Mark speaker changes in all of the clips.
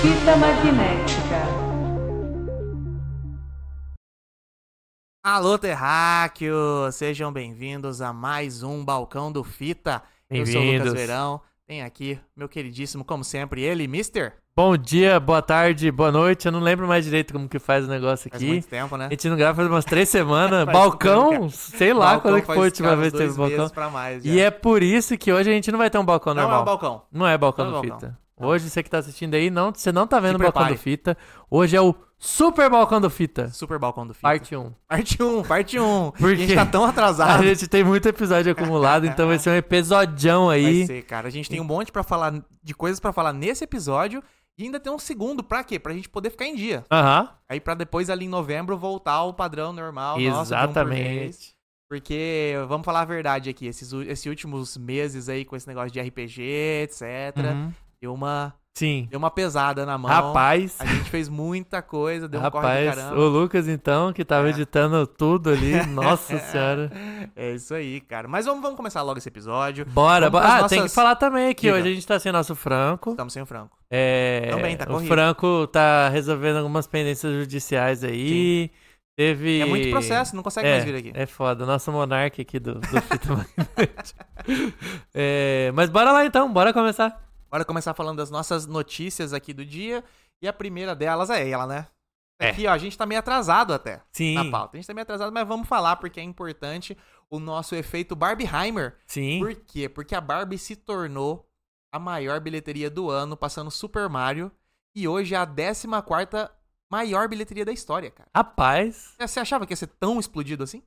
Speaker 1: Fita magnética.
Speaker 2: Alô, Terráqueo! Sejam bem-vindos a mais um Balcão do Fita. Eu sou o Lucas
Speaker 3: Bem-vindos.
Speaker 2: Verão. Tem aqui meu queridíssimo, como sempre, ele, Mister.
Speaker 3: Bom dia, boa tarde, boa noite. Eu não lembro mais direito como que faz o negócio
Speaker 2: Faz
Speaker 3: aqui.
Speaker 2: muito tempo, né?
Speaker 3: A gente não grava faz umas três
Speaker 2: Faz
Speaker 3: semanas.
Speaker 2: muito
Speaker 3: balcão, sei lá
Speaker 2: Balcão
Speaker 3: quando é que foi a
Speaker 2: faz,
Speaker 3: última
Speaker 2: cara,
Speaker 3: vez que
Speaker 2: dois
Speaker 3: teve balcão.
Speaker 2: meses Pra mais, já.
Speaker 3: E é por isso que hoje a gente não vai ter um balcão
Speaker 2: não é
Speaker 3: normal.
Speaker 2: um balcão.
Speaker 3: Não é balcão
Speaker 2: Não é
Speaker 3: do
Speaker 2: balcão.
Speaker 3: fita. Hoje você que tá assistindo aí, não, você não tá vendo o
Speaker 2: Se
Speaker 3: balcão do
Speaker 2: prepare.
Speaker 3: fita. Hoje é o super balcão do fita.
Speaker 2: Super balcão do Fita.
Speaker 3: Parte 1.
Speaker 2: Parte 1, parte 1.
Speaker 3: Por
Speaker 2: A gente
Speaker 3: quê?
Speaker 2: tá tão
Speaker 3: A
Speaker 2: atrasado.
Speaker 3: gente tem muito episódio acumulado, então vai ser um episodião
Speaker 2: Vai
Speaker 3: aí.
Speaker 2: ser, cara. A gente tem um monte pra falar, de coisas pra falar nesse episódio. E ainda tem um segundo pra quê? Pra gente poder ficar em dia.
Speaker 3: Aham.
Speaker 2: Aí pra depois, ali em novembro, voltar ao padrão normal. nosso de um por mês.
Speaker 3: Exatamente.
Speaker 2: Porque, vamos falar a verdade aqui, esses, u- esses últimos meses aí com esse negócio de RPG, etc,
Speaker 3: Uhum.
Speaker 2: deu, uma,
Speaker 3: Sim.
Speaker 2: deu uma pesada na mão.
Speaker 3: Rapaz.
Speaker 2: A gente fez muita coisa, deu um corre do
Speaker 3: Rapaz,
Speaker 2: caramba.
Speaker 3: o Lucas então, que tava
Speaker 2: É.
Speaker 3: editando tudo ali, nossa senhora.
Speaker 2: É isso aí, cara. Mas vamos, vamos começar logo esse episódio.
Speaker 3: Bora,
Speaker 2: Vamos
Speaker 3: bora.
Speaker 2: pras
Speaker 3: Ah, tem que
Speaker 2: nossas-
Speaker 3: falar também que
Speaker 2: Diga.
Speaker 3: hoje a gente tá sem nosso Franco.
Speaker 2: Estamos sem o Franco.
Speaker 3: É,
Speaker 2: Também tá
Speaker 3: o
Speaker 2: corrido.
Speaker 3: Franco tá resolvendo algumas pendências judiciais aí. Teve.
Speaker 2: É muito processo, não consegue mais vir aqui.
Speaker 3: É foda, nosso monarca aqui do, do Fito Magnético. É, mas bora lá então, bora começar.
Speaker 2: Bora começar falando das nossas notícias aqui do dia. E a primeira delas é ela, né?
Speaker 3: É.
Speaker 2: Aqui, ó, a gente tá meio atrasado até
Speaker 3: Sim.
Speaker 2: na pauta. A gente tá meio atrasado, mas vamos falar porque é importante o nosso efeito Barbieheimer.
Speaker 3: Sim.
Speaker 2: Por quê? Porque a Barbie se tornou a maior bilheteria do ano, passando Super Mario, e hoje é a 14 maior bilheteria da história, cara.
Speaker 3: Rapaz.
Speaker 2: Você achava que ia ser tão explodido assim?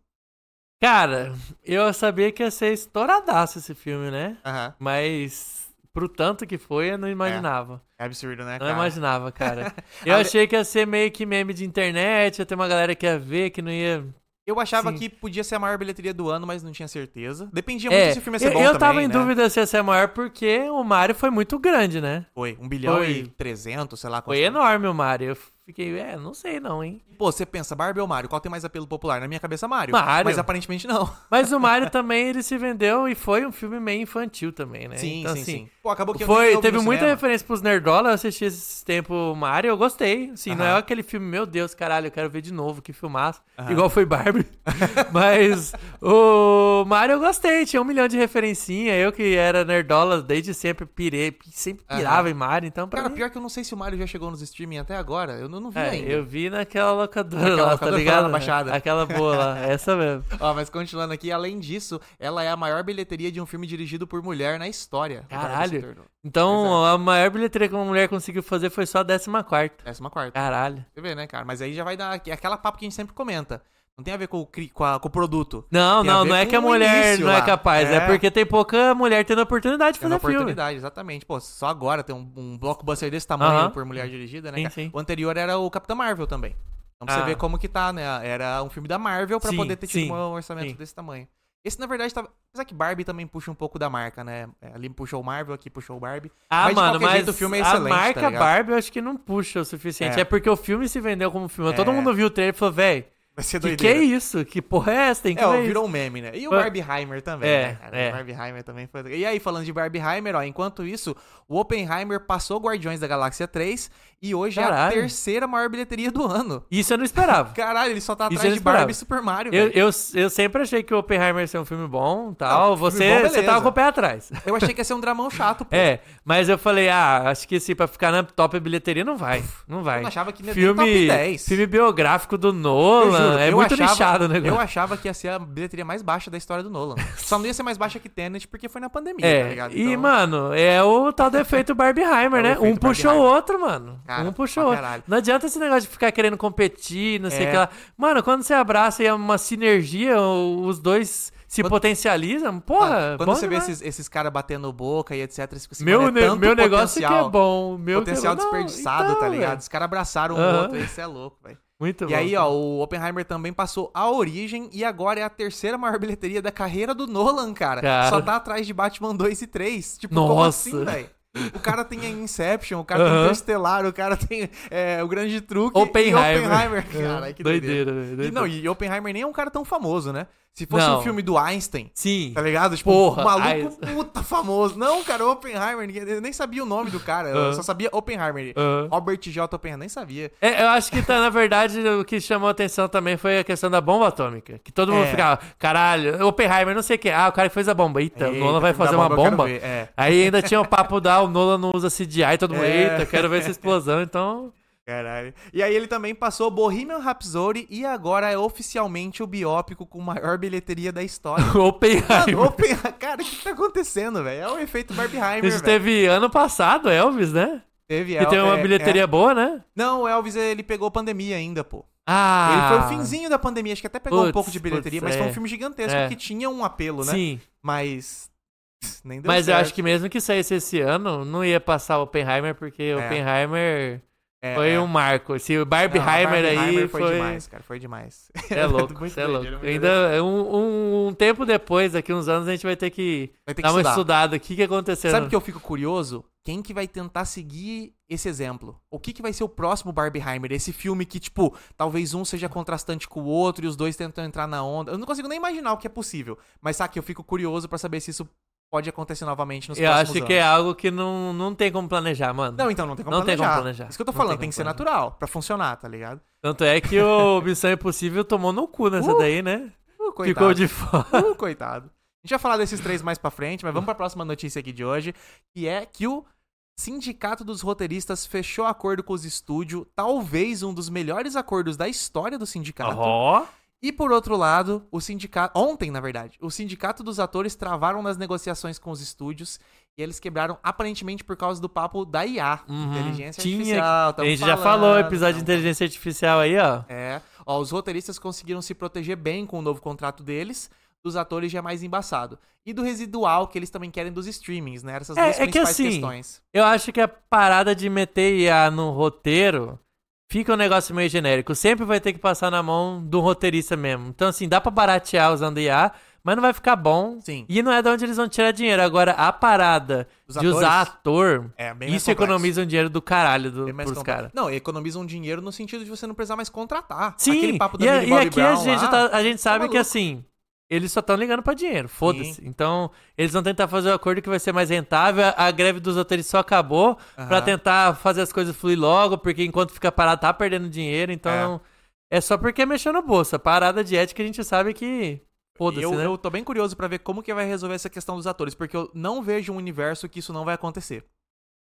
Speaker 3: Cara, eu sabia que ia ser estouradaço esse filme, né?
Speaker 2: Aham.
Speaker 3: Mas pro tanto que foi, eu não imaginava.
Speaker 2: É absurdo, né,
Speaker 3: não
Speaker 2: cara?
Speaker 3: imaginava, cara. Eu
Speaker 2: Ale-
Speaker 3: achei que ia ser meio que meme de internet, ia ter uma galera que ia ver, que não ia.
Speaker 2: Eu achava
Speaker 3: Sim.
Speaker 2: que podia ser a maior bilheteria do ano, mas não tinha certeza. Dependia muito
Speaker 3: É,
Speaker 2: se o filme ia ser
Speaker 3: eu,
Speaker 2: bom
Speaker 3: eu
Speaker 2: também,
Speaker 3: tava em
Speaker 2: né?
Speaker 3: dúvida se ia ser maior porque o Mario foi muito grande, né?
Speaker 2: Foi, um bilhão
Speaker 3: Foi.
Speaker 2: e 300, sei lá
Speaker 3: Foi enorme o Mario. Eu fiquei, é, não sei não, hein?
Speaker 2: Pô, você pensa, Barbie ou Mario? Qual tem mais apelo popular? Na minha cabeça, Mario.
Speaker 3: Mario.
Speaker 2: Mas aparentemente não.
Speaker 3: Mas o Mario também, ele se vendeu e foi um filme meio infantil também, né?
Speaker 2: Sim,
Speaker 3: Então,
Speaker 2: sim,
Speaker 3: assim,
Speaker 2: sim. Pô, acabou que eu nem
Speaker 3: Foi,
Speaker 2: vi
Speaker 3: teve
Speaker 2: no
Speaker 3: muita
Speaker 2: cinema.
Speaker 3: referência pros Nerdola, eu assisti esse tempo Mario, eu gostei. Assim, não é
Speaker 2: Aham.
Speaker 3: aquele filme, meu Deus, caralho, eu quero ver de novo, que filmaço.
Speaker 2: Aham.
Speaker 3: Igual foi Barbie. Mas o Mario eu gostei, tinha um milhão de referencinha. Eu que era Nerdola desde sempre pirei, sempre
Speaker 2: Aham.
Speaker 3: pirava em Mario, então pra
Speaker 2: Cara,
Speaker 3: mim-
Speaker 2: pior que eu não sei se o Mario já chegou nos streaming até agora. Eu não, não vi
Speaker 3: É,
Speaker 2: ainda.
Speaker 3: eu vi naquela locadora
Speaker 2: Naquela
Speaker 3: lá,
Speaker 2: locadora que
Speaker 3: tá
Speaker 2: tá lá
Speaker 3: ligado?
Speaker 2: na Baixada.
Speaker 3: Aquela boa lá, essa mesmo.
Speaker 2: Ó, mas continuando aqui, além disso, ela é a maior bilheteria de um filme dirigido por mulher na história. O Barbie
Speaker 3: Caralho.
Speaker 2: se tornou.
Speaker 3: Então, a maior bilheteria que uma mulher conseguiu fazer foi só a décima quarta.
Speaker 2: Décima quarta.
Speaker 3: Caralho.
Speaker 2: Você vê, né, cara? Mas aí já vai dar aqu- aquela papo que a gente sempre comenta. Não tem a ver com o, cri- com a- com o produto.
Speaker 3: Não,
Speaker 2: Tem a
Speaker 3: não,
Speaker 2: ver
Speaker 3: não é
Speaker 2: com
Speaker 3: que a
Speaker 2: o
Speaker 3: mulher
Speaker 2: início
Speaker 3: não
Speaker 2: lá.
Speaker 3: é capaz, é.
Speaker 2: É.
Speaker 3: porque tem pouca mulher tendo oportunidade de
Speaker 2: É uma
Speaker 3: fazer filme.
Speaker 2: oportunidade, exatamente. Pô, só agora tem um, um blockbuster desse tamanho
Speaker 3: Aham.
Speaker 2: por mulher dirigida, né?
Speaker 3: Sim,
Speaker 2: cara?
Speaker 3: sim.
Speaker 2: O anterior era o Capitão Marvel também. Então pra você
Speaker 3: Ah.
Speaker 2: ver como que tá, né? Era um filme da Marvel pra
Speaker 3: Sim,
Speaker 2: poder ter tido
Speaker 3: sim,
Speaker 2: um orçamento
Speaker 3: sim.
Speaker 2: desse tamanho. Esse, na verdade, tava. Apesar que Barbie também puxa um pouco da marca, né? É, Ali puxou o Marvel, aqui puxou o Barbie.
Speaker 3: Ah,
Speaker 2: Mas de
Speaker 3: mano,
Speaker 2: qualquer
Speaker 3: mas
Speaker 2: jeito, o filme é excelente,
Speaker 3: a marca
Speaker 2: tá ligado?
Speaker 3: Barbie eu acho que não puxa o suficiente.
Speaker 2: É.
Speaker 3: É, porque o filme se vendeu como filme. Todo
Speaker 2: É.
Speaker 3: mundo viu o trailer e falou, velho,
Speaker 2: Vai ser
Speaker 3: que
Speaker 2: doideira.
Speaker 3: que é isso? Que porra é essa? Tem que
Speaker 2: É,
Speaker 3: ver
Speaker 2: ó,
Speaker 3: isso.
Speaker 2: virou um meme, né? E o
Speaker 3: Foi-
Speaker 2: Barbieheimer também,
Speaker 3: É,
Speaker 2: né, cara?
Speaker 3: é.
Speaker 2: O Barbieheimer também foi. E aí, falando de Barbieheimer, ó, enquanto isso, o Oppenheimer passou Guardiões da Galáxia 3 e hoje é a
Speaker 3: Caralho.
Speaker 2: terceira maior bilheteria do ano.
Speaker 3: Isso eu não esperava.
Speaker 2: Caralho, ele só tá
Speaker 3: Isso
Speaker 2: atrás
Speaker 3: eu não
Speaker 2: de Barbie
Speaker 3: esperava.
Speaker 2: e Super Mario,
Speaker 3: Eu,
Speaker 2: velho.
Speaker 3: eu, eu sempre achei que o Oppenheimer ia ser um filme bom
Speaker 2: Não,
Speaker 3: tal.
Speaker 2: filme
Speaker 3: você,
Speaker 2: bom,
Speaker 3: você tava
Speaker 2: beleza.
Speaker 3: com o pé atrás.
Speaker 2: Eu... achei que ia ser um dramão chato, pô.
Speaker 3: É, mas eu falei, ah, acho que se pra ficar na top bilheteria não vai. Não vai.
Speaker 2: Eu não achava que ia ter
Speaker 3: filme,
Speaker 2: top 10.
Speaker 3: filme biográfico do
Speaker 2: Eu
Speaker 3: Nolan.
Speaker 2: juro,
Speaker 3: é
Speaker 2: eu
Speaker 3: muito
Speaker 2: achava-
Speaker 3: lixado o negócio.
Speaker 2: Eu achava que ia ser a bilheteria mais baixa da história do Nolan. Só não ia ser mais baixa que Tenet porque foi na pandemia,
Speaker 3: É,
Speaker 2: tá ligado?
Speaker 3: e, mano, é o tal do efeito
Speaker 2: É
Speaker 3: Barbieheimer,
Speaker 2: o
Speaker 3: né?
Speaker 2: efeito
Speaker 3: Um puxou o
Speaker 2: Barbieheimer.
Speaker 3: outro, mano.
Speaker 2: Cara,
Speaker 3: um puxou o
Speaker 2: pra
Speaker 3: outro.
Speaker 2: caralho.
Speaker 3: Não adianta esse negócio de ficar querendo competir, não sei
Speaker 2: É.
Speaker 3: o que lá. Mano, quando você abraça e é uma sinergia, o- os dois se
Speaker 2: Quando-
Speaker 3: potencializam, porra.
Speaker 2: Mano, Quando
Speaker 3: bom
Speaker 2: você
Speaker 3: demais.
Speaker 2: vê esses, esses caras batendo boca e etc, você fica assim,
Speaker 3: Meu,
Speaker 2: mano, é
Speaker 3: ne-
Speaker 2: tanto
Speaker 3: meu negócio que é
Speaker 2: potencial.
Speaker 3: bom. Meu que é
Speaker 2: potencial
Speaker 3: bom. Não,
Speaker 2: desperdiçado,
Speaker 3: então,
Speaker 2: tá
Speaker 3: velho.
Speaker 2: ligado? Os caras abraçaram um
Speaker 3: Aham.
Speaker 2: outro, isso é louco, velho.
Speaker 3: Muito
Speaker 2: E
Speaker 3: bom.
Speaker 2: aí, ó, o Oppenheimer também passou a origem e agora é a terceira maior bilheteria da carreira do Nolan, cara.
Speaker 3: Cara.
Speaker 2: Só tá atrás de Batman 2 e 3. Tipo, como
Speaker 3: Nossa.
Speaker 2: assim, velho? O cara tem a Inception, o cara tem
Speaker 3: Aham.
Speaker 2: Interstellar, o cara tem é, o Grande Truque. e
Speaker 3: Oppenheimer. É.
Speaker 2: Oppenheimer, cara. Que doideira.
Speaker 3: doideira, velho.
Speaker 2: E,
Speaker 3: doideira.
Speaker 2: não, e Oppenheimer nem é um cara tão famoso, né? Se fosse
Speaker 3: Não.
Speaker 2: um filme do Einstein,
Speaker 3: Sim.
Speaker 2: tá ligado? Tipo,
Speaker 3: Porra,
Speaker 2: um maluco puta famoso. Não, cara, Oppenheimer, ninguém- eu nem sabia o nome do cara, eu
Speaker 3: Ah.
Speaker 2: só sabia Oppenheimer.
Speaker 3: Aham.
Speaker 2: Robert J. Oppenheimer, nem sabia.
Speaker 3: É, eu acho que, tá, na verdade, o que chamou atenção também foi a questão da bomba atômica. Que todo mundo
Speaker 2: É.
Speaker 3: ficava, caralho, Oppenheimer, não sei o quê. Ah, o cara que fez a bomba. Eita, o
Speaker 2: Eita,
Speaker 3: Nolan vai
Speaker 2: filme da
Speaker 3: fazer uma
Speaker 2: eu quero
Speaker 3: bomba?
Speaker 2: ver, É,
Speaker 3: Aí ainda tinha o papo da, o Nolan não usa CGI, todo mundo,
Speaker 2: É.
Speaker 3: eita, quero ver essa explosão, então...
Speaker 2: caralho. E aí ele também passou Bohemian Rhapsody e agora é oficialmente o biópico com maior bilheteria da história. Mano,
Speaker 3: Oppenheimer.
Speaker 2: Open... Cara, o que tá acontecendo, velho? É o efeito Barbieheimer,
Speaker 3: A gente
Speaker 2: velho.
Speaker 3: teve ano passado, Elvis, né?
Speaker 2: Teve,
Speaker 3: Que tem uma
Speaker 2: é,
Speaker 3: bilheteria
Speaker 2: é.
Speaker 3: boa, né?
Speaker 2: Não, o Elvis, ele pegou pandemia ainda, pô.
Speaker 3: Ah...
Speaker 2: Ele foi o finzinho da pandemia, acho que até pegou um
Speaker 3: Putz,
Speaker 2: pouco de bilheteria,
Speaker 3: putz,
Speaker 2: mas foi um
Speaker 3: é.
Speaker 2: filme gigantesco
Speaker 3: É.
Speaker 2: que tinha um apelo, né?
Speaker 3: Sim,
Speaker 2: Mas... Nem deu
Speaker 3: mas eu
Speaker 2: certo.
Speaker 3: acho que mesmo que saísse esse ano, não ia passar Oppenheimer, porque Oppenheimer
Speaker 2: É,
Speaker 3: foi
Speaker 2: é.
Speaker 3: um marco. Esse
Speaker 2: Não, a
Speaker 3: Barbieheimer aí
Speaker 2: foi...
Speaker 3: foi...
Speaker 2: demais, cara, foi demais.
Speaker 3: É louco,
Speaker 2: Muito
Speaker 3: cê é
Speaker 2: doideira,
Speaker 3: louco.
Speaker 2: muito
Speaker 3: Ainda um, um- um tempo depois, daqui uns anos, a gente vai ter que
Speaker 2: Vai ter que
Speaker 3: dar uma
Speaker 2: estudar.
Speaker 3: estudada. O que, que aconteceu?
Speaker 2: Sabe que eu fico curioso? Quem que vai tentar seguir esse exemplo? O que que vai ser o próximo Barbieheimer? Esse filme que, tipo, talvez um seja contrastante com o outro e os dois tentam entrar na onda. Eu não consigo nem imaginar o que é possível. Mas, sabe, que eu fico curioso pra saber se isso pode acontecer novamente nos
Speaker 3: Eu
Speaker 2: próximos
Speaker 3: acho
Speaker 2: anos.
Speaker 3: que é algo que não, não tem como planejar, mano.
Speaker 2: Não, então não tem como
Speaker 3: Não tem
Speaker 2: planejar.
Speaker 3: como planejar.
Speaker 2: Isso que eu tô
Speaker 3: Não
Speaker 2: falando,
Speaker 3: tem
Speaker 2: tem
Speaker 3: como
Speaker 2: que ser
Speaker 3: planejar.
Speaker 2: natural pra funcionar, tá ligado?
Speaker 3: Tanto é que o Missão Impossível tomou no cu nessa
Speaker 2: Uh,
Speaker 3: daí, né?
Speaker 2: Uh, coitado.
Speaker 3: Ficou de fora.
Speaker 2: Uh, coitado. A gente vai falar desses três mais pra frente, mas vamos pra próxima notícia aqui de hoje, que é que o Sindicato dos Roteiristas fechou acordo com os estúdios, talvez um dos melhores acordos da história do sindicato.
Speaker 3: Ó,
Speaker 2: E por outro lado, o sindicato. Ontem, na verdade, o sindicato dos atores travaram nas negociações com os estúdios e eles quebraram aparentemente por causa do papo da IA.
Speaker 3: Uhum.
Speaker 2: Inteligência
Speaker 3: Tinha-
Speaker 2: artificial.
Speaker 3: a
Speaker 2: tamo
Speaker 3: gente já falou,
Speaker 2: falando,
Speaker 3: episódio de
Speaker 2: tamo
Speaker 3: inteligência artificial aí, ó.
Speaker 2: é. Ó, os roteiristas conseguiram se proteger bem com o novo contrato deles. Dos atores já é mais embaçado. E do residual que eles também querem dos streamings, né? Essas
Speaker 3: É,
Speaker 2: duas
Speaker 3: é que
Speaker 2: principais
Speaker 3: assim,
Speaker 2: questões.
Speaker 3: Eu acho que a parada de meter IA no roteiro fica um negócio meio genérico. Sempre vai ter que passar na mão do roteirista mesmo. Então, assim, dá pra baratear usando IA, mas não vai ficar bom.
Speaker 2: Sim.
Speaker 3: E não é de onde eles vão tirar dinheiro. Agora, a parada
Speaker 2: Os
Speaker 3: de usar ator,
Speaker 2: É, bem mais complexo.
Speaker 3: isso economiza um dinheiro do caralho do,
Speaker 2: Bem mais
Speaker 3: pros
Speaker 2: complexo.
Speaker 3: caras.
Speaker 2: Não, economizam dinheiro no sentido de você não precisar mais contratar.
Speaker 3: Sim,
Speaker 2: Aquele papo da
Speaker 3: e, a-
Speaker 2: Millie
Speaker 3: e
Speaker 2: Bobby
Speaker 3: aqui a
Speaker 2: Brown
Speaker 3: gente,
Speaker 2: lá,
Speaker 3: tá- a gente sabe que
Speaker 2: maluco.
Speaker 3: assim, eles só estão ligando pra dinheiro, foda-se. Então, eles vão tentar fazer um acordo que vai ser mais rentável. A- A greve dos roteiristas só acabou pra
Speaker 2: Aham.
Speaker 3: tentar fazer as coisas fluir logo, porque enquanto fica parado tá perdendo dinheiro. Então, é, só porque mexeu no bolso. A parada de ética a gente sabe que foda-se,
Speaker 2: eu,
Speaker 3: né?
Speaker 2: eu tô bem curioso pra ver como que vai resolver essa questão dos atores, porque eu não vejo um universo que isso não vai acontecer.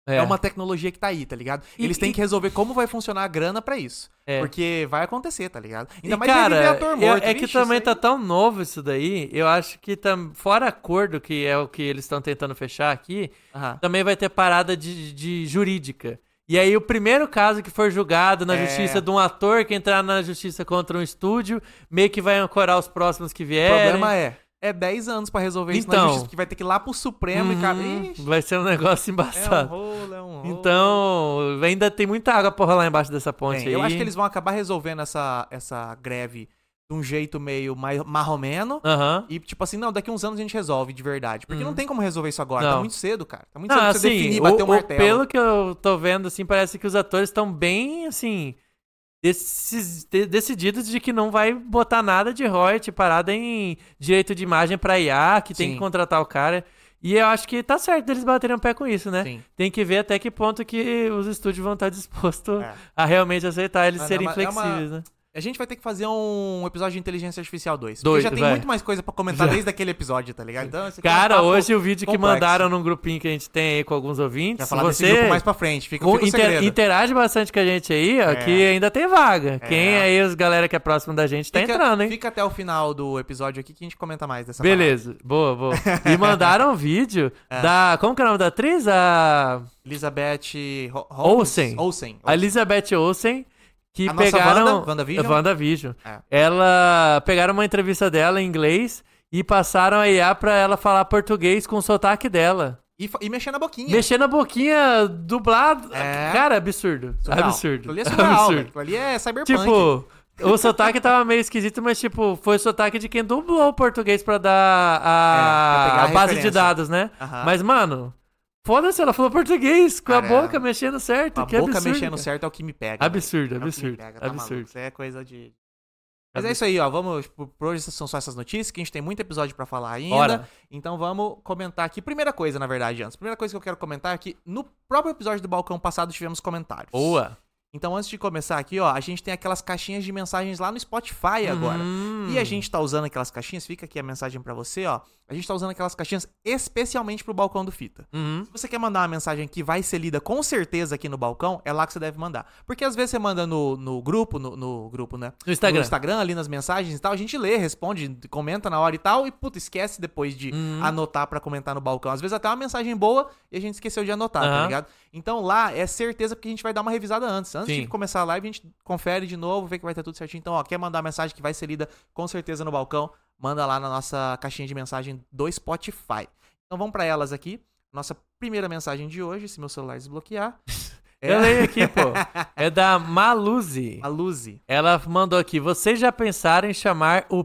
Speaker 2: É, uma tecnologia que tá aí, tá ligado?
Speaker 3: E-
Speaker 2: Eles têm
Speaker 3: e-
Speaker 2: que resolver como vai funcionar a grana pra isso.
Speaker 3: É.
Speaker 2: Porque vai acontecer, tá ligado? Ainda
Speaker 3: e,
Speaker 2: mais
Speaker 3: cara,
Speaker 2: reviver ator morto.
Speaker 3: é, é que
Speaker 2: vixe,
Speaker 3: também
Speaker 2: isso
Speaker 3: tá
Speaker 2: aí-
Speaker 3: tão novo isso daí. Eu acho que tam, fora acordo, que é o que eles estão tentando fechar aqui,
Speaker 2: Aham.
Speaker 3: também vai ter parada de, de jurídica. E aí, o primeiro caso que for julgado na
Speaker 2: É.
Speaker 3: justiça de um ator que entrar na justiça contra um estúdio, meio que vai ancorar os próximos que
Speaker 2: O
Speaker 3: vierem.
Speaker 2: problema é, é 10 anos pra resolver isso na
Speaker 3: né? Então.
Speaker 2: justiça, porque vai ter que ir lá pro Supremo e cara.
Speaker 3: Uhum,
Speaker 2: Ixi,
Speaker 3: vai ser um negócio
Speaker 2: é um
Speaker 3: embaçado.
Speaker 2: rolo, é um rolo.
Speaker 3: então, ainda tem muita água pra rolar embaixo dessa ponte
Speaker 2: Bem,
Speaker 3: aí.
Speaker 2: eu acho que eles vão acabar resolvendo essa, essa greve de um jeito meio mais marromeno.
Speaker 3: Aham.
Speaker 2: E, tipo assim, não, daqui uns anos a gente resolve de verdade. Porque
Speaker 3: Uhum.
Speaker 2: não tem como resolver isso agora. Tá
Speaker 3: Não.
Speaker 2: muito cedo, cara. Tá muito
Speaker 3: Não,
Speaker 2: cedo pra você
Speaker 3: assim,
Speaker 2: definir,
Speaker 3: o-
Speaker 2: bater o,
Speaker 3: o-
Speaker 2: martelo.
Speaker 3: pelo que eu tô vendo, assim, parece que os atores estão bem, assim, decis- de- decididos de que não vai botar nada de royalty parada em direito de imagem pra IA, que tem
Speaker 2: Sim.
Speaker 3: que contratar o cara. E eu acho que tá certo eles baterem o pé com isso, né?
Speaker 2: Sim.
Speaker 3: Tem que ver até que ponto que os estúdios vão estar dispostos
Speaker 2: É.
Speaker 3: a realmente aceitar eles
Speaker 2: Ah, não,
Speaker 3: serem
Speaker 2: mas é uma-
Speaker 3: flexíveis, né?
Speaker 2: A gente vai ter que fazer um episódio de Inteligência Artificial 2. porque
Speaker 3: Dois,
Speaker 2: já tem
Speaker 3: vai.
Speaker 2: muito mais coisa pra comentar
Speaker 3: Já.
Speaker 2: desde aquele episódio, tá ligado? Então, esse aqui é um
Speaker 3: Cara,
Speaker 2: papo-
Speaker 3: hoje o vídeo que
Speaker 2: complexo.
Speaker 3: mandaram num grupinho que a gente tem aí com alguns
Speaker 2: Já
Speaker 3: ouvintes,
Speaker 2: falar
Speaker 3: você...
Speaker 2: desse grupo mais pra frente. Fica, fica o
Speaker 3: Inter-
Speaker 2: segredo.
Speaker 3: interage bastante com a gente aí, ó,
Speaker 2: É.
Speaker 3: que ainda tem vaga.
Speaker 2: É.
Speaker 3: Quem aí, os galera que é próximo da gente, tá
Speaker 2: Fica-
Speaker 3: entrando, hein?
Speaker 2: Fica até o final do episódio aqui que a gente comenta mais dessa
Speaker 3: Beleza, boa, boa. E mandaram um vídeo da. Como que é o nome da atriz? A,
Speaker 2: parada. Elizabeth Ho- Holmes?
Speaker 3: Olsen.
Speaker 2: Olsen.
Speaker 3: a Elizabeth Olsen, que
Speaker 2: A nossa
Speaker 3: pegaram.
Speaker 2: Wanda, WandaVision?
Speaker 3: WandaVision.
Speaker 2: É.
Speaker 3: Ela. Pegaram uma entrevista dela em inglês e passaram a IA pra ela falar português com o sotaque dela.
Speaker 2: E, fa- e mexer na boquinha.
Speaker 3: Mexendo a boquinha dublado.
Speaker 2: É.
Speaker 3: Cara, absurdo.
Speaker 2: Surreal.
Speaker 3: Absurdo.
Speaker 2: Aquilo ali é surreal,
Speaker 3: absurdo.
Speaker 2: velho. Aquilo ali é cyberpunk.
Speaker 3: Tipo, o sotaque tava meio esquisito, mas, tipo, foi o sotaque de quem dublou o português pra dar
Speaker 2: É, pra
Speaker 3: a,
Speaker 2: pegar a
Speaker 3: a base
Speaker 2: referência.
Speaker 3: de dados, né?
Speaker 2: Aham.
Speaker 3: Mas, mano, Foda-se, ela falou português, com
Speaker 2: Cara,
Speaker 3: a boca mexendo certo.
Speaker 2: Com a
Speaker 3: que
Speaker 2: boca
Speaker 3: absurdo,
Speaker 2: mexendo
Speaker 3: cara.
Speaker 2: certo é o que me pega. velho.
Speaker 3: Absurdo,
Speaker 2: É o que me
Speaker 3: absurdo.
Speaker 2: pega, tá maluco.
Speaker 3: absurdo.
Speaker 2: Isso é coisa de. Mas é isso aí, ó. Vamos. Por por hoje são só essas notícias, que a gente tem muito episódio pra falar ainda.
Speaker 3: Bora.
Speaker 2: Então vamos comentar aqui. Primeira coisa, na verdade, antes. Primeira coisa que eu quero comentar é que no próprio episódio do Balcão passado tivemos comentários.
Speaker 3: Boa.
Speaker 2: Então, antes de começar aqui, ó, a gente tem aquelas caixinhas de mensagens lá no Spotify agora.
Speaker 3: Hum.
Speaker 2: E a gente tá usando aquelas caixinhas, fica aqui a mensagem pra você, ó. A gente tá usando aquelas caixinhas especialmente pro balcão do Fita.
Speaker 3: Uhum.
Speaker 2: Se você quer mandar uma mensagem que vai ser lida com certeza aqui no balcão, é lá que você deve mandar. Porque às vezes você manda no, no grupo, no, no grupo, né?
Speaker 3: No Instagram.
Speaker 2: No Instagram, ali nas mensagens e tal, a gente lê, responde, comenta na hora e tal, e puta, esquece depois de
Speaker 3: Uhum.
Speaker 2: anotar pra comentar no balcão. Às vezes até uma mensagem boa e a gente esqueceu de anotar, tá
Speaker 3: Aham.
Speaker 2: ligado? Então lá é certeza porque a gente vai dar uma revisada antes. Antes de
Speaker 3: Sim.
Speaker 2: começar a live, a gente confere de novo, vê que vai ter tudo certinho. Então, ó, quer mandar mensagem que vai ser lida com certeza no balcão, manda lá na nossa caixinha de mensagem do Spotify. Então vamos pra elas aqui. Nossa primeira mensagem de hoje, se meu celular desbloquear.
Speaker 3: Eu leio aqui, pô. É da Maluzi.
Speaker 2: A Luzi.
Speaker 3: Ela mandou aqui: Vocês já pensaram em chamar o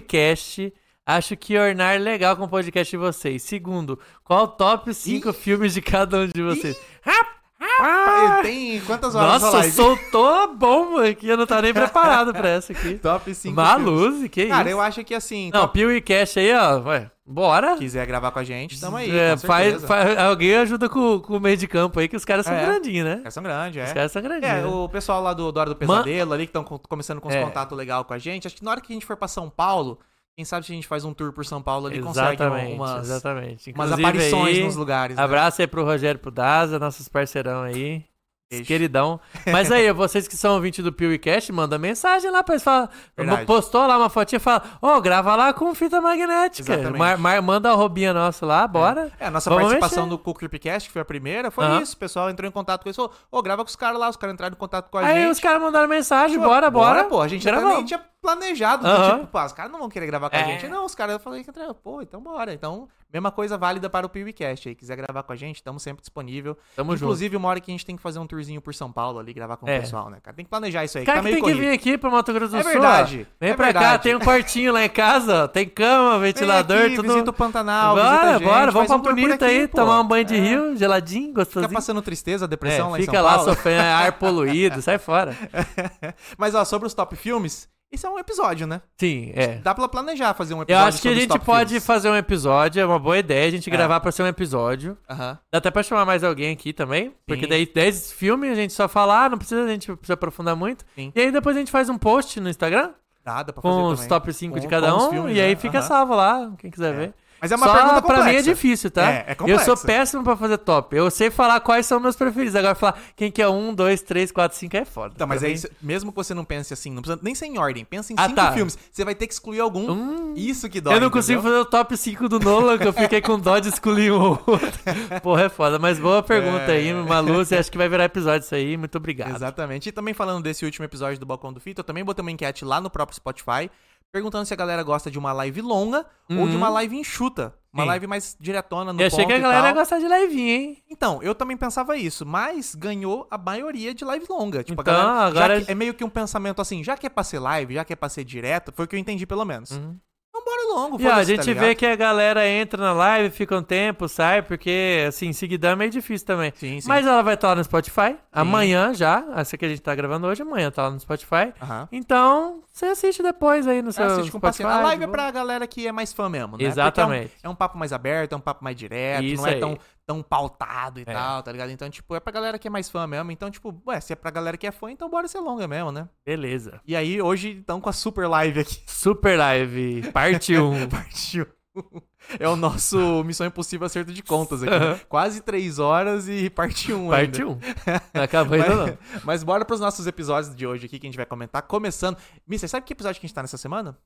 Speaker 3: PeeWeeCast? Acho que ornar legal com o podcast de vocês. Segundo, qual o top 5 filmes de cada um de vocês? Rapaz!
Speaker 2: Ah, tem quantas horas
Speaker 3: Nossa,
Speaker 2: live?
Speaker 3: soltou a bomba aqui. Eu não tava nem preparado pra essa aqui.
Speaker 2: Top 5.
Speaker 3: Maluzi, que
Speaker 2: Cara,
Speaker 3: isso?
Speaker 2: eu acho que assim,
Speaker 3: Não,
Speaker 2: não.
Speaker 3: PeeWeeCast aí, ó. Ué, bora.
Speaker 2: quiser gravar com a gente, tamo aí.
Speaker 3: É,
Speaker 2: com
Speaker 3: faz,
Speaker 2: certeza.
Speaker 3: faz- alguém ajuda com, com o meio de campo aí, que os caras são
Speaker 2: É.
Speaker 3: grandinhos, né?
Speaker 2: Os caras são grandes,
Speaker 3: Os
Speaker 2: é.
Speaker 3: caras são grandinhos.
Speaker 2: É,
Speaker 3: né?
Speaker 2: o pessoal lá do, do Hora do Pesadelo ali, que estão começando com uns
Speaker 3: É.
Speaker 2: contatos legal com a gente. Acho que na hora que a gente for pra São Paulo, quem sabe se a gente faz um tour por São Paulo ali, consegue
Speaker 3: Exatamente,
Speaker 2: umas,
Speaker 3: exatamente.
Speaker 2: umas
Speaker 3: Inclusive
Speaker 2: aparições
Speaker 3: aí,
Speaker 2: nos lugares. né?
Speaker 3: Abraço aí pro Rogério pro Daza, nossos parceirão aí.
Speaker 2: Beijo.
Speaker 3: Queridão. Mas aí, vocês que são ouvinte do PewCast, manda mensagem lá pra eles. Fala,
Speaker 2: Verdade.
Speaker 3: postou lá uma fotinha e fala: Ô, grava lá com fita magnética.
Speaker 2: Exatamente.
Speaker 3: Mar, mar- manda a roubinha nossa lá, bora.
Speaker 2: É, a nossa
Speaker 3: Vamos
Speaker 2: participação
Speaker 3: mexer.
Speaker 2: no Cool Creepcast, que foi a primeira, foi
Speaker 3: Aham.
Speaker 2: isso. O pessoal entrou em contato com eles falou, ô, grava com os caras lá, os caras entraram em contato com a
Speaker 3: Aí
Speaker 2: gente.
Speaker 3: os caras mandaram mensagem, bora, bora.
Speaker 2: Tipo, pô, a gente até
Speaker 3: Gravamos.
Speaker 2: nem tinha planejado. do
Speaker 3: Aham.
Speaker 2: Tipo, pá, os caras não vão querer gravar com a
Speaker 3: É.
Speaker 2: gente. Não, os caras eu falei que entraram. Pô, então bora. Então, mesma coisa válida para o PewCast aí. Quiser gravar com a gente, estamos sempre disponível.
Speaker 3: Tamo junto.
Speaker 2: Inclusive, uma hora que a gente tem que fazer um tourzinho por São Paulo ali, gravar com
Speaker 3: É.
Speaker 2: o pessoal, né, cara? Tem que planejar isso aí,
Speaker 3: Cara,
Speaker 2: que
Speaker 3: que
Speaker 2: tá
Speaker 3: tem
Speaker 2: meio
Speaker 3: que
Speaker 2: corrido.
Speaker 3: vir aqui pro Mato Grosso do
Speaker 2: É
Speaker 3: Sul. ó.
Speaker 2: verdade,
Speaker 3: Vem
Speaker 2: é
Speaker 3: pra cá,
Speaker 2: verdade.
Speaker 3: tem um quartinho lá em casa, ó. tem cama, ventilador,
Speaker 2: aqui,
Speaker 3: tudo.
Speaker 2: visita o Pantanal, visita
Speaker 3: bora,
Speaker 2: a gente,
Speaker 3: bora, vamos
Speaker 2: faz
Speaker 3: pra
Speaker 2: um tour por
Speaker 3: bonita
Speaker 2: aqui,
Speaker 3: aí,
Speaker 2: pô.
Speaker 3: tomar um banho de
Speaker 2: É.
Speaker 3: rio, geladinho,
Speaker 2: Fica
Speaker 3: gostosinho.
Speaker 2: passando tristeza,
Speaker 3: É,
Speaker 2: depressão lá é em
Speaker 3: fica
Speaker 2: São
Speaker 3: lá
Speaker 2: Paulo.
Speaker 3: sofrendo ar poluído, sai fora.
Speaker 2: Mas, ó, sobre os top filmes, isso é um episódio, né?
Speaker 3: Sim, é.
Speaker 2: Dá pra planejar fazer um
Speaker 3: Eu
Speaker 2: episódio
Speaker 3: acho que a
Speaker 2: sobre os
Speaker 3: gente
Speaker 2: top
Speaker 3: pode
Speaker 2: filmes.
Speaker 3: fazer um episódio, é uma boa ideia a gente
Speaker 2: É.
Speaker 3: gravar pra ser um episódio.
Speaker 2: Aham.
Speaker 3: Dá até pra chamar mais alguém aqui também, porque
Speaker 2: Sim.
Speaker 3: daí 10 filmes a gente só fala, ah, não precisa, a gente precisa aprofundar muito.
Speaker 2: Sim.
Speaker 3: E aí depois a gente faz um post no Instagram
Speaker 2: Dá, dá pra fazer
Speaker 3: com os
Speaker 2: também.
Speaker 3: top 5 de
Speaker 2: Com-
Speaker 3: cada
Speaker 2: com os
Speaker 3: um,
Speaker 2: filmes,
Speaker 3: e aí
Speaker 2: né?
Speaker 3: fica
Speaker 2: Aham.
Speaker 3: salvo lá, quem quiser ver.
Speaker 2: Mas é uma
Speaker 3: Só
Speaker 2: pergunta
Speaker 3: pra
Speaker 2: complexa.
Speaker 3: mim é difícil, tá?
Speaker 2: É, é
Speaker 3: eu sou
Speaker 2: complexa.
Speaker 3: péssimo pra fazer top. Eu sei falar quais são meus preferidos. Agora falar quem que é um, dois, três, quatro, cinco é foda.
Speaker 2: Tá, mas
Speaker 3: Pra
Speaker 2: aí,
Speaker 3: mim-
Speaker 2: cê- mesmo que você não pense assim, não precisa nem ser em ordem, pensa em
Speaker 3: Ah,
Speaker 2: cinco
Speaker 3: tá.
Speaker 2: filmes. Você vai ter que excluir algum.
Speaker 3: Hum.
Speaker 2: Isso que dói.
Speaker 3: Eu não consigo
Speaker 2: entendeu?
Speaker 3: fazer o top 5 do Nolan, que eu fiquei com dó de escolher um ou outro. Porra, é foda. Mas boa pergunta
Speaker 2: É.
Speaker 3: aí, Maluz. Acho que vai virar episódio isso aí. Muito obrigado.
Speaker 2: Exatamente. E também falando desse último episódio do Balcão do Fito, eu também botei uma enquete lá no próprio Spotify, perguntando se a galera gosta de uma live longa ou de uma live enxuta. Uma
Speaker 3: Uhum. Sim.
Speaker 2: live mais diretona no
Speaker 3: eu achei
Speaker 2: ponto
Speaker 3: que a
Speaker 2: e
Speaker 3: galera ia
Speaker 2: tal.
Speaker 3: gostar de levinho, hein?
Speaker 2: Então, eu também pensava isso, mas ganhou a maioria de live longa. Tipo, a
Speaker 3: Então,
Speaker 2: galera, já
Speaker 3: agora-
Speaker 2: que- é meio que um pensamento assim, já que é pra ser live, já que é pra ser direto, foi o que eu entendi pelo menos. Então bora longo,
Speaker 3: Uhum. E ó, a
Speaker 2: foda-se, tá
Speaker 3: gente
Speaker 2: ligado?
Speaker 3: vê que a galera entra na live, fica um tempo, sai, porque, assim, seguidão é meio difícil também.
Speaker 2: Sim, sim.
Speaker 3: Mas ela vai estar lá no Spotify. Amanhã já. Essa que a gente tá gravando hoje, amanhã tá lá no Spotify.
Speaker 2: Aham.
Speaker 3: Então, você assiste depois aí no seu
Speaker 2: É, assiste com
Speaker 3: Spotify.
Speaker 2: paciência. A live
Speaker 3: de
Speaker 2: é
Speaker 3: boa.
Speaker 2: pra galera que é mais fã mesmo, né? Porque
Speaker 3: Exatamente.
Speaker 2: É um, é um papo mais aberto, é um papo mais direto,
Speaker 3: Isso
Speaker 2: não é
Speaker 3: aí.
Speaker 2: tão, tão pautado e
Speaker 3: É.
Speaker 2: tal, tá ligado? Então, tipo, é pra galera que é mais fã mesmo. Então, tipo, ué, se é pra galera que é fã, então bora ser longa mesmo, né?
Speaker 3: Beleza.
Speaker 2: E aí, hoje, então, com a super live aqui,
Speaker 3: Super Live, parte 1.
Speaker 2: partiu. É o nosso Missão Impossível Acerto de Contas aqui. né? Quase três horas e parte 1 um
Speaker 3: parte
Speaker 2: ainda.
Speaker 3: 1. Não acabou ainda não.
Speaker 2: Mas, mas bora pros nossos episódios de hoje aqui que a gente vai comentar. Começando. Mister, sabe que episódio que a gente tá nessa semana?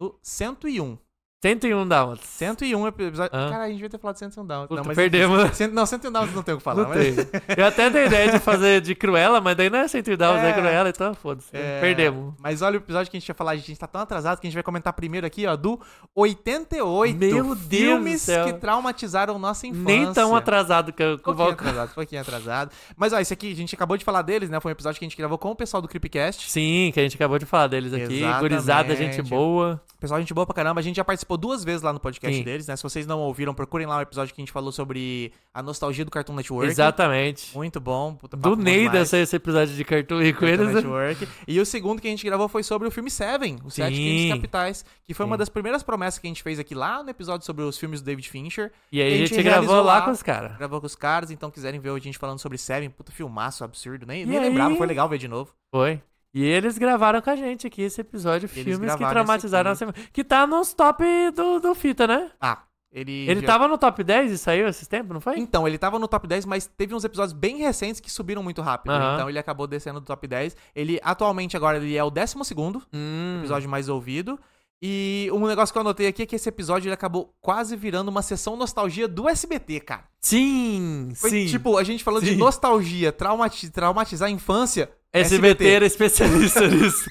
Speaker 2: O 101.
Speaker 3: 101 Dálmatas.
Speaker 2: 101 episódios.
Speaker 3: Ah.
Speaker 2: Cara, a gente devia ter falado 101 Downs.
Speaker 3: um Puta,
Speaker 2: não, mas
Speaker 3: perdemos.
Speaker 2: Cento- Não, 101 Downs não tem o que falar.
Speaker 3: Não
Speaker 2: Mas...
Speaker 3: tem. Eu até dei ideia de fazer de Cruella, mas daí não é 101 Dálmatas, é,
Speaker 2: É.
Speaker 3: Cruella, então foda-se.
Speaker 2: É,
Speaker 3: Perdemos.
Speaker 2: Mas olha o episódio que a gente ia falar, a gente tá tão atrasado que a gente vai comentar primeiro aqui, ó, do 88.
Speaker 3: Meu Deus do
Speaker 2: Filmes
Speaker 3: céu.
Speaker 2: que traumatizaram nossa infância.
Speaker 3: Nem tão atrasado que eu, com o
Speaker 2: Um pouquinho
Speaker 3: Valcão.
Speaker 2: atrasado, um pouquinho atrasado. Mas, ó, esse aqui, a gente acabou de falar deles, né? Foi um episódio que a gente gravou com o pessoal do Creepcast.
Speaker 3: Sim, que a gente acabou de falar deles aqui.
Speaker 2: Exatamente.
Speaker 3: Gurizada, gente boa.
Speaker 2: Pessoal, gente boa pra caramba. A gente já participou participou duas vezes lá no podcast
Speaker 3: Sim.
Speaker 2: deles, né? Se vocês não ouviram, procurem lá o episódio que a gente falou sobre a nostalgia do Cartoon Network.
Speaker 3: Exatamente.
Speaker 2: Muito bom. Puta, papo
Speaker 3: Do
Speaker 2: bom
Speaker 3: Neida
Speaker 2: demais.
Speaker 3: saiu esse episódio de Cartoon e
Speaker 2: Cartoon
Speaker 3: Coelhos.
Speaker 2: Network. E o segundo que a gente gravou foi sobre o filme Seven, os Sete
Speaker 3: Sim.
Speaker 2: Crimes Capitais, que foi uma
Speaker 3: Sim.
Speaker 2: das primeiras promessas que a gente fez aqui lá no episódio sobre os filmes do David Fincher.
Speaker 3: E aí a
Speaker 2: A
Speaker 3: gente,
Speaker 2: gente
Speaker 3: gravou
Speaker 2: realizou
Speaker 3: lá
Speaker 2: lá.
Speaker 3: com os caras.
Speaker 2: Gravou com os caras, então quiserem ver a gente falando sobre Seven, puta filmaço absurdo, nem,
Speaker 3: E
Speaker 2: nem
Speaker 3: aí?
Speaker 2: lembrava, foi legal ver de novo.
Speaker 3: Foi. E eles gravaram com a gente aqui esse episódio,
Speaker 2: Eles
Speaker 3: filmes que
Speaker 2: gravaram
Speaker 3: traumatizaram a
Speaker 2: esse
Speaker 3: semana. Que tá nos top do, do Fita, né?
Speaker 2: Ah, ele.
Speaker 3: Ele tá
Speaker 2: já-
Speaker 3: tava no top 10 e saiu esses tempos, não foi?
Speaker 2: Então, ele tava no top 10, mas teve uns episódios bem recentes que subiram muito rápido.
Speaker 3: Aham.
Speaker 2: Então ele acabou descendo do top 10. Ele atualmente agora ele é o 12 segundo
Speaker 3: Hum.
Speaker 2: episódio mais ouvido. E um negócio que eu anotei aqui é que esse episódio ele acabou quase virando uma sessão nostalgia do SBT, cara.
Speaker 3: Sim,
Speaker 2: Foi
Speaker 3: sim.
Speaker 2: tipo, a gente falando
Speaker 3: Sim.
Speaker 2: de nostalgia, traumati- traumatizar a infância.
Speaker 3: SBT era especialista nisso.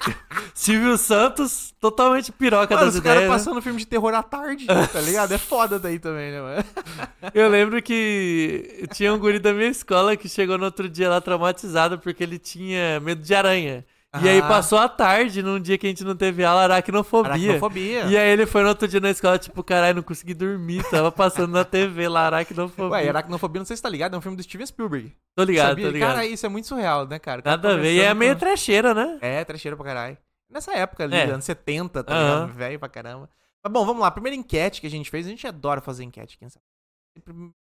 Speaker 3: Silvio Santos, totalmente piroca
Speaker 2: Mano,
Speaker 3: das
Speaker 2: os caras
Speaker 3: ideias. né?
Speaker 2: passando filme de terror à tarde, tá ligado? É foda daí também, né, mano?
Speaker 3: Eu lembro que tinha um guri da minha escola que chegou no outro dia lá traumatizado porque ele tinha medo de aranha. E aí
Speaker 2: Ah.
Speaker 3: passou a tarde, num dia que a gente não teve aula, aracnofobia.
Speaker 2: Aracnofobia.
Speaker 3: E aí ele foi no outro dia na escola, tipo, caralho, não consegui dormir, tava passando na TV lá, aracnofobia.
Speaker 2: Ué, Aracnofobia, não sei se tá ligado, é um filme do Steven Spielberg.
Speaker 3: Tô ligado,
Speaker 2: Sabia?
Speaker 3: tô Tá ligado.
Speaker 2: Cara, isso é muito surreal, né, cara? O cara
Speaker 3: Nada a ver. E é
Speaker 2: conversando
Speaker 3: meio
Speaker 2: com-
Speaker 3: trecheira, né?
Speaker 2: É, trecheiro pra caralho. Nessa época ali,
Speaker 3: É.
Speaker 2: anos 70, tá
Speaker 3: Aham.
Speaker 2: ligado? Velho pra caramba. Mas bom, vamos lá. Primeira enquete que a gente fez, a gente adora fazer enquete aqui. nessa- A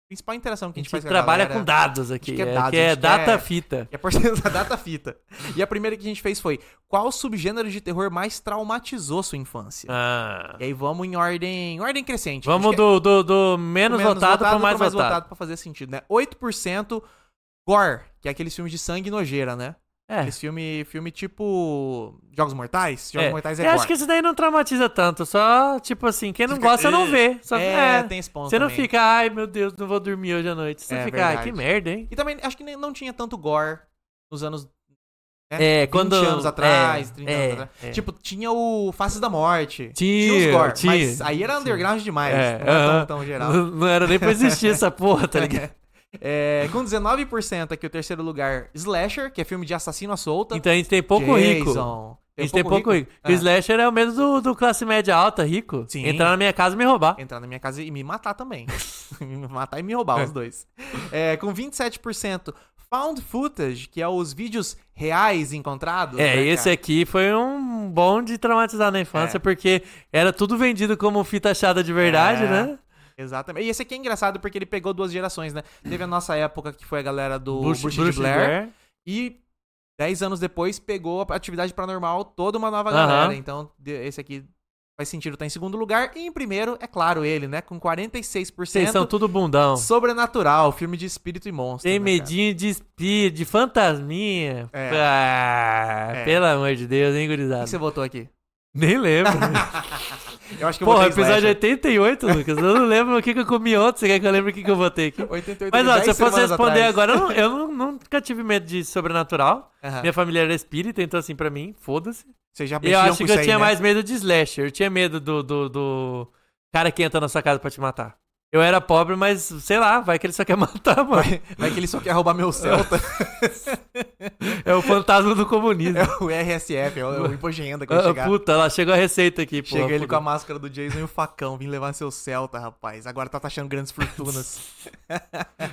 Speaker 2: principal interação que
Speaker 3: A
Speaker 2: a gente,
Speaker 3: gente,
Speaker 2: faz com a
Speaker 3: trabalha
Speaker 2: galera
Speaker 3: com dados aqui.
Speaker 2: Acho que é
Speaker 3: é,
Speaker 2: dados,
Speaker 3: que é
Speaker 2: acho que
Speaker 3: data
Speaker 2: é-
Speaker 3: fita.
Speaker 2: E a porcentagem da data fita. E a primeira que a gente fez foi: qual subgênero de terror mais traumatizou sua infância?
Speaker 3: Ah.
Speaker 2: E aí vamos em ordem, em ordem crescente.
Speaker 3: Vamos
Speaker 2: Acho É. que é
Speaker 3: do, do, do menos, votado
Speaker 2: pra
Speaker 3: para mais
Speaker 2: mais
Speaker 3: votado.
Speaker 2: pra fazer sentido, né? 8% gore, que é aqueles filmes de sangue e nojeira, né?
Speaker 3: É.
Speaker 2: Esse filme, filme tipo Jogos Mortais, Jogos
Speaker 3: É.
Speaker 2: Mortais é
Speaker 3: Eu
Speaker 2: gore.
Speaker 3: acho que isso daí não traumatiza tanto. Só, tipo assim, quem não gosta não vê. Só,
Speaker 2: é,
Speaker 3: é,
Speaker 2: tem esse ponto
Speaker 3: você não
Speaker 2: também.
Speaker 3: fica, ai meu Deus, não vou dormir hoje à noite. Você
Speaker 2: É
Speaker 3: fica, ai que
Speaker 2: verdade.
Speaker 3: merda, hein?
Speaker 2: E também acho que nem- não tinha tanto gore nos anos
Speaker 3: É,
Speaker 2: 20
Speaker 3: quando.
Speaker 2: anos atrás,
Speaker 3: é,
Speaker 2: 30
Speaker 3: é,
Speaker 2: anos atrás.
Speaker 3: é.
Speaker 2: Tipo, tinha o Faces da Morte.
Speaker 3: Tinha,
Speaker 2: os gore,
Speaker 3: tinha,
Speaker 2: mas aí era
Speaker 3: tinha.
Speaker 2: underground demais.
Speaker 3: É,
Speaker 2: não era
Speaker 3: aham.
Speaker 2: tão, tão geral.
Speaker 3: não, não era nem pra existir essa porra, tá ligado?
Speaker 2: É, com 19% aqui o terceiro lugar, Slasher, que é filme de assassino à solta.
Speaker 3: Então a gente tem pouco rico.
Speaker 2: Jason.
Speaker 3: A gente tem pouco rico. O Slasher é o mesmo do, do classe média alta, rico.
Speaker 2: Sim.
Speaker 3: Entrar na minha casa e me roubar.
Speaker 2: Entrar na minha casa e me matar também. me matar e me roubar, os dois. É, com 27%, Found Footage, que é os vídeos reais encontrados.
Speaker 3: É,
Speaker 2: né,
Speaker 3: esse
Speaker 2: cara?
Speaker 3: aqui foi um bom de traumatizar na infância,
Speaker 2: É.
Speaker 3: porque era tudo vendido como fita achada de verdade,
Speaker 2: É.
Speaker 3: né?
Speaker 2: Exatamente. E esse aqui é engraçado porque ele pegou duas gerações, né? Teve a nossa época que foi a galera do Bruxa, de Blair, e 10 anos depois pegou a atividade paranormal toda uma nova
Speaker 3: Aham.
Speaker 2: galera. Então, de- esse aqui faz sentido tá em segundo lugar e em primeiro, é claro, ele, né, com 46%.
Speaker 3: Vocês são tudo bundão.
Speaker 2: Sobrenatural, filme de espírito e monstro.
Speaker 3: Tem
Speaker 2: né,
Speaker 3: medinho de espírito, de fantasminha.
Speaker 2: É.
Speaker 3: Ah,
Speaker 2: É.
Speaker 3: Pelo amor de Deus, hein,
Speaker 2: cara? O
Speaker 3: gurizada?
Speaker 2: que você votou aqui?
Speaker 3: Nem lembro.
Speaker 2: Eu acho que eu
Speaker 3: Porra,
Speaker 2: votei
Speaker 3: episódio
Speaker 2: Slasher.
Speaker 3: 88, Lucas. Eu não lembro o que, que eu comi ontem. Você quer que eu lembre o que, que eu votei aqui?
Speaker 2: 88
Speaker 3: Mas, ó, se eu fosse
Speaker 2: semanas
Speaker 3: responder
Speaker 2: atrás.
Speaker 3: agora, eu, não- eu não- nunca tive medo de sobrenatural.
Speaker 2: Aham.
Speaker 3: Minha família era espírita, então, assim, pra mim, foda-se.
Speaker 2: Vocês já
Speaker 3: E Eu
Speaker 2: mexiam
Speaker 3: acho
Speaker 2: Tá com
Speaker 3: que
Speaker 2: isso
Speaker 3: eu
Speaker 2: aí,
Speaker 3: tinha
Speaker 2: né?
Speaker 3: mais medo de slasher. Eu tinha medo do, do, do cara que entra na sua casa pra te matar. Eu era pobre, mas sei lá, vai que ele só quer matar, mano.
Speaker 2: Vai, vai que ele só quer roubar meu
Speaker 3: tá
Speaker 2: Celta.
Speaker 3: É o fantasma do comunismo.
Speaker 2: é o RSF, é o, é o imposto de renda que vai
Speaker 3: Ah,
Speaker 2: chegar.
Speaker 3: puta, lá chegou a receita aqui, pô.
Speaker 2: Chega ele com a máscara do Jason e o facão. Vim levar seu Celta, rapaz. Agora tá taxando grandes fortunas.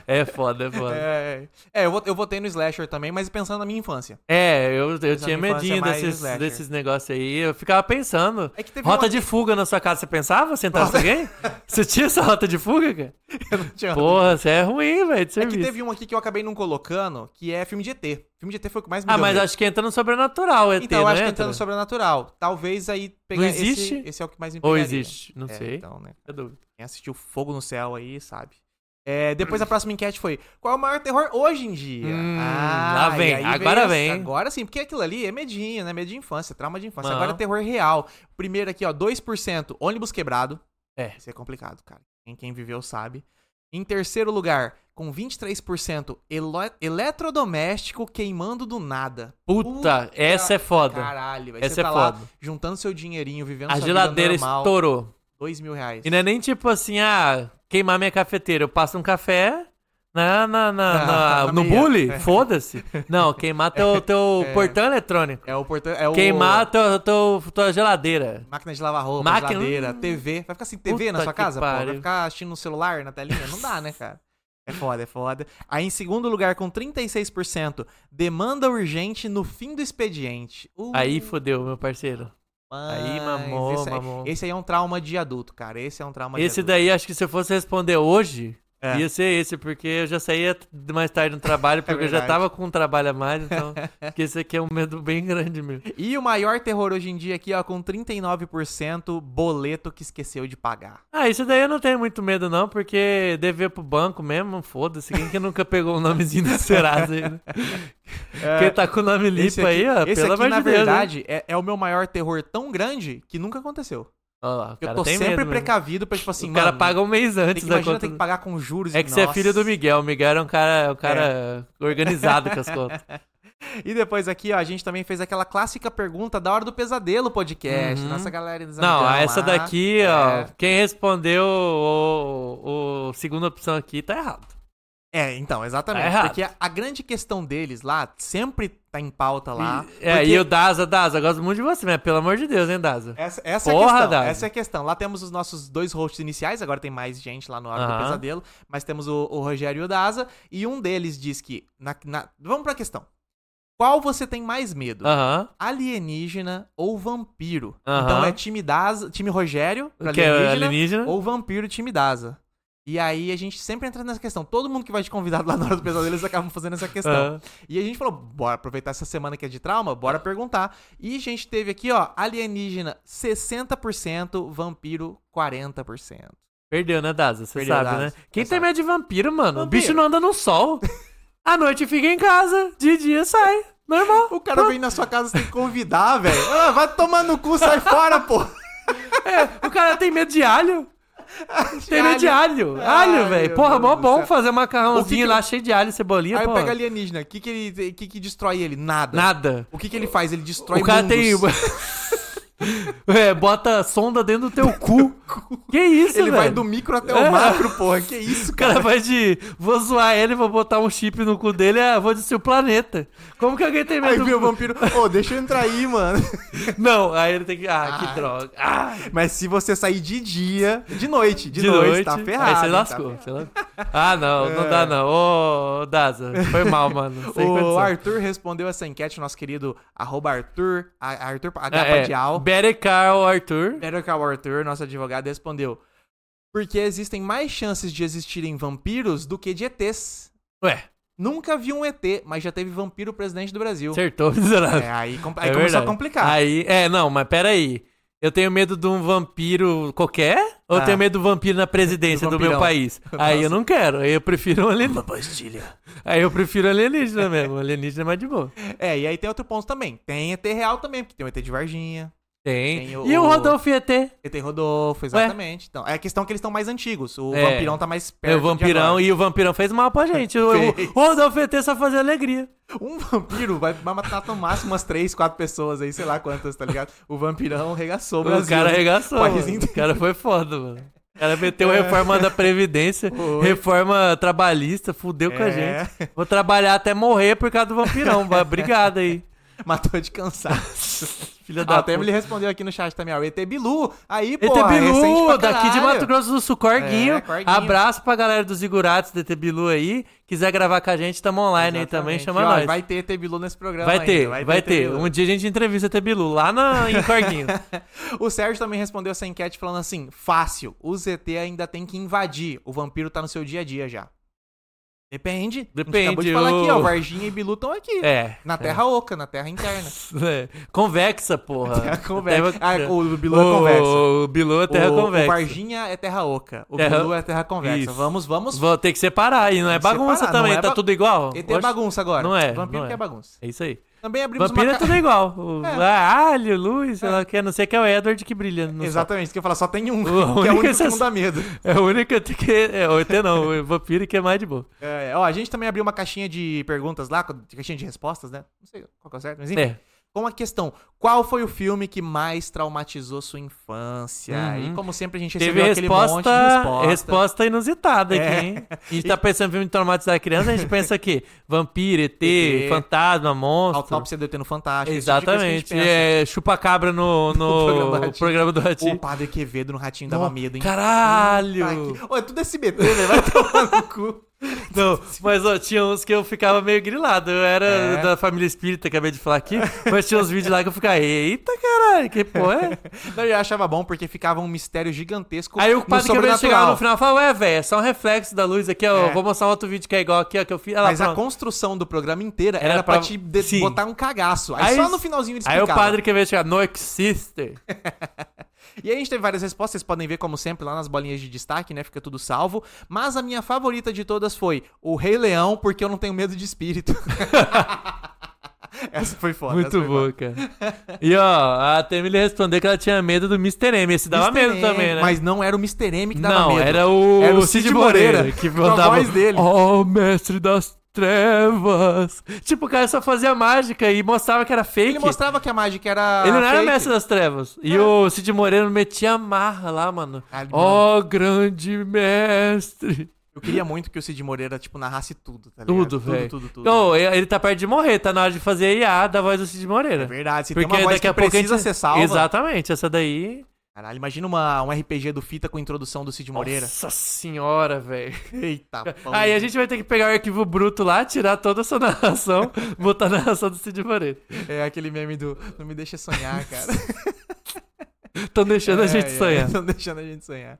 Speaker 3: É foda, é foda.
Speaker 2: é, é eu, vot- eu votei no Slasher também, mas pensando na minha infância.
Speaker 3: É, eu, eu
Speaker 2: na minha infância
Speaker 3: tinha
Speaker 2: é
Speaker 3: medinho
Speaker 2: mais
Speaker 3: desses,
Speaker 2: slasher.
Speaker 3: desses negócios aí. Eu ficava pensando.
Speaker 2: É que teve
Speaker 3: Rota
Speaker 2: uma-
Speaker 3: de fuga na sua casa, você pensava? Sentar com alguém? Você tinha essa rota de fuga, cara?
Speaker 2: Eu não tinha-
Speaker 3: Porra, você é ruim, velho, de
Speaker 2: É que
Speaker 3: serviço.
Speaker 2: teve um aqui que eu acabei não colocando, que é filme de ET. Filme de ET foi o que mais me
Speaker 3: Ah,
Speaker 2: deu
Speaker 3: mas
Speaker 2: medo.
Speaker 3: acho que entra no sobrenatural, ET,
Speaker 2: um Então, eu
Speaker 3: não
Speaker 2: acho que
Speaker 3: entra?
Speaker 2: entrando no sobrenatural. Talvez aí pegar
Speaker 3: Não
Speaker 2: esse-
Speaker 3: existe?
Speaker 2: Esse, é o que mais me
Speaker 3: Ou
Speaker 2: pegaria.
Speaker 3: existe, não
Speaker 2: É,
Speaker 3: sei.
Speaker 2: Então, né?
Speaker 3: É dúvida.
Speaker 2: Quem assistiu Fogo no Céu aí, sabe. É, depois a próxima enquete foi: qual é o maior terror hoje em dia? Ah,
Speaker 3: Hum, lá vem,
Speaker 2: e aí
Speaker 3: agora
Speaker 2: essa-
Speaker 3: vem.
Speaker 2: Agora sim, porque aquilo ali é medinho, né? Medo de infância, trauma de infância.
Speaker 3: Não.
Speaker 2: Agora é terror real. Primeiro aqui, ó, 2%, ônibus quebrado.
Speaker 3: É.
Speaker 2: Isso é complicado, cara. Quem, quem viveu sabe. Em terceiro lugar, com 23%, elo- eletrodoméstico queimando do nada.
Speaker 3: Puta, essa é foda.
Speaker 2: Caralho, velho.
Speaker 3: Essa
Speaker 2: Você
Speaker 3: é
Speaker 2: tá
Speaker 3: foda.
Speaker 2: lá juntando seu dinheirinho, vivendo
Speaker 3: A
Speaker 2: sua
Speaker 3: geladeira
Speaker 2: vida normal.
Speaker 3: estourou. é
Speaker 2: Dois mil reais.
Speaker 3: E não é nem tipo assim, ah, queimar minha cafeteira. Eu passo um café, Na, na, na,
Speaker 2: Ah,
Speaker 3: na-
Speaker 2: na
Speaker 3: no
Speaker 2: meia. É.
Speaker 3: bullying? Foda-se. Não, queimar teu, teu portão eletrônico.
Speaker 2: É o portão. É o-
Speaker 3: Queimar teu, teu, tua geladeira.
Speaker 2: Máquina de lavar roupa,
Speaker 3: Máquina-
Speaker 2: geladeira, TV. Vai ficar sem TV na
Speaker 3: Puta
Speaker 2: sua
Speaker 3: que
Speaker 2: casa, pô? Vai
Speaker 3: pariu.
Speaker 2: ficar assistindo no celular, na telinha? Não dá, né, cara? É foda, é foda. Aí, em segundo lugar, com 36%, demanda urgente no fim do expediente. Uh,
Speaker 3: Aí fodeu, meu parceiro. aí
Speaker 2: mas
Speaker 3: mamou,
Speaker 2: esse aí,
Speaker 3: mamou.
Speaker 2: Esse aí é um trauma de adulto, cara. Esse é um trauma
Speaker 3: Esse
Speaker 2: de adulto.
Speaker 3: daí, acho que se eu fosse responder hoje,
Speaker 2: É.
Speaker 3: ia ser esse, porque eu já saía mais tarde no trabalho, porque eu já
Speaker 2: verdade.
Speaker 3: tava com um trabalho a mais, então. porque esse aqui é um medo bem grande meu.
Speaker 2: E o maior terror hoje em dia aqui, ó, com 39%, boleto que esqueceu de pagar.
Speaker 3: Ah, isso daí eu não tenho muito medo, não, porque dever pro banco mesmo, foda-se. Quem que nunca pegou o nomezinho do Serasa aí, né? Quem tá com o nome
Speaker 2: É. Esse
Speaker 3: limpo aí, ó,
Speaker 2: esse
Speaker 3: pelo
Speaker 2: aqui,
Speaker 3: amor
Speaker 2: na
Speaker 3: de Deus. né?
Speaker 2: verdade, é, é o meu maior terror tão grande que nunca aconteceu.
Speaker 3: Ó lá, o cara
Speaker 2: eu tô
Speaker 3: tem
Speaker 2: sempre
Speaker 3: medo mesmo.
Speaker 2: precavido pra, tipo assim,
Speaker 3: o cara
Speaker 2: mano,
Speaker 3: paga um mês
Speaker 2: Tem
Speaker 3: antes
Speaker 2: que,
Speaker 3: da
Speaker 2: imagina,
Speaker 3: conta.
Speaker 2: tem que pagar com juros.
Speaker 3: É que você é
Speaker 2: nossa. É.
Speaker 3: filho do Miguel. O Miguel era um cara, um cara organizado com as contas.
Speaker 2: E depois aqui, ó, a gente também fez aquela clássica pergunta da hora do pesadelo podcast.
Speaker 3: Uhum.
Speaker 2: Nossa galera eles
Speaker 3: Não,
Speaker 2: andam
Speaker 3: essa
Speaker 2: Tá lá.
Speaker 3: daqui, ó.
Speaker 2: É.
Speaker 3: Quem respondeu o, o- segunda opção aqui tá errado.
Speaker 2: É, então,
Speaker 3: Tá
Speaker 2: exatamente.
Speaker 3: errado.
Speaker 2: porque a, a grande questão deles lá sempre tá em pauta lá.
Speaker 3: E- é,
Speaker 2: porque
Speaker 3: e o Daza, Daza, eu gosto muito de você, mas pelo amor de Deus, hein, Daza?
Speaker 2: Essa, essa é a
Speaker 3: Porra,
Speaker 2: questão,
Speaker 3: Davi.
Speaker 2: essa é a questão. Lá temos os nossos dois hosts iniciais, agora tem mais gente lá no Hora do
Speaker 3: Aham.
Speaker 2: Pesadelo, mas temos o, o Rogério e o Daza, e um deles diz que... na- na- vamos pra questão. Qual você tem mais medo?
Speaker 3: Aham.
Speaker 2: alienígena ou vampiro.
Speaker 3: Aham.
Speaker 2: Então é time Daza, time Rogério, pra
Speaker 3: Que é
Speaker 2: alienígena,
Speaker 3: alienígena?
Speaker 2: ou vampiro, time Daza. E aí a gente sempre entra nessa questão. Todo mundo que vai de convidado lá na hora do pesadelo, eles acabam fazendo essa questão.
Speaker 3: Aham.
Speaker 2: E a gente falou, bora aproveitar essa semana que é de trauma, bora perguntar. E a gente teve aqui, ó, alienígena 60%, vampiro 40%.
Speaker 3: Perdeu, né, Daza? Você
Speaker 2: Perdeu,
Speaker 3: sabe,
Speaker 2: Daza.
Speaker 3: né? Quem
Speaker 2: Você
Speaker 3: tem
Speaker 2: sabe.
Speaker 3: medo de vampiro, mano? O
Speaker 2: Vampiro.
Speaker 3: bicho não anda no sol. À noite fica em casa, de dia sai. Normal.
Speaker 2: O cara vem na sua casa sem convidar, velho. Ah, Vai tomar no cu, sai fora, pô.
Speaker 3: O cara tem medo de alho. Tem medo de alho. Alho,
Speaker 2: Ai,
Speaker 3: velho.
Speaker 2: meu
Speaker 3: Porra,
Speaker 2: Deus
Speaker 3: mó
Speaker 2: do
Speaker 3: bom
Speaker 2: céu.
Speaker 3: fazer
Speaker 2: O que
Speaker 3: macarrãozinho
Speaker 2: que-
Speaker 3: lá cheio de alho e cebolinha,
Speaker 2: Aí
Speaker 3: pô.
Speaker 2: pega alienígena. O que que ele, que que destrói ele? Nada.
Speaker 3: Nada.
Speaker 2: O que, que ele faz? Ele destrói
Speaker 3: o cara tem.
Speaker 2: mundos.
Speaker 3: é, bota a sonda dentro do teu cu. Que isso,
Speaker 2: Ele
Speaker 3: velho?
Speaker 2: vai do micro até o
Speaker 3: É.
Speaker 2: macro, porra. Que isso,
Speaker 3: O
Speaker 2: cara?
Speaker 3: cara vai de. Vou zoar ele, vou botar um chip no cu dele, ah, vou destruir o planeta. Como que alguém tem medo
Speaker 2: Aí
Speaker 3: do
Speaker 2: viu o vampiro, ô, deixa eu entrar aí, mano.
Speaker 3: Não, aí ele tem que. Ah, que
Speaker 2: Ai.
Speaker 3: droga. Ah,
Speaker 2: Mas se você sair de dia, de noite, de, noite, tá ferrado. É.
Speaker 3: Aí você
Speaker 2: hein,
Speaker 3: lascou.
Speaker 2: Tá
Speaker 3: você lascou. Ah, não, não dá não. Ô, ô, Daza, foi mal, mano. Sem
Speaker 2: ferrado.
Speaker 3: condição.
Speaker 2: o Arthur respondeu essa enquete, nosso querido arroba Arthur, a- Arthur H
Speaker 3: É,
Speaker 2: de Al.
Speaker 3: Better Call Arthur.
Speaker 2: Better Call Arthur, nosso advogado, respondeu. Porque existem mais chances de existirem vampiros do que de ETs.
Speaker 3: Ué,
Speaker 2: Nunca vi um ET, mas já teve vampiro presidente do Brasil.
Speaker 3: acertou, miserável.
Speaker 2: É, aí com- aí
Speaker 3: É
Speaker 2: começou
Speaker 3: verdade.
Speaker 2: a complicar.
Speaker 3: Aí, é, não, mas peraí. Eu tenho medo de um vampiro qualquer? Ou eu
Speaker 2: Ah.
Speaker 3: tenho medo do vampiro na presidência
Speaker 2: Do
Speaker 3: do, meu
Speaker 2: vampirão.
Speaker 3: país? Aí eu
Speaker 2: Nossa.
Speaker 3: não quero. Aí eu prefiro um alienígena. Aí eu prefiro um alienígena mesmo. Alienígena é mais de boa.
Speaker 2: É, e aí tem outro ponto também. Tem ET real também, porque tem o ET de Varginha,
Speaker 3: Tem.
Speaker 2: Tem o-
Speaker 3: E o Rodolfo ET?
Speaker 2: ET Rodolfo, exatamente. Então, é a questão que eles estão mais antigos. O
Speaker 3: É.
Speaker 2: vampirão tá mais
Speaker 3: É
Speaker 2: perto.
Speaker 3: o vampirão.
Speaker 2: de
Speaker 3: E o vampirão fez mal pra gente. O, o
Speaker 2: Fez.
Speaker 3: Rodolfo ET só fazia alegria.
Speaker 2: agora. Um vampiro vai vai matar no máximo umas 3, 4 pessoas aí, sei lá quantas, tá ligado? O vampirão regaçou o
Speaker 3: O
Speaker 2: Brasil.
Speaker 3: cara
Speaker 2: né?
Speaker 3: arregaçou.
Speaker 2: O país
Speaker 3: mano. O
Speaker 2: inteiro.
Speaker 3: cara foi foda, mano. O cara meteu reforma da Previdência,
Speaker 2: Foi.
Speaker 3: reforma trabalhista, fudeu com a gente.
Speaker 2: É,
Speaker 3: Vou trabalhar até morrer por causa do vampirão. vai, Obrigado aí.
Speaker 2: matou de cansaço.
Speaker 3: Filha da
Speaker 2: Ah, o Temer
Speaker 3: puta.
Speaker 2: ele respondeu aqui no chat também, ó. O ET Bilu, aí, é pô,
Speaker 3: ET Bilu, daqui de Mato
Speaker 2: Grosso.
Speaker 3: Grosso do Sul, Corguinho.
Speaker 2: É, Corguinho.
Speaker 3: Abraço pra galera dos Igurates do ET Bilu aí. Quiser gravar com a gente, tamo online aí também, chama
Speaker 2: e, ó,
Speaker 3: nós. Vai,
Speaker 2: Vai ter ET Bilu nesse programa ainda,
Speaker 3: ter, vai
Speaker 2: ET
Speaker 3: ter.
Speaker 2: Bilu.
Speaker 3: Um dia a gente entrevista o ET Bilu lá na, em Corguinho.
Speaker 2: O Sérgio também respondeu essa enquete falando assim: fácil, o ZT ainda tem que invadir. O vampiro tá no seu dia a dia já. Depende. A gente
Speaker 3: Depende,
Speaker 2: Acabou de falar aqui, ó.
Speaker 3: o-
Speaker 2: Varginha e Bilu estão aqui.
Speaker 3: é.
Speaker 2: Na terra oca, na terra interna.
Speaker 3: é. Convexa, porra.
Speaker 2: Terra convexa.
Speaker 3: Terra-
Speaker 2: Ah, o Bilu é convexa.
Speaker 3: O Bilu é terra
Speaker 2: o,
Speaker 3: convexa.
Speaker 2: o Varginha é terra oca. O
Speaker 3: Terra-
Speaker 2: Bilu é terra convexa.
Speaker 3: Isso.
Speaker 2: Vamos, vamos.
Speaker 3: Vou ter que separar aí, não é
Speaker 2: Tem que
Speaker 3: bagunça
Speaker 2: separar,
Speaker 3: também,
Speaker 2: não é
Speaker 3: tá
Speaker 2: ba-
Speaker 3: tudo igual.
Speaker 2: ET é
Speaker 3: Oxe,
Speaker 2: bagunça agora.
Speaker 3: Não é,
Speaker 2: Vampiro
Speaker 3: não
Speaker 2: que
Speaker 3: é.
Speaker 2: é bagunça.
Speaker 3: É isso aí.
Speaker 2: Também abrimos
Speaker 3: Vampiro
Speaker 2: uma
Speaker 3: é
Speaker 2: ca-
Speaker 3: tudo igual. O
Speaker 2: É.
Speaker 3: ah, alho, luz, sei lá o que, a não ser que é o Edward que brilha no sol.
Speaker 2: Exatamente, isso que eu ia falar, só tem um,
Speaker 3: O
Speaker 2: que é o
Speaker 3: único
Speaker 2: único que
Speaker 3: excesso-
Speaker 2: não dá medo.
Speaker 3: É o único que. É, o ET não, o vampiro que é mais de boa.
Speaker 2: É, ó, a gente também abriu uma caixinha de perguntas lá, caixinha de respostas, né? Não sei qual que é o certo, mas enfim.
Speaker 3: É.
Speaker 2: com a questão: qual foi o filme que mais traumatizou sua infância?
Speaker 3: Uhum.
Speaker 2: E como sempre a gente
Speaker 3: Teve
Speaker 2: recebeu é aquele monte de
Speaker 3: resposta,
Speaker 2: resposta.
Speaker 3: resposta inusitada
Speaker 2: É.
Speaker 3: aqui, hein? A gente tá pensando em filme de traumatizar a criança, a gente pensa aqui, vampiro, ET,
Speaker 2: ET,
Speaker 3: fantasma, monstro.
Speaker 2: Autópsia do ET no Fantástico. esse tipo de coisa que a gente
Speaker 3: Exatamente. É, chupa-cabra no, no
Speaker 2: programa do Ratinho.
Speaker 3: programa do
Speaker 2: pensa. O
Speaker 3: Ratinho.
Speaker 2: Padre Quevedo no Ratinho dava medo, hein?
Speaker 3: Caralho!
Speaker 2: Tá aqui. Ô, é tudo SBT, né? Vai tomar no cu.
Speaker 3: Não, mas ó, tinha uns que eu ficava meio grilado. Eu era
Speaker 2: É.
Speaker 3: da família espírita, acabei de falar aqui. Mas tinha uns vídeos lá que eu ficava, eita caralho, que porra é?
Speaker 2: Não, eu achava bom porque ficava um mistério gigantesco.
Speaker 3: Aí o padre que veio chegar
Speaker 2: final.
Speaker 3: no final e falava, ué, velho, é só um reflexo da luz aqui, ó.
Speaker 2: É.
Speaker 3: Vou mostrar um outro vídeo que é igual aqui, ó, que eu fiz. Olha lá,
Speaker 2: Mas a
Speaker 3: pronto.
Speaker 2: construção do programa inteira era,
Speaker 3: Era
Speaker 2: pra,
Speaker 3: pra-
Speaker 2: te de-
Speaker 3: Sim.
Speaker 2: botar um cagaço. Aí,
Speaker 3: Aí-
Speaker 2: só no finalzinho ele
Speaker 3: Aí o
Speaker 2: explicava.
Speaker 3: padre que veio chegar, no existe.
Speaker 2: E aí a gente teve várias respostas, vocês podem ver, como sempre, lá nas bolinhas de destaque, né? Fica tudo salvo. Mas a minha favorita de todas foi o Rei Leão, porque eu não tenho medo de espírito. essa foi foda. essa
Speaker 3: Muito
Speaker 2: foi foda.
Speaker 3: boa, cara. E ó, a Temília respondeu que ela tinha medo do Mr. M. Esse dava
Speaker 2: Mr.
Speaker 3: medo
Speaker 2: M,
Speaker 3: também, né?
Speaker 2: Mas não era o Mr. M que dava
Speaker 3: Não,
Speaker 2: medo.
Speaker 3: era o,
Speaker 2: Era o
Speaker 3: Cid,
Speaker 2: Cid
Speaker 3: Moreira,
Speaker 2: Moreira,
Speaker 3: que
Speaker 2: com a
Speaker 3: mandava.
Speaker 2: voz dele.
Speaker 3: Oh, mestre das trevas. Tipo, o cara só fazia mágica e mostrava que era fake.
Speaker 2: Ele mostrava que a mágica era.
Speaker 3: Ele não era
Speaker 2: fake. É.
Speaker 3: mestre das trevas. E o Cid Moreira metia a marra lá, mano.
Speaker 2: Caralho,
Speaker 3: Ó, oh, grande mestre.
Speaker 2: Eu queria muito que o Cid Moreira, tipo, narrasse tudo, tá ligado?
Speaker 3: Tudo, velho.
Speaker 2: Tudo, tudo, tudo.
Speaker 3: Ô, ele ele tá perto de morrer, tá na hora de fazer IA da voz do Cid
Speaker 2: É
Speaker 3: Moreira.
Speaker 2: verdade, se
Speaker 3: Porque
Speaker 2: tem uma voz
Speaker 3: daqui
Speaker 2: que
Speaker 3: a pouco
Speaker 2: precisa
Speaker 3: a gente...
Speaker 2: ser salva.
Speaker 3: Exatamente, essa daí.
Speaker 2: Caralho, imagina uma, um RPG do Fita com introdução do Cid Moreira.
Speaker 3: Nossa senhora, velho.
Speaker 2: Eita, pão.
Speaker 3: Aí a gente vai ter que pegar o arquivo bruto lá, tirar toda essa narração, botar a narração do Cid Moreira.
Speaker 2: É aquele meme do Não me deixa sonhar, cara.
Speaker 3: Estão deixando a gente
Speaker 2: É, é,
Speaker 3: sonhar.
Speaker 2: Estão deixando a gente sonhar.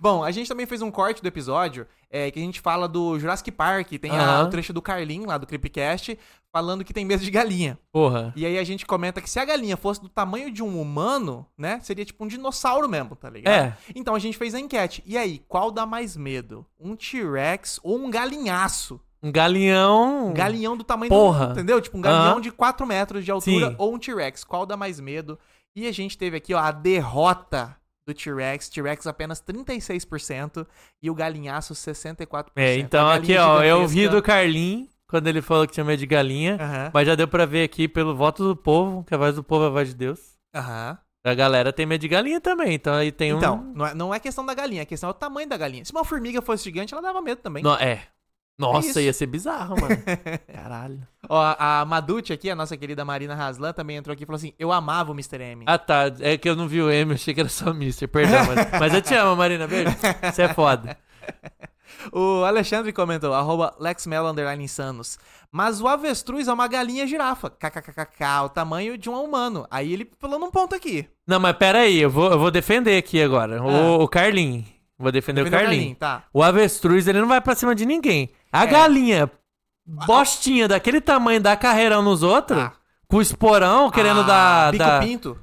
Speaker 2: Bom, a gente também fez um corte do episódio é, que a gente fala do Jurassic Park. Tem a-
Speaker 3: Aham.
Speaker 2: o trecho do Carlin lá do Creepcast falando que tem medo de galinha.
Speaker 3: Porra.
Speaker 2: E aí a gente comenta que se a galinha fosse do tamanho de um humano, né? Seria tipo um dinossauro mesmo, tá ligado?
Speaker 3: É.
Speaker 2: Então a gente fez a enquete. E aí, qual dá mais medo? Um T-Rex ou um galinhaço?
Speaker 3: Um galinhão.
Speaker 2: Um galinhão do tamanho
Speaker 3: Porra.
Speaker 2: do. Entendeu? Tipo, um galinhão
Speaker 3: Aham.
Speaker 2: de 4 metros de altura
Speaker 3: Sim.
Speaker 2: ou um T-Rex. Qual dá mais medo? E a gente teve aqui, ó, a derrota do T-Rex. T-Rex apenas 36% e o galinhaço 64%.
Speaker 3: É, então
Speaker 2: A
Speaker 3: aqui,
Speaker 2: galinha
Speaker 3: ó, eu vi
Speaker 2: gigantesca. É.
Speaker 3: do Carlin quando ele falou que tinha medo de galinha.
Speaker 2: Aham.
Speaker 3: Mas já deu pra ver aqui pelo voto do povo, que a voz do povo é a voz de Deus.
Speaker 2: Aham.
Speaker 3: A galera tem medo de galinha também, então aí tem um.
Speaker 2: Então, não é, não é questão da galinha, a questão é o tamanho da galinha. Se uma formiga fosse gigante, ela dava medo também.
Speaker 3: No- é. Nossa,
Speaker 2: isso.
Speaker 3: ia ser bizarro, mano. Caralho.
Speaker 2: Ó, a Madute aqui, a nossa querida Marina Haslan, também entrou aqui e falou assim: Eu amava o Mr. M.
Speaker 3: Ah, tá. É que eu não vi o M, eu achei que era só Mister, perdão. Mas, mas eu te amo, Marina. Beijo. Você é foda.
Speaker 2: O Alexandre comentou, arroba Lexmel underline insanos. Mas o avestruz é uma galinha girafa. KKKK, o tamanho de um humano. Aí ele falou num ponto aqui.
Speaker 3: Não, mas pera aí, eu vou, eu vou defender aqui agora.
Speaker 2: Ah.
Speaker 3: O, o Carlin. Vou defender
Speaker 2: Entendeu,
Speaker 3: o Carlin.
Speaker 2: Carlinho? Tá.
Speaker 3: O avestruz, ele não vai pra cima de ninguém. A
Speaker 2: É.
Speaker 3: galinha, bostinha daquele tamanho, dá carreirão nos outros,
Speaker 2: Ah.
Speaker 3: com esporão, querendo
Speaker 2: Ah,
Speaker 3: dar...
Speaker 2: Bica
Speaker 3: dar-
Speaker 2: o pinto.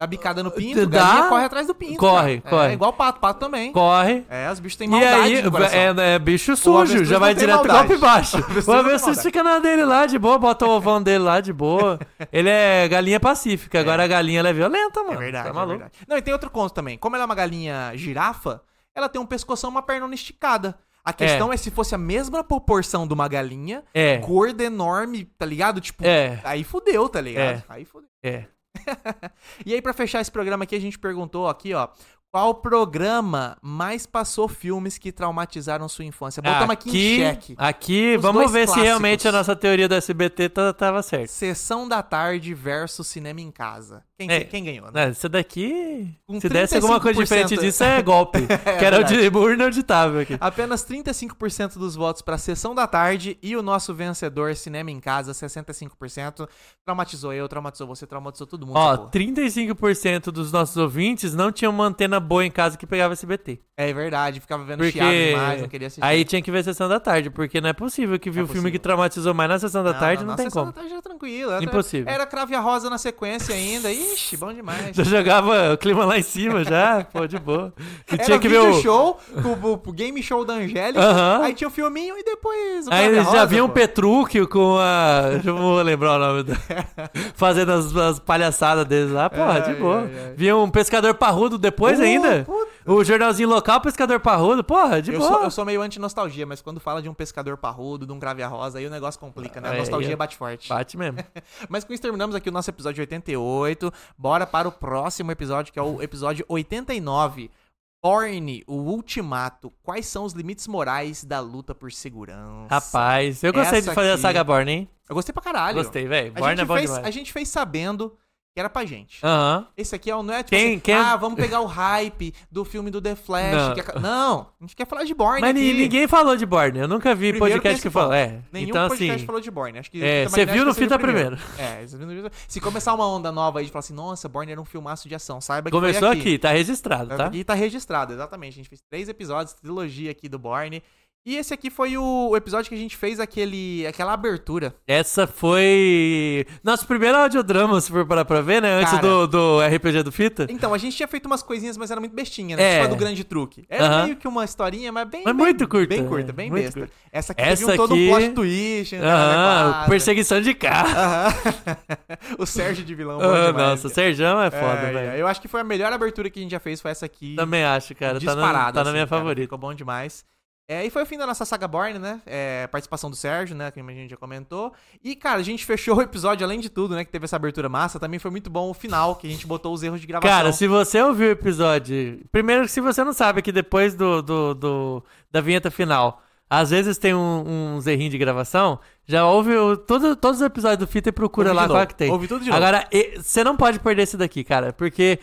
Speaker 2: A bicada no pinto,
Speaker 3: Dá?
Speaker 2: galinha corre atrás do pinto.
Speaker 3: Corre,
Speaker 2: cara. É
Speaker 3: corre.
Speaker 2: igual pato, pato também.
Speaker 3: Corre.
Speaker 2: É, os bichos têm
Speaker 3: E
Speaker 2: maldade
Speaker 3: aí,
Speaker 2: no coração.
Speaker 3: é, é bicho
Speaker 2: avestruz
Speaker 3: sujo, já
Speaker 2: não
Speaker 3: vai
Speaker 2: tem
Speaker 3: direto
Speaker 2: maldade.
Speaker 3: golpe baixo.
Speaker 2: O avestruz
Speaker 3: O
Speaker 2: não tem
Speaker 3: avestruz
Speaker 2: maldade.
Speaker 3: fica na dele lá, de boa, bota o ovão dele lá, de boa. Ele é galinha pacífica, agora a galinha ela é violenta,
Speaker 2: É
Speaker 3: mano.
Speaker 2: verdade,
Speaker 3: tá
Speaker 2: é
Speaker 3: maluco?
Speaker 2: verdade. Não, e tem outro conto também. Como ela é uma galinha girafa, ela tem um pescoção e uma pernona esticada. A questão é. se fosse a mesma proporção de uma galinha,
Speaker 3: É.
Speaker 2: gorda enorme, tá ligado? Tipo,
Speaker 3: É.
Speaker 2: aí fudeu, tá ligado?
Speaker 3: É.
Speaker 2: Aí fudeu.
Speaker 3: É.
Speaker 2: E aí, pra fechar esse programa aqui, a gente perguntou aqui, ó. Qual programa mais passou filmes que traumatizaram sua infância? Botamos aqui, em xeque.
Speaker 3: aqui
Speaker 2: Os
Speaker 3: vamos
Speaker 2: dois
Speaker 3: ver se
Speaker 2: clássicos.
Speaker 3: realmente a nossa teoria do SBT tá- tava certa.
Speaker 2: Sessão da tarde versus cinema em casa. Quem,
Speaker 3: É.
Speaker 2: quem ganhou, né?
Speaker 3: Não, isso daqui.
Speaker 2: Com
Speaker 3: se desse alguma coisa
Speaker 2: 35%
Speaker 3: diferente disso, é golpe. que era o de urna auditável aqui.
Speaker 2: Apenas 35% dos votos pra Sessão da Tarde e o nosso vencedor, Cinema em Casa, 65%. Traumatizou eu, traumatizou você, traumatizou todo mundo.
Speaker 3: Ó,
Speaker 2: essa porra.
Speaker 3: 35% dos nossos ouvintes não tinham uma antena boa em casa que pegava SBT.
Speaker 2: é verdade, ficava vendo
Speaker 3: Porque
Speaker 2: chiado demais, não queria assistir.
Speaker 3: aí tinha que ver Sessão da Tarde, porque não é possível que viu o filme
Speaker 2: possível.
Speaker 3: que traumatizou mais na Sessão da Tarde, não,
Speaker 2: na
Speaker 3: tem
Speaker 2: Sessão
Speaker 3: como.
Speaker 2: da tarde era tranquilo. Era,
Speaker 3: Impossível.
Speaker 2: Era Crave a Rosa na sequência ainda. Ixi, bom demais.
Speaker 3: Já jogava o clima lá em cima, já, pô, de boa. E
Speaker 2: Era
Speaker 3: tinha que ver o...
Speaker 2: show, o, o- o game show da Angélica,
Speaker 3: Aham.
Speaker 2: aí tinha o filminho e depois o
Speaker 3: Aí
Speaker 2: Crave a
Speaker 3: eles já
Speaker 2: tá Rosa,
Speaker 3: viam um
Speaker 2: pô.
Speaker 3: Petrúquio com a. Deixa eu vou lembrar o nome. Da... Fazendo as, as palhaçadas deles lá, porra,
Speaker 2: Ai,
Speaker 3: de boa.
Speaker 2: ai, ai.
Speaker 3: Viam um pescador parrudo depois
Speaker 2: Uh,
Speaker 3: ainda.
Speaker 2: puta
Speaker 3: O jornalzinho local, pescador parrudo, porra, de
Speaker 2: eu,
Speaker 3: boa.
Speaker 2: sou, eu sou meio anti-nostalgia, mas quando fala de um pescador parrudo, de um grave a rosa, aí o negócio complica, né? A
Speaker 3: É,
Speaker 2: nostalgia
Speaker 3: é.
Speaker 2: bate forte.
Speaker 3: Bate mesmo.
Speaker 2: Mas com isso terminamos aqui o nosso episódio 88. Bora para o próximo episódio, que é o episódio 89. Borne, o ultimato. Quais são os limites morais da luta por segurança?
Speaker 3: Rapaz, eu gostei
Speaker 2: Essa
Speaker 3: de fazer
Speaker 2: aqui-
Speaker 3: a saga Borne, hein?
Speaker 2: Eu gostei pra caralho.
Speaker 3: Gostei, velho.
Speaker 2: A
Speaker 3: Borne é
Speaker 2: gente,
Speaker 3: bom
Speaker 2: fez,
Speaker 3: demais.
Speaker 2: a gente fez sabendo que era pra gente.
Speaker 3: Aham.
Speaker 2: Esse aqui é o, não é tipo
Speaker 3: Quem-
Speaker 2: assim,
Speaker 3: quem-
Speaker 2: ah, vamos pegar o hype do filme do The Flash.
Speaker 3: Não.
Speaker 2: que aca- Não, a gente quer falar de Borne
Speaker 3: Mas ni-
Speaker 2: aqui.
Speaker 3: ninguém falou de Borne. Eu nunca vi
Speaker 2: Primeiro
Speaker 3: podcast
Speaker 2: esse
Speaker 3: que falou.
Speaker 2: fala.
Speaker 3: É.
Speaker 2: Nenhum
Speaker 3: então,
Speaker 2: podcast
Speaker 3: assim.
Speaker 2: falou de Borne. Acho que
Speaker 3: é,
Speaker 2: Fita
Speaker 3: você
Speaker 2: Magnética
Speaker 3: viu
Speaker 2: seja
Speaker 3: no
Speaker 2: o
Speaker 3: Fita
Speaker 2: É, você viu no Fita- se começar uma onda nova aí de falar assim, nossa, Borne era um filmaço de ação, saiba que foi
Speaker 3: Começou aqui. tá registrado, tá?
Speaker 2: Aqui tá registrado, exatamente. A gente fez três episódios, trilogia aqui do Borne. E esse aqui foi o o episódio que a gente fez aquele, aquela abertura.
Speaker 3: Essa foi. Nosso primeiro audiodrama, se for parar pra ver, né? Antes
Speaker 2: Cara.
Speaker 3: do, do RPG do Fita.
Speaker 2: Então, a gente tinha feito umas coisinhas, mas era muito bestinha, né?
Speaker 3: É.
Speaker 2: Tipo a do grande truque. Era
Speaker 3: Aham.
Speaker 2: meio que uma historinha, mas bem.
Speaker 3: Mas
Speaker 2: bem-
Speaker 3: muito curta,
Speaker 2: Bem curta,
Speaker 3: né?
Speaker 2: bem
Speaker 3: Muito
Speaker 2: besta.
Speaker 3: curta.
Speaker 2: Essa aqui
Speaker 3: Essa
Speaker 2: teve um, todo um
Speaker 3: aqui-
Speaker 2: plot twist. né?
Speaker 3: Aham,
Speaker 2: Quadro.
Speaker 3: perseguição de carro.
Speaker 2: Aham. o Sérgio de vilão. Tá bom
Speaker 3: Ah,
Speaker 2: demais,
Speaker 3: nossa, o
Speaker 2: cara.
Speaker 3: Serjão é foda,
Speaker 2: É,
Speaker 3: velho.
Speaker 2: Eu acho que foi a melhor abertura que a gente já fez, foi essa aqui.
Speaker 3: Também acho, cara. Tá na,
Speaker 2: disparada.
Speaker 3: tá na
Speaker 2: assim,
Speaker 3: minha
Speaker 2: cara,
Speaker 3: favorita.
Speaker 2: Ficou bom demais. É, e foi o fim da nossa saga Borne, né? É, participação do Sérgio, né? Que a gente já comentou. E, cara, a gente fechou o episódio, além de tudo, né? Que teve essa abertura massa. Também foi muito bom o final, que a gente botou os erros de gravação.
Speaker 3: Cara, se você ouviu o episódio. Primeiro, se você não sabe que depois do, do, do- da vinheta final, às vezes tem um, uns errinhos de gravação, já ouve o, todo, todos os episódios do Fita e procura
Speaker 2: Ouve de
Speaker 3: lá qual
Speaker 2: novo,
Speaker 3: é que tem.
Speaker 2: Ouve tudo de novo.
Speaker 3: Agora, e- você não pode perder esse daqui, cara, porque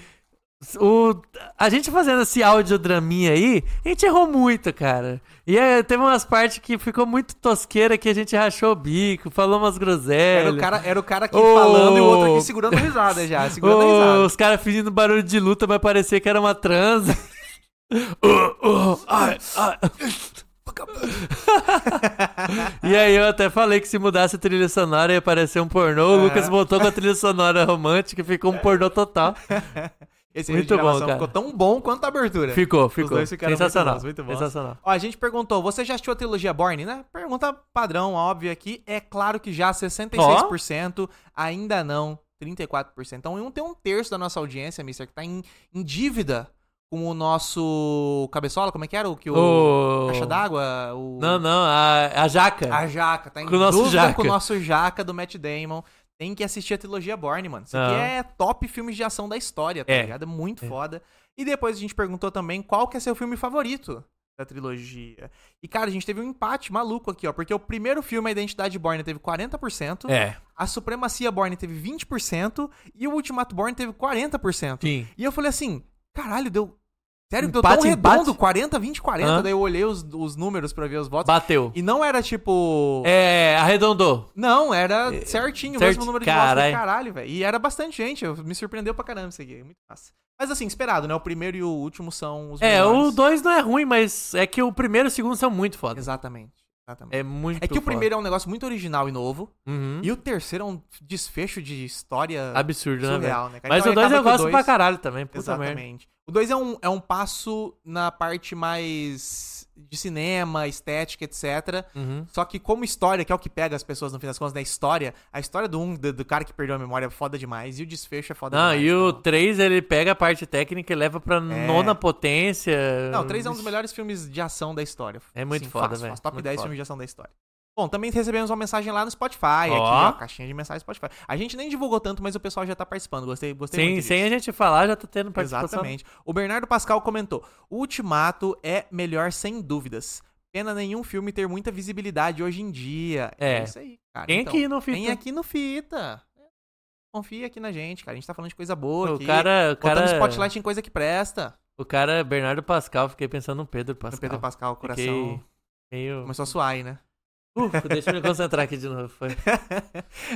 Speaker 3: o, a gente fazendo esse audiodraminha aí, a gente errou muito, cara. E é, teve umas partes que ficou muito tosqueira que a gente rachou o bico, falou umas groselhas.
Speaker 2: Era o cara, era o cara aqui
Speaker 3: é Ô.
Speaker 2: falando e o outro aqui segurando risada já, segurando a
Speaker 3: Ô,
Speaker 2: risada.
Speaker 3: os caras fingindo barulho de luta, mas parecia que era uma transa. Ô, ô, ai, ai. e aí eu até falei que se mudasse a trilha sonora ia aparecer um pornô.
Speaker 2: É.
Speaker 3: O Lucas voltou com a trilha sonora romântica e ficou um pornô total.
Speaker 2: Esse
Speaker 3: muito
Speaker 2: erro de gravação
Speaker 3: bom, cara.
Speaker 2: ficou tão bom quanto a abertura.
Speaker 3: Ficou, ficou.
Speaker 2: dois ficaram muito
Speaker 3: Sensacional.
Speaker 2: bons, muito bons.
Speaker 3: Sensacional.
Speaker 2: Ó, a gente perguntou, você já assistiu a trilogia Borne, né? Pergunta padrão, óbvia aqui. É claro que já 66%, ainda não 34%. Então, um- tem um terço da nossa audiência, Mister, que tá em, em dívida com o nosso cabeçola, como é que era? O que o...
Speaker 3: Ô,
Speaker 2: Caixa d'água? O...
Speaker 3: Não, não, a, a jaca.
Speaker 2: A Jaca, tá em
Speaker 3: É. Com o nosso
Speaker 2: dúvida
Speaker 3: Jaca.
Speaker 2: com o nosso Jaca do Matt Damon. Tem que assistir a trilogia Borne, mano. Isso aqui
Speaker 3: Ah.
Speaker 2: é top filmes de ação da história, tá
Speaker 3: É.
Speaker 2: ligado? É muito
Speaker 3: É.
Speaker 2: foda. E depois a gente perguntou também qual que é seu filme favorito da trilogia. E, cara, a gente teve um empate maluco aqui, ó. Porque o primeiro filme, A Identidade Borne, teve 40%.
Speaker 3: É,
Speaker 2: A Supremacia Borne teve 20%. E o Ultimato Borne teve 40%.
Speaker 3: sim.
Speaker 2: E eu falei assim, caralho, deu... Sério, que deu
Speaker 3: Empate,
Speaker 2: tão redondo,
Speaker 3: empate?
Speaker 2: 40, 20, 40.
Speaker 3: Ah.
Speaker 2: Daí eu olhei os, os números pra ver os votos.
Speaker 3: Bateu.
Speaker 2: E não era tipo.
Speaker 3: É, arredondou.
Speaker 2: Não, era certinho, o
Speaker 3: certi-
Speaker 2: mesmo número de votos. Eu falei,
Speaker 3: Carai.
Speaker 2: Caralho, velho. E era bastante gente. eu- Me surpreendeu pra caramba isso aqui. é Muito massa. Mas assim, esperado, né? O primeiro e o último são os
Speaker 3: É,
Speaker 2: melhores.
Speaker 3: o 2 não é ruim, mas é que o primeiro e o segundo são muito foda.
Speaker 2: Exatamente. Exatamente.
Speaker 3: É muito
Speaker 2: É que o primeiro é um negócio muito original e novo.
Speaker 3: Uhum.
Speaker 2: E o terceiro é um desfecho de história
Speaker 3: Absurdo, né? velho?
Speaker 2: surreal, né? cara?
Speaker 3: Mas
Speaker 2: Então,
Speaker 3: o 2
Speaker 2: acaba
Speaker 3: eu
Speaker 2: que
Speaker 3: gosto
Speaker 2: dois-
Speaker 3: pra caralho também, puta merda.
Speaker 2: Exatamente. O 2 é um, é um passo na parte mais de cinema, estética, etc.
Speaker 3: Uhum.
Speaker 2: Só que como história, que é o que pega as pessoas no fim das contas, né? História, a história do um, do, do cara que perdeu a memória é foda demais, e o desfecho é foda
Speaker 3: Não,
Speaker 2: demais.
Speaker 3: Ah, e o
Speaker 2: então.
Speaker 3: 3 ele pega a parte técnica e leva pra nona potência.
Speaker 2: É. Não, o 3 é um dos melhores filmes de ação da história.
Speaker 3: É muito
Speaker 2: Sim,
Speaker 3: foda,
Speaker 2: fácil,
Speaker 3: velho.
Speaker 2: fácil. Top
Speaker 3: Muito
Speaker 2: 10
Speaker 3: foda.
Speaker 2: filmes de ação da história. Bom, também recebemos uma mensagem lá no Spotify, aqui,
Speaker 3: Ó.
Speaker 2: ó, caixinha de mensagem do Spotify. A gente nem divulgou tanto, mas o pessoal já tá participando. Gostei, gostei
Speaker 3: Sim,
Speaker 2: muito disso.
Speaker 3: sem a gente falar, já tá tendo participação.
Speaker 2: Exatamente. O Bernardo Pascal comentou: o Ultimato é melhor sem dúvidas. Pena nenhum filme ter muita visibilidade hoje em dia. É,
Speaker 3: É.
Speaker 2: isso aí, cara.
Speaker 3: Tem
Speaker 2: Então,
Speaker 3: aqui no fita.
Speaker 2: Tem aqui no Fita. Confia aqui na gente, cara. A gente tá falando de coisa boa
Speaker 3: O
Speaker 2: aqui.
Speaker 3: cara, o
Speaker 2: Botando
Speaker 3: cara,
Speaker 2: spotlight em coisa que presta.
Speaker 3: o cara Bernardo Pascal, fiquei pensando no Pedro Pascal.
Speaker 2: No Pedro Pascal, o coração
Speaker 3: Fiquei meio...
Speaker 2: começou a suar aí, né?
Speaker 3: Ufa, deixa eu me concentrar aqui de novo. Foi.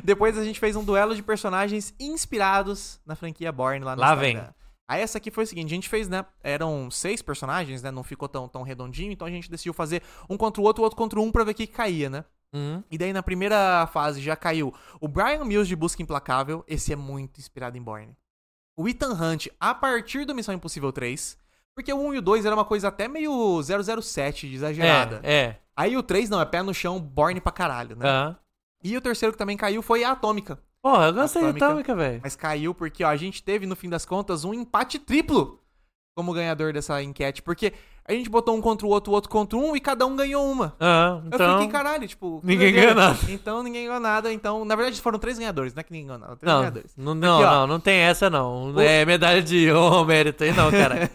Speaker 2: Depois a gente fez um duelo de personagens inspirados na franquia Born lá no
Speaker 3: Lá
Speaker 2: Instagram.
Speaker 3: vem.
Speaker 2: Aí essa aqui foi o seguinte, a gente fez, né? Eram seis personagens, né? Não ficou tão, tão redondinho, então a gente decidiu fazer um contra o outro, outro contra um pra ver o que que caía, né?
Speaker 3: Uhum.
Speaker 2: E daí na primeira fase já caiu o Brian Mills de Busca Implacável, esse é muito inspirado em Borne. O Ethan Hunt a partir do Missão Impossível 3, porque o 1 e o 2 era uma coisa até meio 007 de exagerada.
Speaker 3: É, é.
Speaker 2: Aí o 3 não, é pé no chão, Borne pra caralho, né?
Speaker 3: Aham.
Speaker 2: E o terceiro que também caiu foi a Atômica.
Speaker 3: Porra, eu gostei de
Speaker 2: Atômica.
Speaker 3: Atômica, velho.
Speaker 2: Mas caiu porque ó, a gente teve, no fim das contas, um empate triplo. como ganhador dessa enquete, porque a gente botou um contra o outro, o outro contra um, e cada um ganhou uma.
Speaker 3: Ah,
Speaker 2: Eu
Speaker 3: então.
Speaker 2: fiquei, caralho, tipo... que
Speaker 3: ninguém
Speaker 2: doideira.
Speaker 3: ganhou nada.
Speaker 2: Então ninguém ganhou nada, então... Na verdade foram três ganhadores, não é que ninguém ganhou nada, três
Speaker 3: Não,
Speaker 2: ganhadores.
Speaker 3: não, não,
Speaker 2: Aqui, ó.
Speaker 3: não, não tem essa não. É medalha de honra, mérito aí não, cara.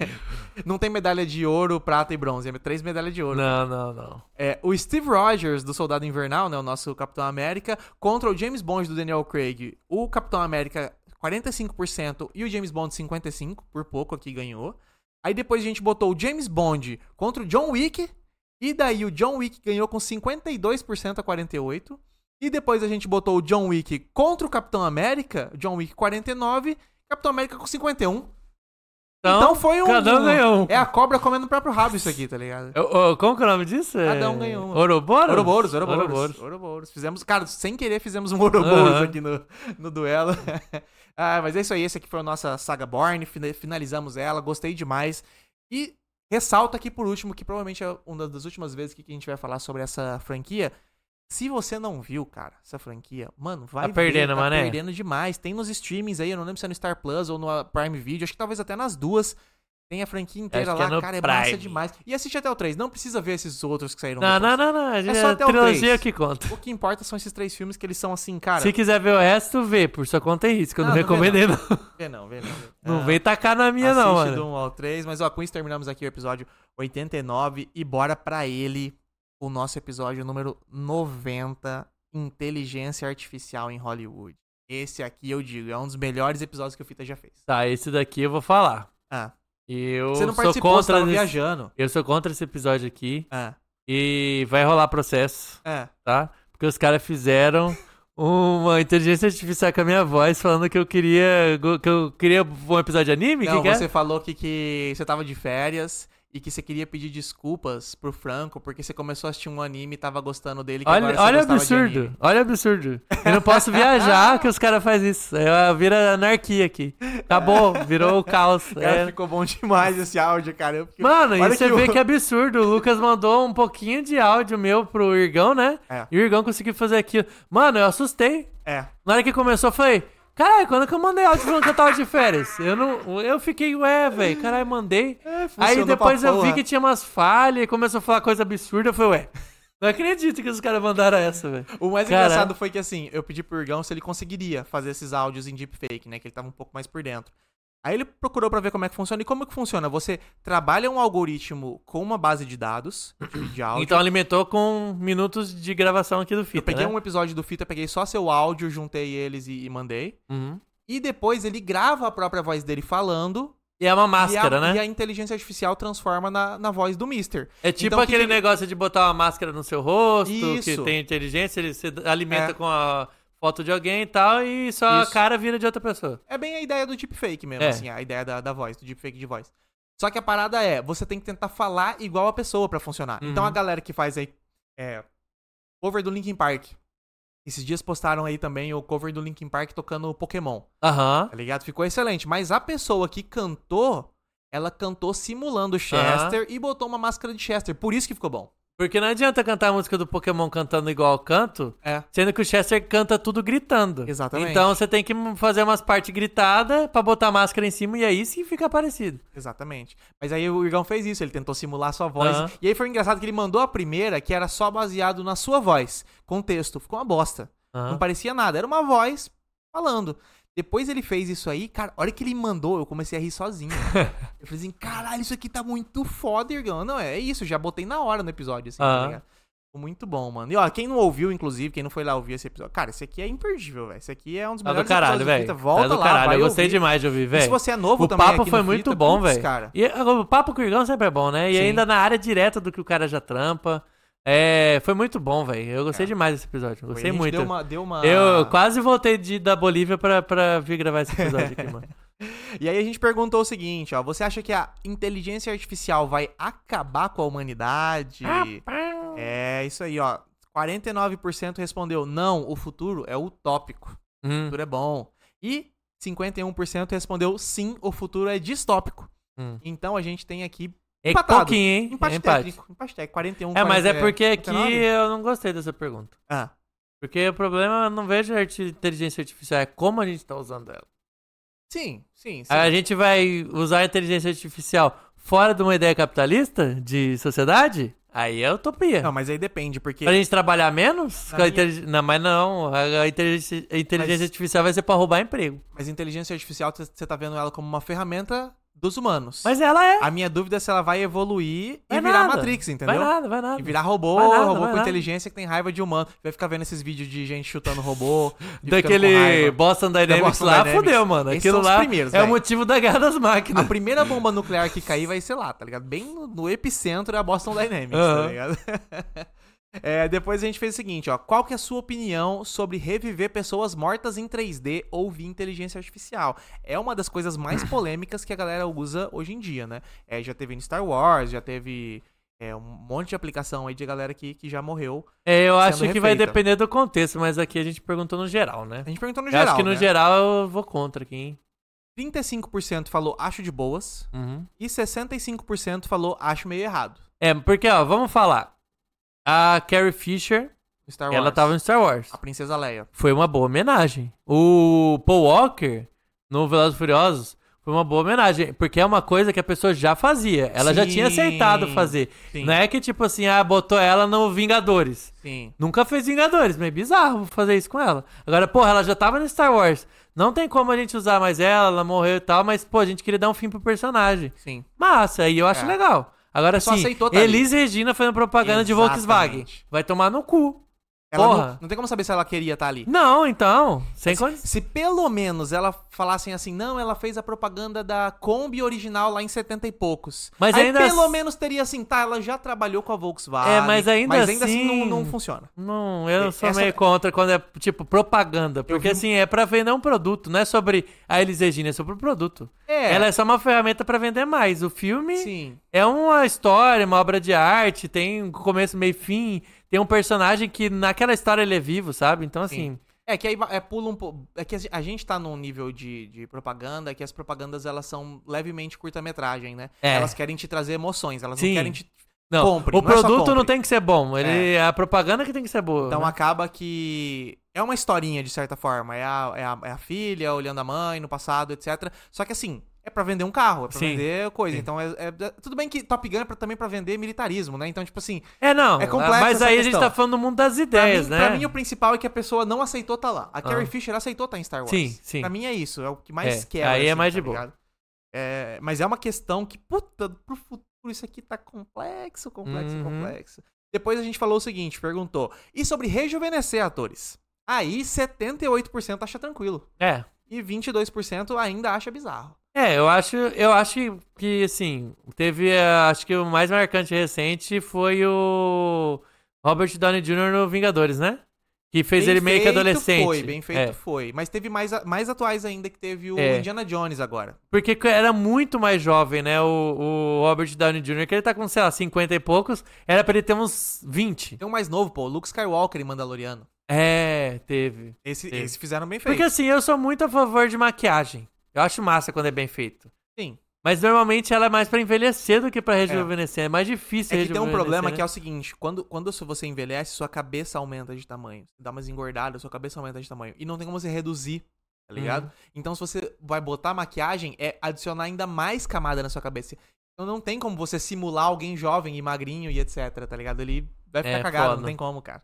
Speaker 2: Não tem medalha de ouro, prata e bronze, é três medalhas de ouro.
Speaker 3: não, não, não.
Speaker 2: É, o Steve Rogers, do Soldado Invernal, né, o nosso Capitão América, contra o James Bond do Daniel Craig. O Capitão América, 45%, e o James Bond, 55%, por pouco aqui ganhou. Aí depois a gente botou o James Bond contra o John Wick, e daí o John Wick ganhou com 52% a 48%. E depois a gente botou o John Wick contra o Capitão América, John Wick 49%, Capitão América com 51%. Então, foi um.
Speaker 3: cada um ganhou um.
Speaker 2: É a cobra comendo o próprio rabo, isso aqui, tá ligado?
Speaker 3: Eu- eu- como que é o nome disso? É-
Speaker 2: Cada um ganhou um.
Speaker 3: Ouroboros?
Speaker 2: Ouroboros, Ouroboros.
Speaker 3: Ouroboros.
Speaker 2: Ouroboros. Fizemos, cara, sem querer fizemos um Ouroboros
Speaker 3: Aham.
Speaker 2: aqui no, no duelo. ah, mas é isso aí, esse aqui foi a nossa saga Born, fina- finalizamos ela, gostei demais. E ressalta aqui por último, que provavelmente é uma das últimas vezes que a gente vai falar sobre essa franquia. Se você não viu, cara, essa franquia, mano, vai
Speaker 3: Tá perdendo,
Speaker 2: ver, tá
Speaker 3: mané.
Speaker 2: perdendo demais. Tem nos streamings aí, eu não lembro se é no Star Plus ou no ah, Prime Video, acho que talvez até nas duas. Tem a franquia inteira
Speaker 3: Acho que é
Speaker 2: lá,
Speaker 3: no
Speaker 2: cara, é massa
Speaker 3: Prime.
Speaker 2: demais. E assiste até o 3, não precisa ver esses outros que saíram
Speaker 3: Não,
Speaker 2: depois.
Speaker 3: não, não, não. É
Speaker 2: só
Speaker 3: só a
Speaker 2: até o
Speaker 3: trilogia
Speaker 2: três.
Speaker 3: que conta.
Speaker 2: O que importa são esses três filmes que eles são assim, cara.
Speaker 3: Se quiser ver o resto, vê, por sua conta e risco. Eu não,
Speaker 2: Não, não vê,
Speaker 3: recomendei, não.
Speaker 2: Vê não, vê não. Vê.
Speaker 3: Não,
Speaker 2: Ah,
Speaker 3: vem tacar na minha, não,
Speaker 2: assiste
Speaker 3: mano.
Speaker 2: do 1 ao 3, mas ó, com isso terminamos aqui o episódio 89 e bora pra ele, o nosso episódio número 90, Inteligência Artificial em Hollywood. Esse aqui, eu digo, é um dos melhores episódios que o Fita já fez.
Speaker 3: Tá, esse daqui eu vou falar.
Speaker 2: Ah,
Speaker 3: Eu
Speaker 2: você não
Speaker 3: sou
Speaker 2: participou, você
Speaker 3: contra É.
Speaker 2: tava
Speaker 3: esse-
Speaker 2: viajando.
Speaker 3: Eu sou contra esse episódio aqui
Speaker 2: Ah,
Speaker 3: e vai rolar processo,
Speaker 2: ah.
Speaker 3: tá? Porque os caras fizeram uma inteligência artificial com a minha voz falando que eu queria que eu queria um episódio de anime,
Speaker 2: Não,
Speaker 3: que que
Speaker 2: você
Speaker 3: é?
Speaker 2: falou que, que você tava de férias e que você queria pedir desculpas pro Franco porque você começou a assistir um anime e tava gostando dele. Que agora
Speaker 3: Olha,
Speaker 2: você
Speaker 3: olha o
Speaker 2: gostava de anime.
Speaker 3: absurdo, olha o absurdo. Eu não posso viajar que os caras fazem isso. Eu, vira anarquia aqui. Acabou, virou o caos.
Speaker 2: Cara,
Speaker 3: É.
Speaker 2: ficou bom demais esse áudio, cara. Eu fiquei-
Speaker 3: Mano,
Speaker 2: Olha
Speaker 3: e você
Speaker 2: que
Speaker 3: vê
Speaker 2: o-
Speaker 3: que absurdo. O Lucas mandou um pouquinho de áudio meu pro Irgão, né?
Speaker 2: É.
Speaker 3: E o Irgão conseguiu fazer aquilo. Mano, eu assustei.
Speaker 2: É.
Speaker 3: Na hora que começou, eu falei, caralho, quando que eu mandei áudio falando que eu tava de férias? Eu não. Eu fiquei, ué, velho, caralho, mandei.
Speaker 2: funcionou
Speaker 3: Aí depois
Speaker 2: É, pra
Speaker 3: eu vi
Speaker 2: porra.
Speaker 3: que tinha umas falhas e começou a falar coisa absurda. Eu falei, ué, não acredito que os caras mandaram essa, velho.
Speaker 2: O mais
Speaker 3: Caralho.
Speaker 2: engraçado foi que, assim, eu pedi pro Irgão se ele conseguiria fazer esses áudios em deepfake, né? Que ele tava um pouco mais por dentro. Aí ele procurou pra ver como é que funciona. E como é que funciona? Você trabalha um algoritmo com uma base de dados, tipo de áudio.
Speaker 3: Então alimentou com minutos de gravação aqui do
Speaker 2: eu
Speaker 3: Fita.
Speaker 2: peguei
Speaker 3: né?
Speaker 2: um episódio do Fita, peguei só seu áudio, juntei eles e, e mandei.
Speaker 3: Uhum.
Speaker 2: E depois ele grava a própria voz dele falando.
Speaker 3: E é uma
Speaker 2: e
Speaker 3: máscara,
Speaker 2: a,
Speaker 3: né?
Speaker 2: E a inteligência artificial transforma na, na voz do Mister.
Speaker 3: É tipo
Speaker 2: Então, o que
Speaker 3: aquele
Speaker 2: que-
Speaker 3: negócio de botar uma máscara no seu rosto, que
Speaker 2: Isso.
Speaker 3: tem inteligência, ele se alimenta
Speaker 2: É.
Speaker 3: com a foto de alguém e tal, e só a
Speaker 2: Isso.
Speaker 3: cara vira de outra pessoa.
Speaker 2: É bem a ideia do deepfake mesmo,
Speaker 3: É.
Speaker 2: assim, a ideia da, da voz, do deepfake de voz. Só que a parada é, você tem que tentar falar igual a pessoa pra funcionar.
Speaker 3: Uhum.
Speaker 2: Então a galera que faz aí é, cover do Linkin Park. Esses dias postaram aí também o cover do Linkin Park tocando Pokémon,
Speaker 3: Aham.
Speaker 2: tá ligado? Ficou excelente. Mas a pessoa que cantou, ela cantou simulando o Chester e botou uma máscara de Chester. Por isso que ficou bom.
Speaker 3: Porque não adianta cantar a música do Pokémon cantando igual ao canto,
Speaker 2: É.
Speaker 3: sendo que o Chester canta tudo gritando.
Speaker 2: Exatamente.
Speaker 3: Então você tem que fazer umas partes gritadas pra botar a máscara em cima e aí sim fica parecido.
Speaker 2: Exatamente. Mas aí o Irgão fez isso, ele tentou simular a sua voz.
Speaker 3: Aham.
Speaker 2: E aí foi engraçado que ele mandou a primeira, que era só baseado na sua voz, com texto. Ficou uma bosta. Não
Speaker 3: Aham.
Speaker 2: parecia nada, era uma voz falando. Depois ele fez isso aí, cara, a hora que ele mandou, eu comecei a rir sozinho. eu falei assim, caralho, isso aqui tá muito foda, Irgão. Não, é isso, já botei na hora no episódio, assim, tá
Speaker 3: Aham.
Speaker 2: ligado? Ficou Muito bom, mano. E ó, quem não ouviu, inclusive, quem não foi lá ouvir esse episódio, cara, esse aqui é imperdível, velho. Esse aqui é um dos
Speaker 3: Tá do
Speaker 2: melhores
Speaker 3: caralho,
Speaker 2: episódios
Speaker 3: velho.
Speaker 2: do Fita.
Speaker 3: Tá
Speaker 2: Volta
Speaker 3: do
Speaker 2: lá,
Speaker 3: caralho.
Speaker 2: vai
Speaker 3: eu gostei
Speaker 2: ouvir.
Speaker 3: demais de ouvir,
Speaker 2: E
Speaker 3: velho.
Speaker 2: se você é novo
Speaker 3: o
Speaker 2: também
Speaker 3: papo
Speaker 2: aqui
Speaker 3: foi
Speaker 2: no
Speaker 3: muito
Speaker 2: Fita,
Speaker 3: bom,
Speaker 2: putz,
Speaker 3: velho.
Speaker 2: cara.
Speaker 3: E ah, o papo com o Irgão sempre é bom, né? E
Speaker 2: Sim.
Speaker 3: ainda na área direta do que o cara já trampa. É, foi muito bom, velho. Eu gostei
Speaker 2: É.
Speaker 3: demais desse episódio.
Speaker 2: Foi, a
Speaker 3: Gostei
Speaker 2: gente
Speaker 3: muito.
Speaker 2: Deu uma, deu uma...
Speaker 3: Eu quase voltei de, da Bolívia pra, pra vir gravar esse episódio aqui, mano.
Speaker 2: E aí a gente perguntou o seguinte, ó. Você acha que a inteligência artificial vai acabar com a humanidade? É isso aí, ó. 49% respondeu não, o futuro é utópico. O
Speaker 3: Hum,
Speaker 2: futuro é bom. E 51% respondeu sim, o futuro é distópico.
Speaker 3: Hum.
Speaker 2: Então a gente tem aqui
Speaker 3: É
Speaker 2: Empatado.
Speaker 3: pouquinho, hein?
Speaker 2: empate,
Speaker 3: É empate.
Speaker 2: técnico. Empate técnico, 41
Speaker 3: É, mas é
Speaker 2: 40,
Speaker 3: porque aqui
Speaker 2: 49.
Speaker 3: eu não gostei dessa pergunta.
Speaker 2: Ah,
Speaker 3: Porque o problema eu não vejo a arti- inteligência artificial, é como a gente tá usando ela.
Speaker 2: Sim, sim, sim.
Speaker 3: A gente vai usar a inteligência artificial fora de uma ideia capitalista de sociedade? Aí é utopia.
Speaker 2: Não, mas aí depende, porque.
Speaker 3: Pra gente trabalhar
Speaker 2: Na
Speaker 3: menos? Com a
Speaker 2: minha-
Speaker 3: intelig- Não, mas não. A a inteligência, a inteligência
Speaker 2: Mas-
Speaker 3: artificial vai ser pra roubar emprego.
Speaker 2: Mas inteligência artificial, você tá vendo ela como uma ferramenta dos humanos.
Speaker 3: Mas ela é.
Speaker 2: A minha dúvida é se ela vai evoluir
Speaker 3: Vai
Speaker 2: e virar
Speaker 3: nada.
Speaker 2: Matrix,
Speaker 3: Vai
Speaker 2: entendeu?
Speaker 3: nada, vai nada.
Speaker 2: E virar robô,
Speaker 3: Vai nada,
Speaker 2: robô
Speaker 3: vai
Speaker 2: com
Speaker 3: nada.
Speaker 2: inteligência que tem raiva de humano. Vai ficar vendo esses vídeos de gente chutando robô. e ficando com
Speaker 3: Daquele
Speaker 2: raiva.
Speaker 3: Boston Dynamics
Speaker 2: Boston
Speaker 3: lá,
Speaker 2: Dynamics.
Speaker 3: fudeu, mano.
Speaker 2: Esses
Speaker 3: Aquilo
Speaker 2: são os
Speaker 3: lá
Speaker 2: primeiros,
Speaker 3: é o
Speaker 2: velho.
Speaker 3: motivo da guerra das máquinas.
Speaker 2: A primeira bomba nuclear que cair vai ser lá, tá ligado? Bem no, no epicentro é a Boston Dynamics,
Speaker 3: Aham.
Speaker 2: tá ligado? É, depois a gente fez o seguinte, ó. Qual que é a sua opinião sobre reviver pessoas mortas em 3D ou via inteligência artificial? É uma das coisas mais polêmicas que a galera usa hoje em dia, né? É, já teve no Star Wars, já teve é, um monte de aplicação aí de galera que, que já morreu.
Speaker 3: É, eu
Speaker 2: sendo
Speaker 3: acho que vai
Speaker 2: refeita.
Speaker 3: depender do contexto, mas aqui a gente perguntou no geral, né?
Speaker 2: A gente perguntou no
Speaker 3: eu
Speaker 2: geral,
Speaker 3: acho que no
Speaker 2: né?
Speaker 3: geral eu vou contra aqui, hein?
Speaker 2: 35% falou acho de boas e 65% falou acho meio errado.
Speaker 3: É, porque, ó, vamos falar. A Carrie Fisher,
Speaker 2: no Star
Speaker 3: ela
Speaker 2: Wars.
Speaker 3: tava no Star Wars.
Speaker 2: A Princesa Leia.
Speaker 3: Foi uma boa homenagem. O Paul Walker, no Velozes e Furiosos, foi uma boa homenagem, porque é uma coisa que a pessoa já fazia. Ela já tinha
Speaker 2: Sim,
Speaker 3: aceitado fazer.
Speaker 2: sim.
Speaker 3: Não é que, tipo assim, ah, botou ela no Vingadores.
Speaker 2: Sim.
Speaker 3: Nunca fez Vingadores, meio bizarro fazer isso com ela. Agora, porra, ela já tava no Star Wars. Não tem como a gente usar mais ela, ela morreu e tal, mas, pô, a gente queria dar um fim pro personagem.
Speaker 2: Sim.
Speaker 3: Massa, aí eu acho
Speaker 2: É.
Speaker 3: legal. Agora
Speaker 2: Só
Speaker 3: sim,
Speaker 2: aceitou, tá
Speaker 3: Elis Regina fazendo propaganda de
Speaker 2: Exatamente.
Speaker 3: Volkswagen. Vai tomar no cu.
Speaker 2: Ela
Speaker 3: Porra.
Speaker 2: Não, não tem como saber se ela queria estar ali.
Speaker 3: Não, então, sem condição.
Speaker 2: Se pelo menos ela falassem assim, não, ela fez a propaganda da Kombi original lá em 70 e poucos.
Speaker 3: Mas
Speaker 2: Aí
Speaker 3: ainda
Speaker 2: pelo
Speaker 3: assim-
Speaker 2: menos teria assim, tá, ela já trabalhou com a Volkswagen.
Speaker 3: É, mas ainda assim-
Speaker 2: não, não funciona.
Speaker 3: Não, eu
Speaker 2: E-
Speaker 3: sou
Speaker 2: essa-
Speaker 3: meio contra quando é, tipo, propaganda. Porque,
Speaker 2: vi-
Speaker 3: assim, é pra vender um produto, não é sobre a Elis Regina, é sobre o produto.
Speaker 2: É.
Speaker 3: Ela é só uma ferramenta pra vender mais. O filme
Speaker 2: Sim.
Speaker 3: é uma história, uma obra de arte, tem um começo, meio e fim, tem um personagem que naquela história ele é vivo, sabe? Então, assim,
Speaker 2: Sim. É que aí va- é, pula um pouco. É que a gen- a gente tá num nível de, de propaganda é que as propagandas elas são levemente curta-metragem, né?
Speaker 3: É.
Speaker 2: Elas querem te trazer emoções, elas
Speaker 3: Sim.
Speaker 2: não querem te.
Speaker 3: não,
Speaker 2: Compre,
Speaker 3: o
Speaker 2: não é só
Speaker 3: produto não
Speaker 2: compre.
Speaker 3: tem que ser bom, ele, é. a propaganda que tem que ser boa.
Speaker 2: Então
Speaker 3: né?
Speaker 2: acaba que é uma historinha, de certa forma. É a, é a, é a filha olhando a mãe no passado, etc. Só que assim, é pra vender um carro, é pra
Speaker 3: Sim.
Speaker 2: vender coisa.
Speaker 3: Sim.
Speaker 2: Então é, é- Tudo bem que Top Gun é pra- também pra vender militarismo, né? Então, tipo assim,
Speaker 3: É, não,
Speaker 2: é complexa
Speaker 3: mas
Speaker 2: essa
Speaker 3: aí a
Speaker 2: questão.
Speaker 3: gente tá falando do mundo das
Speaker 2: pra,
Speaker 3: ideias,
Speaker 2: mim,
Speaker 3: né?
Speaker 2: pra mim o principal é que a pessoa não aceitou tá lá. A Carrie
Speaker 3: Ah.
Speaker 2: Fisher aceitou tá em Star Wars.
Speaker 3: Sim, sim.
Speaker 2: Pra mim é isso, é o que mais
Speaker 3: É,
Speaker 2: quebra.
Speaker 3: aí é mais de
Speaker 2: tá
Speaker 3: boa.
Speaker 2: ligado? É, mas é uma questão que, puta, pro futuro isso aqui tá complexo, complexo,
Speaker 3: Uhum.
Speaker 2: complexo. Depois a gente falou o seguinte, perguntou, e sobre rejuvenescer atores? Aí 78% acha tranquilo
Speaker 3: É,
Speaker 2: e 22% ainda acha bizarro.
Speaker 3: É, eu acho, eu acho que assim, teve, eh, acho que o mais marcante recente foi o Robert Downey Jr. no Vingadores, né? Que fez ele meio que
Speaker 2: feito
Speaker 3: adolescente.
Speaker 2: Foi, bem feito
Speaker 3: É,
Speaker 2: foi. Mas teve mais, a- mais atuais ainda que teve o
Speaker 3: É.
Speaker 2: Indiana Jones agora.
Speaker 3: porque era muito mais jovem, né? O, o Robert Downey Jr., que ele tá com, sei lá, 50 e poucos, era pra ele ter uns 20.
Speaker 2: Tem um mais novo, pô, Luke Skywalker em Mandaloriano.
Speaker 3: É, teve.
Speaker 2: Esse,
Speaker 3: Sim.
Speaker 2: esse fizeram bem feito.
Speaker 3: Porque assim, eu sou muito a favor de maquiagem. Eu acho massa quando é bem feito.
Speaker 2: Sim.
Speaker 3: Mas normalmente ela é mais pra envelhecer do que pra rejuvenescer. É, mais difícil
Speaker 2: É que tem um
Speaker 3: rejuvenescer,
Speaker 2: problema
Speaker 3: né?
Speaker 2: que é o seguinte: quando, quando se você envelhece, sua cabeça aumenta de tamanho. Você dá umas engordadas, sua cabeça aumenta de tamanho. E não tem como você reduzir, tá
Speaker 3: Uhum.
Speaker 2: ligado? Então, se você vai botar maquiagem, é adicionar ainda mais camada na sua cabeça. Então, não tem como você simular alguém jovem e magrinho e etc, tá ligado? Ele vai ficar
Speaker 3: É,
Speaker 2: cagado,
Speaker 3: foda.
Speaker 2: não tem como, cara.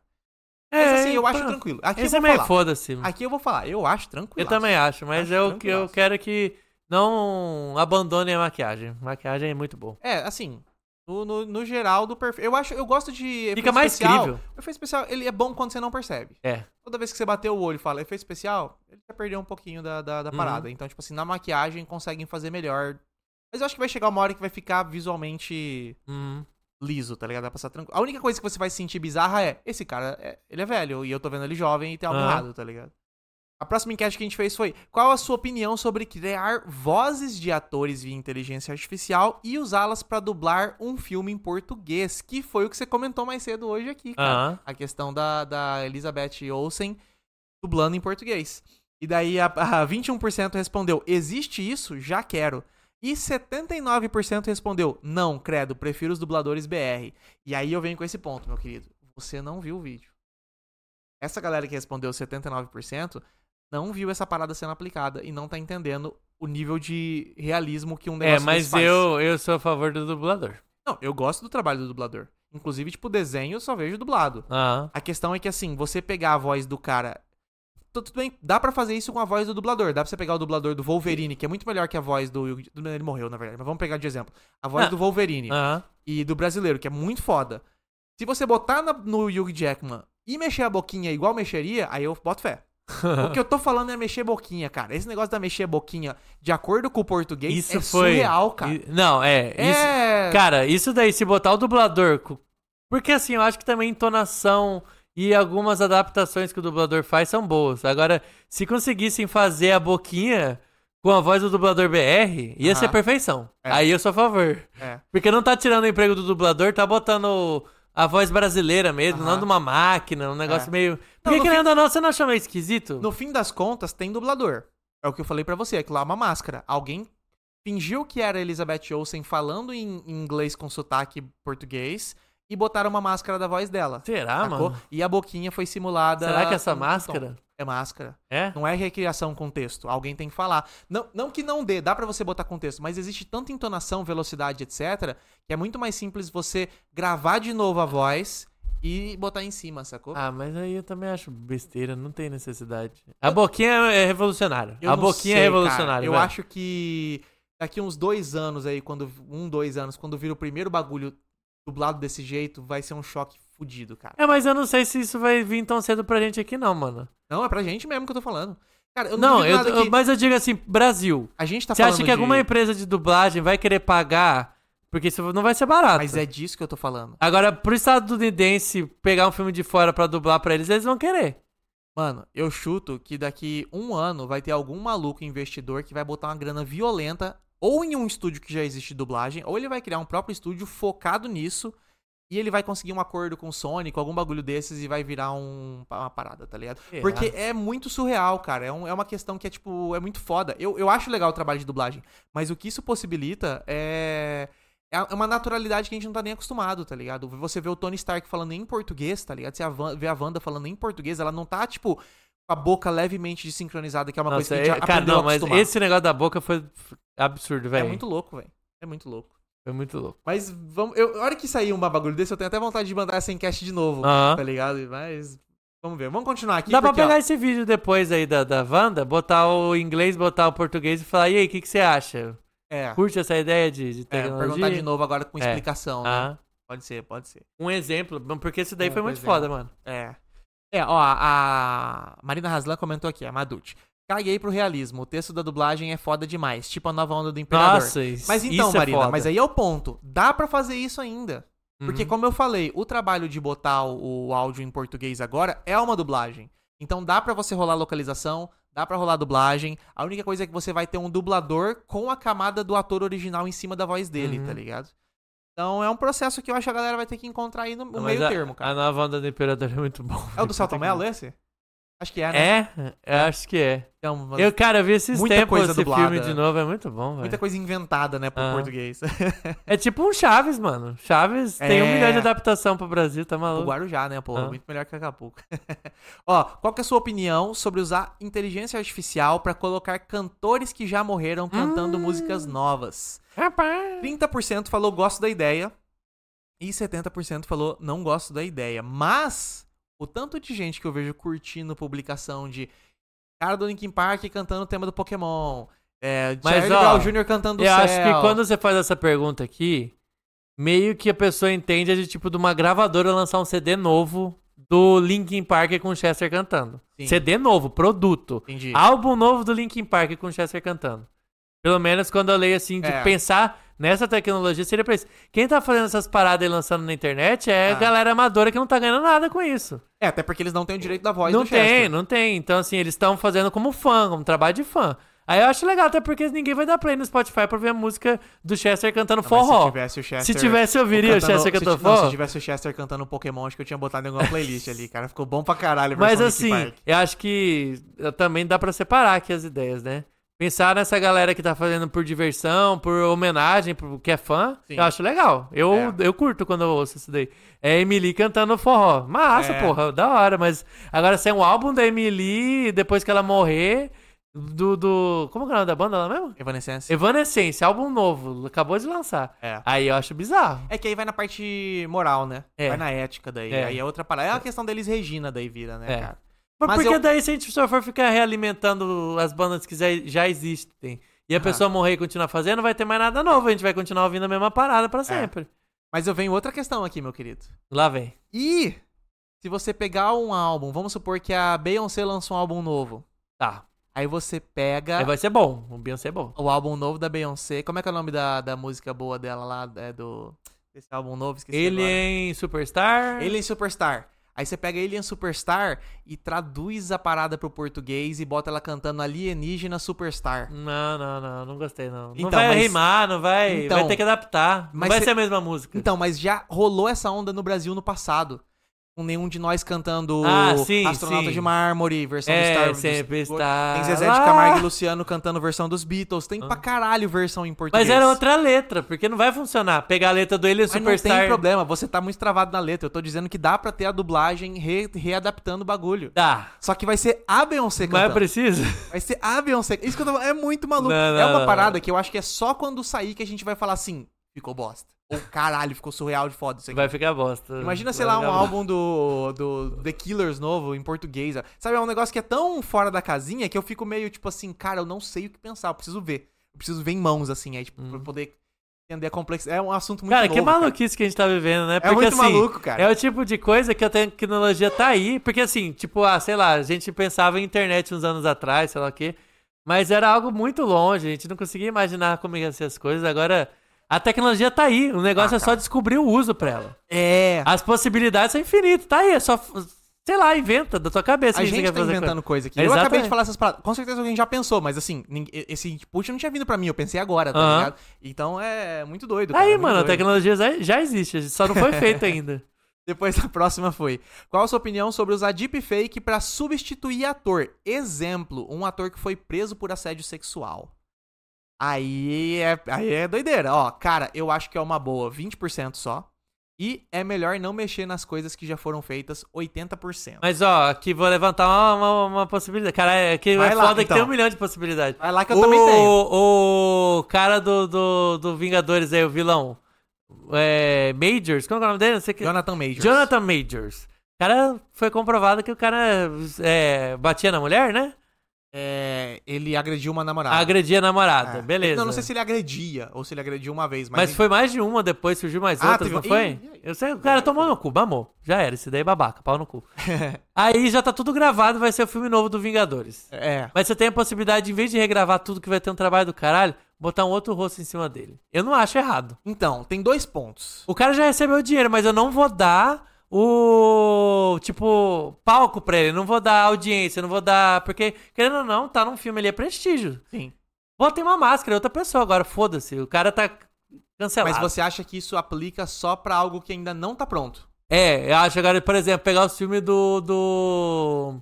Speaker 2: Mas assim, eu acho
Speaker 3: então-
Speaker 2: tranquilo. Aqui eu
Speaker 3: Esse é
Speaker 2: vou
Speaker 3: meio
Speaker 2: falar.
Speaker 3: foda-se. mano.
Speaker 2: Aqui eu vou falar, eu acho tranquilo.
Speaker 3: Eu também acho, mas
Speaker 2: Acho é um
Speaker 3: eu, que eu
Speaker 2: tranquilaço.
Speaker 3: quero que não abandone a maquiagem. Maquiagem é muito bom.
Speaker 2: É, assim, no, no, no geral do perfil. Eu acho, eu gosto de. efeito
Speaker 3: mais
Speaker 2: especial.
Speaker 3: crível.
Speaker 2: O efeito especial, ele é bom quando você não percebe.
Speaker 3: É.
Speaker 2: Toda vez que você bateu o olho e fala efeito especial, ele já perdeu um pouquinho da, da, da
Speaker 3: Uhum.
Speaker 2: parada. Então, tipo assim, na maquiagem conseguem fazer melhor. Mas eu acho que vai chegar uma hora que vai ficar visualmente
Speaker 3: Hum.
Speaker 2: liso, tá ligado? Vai passar tranquilo. A única coisa que você vai sentir bizarra é, esse cara, é- ele é velho e eu tô vendo ele jovem e tem algo
Speaker 3: Aham.
Speaker 2: errado, tá ligado? A próxima enquete que a gente fez foi: qual a sua opinião sobre criar vozes de atores via inteligência artificial e usá-las pra dublar um filme em português? Que foi o que você comentou mais cedo hoje aqui, cara.
Speaker 3: Aham.
Speaker 2: A questão da, da Elizabeth Olsen dublando em português. E daí a, a 21% respondeu: existe isso? Já quero. E 79% respondeu: não, credo, prefiro os dubladores BR. E aí eu venho com esse ponto, meu querido. Você não viu o vídeo. Essa galera que respondeu 79% não viu essa parada sendo aplicada e não tá entendendo o nível de realismo que um negócio
Speaker 3: É,
Speaker 2: desse
Speaker 3: mas
Speaker 2: faz.
Speaker 3: eu, eu sou a favor do dublador.
Speaker 2: Não, eu gosto do trabalho do dublador. Inclusive, tipo, desenho eu só vejo dublado.
Speaker 3: Ah,
Speaker 2: A questão é que, assim, você pegar a voz do cara. Tu- Tudo bem, dá pra fazer isso com a voz do dublador. Dá pra você pegar o dublador do Wolverine, que é muito melhor que a voz do. Hugh- do- Ele morreu, na verdade, mas vamos pegar de exemplo. A voz
Speaker 3: Ah.
Speaker 2: do Wolverine
Speaker 3: ah.
Speaker 2: e do brasileiro, que é muito foda. Se você botar na- no Hugh Jackman e mexer a boquinha igual mexeria, aí eu boto fé. o que eu tô falando é mexer boquinha, cara. Esse negócio da mexer boquinha de acordo com o português
Speaker 3: Isso
Speaker 2: é
Speaker 3: foi.
Speaker 2: surreal, cara.
Speaker 3: I- Não, é. Isso,
Speaker 2: é.
Speaker 3: Cara, isso daí, se botar o dublador. co- Porque assim, eu acho que também entonação e algumas adaptações que o dublador faz são boas. Agora, se conseguissem fazer a boquinha com a voz do dublador BR, ia
Speaker 2: Aham.
Speaker 3: ser perfeição.
Speaker 2: É.
Speaker 3: Aí eu sou a favor.
Speaker 2: É.
Speaker 3: Porque não tá tirando o emprego do dublador, tá botando a voz brasileira mesmo,
Speaker 2: Aham.
Speaker 3: não de uma máquina, um negócio
Speaker 2: É.
Speaker 3: meio.
Speaker 2: Não,
Speaker 3: Por que,
Speaker 2: no
Speaker 3: que ainda não, você não achou meio esquisito?
Speaker 2: No fim das contas, tem dublador. É o que eu falei pra você, é que lá é uma máscara. Alguém fingiu que era Elizabeth Olsen falando em em inglês com sotaque português e botaram uma máscara da voz dela.
Speaker 3: Será,
Speaker 2: sacou?
Speaker 3: mano?
Speaker 2: E a boquinha foi simulada.
Speaker 3: Será que essa
Speaker 2: com- com
Speaker 3: máscara?
Speaker 2: tom. É máscara.
Speaker 3: É?
Speaker 2: Não é recriação com texto. Alguém tem que falar. Não, não que não dê, dá pra você botar contexto, mas existe tanta entonação, velocidade, etc., que é muito mais simples você gravar de novo a voz e botar em cima, sacou?
Speaker 3: Ah, mas aí eu também acho besteira, não tem necessidade. A boquinha é revolucionária.
Speaker 2: Eu
Speaker 3: a
Speaker 2: não sei,
Speaker 3: boquinha é
Speaker 2: cara.
Speaker 3: revolucionária.
Speaker 2: Eu
Speaker 3: velho.
Speaker 2: acho que daqui uns dois anos aí, quando. Um, dois anos, quando vira o primeiro bagulho dublado desse jeito, vai ser um choque fudido, cara.
Speaker 3: É, mas eu não sei se isso vai vir tão cedo pra gente aqui, não, mano.
Speaker 2: Não, é pra gente mesmo que eu tô falando. Cara, eu não,
Speaker 3: Não,
Speaker 2: duvido
Speaker 3: eu,
Speaker 2: nada
Speaker 3: eu-
Speaker 2: que
Speaker 3: mas eu digo assim, Brasil.
Speaker 2: A gente tá
Speaker 3: você
Speaker 2: falando.
Speaker 3: acha que
Speaker 2: de-
Speaker 3: alguma empresa de dublagem vai querer pagar? Porque isso não vai ser barato.
Speaker 2: Mas é disso que eu tô falando.
Speaker 3: Agora, pro estadunidense pegar um filme de fora pra dublar pra eles, eles vão querer.
Speaker 2: Mano, eu chuto que daqui um ano vai ter algum maluco investidor que vai botar uma grana violenta ou em um estúdio que já existe dublagem, ou ele vai criar um próprio estúdio focado nisso e ele vai conseguir um acordo com o Sony, com algum bagulho desses e vai virar um, uma parada, tá ligado?
Speaker 3: Será?
Speaker 2: Porque é muito surreal, cara. É, um- é uma questão que é, tipo, é muito foda. Eu, eu acho legal o trabalho de dublagem, mas o que isso possibilita é. É uma naturalidade que a gente não tá nem acostumado, tá ligado? Você vê o Tony Stark falando em português, tá ligado? Você a Van- vê a Wanda falando em português, ela não tá, tipo, com a boca levemente desincronizada, que é uma
Speaker 3: Nossa,
Speaker 2: coisa que a
Speaker 3: é-
Speaker 2: gente
Speaker 3: cara,
Speaker 2: aprendeu
Speaker 3: não,
Speaker 2: a
Speaker 3: mas
Speaker 2: acostumar.
Speaker 3: esse negócio da boca foi f- absurdo,
Speaker 2: É
Speaker 3: velho.
Speaker 2: muito louco, velho. É muito louco.
Speaker 3: Foi muito louco.
Speaker 2: Mas vamos. Eu, a hora que sair um bagulho desse, eu tenho até vontade de mandar essa enquete de novo,
Speaker 3: Aham.
Speaker 2: tá ligado? Mas. Vamos ver. Vamos continuar Tipo aqui.
Speaker 3: Dá pra
Speaker 2: porque, ó,
Speaker 3: pegar esse vídeo depois aí da, da Wanda, botar o inglês, botar o português e falar, e aí, o que, que você acha?
Speaker 2: é,
Speaker 3: Curte essa ideia de, de
Speaker 2: é,
Speaker 3: tecnologia?
Speaker 2: perguntar de novo agora com
Speaker 3: É.
Speaker 2: explicação, né?
Speaker 3: Ah,
Speaker 2: Pode ser, pode ser.
Speaker 3: um exemplo, porque isso daí
Speaker 2: Um
Speaker 3: foi muito
Speaker 2: exemplo.
Speaker 3: foda, mano.
Speaker 2: É. É, ó, a Marina Haslan comentou aqui, a Madut. Caguei pro realismo. O texto da dublagem é foda demais, tipo a nova onda do Imperador.
Speaker 3: Nossa, isso,
Speaker 2: mas então,
Speaker 3: isso é
Speaker 2: Marina,
Speaker 3: foda.
Speaker 2: mas aí é o ponto. Dá pra fazer isso ainda. Porque,
Speaker 3: Uhum.
Speaker 2: como eu falei, o trabalho de botar o, o áudio em português agora é uma dublagem. Então dá pra você rolar localização, dá pra rolar dublagem. A única coisa é que você vai ter um dublador com a camada do ator original em cima da voz dele,
Speaker 3: Uhum.
Speaker 2: tá ligado? Então é um processo que eu acho que a galera vai ter que encontrar aí no no
Speaker 3: Mas
Speaker 2: é meio
Speaker 3: a-
Speaker 2: termo, cara.
Speaker 3: A nova onda do Imperador é muito bom.
Speaker 2: É o do Celton Mello esse? Acho que é, né?
Speaker 3: É, eu acho que é.
Speaker 2: Então, mas-
Speaker 3: Eu, cara, eu vi esses
Speaker 2: Muita
Speaker 3: tempos
Speaker 2: coisa
Speaker 3: esse
Speaker 2: dublada.
Speaker 3: filme de novo, é muito bom, velho.
Speaker 2: Muita coisa inventada, né, pro
Speaker 3: Ah.
Speaker 2: português.
Speaker 3: É tipo um Chaves, mano. Chaves tem um
Speaker 2: É.
Speaker 3: milhão de adaptação pro Brasil, tá
Speaker 2: o
Speaker 3: maluco?
Speaker 2: Guarujá, né, pô?
Speaker 3: Ah.
Speaker 2: Muito melhor que Acapulco. Ó, qual que é a sua opinião sobre usar inteligência artificial pra colocar cantores que já morreram cantando
Speaker 3: Hum.
Speaker 2: músicas novas?
Speaker 3: Rapaz!
Speaker 2: 30% falou gosto da ideia e 70% falou não gosto da ideia. Mas o tanto de gente que eu vejo curtindo publicação de cara do Linkin Park cantando o tema do Pokémon, é,
Speaker 3: Mas,
Speaker 2: Charlie
Speaker 3: ó,
Speaker 2: Brown Jr. cantando o
Speaker 3: Eu
Speaker 2: céu.
Speaker 3: acho que quando você faz essa pergunta aqui, meio que a pessoa entende é de tipo de uma gravadora lançar um CD novo do Linkin Park com Chester cantando.
Speaker 2: Sim.
Speaker 3: CD novo, produto.
Speaker 2: Entendi.
Speaker 3: Álbum novo do Linkin Park com Chester cantando. Pelo menos quando eu leio assim, de
Speaker 2: É.
Speaker 3: pensar nessa tecnologia, seria pra isso. Quem tá fazendo essas paradas e lançando na internet é
Speaker 2: Ah.
Speaker 3: a galera amadora que não tá ganhando nada com isso.
Speaker 2: É, até porque eles não têm o direito da voz
Speaker 3: não
Speaker 2: do
Speaker 3: tem,
Speaker 2: Chester.
Speaker 3: não tem. Então, assim, eles estão fazendo como fã, como trabalho de fã. Aí eu acho legal, até porque ninguém vai dar play no Spotify pra ver a música do Chester cantando
Speaker 2: Não, mas
Speaker 3: forró.
Speaker 2: Se tivesse o Chester...
Speaker 3: Se tivesse, eu viria o
Speaker 2: cantando-
Speaker 3: Chester
Speaker 2: se
Speaker 3: cantando
Speaker 2: ti- não, se
Speaker 3: forró.
Speaker 2: tivesse o Chester cantando Pokémon, acho que eu tinha botado em alguma playlist ali, cara. Ficou bom pra caralho. a
Speaker 3: Mas
Speaker 2: versão
Speaker 3: assim,
Speaker 2: Linkin Park.
Speaker 3: eu acho que eh, também dá pra separar aqui as ideias, né? Pensar nessa galera que tá fazendo por diversão, por homenagem, por que é fã,
Speaker 2: Sim.
Speaker 3: eu acho legal. Eu,
Speaker 2: É.
Speaker 3: eu curto quando eu ouço isso daí. É Emily cantando forró. Massa,
Speaker 2: É.
Speaker 3: porra, da hora. Mas agora se é um álbum da Emily, depois que ela morrer, Do, do. Como que é o nome da banda lá mesmo?
Speaker 2: Evanescence.
Speaker 3: Evanescence, álbum novo, acabou de lançar.
Speaker 2: É.
Speaker 3: Aí eu acho bizarro.
Speaker 2: É que aí vai na parte moral, né?
Speaker 3: É.
Speaker 2: Vai na ética daí.
Speaker 3: É.
Speaker 2: Aí é outra parada. É uma questão deles Regina daí vira, né,
Speaker 3: É.
Speaker 2: cara?
Speaker 3: Mas,
Speaker 2: Mas
Speaker 3: porque
Speaker 2: eu-
Speaker 3: daí se a gente só for ficar realimentando as bandas que já- já existem e a
Speaker 2: Aham.
Speaker 3: pessoa morrer e continuar fazendo, vai ter mais nada novo. A gente vai continuar ouvindo a mesma parada
Speaker 2: É.
Speaker 3: pra sempre.
Speaker 2: Mas eu venho outra questão aqui, meu querido.
Speaker 3: Lá vem.
Speaker 2: E se você pegar um álbum, vamos supor que a Beyoncé lançou um álbum novo.
Speaker 3: Tá.
Speaker 2: Aí você pega
Speaker 3: Aí vai ser bom. O Beyoncé é bom.
Speaker 2: o álbum novo da Beyoncé. Como é que é o nome da, da música boa dela lá? É do. Esse álbum novo, esqueci.
Speaker 3: Ele é
Speaker 2: agora.
Speaker 3: em Superstar.
Speaker 2: Alien Superstar. Aí você pega Alien Superstar e traduz a parada pro português e bota ela cantando Alienígena Superstar.
Speaker 3: Não, não, não. Não gostei, não.
Speaker 2: Então,
Speaker 3: não vai
Speaker 2: mas-
Speaker 3: rimar, não vai.
Speaker 2: Então.
Speaker 3: vai ter que adaptar. Não
Speaker 2: Mas
Speaker 3: vai
Speaker 2: cê-
Speaker 3: ser a mesma música.
Speaker 2: Então, mas já rolou essa onda no Brasil no passado. Com nenhum de nós cantando
Speaker 3: Ah, sim,
Speaker 2: Astronauta
Speaker 3: sim.
Speaker 2: de Mármore, versão do Star
Speaker 3: é,
Speaker 2: dos-
Speaker 3: sempre está.
Speaker 2: Tem Zezé de
Speaker 3: lá. Ah.
Speaker 2: Camargo e Luciano cantando versão dos Beatles. Tem pra caralho versão em português.
Speaker 3: Mas era outra letra, porque não vai funcionar. Pegar a letra do Ele em
Speaker 2: Mas não tem
Speaker 3: Superstar.
Speaker 2: problema, você tá muito travado na letra. Eu tô dizendo que dá pra ter a dublagem re- readaptando o bagulho.
Speaker 3: Dá.
Speaker 2: Só que vai ser a Beyoncé cantando.
Speaker 3: Mas é precisa.
Speaker 2: Vai ser a Beyoncé. Isso que eu tô falando, é muito maluco.
Speaker 3: Não, não,
Speaker 2: é uma
Speaker 3: não,
Speaker 2: parada que eu acho que é só quando sair que a gente vai falar assim, ficou bosta. Ou caralho, ficou surreal de foda isso aqui.
Speaker 3: Vai ficar bosta.
Speaker 2: Imagina,
Speaker 3: Vai
Speaker 2: sei lá, um
Speaker 3: ficar bosta.
Speaker 2: álbum do, do The Killers novo, em português. ó. Sabe, é um negócio que é tão fora da casinha que eu fico meio tipo assim, cara, eu não sei o que pensar, eu preciso ver. Eu preciso ver em mãos, assim, aí, tipo, pra eu poder entender a complexidade. É um assunto muito
Speaker 3: Uhum. Cara,
Speaker 2: novo.
Speaker 3: que maluquice que a gente tá vivendo, né?
Speaker 2: É muito maluco, cara.
Speaker 3: É o tipo de coisa que a tecnologia tá aí. Porque, assim, tipo, ah, sei lá, a gente pensava em internet uns anos atrás, sei lá o quê. Mas era algo muito longe, a gente não conseguia imaginar como ia ser as coisas. Agora, a tecnologia tá aí. O negócio
Speaker 2: Ah,
Speaker 3: é só descobrir o uso pra ela.
Speaker 2: É.
Speaker 3: As possibilidades são infinitas, tá aí. É só, f- sei lá, inventa da tua cabeça.
Speaker 2: A
Speaker 3: que Assim, você
Speaker 2: gente
Speaker 3: quer
Speaker 2: tá
Speaker 3: fazer coisa.
Speaker 2: inventando coisa, aqui. Eu
Speaker 3: Exatamente.
Speaker 2: acabei de falar essas paradas. Com certeza alguém já pensou, mas assim, nin- esse input não tinha vindo pra mim, eu pensei agora, tá
Speaker 3: Aham.
Speaker 2: ligado? Então é muito doido.
Speaker 3: Tá
Speaker 2: cara,
Speaker 3: Aí,
Speaker 2: muito
Speaker 3: mano, a
Speaker 2: doido.
Speaker 3: tecnologia já- já existe, só não foi feita ainda.
Speaker 2: Depois a próxima foi. Qual a sua opinião sobre usar deepfake pra substituir ator? Exemplo, um ator que foi preso por assédio sexual. Aí é, aí é doideira. Ó, cara, eu acho que é uma boa, 20% só. E é melhor não mexer nas coisas que já foram feitas, 80%.
Speaker 3: Mas, ó, aqui vou levantar uma, uma- uma possibilidade. Cara, é que
Speaker 2: Vai
Speaker 3: é
Speaker 2: lá,
Speaker 3: foda
Speaker 2: então.
Speaker 3: que tem um milhão de possibilidades.
Speaker 2: Vai lá que eu
Speaker 3: o,
Speaker 2: também tenho.
Speaker 3: O cara do, do, do Vingadores aí, o vilão. É, Majors, como é o nome dele? Não sei que...
Speaker 2: Jonathan Majors.
Speaker 3: Jonathan Majors. O cara foi comprovado que o cara é, batia na mulher, né?
Speaker 2: É, ele agrediu uma namorada.
Speaker 3: Agredia a namorada,
Speaker 2: Ah. É.
Speaker 3: beleza.
Speaker 2: Não, não sei se ele agredia ou se ele agrediu uma vez, mas.
Speaker 3: Mas foi mais de uma, depois surgiu mais
Speaker 2: Ah,
Speaker 3: outras,
Speaker 2: teve-
Speaker 3: não foi?
Speaker 2: Ih, ih.
Speaker 3: Eu sei, o cara tomou no cu, mamou. Já era, esse daí é babaca, pau no cu. Aí já tá tudo gravado, vai ser o filme novo do Vingadores.
Speaker 2: É.
Speaker 3: Mas você tem a possibilidade, em vez de regravar tudo que vai ter um trabalho do caralho, botar um outro rosto em cima dele. Eu não acho errado.
Speaker 2: Então, tem dois pontos.
Speaker 3: O cara já recebeu o dinheiro, mas eu não vou dar o. Tipo, palco pra ele. Não vou dar audiência, não vou dar. Porque, querendo ou não, tá num filme ali, é prestígio.
Speaker 2: Sim.
Speaker 3: Botem uma máscara, é outra pessoa agora, foda-se. O cara tá cancelado.
Speaker 2: Mas você acha que isso aplica só pra algo que ainda não tá pronto?
Speaker 3: É, eu acho agora, por exemplo, pegar os filmes do. do...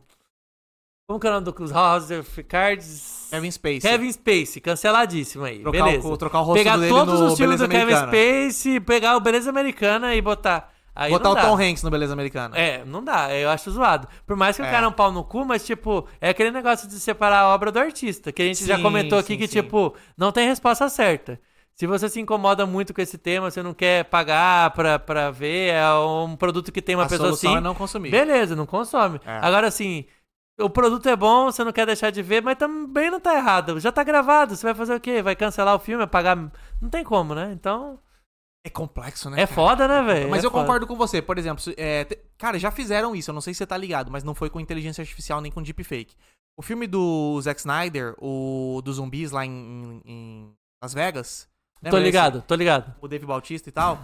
Speaker 3: Como que é o nome do Cruz House of Cards?
Speaker 2: Kevin Space.
Speaker 3: Kevin Space, canceladíssimo aí.
Speaker 2: trocar
Speaker 3: beleza.
Speaker 2: o, trocar o rosto
Speaker 3: pegar
Speaker 2: dele
Speaker 3: todos
Speaker 2: no
Speaker 3: os filmes
Speaker 2: Beleza
Speaker 3: do Kevin
Speaker 2: Americana.
Speaker 3: Space, pegar o Beleza Americana e botar. Aí
Speaker 2: Botar
Speaker 3: não
Speaker 2: o
Speaker 3: dá.
Speaker 2: Tom Hanks no Beleza Americana.
Speaker 3: É, não dá, eu acho zoado. Por mais que o
Speaker 2: É.
Speaker 3: cara é um pau no cu, mas, tipo, é aquele negócio de separar a obra do artista, que a gente já
Speaker 2: Sim,
Speaker 3: comentou aqui
Speaker 2: sim,
Speaker 3: que,
Speaker 2: sim.
Speaker 3: tipo, não tem resposta certa. Se você se incomoda muito com esse tema, você não quer pagar pra, pra ver, é um produto que tem uma
Speaker 2: a
Speaker 3: pessoa
Speaker 2: solução
Speaker 3: assim.
Speaker 2: é não consumir.
Speaker 3: Beleza, não consome.
Speaker 2: É.
Speaker 3: Agora, assim, o produto é bom, você não quer deixar de ver, mas também não tá errado. Já tá gravado, você vai fazer o quê? Vai cancelar o filme, apagar... Não tem como, né? Então,
Speaker 2: É complexo, né?
Speaker 3: é
Speaker 2: cara?
Speaker 3: foda, né, velho?
Speaker 2: Mas
Speaker 3: É
Speaker 2: eu
Speaker 3: foda.
Speaker 2: concordo com você, por exemplo, se- é, te- cara, já fizeram isso, eu não sei se você tá ligado, mas não foi com inteligência artificial nem com deepfake. O filme do Zack Snyder, o dos zumbis lá em, em- em Las Vegas.
Speaker 3: Tô
Speaker 2: lembra esse?
Speaker 3: ligado, tô ligado.
Speaker 2: o Dave Bautista e tal.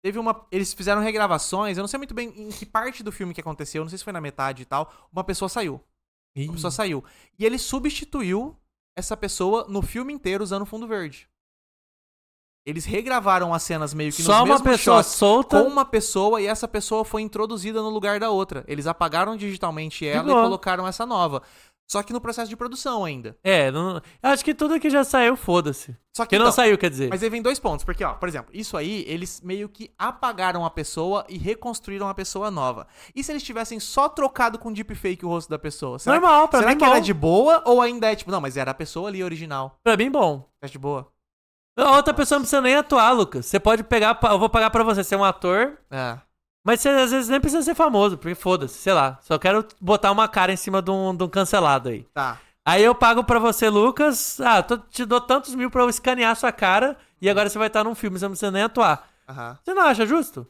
Speaker 2: Teve uma. Eles fizeram regravações, eu não sei muito bem em que parte do filme que aconteceu, não sei se foi na metade e tal. Uma pessoa saiu. Uma
Speaker 3: Hum.
Speaker 2: pessoa saiu. E ele substituiu essa pessoa no filme inteiro usando fundo verde. Eles regravaram as cenas meio que
Speaker 3: Só
Speaker 2: nos
Speaker 3: uma
Speaker 2: mesmos
Speaker 3: pessoa
Speaker 2: shots
Speaker 3: solta.
Speaker 2: com uma pessoa e essa pessoa foi introduzida no lugar da outra. Eles apagaram digitalmente ela e
Speaker 3: boa.
Speaker 2: colocaram essa nova. Só que no processo de produção ainda.
Speaker 3: É, não, eu acho que tudo que já saiu, foda-se.
Speaker 2: Só que
Speaker 3: Que não
Speaker 2: então,
Speaker 3: saiu, quer dizer.
Speaker 2: Mas aí vem dois pontos, porque, ó, por exemplo, isso aí, eles meio que apagaram a pessoa e reconstruíram a pessoa nova. E se eles tivessem só trocado com deepfake o rosto da pessoa? Será,
Speaker 3: normal, pra
Speaker 2: será
Speaker 3: mim
Speaker 2: que era
Speaker 3: bom.
Speaker 2: de boa ou ainda é tipo, não, mas era a pessoa ali original?
Speaker 3: Pra mim, bom.
Speaker 2: É de boa?
Speaker 3: A outra pessoa não precisa nem atuar, Lucas. Você pode pegar, pa- eu vou pagar pra você ser um ator,
Speaker 2: É.
Speaker 3: mas você às vezes nem precisa ser famoso, porque foda-se, sei lá. Só quero botar uma cara em cima de um, de um cancelado aí.
Speaker 2: Tá.
Speaker 3: Aí eu pago pra você, Lucas. Ah, tô- te dou tantos mil pra eu escanear sua cara e agora você vai estar num filme, você não precisa nem atuar.
Speaker 2: Aham.
Speaker 3: Você não acha justo?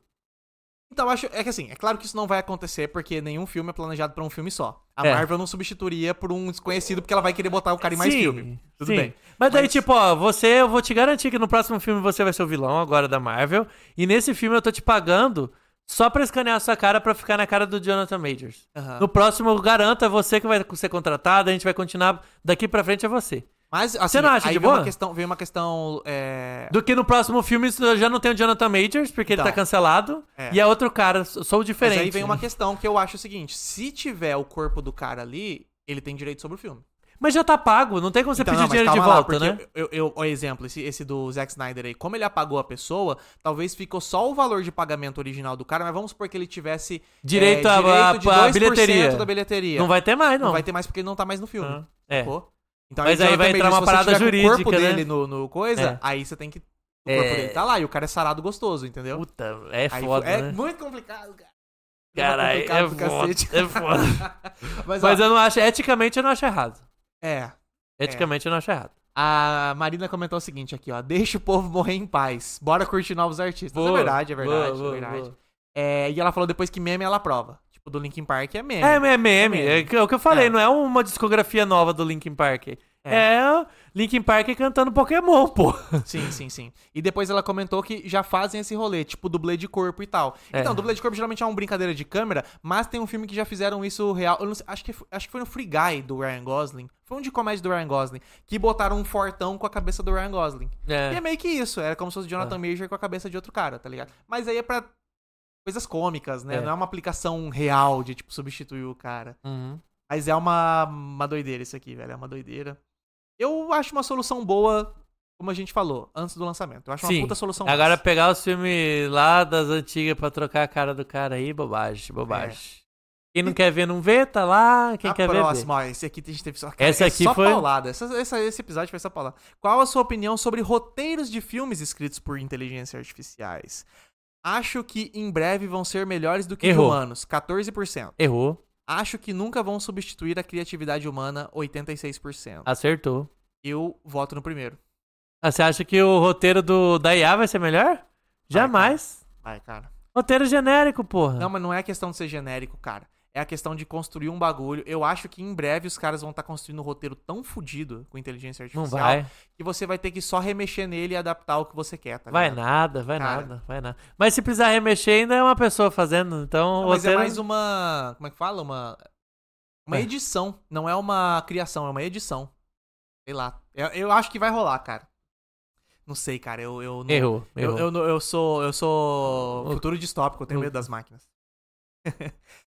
Speaker 2: Então, acho. É que assim, é claro que isso não vai acontecer, porque nenhum filme é planejado pra um filme só. A
Speaker 3: É.
Speaker 2: Marvel não substituiria por um desconhecido, porque ela vai querer botar o cara em mais
Speaker 3: Sim,
Speaker 2: filme. Tudo
Speaker 3: sim.
Speaker 2: bem.
Speaker 3: Mas daí,
Speaker 2: Mas-
Speaker 3: tipo, ó, você, eu vou te garantir que no próximo filme você vai ser o vilão agora da Marvel. E nesse filme eu tô te pagando só pra escanear a sua cara pra ficar na cara do Jonathan Majors.
Speaker 2: Aham.
Speaker 3: No próximo, eu garanto, é você que vai ser contratado, a gente vai continuar. Daqui pra frente é você.
Speaker 2: Mas, assim,
Speaker 3: não acha
Speaker 2: aí
Speaker 3: de
Speaker 2: vem uma
Speaker 3: boa?
Speaker 2: questão, vem uma questão é,
Speaker 3: Do que no próximo filme isso eu já não tem o Jonathan Majors, porque
Speaker 2: Então.
Speaker 3: ele tá cancelado.
Speaker 2: É.
Speaker 3: E é outro cara, sou diferente. né?
Speaker 2: Mas aí vem uma questão que eu acho o seguinte: se tiver o corpo do cara ali, ele tem direito sobre o filme.
Speaker 3: Mas já tá pago, não tem como você
Speaker 2: Então,
Speaker 3: pedir
Speaker 2: não, mas
Speaker 3: dinheiro de
Speaker 2: calma lá,
Speaker 3: volta, né?
Speaker 2: porque Eu, eu- eu- o exemplo, esse, esse do Zack Snyder aí, como ele apagou a pessoa, talvez ficou só o valor de pagamento original do cara, mas vamos supor que ele tivesse é,
Speaker 3: Direito à-
Speaker 2: de
Speaker 3: à- à
Speaker 2: 2%
Speaker 3: bilheteria.
Speaker 2: da bilheteria.
Speaker 3: Não vai ter mais, não.
Speaker 2: Não vai ter mais porque ele não tá mais no filme.
Speaker 3: Ah, é.
Speaker 2: sacou? Então,
Speaker 3: Mas aí vai
Speaker 2: Jonathan
Speaker 3: entrar
Speaker 2: Majors,
Speaker 3: uma
Speaker 2: se você
Speaker 3: parada
Speaker 2: tiver com o corpo
Speaker 3: jurídica, né?
Speaker 2: dele no, no coisa,
Speaker 3: É.
Speaker 2: aí você tem que. O
Speaker 3: É.
Speaker 2: corpo dele tá lá e o cara é sarado gostoso, entendeu?
Speaker 3: Puta, é
Speaker 2: Aí
Speaker 3: foda,
Speaker 2: é
Speaker 3: né?
Speaker 2: muito complicado, cara.
Speaker 3: Caralho,
Speaker 2: complicado
Speaker 3: é
Speaker 2: do
Speaker 3: foda,
Speaker 2: cacete.
Speaker 3: é foda.
Speaker 2: Mas,
Speaker 3: Mas
Speaker 2: ó,
Speaker 3: eu não acho, eticamente eu não acho errado.
Speaker 2: é.
Speaker 3: Eticamente eu não acho errado.
Speaker 2: A Marina comentou o seguinte aqui, ó. Deixa o povo morrer em paz. Bora curtir novos artistas. é
Speaker 3: Boa,
Speaker 2: verdade, é verdade,
Speaker 3: boa,
Speaker 2: é verdade.
Speaker 3: boa.
Speaker 2: É, e ela falou depois que meme ela aprova. Tipo, do Linkin Park é meme.
Speaker 3: É, é meme,
Speaker 2: É
Speaker 3: é,
Speaker 2: meme.
Speaker 3: que- é o que eu falei,
Speaker 2: É.
Speaker 3: não é uma discografia nova do Linkin Park. É, o Linkin Park cantando Pokémon, pô.
Speaker 2: Sim, sim, sim. E depois ela comentou que já fazem esse rolê, tipo, dublê de corpo e tal.
Speaker 3: É.
Speaker 2: Então, dublê de corpo geralmente é uma brincadeira de câmera, mas tem um filme que já fizeram isso real. eu não sei, acho, que, f- acho que foi no Free Guy do Ryan Gosling. Foi um de comédia do Ryan Gosling. Que botaram um fortão com a cabeça do Ryan Gosling. E é
Speaker 3: É.
Speaker 2: meio que isso, era como se fosse Jonathan Major com a cabeça de outro cara, tá ligado? Mas aí é pra coisas cômicas, né?
Speaker 3: É.
Speaker 2: Não é uma aplicação real de, tipo, substituir o cara.
Speaker 3: Uhum.
Speaker 2: Mas é uma, uma doideira isso aqui, velho. É uma doideira. Eu acho uma solução boa, como a gente falou, antes do lançamento. Eu acho uma
Speaker 3: Sim.
Speaker 2: puta solução
Speaker 3: Agora
Speaker 2: massa.
Speaker 3: pegar os filmes lá das antigas pra trocar a cara do cara aí,
Speaker 2: É.
Speaker 3: bobagem, bobagem. Quem não quer ver, não vê, tá lá. Quem
Speaker 2: a
Speaker 3: quer ver, vê.
Speaker 2: próxima, ó, esse aqui a gente teve só, cara,
Speaker 3: Essa
Speaker 2: é
Speaker 3: aqui
Speaker 2: só
Speaker 3: foi-
Speaker 2: paulada. Essa- essa- esse episódio foi só paulada. Qual a sua opinião sobre roteiros de filmes escritos por inteligências artificiais? Acho que em breve vão ser melhores do que de
Speaker 3: Errou.
Speaker 2: humanos, 14%.
Speaker 3: Errou,
Speaker 2: Acho que nunca vão substituir a criatividade humana, 86%.
Speaker 3: acertou.
Speaker 2: Eu voto no primeiro.
Speaker 3: Ah, você acha que o roteiro do, da IA vai ser melhor? Jamais.
Speaker 2: Vai, cara.
Speaker 3: Roteiro genérico, porra.
Speaker 2: Não, mas não é questão de ser genérico, cara. É a questão de construir um bagulho. Eu acho que em breve os caras vão estar construindo um roteiro tão fodido com inteligência
Speaker 3: não
Speaker 2: artificial
Speaker 3: vai.
Speaker 2: que você vai ter que só remexer nele e adaptar o que você quer, tá
Speaker 3: Vai
Speaker 2: ligado?
Speaker 3: nada, vai
Speaker 2: Cara.
Speaker 3: nada, vai nada. Mas se precisar remexer, ainda é uma pessoa fazendo. Então,
Speaker 2: Não, mas
Speaker 3: você
Speaker 2: é mais uma. Como é que fala? Uma. Uma
Speaker 3: É.
Speaker 2: edição. Não é uma criação, é uma edição. Sei lá. Eu, eu acho que vai rolar, cara. Não sei, cara. Eu, eu não,
Speaker 3: Errou,
Speaker 2: um. Eu,
Speaker 3: errou.
Speaker 2: eu, não- eu sou eu sou
Speaker 3: O-
Speaker 2: futuro distópico, eu tenho
Speaker 3: o-
Speaker 2: medo das máquinas.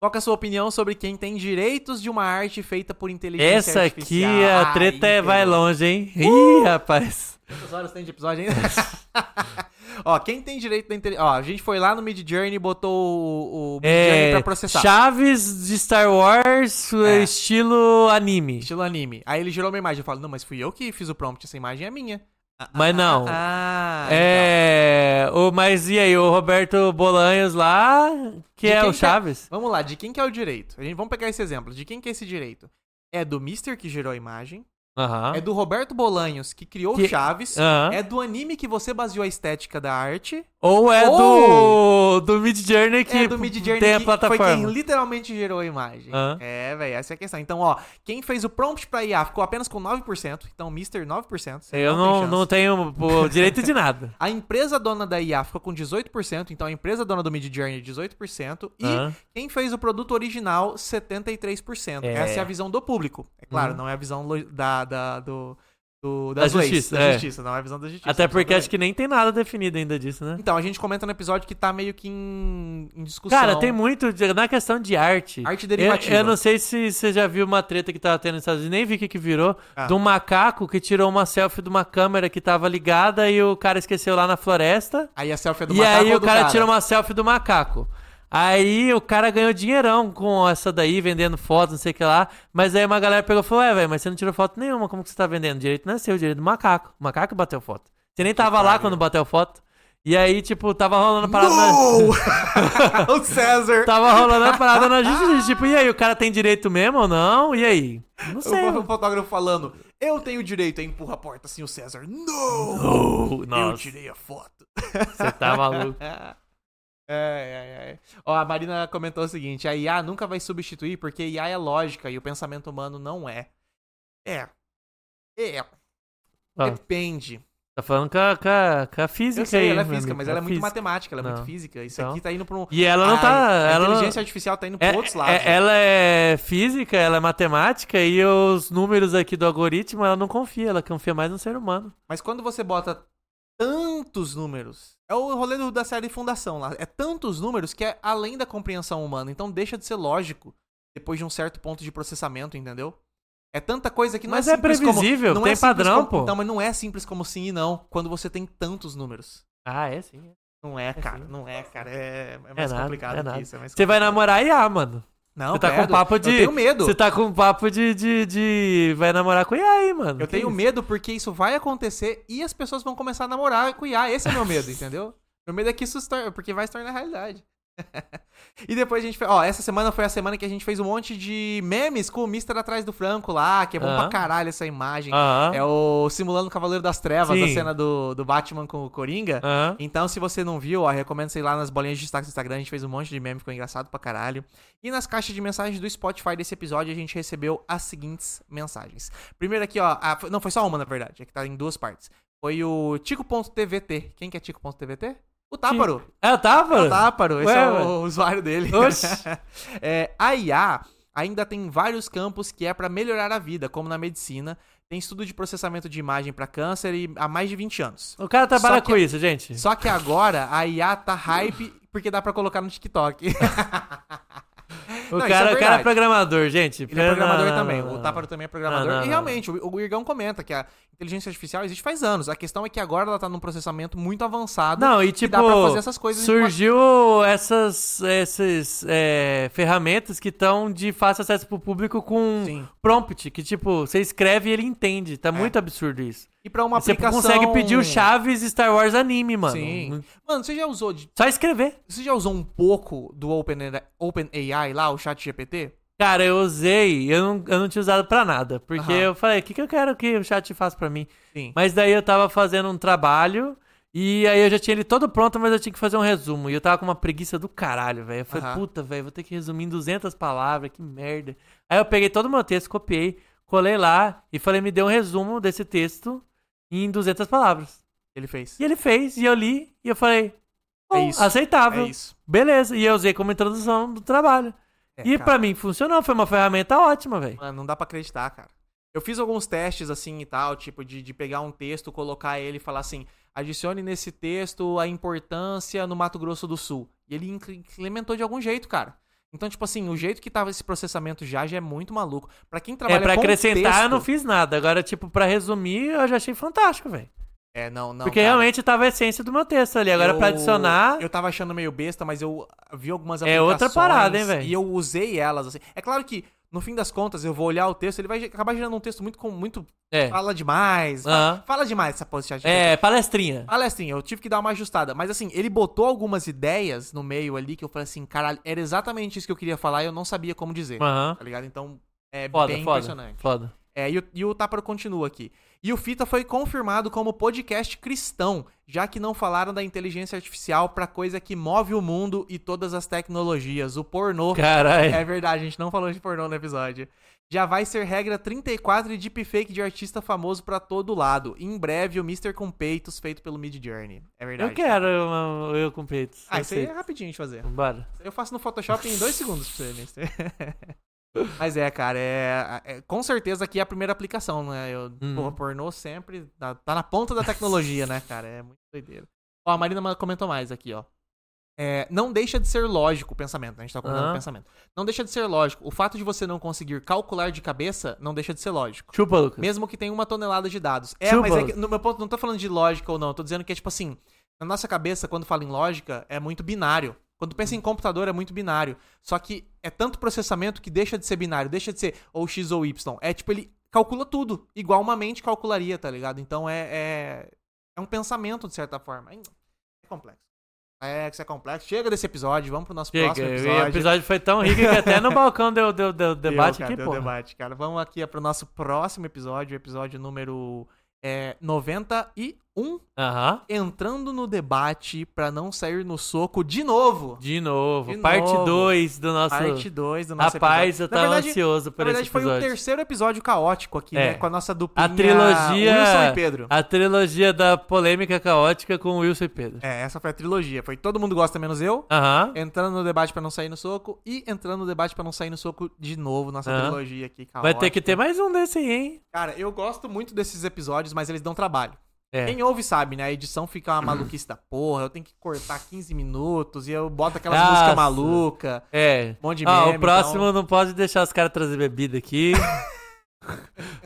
Speaker 2: Qual que é a sua opinião sobre quem tem direitos de uma arte feita por inteligência
Speaker 3: Essa aqui,
Speaker 2: é artificial?
Speaker 3: a treta é- vai longe, hein? Ih,
Speaker 2: Uh!
Speaker 3: rapaz.
Speaker 2: Quantas horas tem de episódio ainda? Ó, quem tem direito da inteligência... Ó, a gente foi lá no Mid Journey e botou o, o Mid Journey
Speaker 3: É,
Speaker 2: pra processar.
Speaker 3: Chaves de Star Wars,
Speaker 2: É.
Speaker 3: estilo anime.
Speaker 2: Estilo anime. Aí ele gerou uma imagem. Eu falo, não, mas fui eu que fiz o prompt, essa imagem é minha. Ah, ah,
Speaker 3: Mas não.
Speaker 2: Ah, então.
Speaker 3: é. O, mas e aí, o Roberto Bolanhos lá, que
Speaker 2: De
Speaker 3: é
Speaker 2: quem
Speaker 3: o
Speaker 2: que é?
Speaker 3: Chaves?
Speaker 2: Vamos lá, de quem que é o direito? A gente, vamos pegar esse exemplo. De quem que é esse direito? É do Mister que gerou a imagem.
Speaker 3: Aham.
Speaker 2: É do Roberto Bolanhos, que criou
Speaker 3: Que-
Speaker 2: Chaves.
Speaker 3: Aham.
Speaker 2: É do anime que você baseou a estética da arte.
Speaker 3: Ou é
Speaker 2: Ou-
Speaker 3: do, do Mid Journey que
Speaker 2: Oh! é do Mid Journey,
Speaker 3: tem a
Speaker 2: que
Speaker 3: plataforma.
Speaker 2: foi quem literalmente gerou a imagem.
Speaker 3: Aham.
Speaker 2: É, velho, essa é a questão. Então, ó, quem fez o prompt pra IA ficou apenas com 9%. Então, Mr. 9%. você
Speaker 3: Eu
Speaker 2: tem
Speaker 3: não,
Speaker 2: chance.
Speaker 3: não tenho pô, direito de nada.
Speaker 2: A empresa dona da IA ficou com 18%. Então, a empresa dona do Mid Journey, 18%. E
Speaker 3: Aham.
Speaker 2: quem fez o produto original, 73%.
Speaker 3: É.
Speaker 2: Essa é a visão do público. É claro,
Speaker 3: Uhum.
Speaker 2: não é a visão lo- da, da- do... do-
Speaker 3: Da
Speaker 2: das leis,
Speaker 3: justiça,
Speaker 2: da
Speaker 3: é.
Speaker 2: justiça, não é a visão da justiça.
Speaker 3: Até porque acho
Speaker 2: exatamente.
Speaker 3: que nem tem nada definido ainda disso, né?
Speaker 2: Então, a gente comenta no episódio que tá meio que em, em discussão.
Speaker 3: Cara, tem muito de- na questão de arte.
Speaker 2: Arte
Speaker 3: Eu-
Speaker 2: derivativa.
Speaker 3: Eu, não sei se você já viu uma treta que tava tendo nos Estados Unidos, nem vi o que, que virou,
Speaker 2: Ah.
Speaker 3: de um macaco que tirou uma selfie de uma câmera que tava ligada e o cara esqueceu lá na floresta.
Speaker 2: Aí a selfie é do
Speaker 3: E
Speaker 2: macaco
Speaker 3: aí
Speaker 2: ou
Speaker 3: o
Speaker 2: do
Speaker 3: cara, tirou uma selfie do macaco. Aí o cara ganhou dinheirão com essa daí, vendendo foto, não sei o que lá. Mas aí uma galera pegou e falou: É, velho, mas você não tirou foto nenhuma, como que você tá vendendo? O direito não é seu, o direito é do macaco. O macaco bateu foto. Você nem tava lá
Speaker 2: pariu.
Speaker 3: quando bateu foto. E aí, tipo, tava rolando parada. na- Tá
Speaker 2: Não! o César.
Speaker 3: Tava rolando a parada na justiça. Tipo, e aí, o cara tem direito mesmo ou não? E aí? Não
Speaker 2: O
Speaker 3: sei.
Speaker 2: fo- o fotógrafo falando, eu tenho direito, aí empurra a porta assim, o César. Não!
Speaker 3: Oh,
Speaker 2: Eu
Speaker 3: nossa,
Speaker 2: tirei a foto.
Speaker 3: você tá maluco.
Speaker 2: É, é, é. Ó, a Marina comentou o seguinte: a IA nunca vai substituir porque IA é lógica e o pensamento humano não é. É. É.
Speaker 3: Ó,
Speaker 2: Depende.
Speaker 3: tá falando com a, com a- com a física
Speaker 2: Eu sei,
Speaker 3: aí.
Speaker 2: ela é
Speaker 3: meu
Speaker 2: física,
Speaker 3: amigo,
Speaker 2: mas ela é muito
Speaker 3: física.
Speaker 2: matemática, ela é muito
Speaker 3: Não.
Speaker 2: física. Isso
Speaker 3: Então.
Speaker 2: aqui tá indo pra um.
Speaker 3: E ela não
Speaker 2: A-
Speaker 3: tá.
Speaker 2: A,
Speaker 3: ela não-
Speaker 2: inteligência artificial tá indo pra
Speaker 3: é,
Speaker 2: outros
Speaker 3: é-
Speaker 2: lados. né?
Speaker 3: ela é física, ela é matemática e os números aqui do algoritmo ela não confia, ela confia mais no ser humano.
Speaker 2: Mas quando você bota tantos números, é o rolê do- da série Fundação lá. É tantos números que é além da compreensão humana. Então deixa de ser lógico depois de um certo ponto de processamento, entendeu? É tanta coisa que não
Speaker 3: Mas
Speaker 2: é
Speaker 3: é
Speaker 2: simples como-
Speaker 3: previsível,
Speaker 2: não
Speaker 3: tem
Speaker 2: é simples
Speaker 3: padrão,
Speaker 2: como-
Speaker 3: pô.
Speaker 2: Então, mas não é simples como sim e não quando você tem tantos números.
Speaker 3: Ah, é sim. é.
Speaker 2: Não é, cara.
Speaker 3: sim.
Speaker 2: Não é, cara. É, é mais
Speaker 3: nada,
Speaker 2: complicado
Speaker 3: é
Speaker 2: que
Speaker 3: nada.
Speaker 2: isso. É mais
Speaker 3: Você vai
Speaker 2: complicado.
Speaker 3: namorar IA, mano.
Speaker 2: Não,
Speaker 3: Você tá
Speaker 2: credo,
Speaker 3: com papo de.
Speaker 2: Eu tenho medo.
Speaker 3: Você tá com papo de. de, de- Vai namorar com IA aí, mano.
Speaker 2: Eu
Speaker 3: Que
Speaker 2: tenho
Speaker 3: isso?
Speaker 2: medo porque isso vai acontecer e as pessoas vão começar a namorar com IA. Esse é meu medo, entendeu? Meu medo é que isso se torne, porque vai se tornar realidade. e depois a gente fez. Ó, essa semana foi a semana que a gente fez um monte de memes com o Mister atrás do Franco lá, que é bom pra
Speaker 3: Aham.
Speaker 2: caralho essa imagem.
Speaker 3: Aham.
Speaker 2: É o Simulando o Cavaleiro das Trevas, a
Speaker 3: Sim.
Speaker 2: cena do, do Batman com o Coringa.
Speaker 3: Aham.
Speaker 2: Então, se você não viu, ó, recomendo você ir lá nas bolinhas de destaque do Instagram. A gente fez um monte de meme, ficou engraçado pra caralho. E nas caixas de mensagens do Spotify desse episódio, a gente recebeu as seguintes mensagens. Primeiro aqui, ó. a- foi- não, foi só uma, na verdade. É que tá em duas partes. Foi o Tico.tvt. Quem que é Tico.tvt? O Táparo.
Speaker 3: É o Tábora?
Speaker 2: O Táparo, esse
Speaker 3: Ué,
Speaker 2: é o
Speaker 3: ué.
Speaker 2: usuário dele.
Speaker 3: Oxi.
Speaker 2: É, a IA ainda tem vários campos que é pra melhorar a vida, como na medicina. Tem estudo de processamento de imagem pra câncer e há mais de 20 anos.
Speaker 3: O cara trabalha
Speaker 2: Só que-
Speaker 3: com isso, gente.
Speaker 2: Só que agora a IA tá hype porque dá pra colocar no TikTok.
Speaker 3: O,
Speaker 2: Não, isso
Speaker 3: cara,
Speaker 2: é
Speaker 3: o cara é
Speaker 2: verdade.
Speaker 3: programador, gente.
Speaker 2: Ele é programador
Speaker 3: Não, não,
Speaker 2: também.
Speaker 3: não,
Speaker 2: O
Speaker 3: não.
Speaker 2: Táparo também é programador.
Speaker 3: Não, não,
Speaker 2: e
Speaker 3: não.
Speaker 2: realmente, o, o Irgão comenta que a inteligência artificial existe faz anos. A questão é que agora ela tá num processamento muito avançado.
Speaker 3: Não, e
Speaker 2: que
Speaker 3: tipo,
Speaker 2: dá pra fazer essas coisas.
Speaker 3: surgiu essas, essas é, ferramentas que estão de fácil acesso pro público com
Speaker 2: Sim.
Speaker 3: prompt, que tipo, você escreve e ele entende. Tá muito absurdo isso.
Speaker 2: E pra uma
Speaker 3: você
Speaker 2: aplicação.
Speaker 3: consegue pedir o Chaves Star Wars anime, mano.
Speaker 2: Sim. Mano, você já usou de-
Speaker 3: Só escrever.
Speaker 2: você já usou um pouco do OpenAI Open AI lá, o chat GPT?
Speaker 3: Cara, eu usei, eu não, eu não tinha usado pra nada. Porque
Speaker 2: Aham.
Speaker 3: eu falei, o que, que eu quero que o chat faça pra mim?
Speaker 2: Sim.
Speaker 3: Mas daí eu tava fazendo um trabalho e aí eu já tinha ele todo pronto, mas eu tinha que fazer um resumo. E eu tava com uma preguiça do caralho, velho. Eu falei,
Speaker 2: Aham.
Speaker 3: puta, velho, vou ter que resumir em 200 palavras, que merda. Aí eu peguei todo o meu texto, copiei, colei lá e falei, me dê um resumo desse texto em 200 palavras.
Speaker 2: Ele fez.
Speaker 3: E ele fez, e eu li, e eu falei, bom,
Speaker 2: É isso.
Speaker 3: aceitável.
Speaker 2: É isso.
Speaker 3: Beleza, e eu usei como introdução do trabalho.
Speaker 2: É,
Speaker 3: e
Speaker 2: cara.
Speaker 3: pra mim funcionou, foi uma ferramenta ótima, velho.
Speaker 2: Mano, não dá pra acreditar, cara. Eu fiz alguns testes assim e tal, tipo, de, de pegar um texto, colocar ele e falar assim: adicione nesse texto a importância no Mato Grosso do Sul. E ele inc- implementou de algum jeito, cara. Então, tipo assim, o jeito que tava esse processamento já já é muito maluco. Pra quem trabalha
Speaker 3: É,
Speaker 2: com
Speaker 3: pra acrescentar
Speaker 2: texto,
Speaker 3: eu não fiz nada. Agora, tipo, pra resumir, eu já achei fantástico, velho.
Speaker 2: É, não, não.
Speaker 3: Porque
Speaker 2: cara.
Speaker 3: realmente tava a essência do meu texto ali. Agora,
Speaker 2: eu,
Speaker 3: pra adicionar.
Speaker 2: Eu tava achando meio besta, mas eu vi algumas
Speaker 3: É outra parada, hein, velho?
Speaker 2: E eu usei elas, assim. É claro que, no fim das contas, eu vou olhar o texto, ele vai ge- acabar gerando um texto muito, com, muito
Speaker 3: É.
Speaker 2: Fala demais. fa-
Speaker 3: Aham.
Speaker 2: Fala, demais essa posição.
Speaker 3: É, palestrinha.
Speaker 2: Olha assim, eu tive que dar uma ajustada. Mas assim, ele botou algumas ideias no meio ali que eu falei assim, caralho, era exatamente isso que eu queria falar e eu não sabia como dizer.
Speaker 3: Aham.
Speaker 2: Tá ligado? Então, é
Speaker 3: Foda,
Speaker 2: bem
Speaker 3: foda.
Speaker 2: impressionante.
Speaker 3: Foda.
Speaker 2: É, e, o, e o Táparo continua aqui. E o Fita foi confirmado como podcast cristão, já que não falaram da inteligência artificial pra coisa que move o mundo e todas as tecnologias, o pornô.
Speaker 3: Caralho.
Speaker 2: É verdade, a gente não falou de pornô no episódio. Já vai ser regra 34 de deepfake de artista famoso pra todo lado. Em breve, o Mr. com peitos feito pelo Mid Journey. É verdade.
Speaker 3: eu quero eu, eu com peitos.
Speaker 2: Ah,
Speaker 3: Eu
Speaker 2: isso aí é
Speaker 3: sei.
Speaker 2: rapidinho de fazer.
Speaker 3: Bora.
Speaker 2: Eu faço no Photoshop em dois segundos pra você, Mr. Mas é, cara, é, é- com certeza aqui é a primeira aplicação, né? Eu,
Speaker 3: Uhum.
Speaker 2: Porra, pornô sempre tá, tá na ponta da tecnologia, né, cara? É muito doideira. Ó, a Marina ma- comentou mais aqui, ó. É, não deixa de ser lógico o pensamento, né? A gente tá contando
Speaker 3: Aham.
Speaker 2: o pensamento. Não deixa de ser lógico. O fato de você não conseguir calcular de cabeça não deixa de ser lógico.
Speaker 3: Chupa, Lucas.
Speaker 2: Mesmo que tenha uma tonelada de dados. É,
Speaker 3: Chupa.
Speaker 2: mas é que, no meu ponto, não tô falando de lógica ou não. eu Tô dizendo que é tipo assim, na nossa cabeça, quando fala em lógica, é muito binário. Quando pensa em computador, é muito binário. Só que é tanto processamento que deixa de ser binário, deixa de ser ou X ou Y. É tipo, ele calcula tudo, igual uma mente calcularia, tá ligado? Então é, é, é um pensamento, de certa forma. É complexo. É, que isso é complexo. Chega desse episódio, vamos pro nosso
Speaker 3: Chega,
Speaker 2: próximo
Speaker 3: e o
Speaker 2: episódio.
Speaker 3: episódio foi tão rico que até no balcão deu, deu, deu
Speaker 2: Deu,
Speaker 3: debate
Speaker 2: cara,
Speaker 3: aqui,
Speaker 2: deu
Speaker 3: pô.
Speaker 2: debate, cara. Vamos aqui é pro nosso próximo episódio, episódio número é, 91.
Speaker 3: Aham.
Speaker 2: Entrando no debate pra não sair no soco de novo.
Speaker 3: De novo.
Speaker 2: De
Speaker 3: parte
Speaker 2: novo.
Speaker 3: 2 do nosso.
Speaker 2: Parte 2 do nosso
Speaker 3: Rapaz, eu
Speaker 2: episódio.
Speaker 3: tava
Speaker 2: na verdade,
Speaker 3: ansioso por
Speaker 2: na verdade
Speaker 3: esse
Speaker 2: foi
Speaker 3: episódio.
Speaker 2: o terceiro episódio caótico aqui,
Speaker 3: É.
Speaker 2: né? Com a nossa duplinha
Speaker 3: A trilogia.
Speaker 2: Wilson e Pedro.
Speaker 3: A trilogia da polêmica caótica com Wilson e Pedro.
Speaker 2: É, essa foi a trilogia. Foi Todo Mundo Gosta Menos Eu,
Speaker 3: Aham.
Speaker 2: Entrando no Debate pra Não Sair no Soco e Entrando no Debate pra Não Sair no Soco de novo, nossa
Speaker 3: Aham.
Speaker 2: trilogia aqui caótica.
Speaker 3: Vai ter que ter mais um desse aí, hein?
Speaker 2: Cara, eu gosto muito desses episódios, mas eles dão trabalho.
Speaker 3: É.
Speaker 2: Quem ouve sabe, né? A edição fica uma maluquice da porra, eu tenho que cortar 15 minutos e eu boto aquelas
Speaker 3: Nossa.
Speaker 2: músicas malucas,
Speaker 3: É.
Speaker 2: um monte de
Speaker 3: Ó,
Speaker 2: meme,
Speaker 3: Ah, o próximo
Speaker 2: então-
Speaker 3: não pode deixar os caras trazer bebida aqui.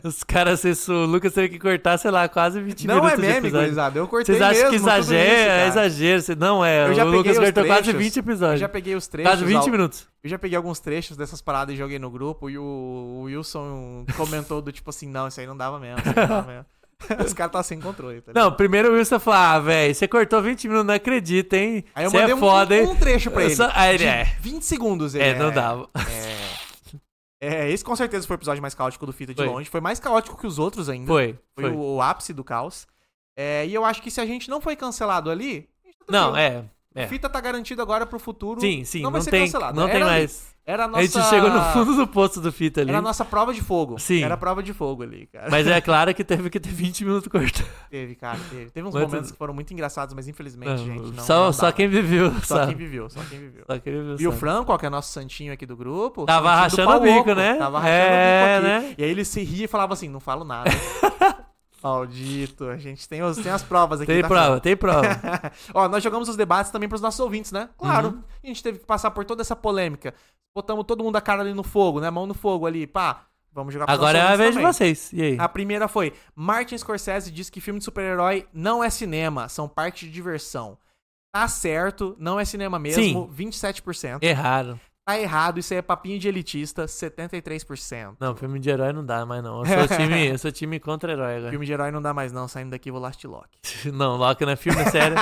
Speaker 3: os caras, se isso- o Lucas teve que cortar, sei lá, quase 20
Speaker 2: Não
Speaker 3: minutos.
Speaker 2: é
Speaker 3: de
Speaker 2: meme,
Speaker 3: episódio.
Speaker 2: gurizada. Eu cortei
Speaker 3: Vocês acham
Speaker 2: mesmo
Speaker 3: que
Speaker 2: tudo isso,
Speaker 3: exagero?
Speaker 2: cara.
Speaker 3: É exagero. cê- Não é.
Speaker 2: Eu já
Speaker 3: o
Speaker 2: peguei
Speaker 3: Lucas
Speaker 2: os
Speaker 3: cortou quase
Speaker 2: trechos.
Speaker 3: 20
Speaker 2: Eu
Speaker 3: episódios.
Speaker 2: já peguei os trechos.
Speaker 3: Quase 20
Speaker 2: ao-
Speaker 3: minutos.
Speaker 2: Eu já peguei alguns trechos dessas paradas e joguei no grupo e o o Wilson comentou do tipo assim, não, isso aí não dava mesmo. Isso aí não dava mesmo. Os caras tá sem controle, tá ligado?
Speaker 3: Não, primeiro o Wilson falou: ah, velho, você cortou 20 minutos, não acredita, hein?
Speaker 2: Aí eu
Speaker 3: Você
Speaker 2: mandei
Speaker 3: é
Speaker 2: um-
Speaker 3: foda,
Speaker 2: um,
Speaker 3: hein?
Speaker 2: trecho pra
Speaker 3: Eu
Speaker 2: ele.
Speaker 3: só- ah, ele
Speaker 2: de
Speaker 3: é.
Speaker 2: 20 segundos ele.
Speaker 3: É, não dava.
Speaker 2: É, é, esse com certeza foi o episódio mais caótico do Fita de
Speaker 3: Foi.
Speaker 2: longe. Foi mais caótico que os outros ainda.
Speaker 3: Foi.
Speaker 2: Foi
Speaker 3: foi.
Speaker 2: O, o ápice do caos. É, e eu acho que se a gente não foi cancelado ali. a gente tá
Speaker 3: Não,
Speaker 2: tranquilo.
Speaker 3: é. é.
Speaker 2: Fita tá garantida agora pro futuro.
Speaker 3: Sim, sim,
Speaker 2: Não
Speaker 3: não,
Speaker 2: vai ser
Speaker 3: tem,
Speaker 2: cancelado.
Speaker 3: não
Speaker 2: Era
Speaker 3: tem
Speaker 2: ali.
Speaker 3: mais.
Speaker 2: Era a nossa.
Speaker 3: A gente chegou no fundo do poço do fita ali.
Speaker 2: Era a nossa prova de fogo.
Speaker 3: Sim.
Speaker 2: Era a prova de fogo ali, cara.
Speaker 3: Mas é claro que teve que ter 20 minutos cortando.
Speaker 2: Teve, cara, teve. Teve uns
Speaker 3: Mas-
Speaker 2: momentos que foram muito engraçados, mas infelizmente, gente, não.
Speaker 3: só,
Speaker 2: não
Speaker 3: só
Speaker 2: dava.
Speaker 3: quem viveu,
Speaker 2: Só
Speaker 3: sabe?
Speaker 2: quem viveu, só quem viveu.
Speaker 3: Só quem viveu.
Speaker 2: E o
Speaker 3: sabe?
Speaker 2: Franco, ó, que é nosso santinho aqui do grupo.
Speaker 3: Tava
Speaker 2: santinho do
Speaker 3: rachando o
Speaker 2: pau
Speaker 3: bico,
Speaker 2: oco,
Speaker 3: né?
Speaker 2: Tava rachando
Speaker 3: É,
Speaker 2: o bico aqui.
Speaker 3: né?
Speaker 2: E aí ele se ria e falava assim: não falo nada. Maldito, a gente tem, os, tem as provas aqui.
Speaker 3: Tem
Speaker 2: tá,
Speaker 3: prova, tem prova.
Speaker 2: Ó, nós jogamos os debates também pros nossos ouvintes, né? Claro,
Speaker 3: Uhum.
Speaker 2: a gente teve que passar por toda essa polêmica. Botamos todo mundo a cara ali no fogo, né? Mão no fogo ali, pá. Vamos jogar pros
Speaker 3: Agora é
Speaker 2: nossos
Speaker 3: a
Speaker 2: ouvintes
Speaker 3: vez de
Speaker 2: também.
Speaker 3: vocês. E aí?
Speaker 2: A primeira foi: Martin Scorsese diz que filme de super-herói não é cinema, são parte de diversão. Tá certo, não é cinema mesmo, 27%.
Speaker 3: Erraram.
Speaker 2: Tá errado, isso aí é papinho de elitista, 73%.
Speaker 3: Não, filme de herói não dá mais, não. Eu sou time, eu sou time contra-herói agora.
Speaker 2: Filme de herói não dá mais não, saindo daqui eu vou last Loki.
Speaker 3: Não, Loki não é filme, é sério.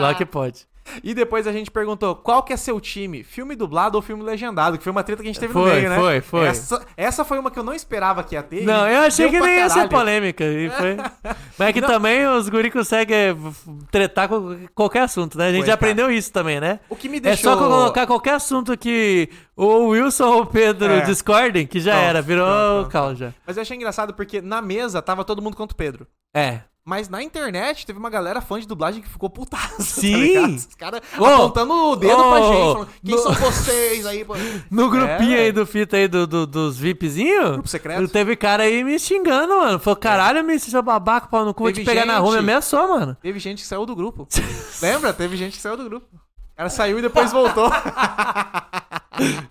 Speaker 3: Loki pode.
Speaker 2: E depois a gente perguntou, qual que é seu time? Filme dublado ou filme legendado? Que foi uma treta que a gente teve no
Speaker 3: Foi,
Speaker 2: meio, né?
Speaker 3: foi, foi.
Speaker 2: Essa, essa foi uma que eu não esperava que ia ter. e
Speaker 3: Não, eu achei
Speaker 2: deu
Speaker 3: que
Speaker 2: pra
Speaker 3: nem ia ser
Speaker 2: caralho.
Speaker 3: polêmica. E foi... Mas é que também os guri conseguem eh, f- tretar com qualquer assunto, né? A gente
Speaker 2: Foi,
Speaker 3: já
Speaker 2: cara.
Speaker 3: aprendeu isso também, né?
Speaker 2: O que me
Speaker 3: É
Speaker 2: é. deixou...
Speaker 3: só co- colocar qualquer assunto que o Wilson ou o Pedro
Speaker 2: É.
Speaker 3: discordem, que já
Speaker 2: Pronto,
Speaker 3: era, virou
Speaker 2: pronto, pronto.
Speaker 3: caos já.
Speaker 2: Mas eu achei engraçado porque na mesa tava todo mundo contra o Pedro.
Speaker 3: É.
Speaker 2: Mas na internet teve uma galera fã de dublagem que ficou putaça. tá
Speaker 3: Sim.
Speaker 2: Os caras
Speaker 3: Ô,
Speaker 2: apontando o dedo pra
Speaker 3: ô,
Speaker 2: gente. Falando, Quem
Speaker 3: no-
Speaker 2: são vocês aí? pô?"
Speaker 3: No grupinho
Speaker 2: É.
Speaker 3: aí do fita aí do, do- dos VIPzinho,
Speaker 2: Grupo secreto.
Speaker 3: teve cara aí me xingando, mano. Falou, caralho, me seu babaca, pau no cu, vou te
Speaker 2: Teve
Speaker 3: pegar na
Speaker 2: gente-
Speaker 3: rua, me ameaçou, mano.
Speaker 2: Teve gente que saiu do grupo. Lembra? Teve gente que saiu do grupo. Ela saiu e depois voltou.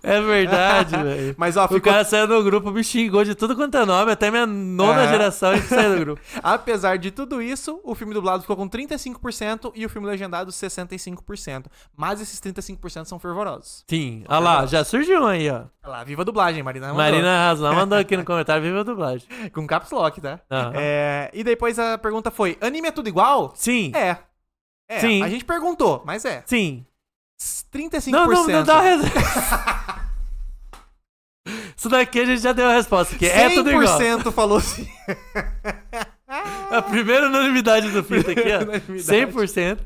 Speaker 3: É verdade, velho.
Speaker 2: Mas ó,
Speaker 3: O
Speaker 2: ficou...
Speaker 3: cara é saiu do grupo, me xingou de tudo quanto é nome, até minha nona
Speaker 2: É.
Speaker 3: geração a gente saiu do grupo.
Speaker 2: apesar de tudo isso, o filme dublado ficou com 35% e o filme legendado 65%. Mas esses 35% são fervorosos.
Speaker 3: Sim, olha lá, já surgiu um aí, ó.
Speaker 2: Olha lá, viva a dublagem, Marina. mandou.
Speaker 3: Marina Razão mandou aqui no comentário, viva a dublagem.
Speaker 2: Com caps lock, tá?
Speaker 3: Aham.
Speaker 2: É, E depois a pergunta foi, anime é tudo igual?
Speaker 3: Sim,
Speaker 2: É. É,
Speaker 3: Sim.
Speaker 2: a gente perguntou, mas é.
Speaker 3: sim.
Speaker 2: 35%.
Speaker 3: Não, não, não dá a resposta. Isso daqui a gente já deu a resposta, que é tudo igual.
Speaker 2: 100% falou sim.
Speaker 3: A primeira unanimidade do Fita aqui, ó.
Speaker 2: Unanimidade.
Speaker 3: 100%.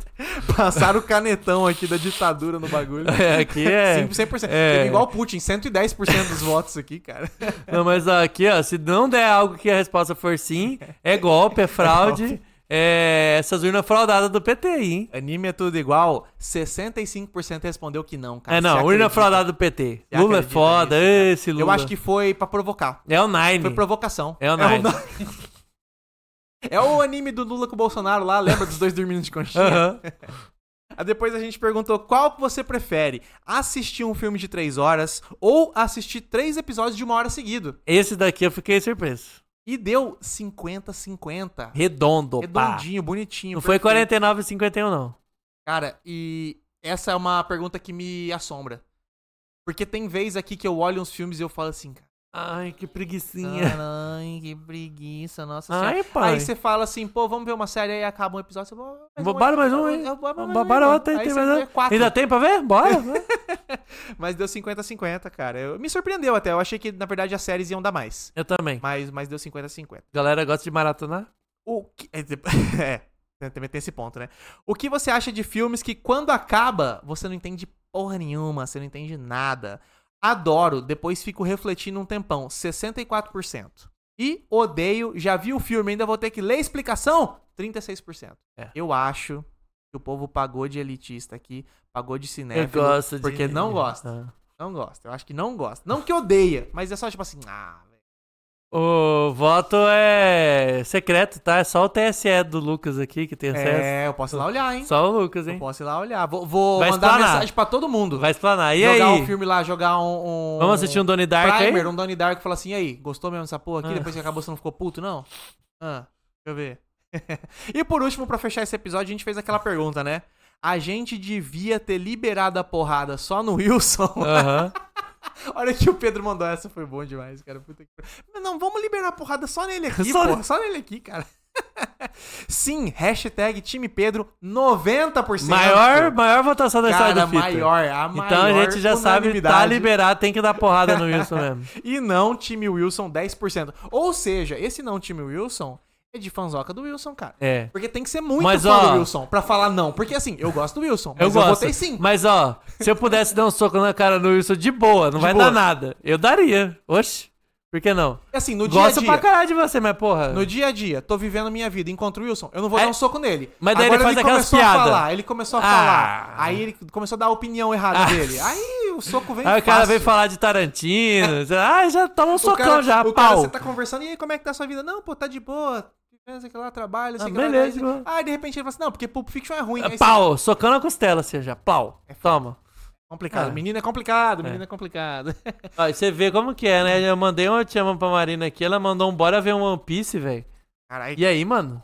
Speaker 2: Passaram o canetão aqui da ditadura no bagulho.
Speaker 3: É, aqui é...
Speaker 2: Sim, 100%.
Speaker 3: é.
Speaker 2: Teve igual o Putin, 110% dos votos aqui, cara.
Speaker 3: Não, mas ó, aqui, ó, se não der algo que a resposta for sim, é golpe, é fraude, É, essas urnas fraudadas do PT aí, hein?
Speaker 2: Anime é tudo igual. 65% respondeu que não, cara.
Speaker 3: é, não,
Speaker 2: Você
Speaker 3: urna
Speaker 2: acredita?
Speaker 3: fraudada do PT.
Speaker 2: Você
Speaker 3: Lula é
Speaker 2: acredita
Speaker 3: foda,
Speaker 2: nisso, cara?
Speaker 3: esse Lula.
Speaker 2: Eu acho que foi pra provocar.
Speaker 3: É o Nine.
Speaker 2: Foi provocação.
Speaker 3: É o
Speaker 2: o,
Speaker 3: Nine.
Speaker 2: É o anime do Lula com o Bolsonaro lá, lembra dos dois dormindo de conchinha?
Speaker 3: Aham.
Speaker 2: Aí Depois a gente perguntou qual que você prefere, assistir um filme de três horas ou assistir três episódios de uma hora seguido.
Speaker 3: Esse daqui eu fiquei surpreso.
Speaker 2: E deu 50-50.
Speaker 3: Redondo, pá.
Speaker 2: Redondinho, bonitinho.
Speaker 3: Não foi
Speaker 2: perfeito.
Speaker 3: 49 e 51, não.
Speaker 2: Cara, e essa é uma pergunta que me assombra. Porque tem vez aqui que eu olho uns filmes e eu falo assim, cara.
Speaker 3: Ai, que preguicinha.
Speaker 2: Caralho, que preguiça, nossa senhora.
Speaker 3: Ah, Ai, pai.
Speaker 2: Aí você fala assim, pô, vamos ver uma série aí, acaba um episódio, você fala,
Speaker 3: Vou- Bora mais um, hein?
Speaker 2: Eu- eu- bora mais um,
Speaker 3: Bora
Speaker 2: então.
Speaker 3: outra,
Speaker 2: Aí
Speaker 3: tem
Speaker 2: você
Speaker 3: mais
Speaker 2: vê
Speaker 3: outra.
Speaker 2: quatro.
Speaker 3: Ainda tem pra ver? Bora.
Speaker 2: Mas deu 50-50, cara. Eu, me surpreendeu até. Eu achei que, na verdade, as séries iam dar mais.
Speaker 3: eu também.
Speaker 2: Mas, mas deu 50-50.
Speaker 3: Galera gosta de maratonar?
Speaker 2: O que. é, de- É, tem- também tem esse ponto, né? O que você acha de filmes que, quando acaba, você não entende porra nenhuma, você não entende nada? Adoro, depois fico refletindo um tempão. 64%. E odeio, já vi o filme, ainda vou ter que ler a explicação? 36%.
Speaker 3: É.
Speaker 2: Eu acho que o povo pagou de elitista aqui, pagou de cinema.
Speaker 3: eu gosto de...
Speaker 2: É, Porque não gosta.
Speaker 3: Ah.
Speaker 2: Não gosta. Eu acho que não gosta. Não que odeia, mas é só tipo assim, ah, velho.
Speaker 3: O voto é secreto, tá? É só o TSE do Lucas aqui que tem acesso.
Speaker 2: É, eu posso ir lá olhar, hein?
Speaker 3: Só o Lucas,
Speaker 2: Eu
Speaker 3: hein?
Speaker 2: posso ir lá olhar. Vou, vou
Speaker 3: Vai
Speaker 2: mandar
Speaker 3: explanar.
Speaker 2: mensagem pra todo mundo.
Speaker 3: Vai explanar. E
Speaker 2: jogar
Speaker 3: aí?
Speaker 2: um filme lá, jogar um. um
Speaker 3: Vamos assistir um Donnie Dark aí?
Speaker 2: primer, um Donnie Dark e falar assim: e aí, gostou mesmo dessa porra aqui?
Speaker 3: Ah.
Speaker 2: Depois que acabou, você não ficou puto, não? Ah, deixa eu ver. e por último, pra fechar esse episódio, a gente fez aquela pergunta, né? A gente devia ter liberado a porrada só no Wilson.
Speaker 3: Aham.
Speaker 2: Olha que o Pedro mandou essa, foi bom demais, cara. Puta que... Mas não, vamos liberar a porrada só nele aqui,
Speaker 3: Só
Speaker 2: só,
Speaker 3: ne-
Speaker 2: só nele aqui, cara. Sim, hashtag time Pedro, 90%.
Speaker 3: Maior, maior votação da história
Speaker 2: cara,
Speaker 3: do Fita.
Speaker 2: maior, a maior
Speaker 3: Então a gente já sabe, tá
Speaker 2: unanimidade.
Speaker 3: liberado, tem que dar porrada no Wilson mesmo.
Speaker 2: E não time Wilson, 10%. Ou seja, esse não time Wilson é de fanzoca do Wilson, cara.
Speaker 3: É.
Speaker 2: Porque tem que ser muito
Speaker 3: Mas,
Speaker 2: fã
Speaker 3: ó-
Speaker 2: do Wilson pra falar não. Porque assim, eu gosto do Wilson,
Speaker 3: Eu
Speaker 2: mas eu,
Speaker 3: gosto.
Speaker 2: votei sim.
Speaker 3: Mas ó, se eu pudesse dar um soco na cara do Wilson de boa, não vai
Speaker 2: boa.
Speaker 3: dar nada. Eu daria. Oxe. Por que não?
Speaker 2: Assim, no dia a
Speaker 3: Gosto
Speaker 2: dia...
Speaker 3: pra caralho de você, mas porra.
Speaker 2: No dia a dia, tô vivendo minha vida, encontro o Wilson, eu não vou
Speaker 3: É,
Speaker 2: dar um soco nele.
Speaker 3: mas daí ele faz aquelas
Speaker 2: começou
Speaker 3: piadas.
Speaker 2: a falar, ele começou a
Speaker 3: Ah.
Speaker 2: falar. Aí ele começou a dar a opinião errada
Speaker 3: Ah.
Speaker 2: dele. Aí o soco vem
Speaker 3: Aí Ah, o cara
Speaker 2: fácil.
Speaker 3: veio falar de Tarantino. sei lá, ah, já toma um
Speaker 2: O
Speaker 3: socão
Speaker 2: cara-
Speaker 3: já,
Speaker 2: o Cara,
Speaker 3: pau.
Speaker 2: você tá conversando, e aí como é que tá a sua vida? Não, pô, tá de boa. não sei o que lá, trabalho, não sei
Speaker 3: Ah,
Speaker 2: o que lá.
Speaker 3: beleza,
Speaker 2: Aí
Speaker 3: mano.
Speaker 2: você- Ah, de repente ele fala assim, não, porque Pulp Fiction é ruim.
Speaker 3: Ah,
Speaker 2: Aí você-
Speaker 3: Pau, socando a costela, assim, já. Pau.
Speaker 2: É
Speaker 3: Toma.
Speaker 2: Complicado.
Speaker 3: Ah.
Speaker 2: Menino é complicado, menino
Speaker 3: É.
Speaker 2: é complicado.
Speaker 3: Ó, e você vê como que é, né? Eu mandei um te amo pra Marina aqui, ela mandou um bora ver um One Piece, velho.
Speaker 2: Caralho,
Speaker 3: E aí, mano?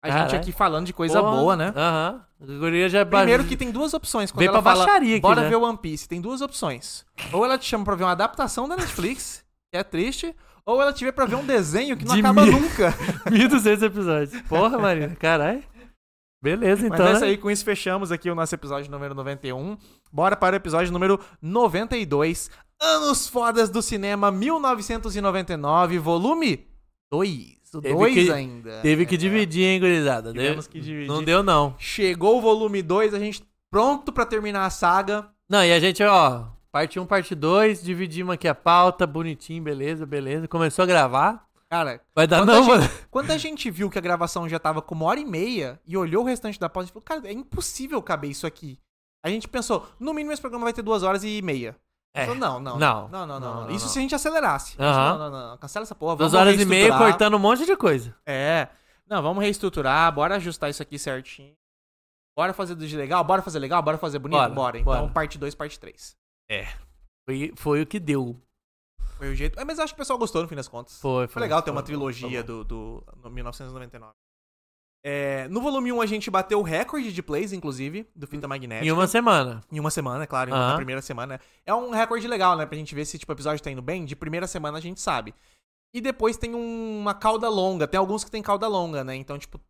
Speaker 2: a gente
Speaker 3: caralho.
Speaker 2: aqui falando de coisa
Speaker 3: Porra.
Speaker 2: boa, né?
Speaker 3: Aham. A guria já ba-
Speaker 2: Primeiro que tem duas opções quando
Speaker 3: Veio
Speaker 2: ela
Speaker 3: pra
Speaker 2: fala,
Speaker 3: baixaria aqui,
Speaker 2: bora
Speaker 3: né?
Speaker 2: ver One Piece. Tem duas opções. Ou ela te chama pra ver uma adaptação da Netflix, que é triste, ou ela te vê pra ver um desenho que não
Speaker 3: De
Speaker 2: acaba
Speaker 3: mil-
Speaker 2: nunca.
Speaker 3: 1.200 episódios. Porra, Marina, caralho. Beleza,
Speaker 2: Mas
Speaker 3: então.
Speaker 2: é isso
Speaker 3: né?
Speaker 2: aí, com isso fechamos aqui o nosso episódio número 91. Bora para o episódio número 92, Anos Fodas do Cinema 1999, volume 2. O
Speaker 3: Teve
Speaker 2: 2
Speaker 3: que-
Speaker 2: ainda. É,
Speaker 3: Teve que dividir, hein, gurizada.
Speaker 2: Tivemos
Speaker 3: Deu-
Speaker 2: que dividir.
Speaker 3: Não deu, não.
Speaker 2: Chegou o volume 2, a gente pronto pra terminar a saga.
Speaker 3: Não, e a gente, ó, parte 1, parte 2, dividimos aqui a pauta, bonitinho, beleza, beleza. Começou a gravar.
Speaker 2: Cara,
Speaker 3: Vai dar
Speaker 2: Quando
Speaker 3: não,
Speaker 2: a
Speaker 3: mano.
Speaker 2: Quando a gente viu que a gravação já tava com uma hora e meia e olhou o restante da pauta, a gente falou, cara, é impossível caber isso aqui. A gente pensou, no mínimo esse programa vai ter duas horas e meia.
Speaker 3: É.
Speaker 2: Falou, não, não, não, não,
Speaker 3: Não.
Speaker 2: não,
Speaker 3: Não,
Speaker 2: não,
Speaker 3: não,
Speaker 2: Isso
Speaker 3: não.
Speaker 2: se a gente acelerasse. A gente,
Speaker 3: Aham.
Speaker 2: não, não, não, cancela essa porra.
Speaker 3: Duas
Speaker 2: vamos
Speaker 3: horas e meia
Speaker 2: reestruturar.
Speaker 3: cortando um monte de coisa.
Speaker 2: É. Não, vamos reestruturar, bora ajustar isso aqui certinho. Bora fazer do de legal, bora fazer legal, bora fazer bonito,
Speaker 3: Bora,
Speaker 2: bora. Então,
Speaker 3: bora.
Speaker 2: parte 2, parte 3.
Speaker 3: Foi, foi o que deu.
Speaker 2: Foi o jeito. É, mas acho que o pessoal gostou no fim das contas.
Speaker 3: Foi, foi.
Speaker 2: Foi legal ter
Speaker 3: foi
Speaker 2: uma
Speaker 3: bom,
Speaker 2: trilogia
Speaker 3: foi bom.
Speaker 2: do, do no 1999. É, no volume 1 a gente bateu o recorde de plays, inclusive, do Fita Magnética.
Speaker 3: Hum. Em uma semana.
Speaker 2: Em uma semana, é claro, em-
Speaker 3: Aham.
Speaker 2: na primeira semana. É um recorde legal, né? Pra gente ver se tipo, o episódio tá indo bem. De primeira semana a gente sabe. E depois tem um- uma cauda longa. Tem alguns que tem cauda longa, né? Então, tipo,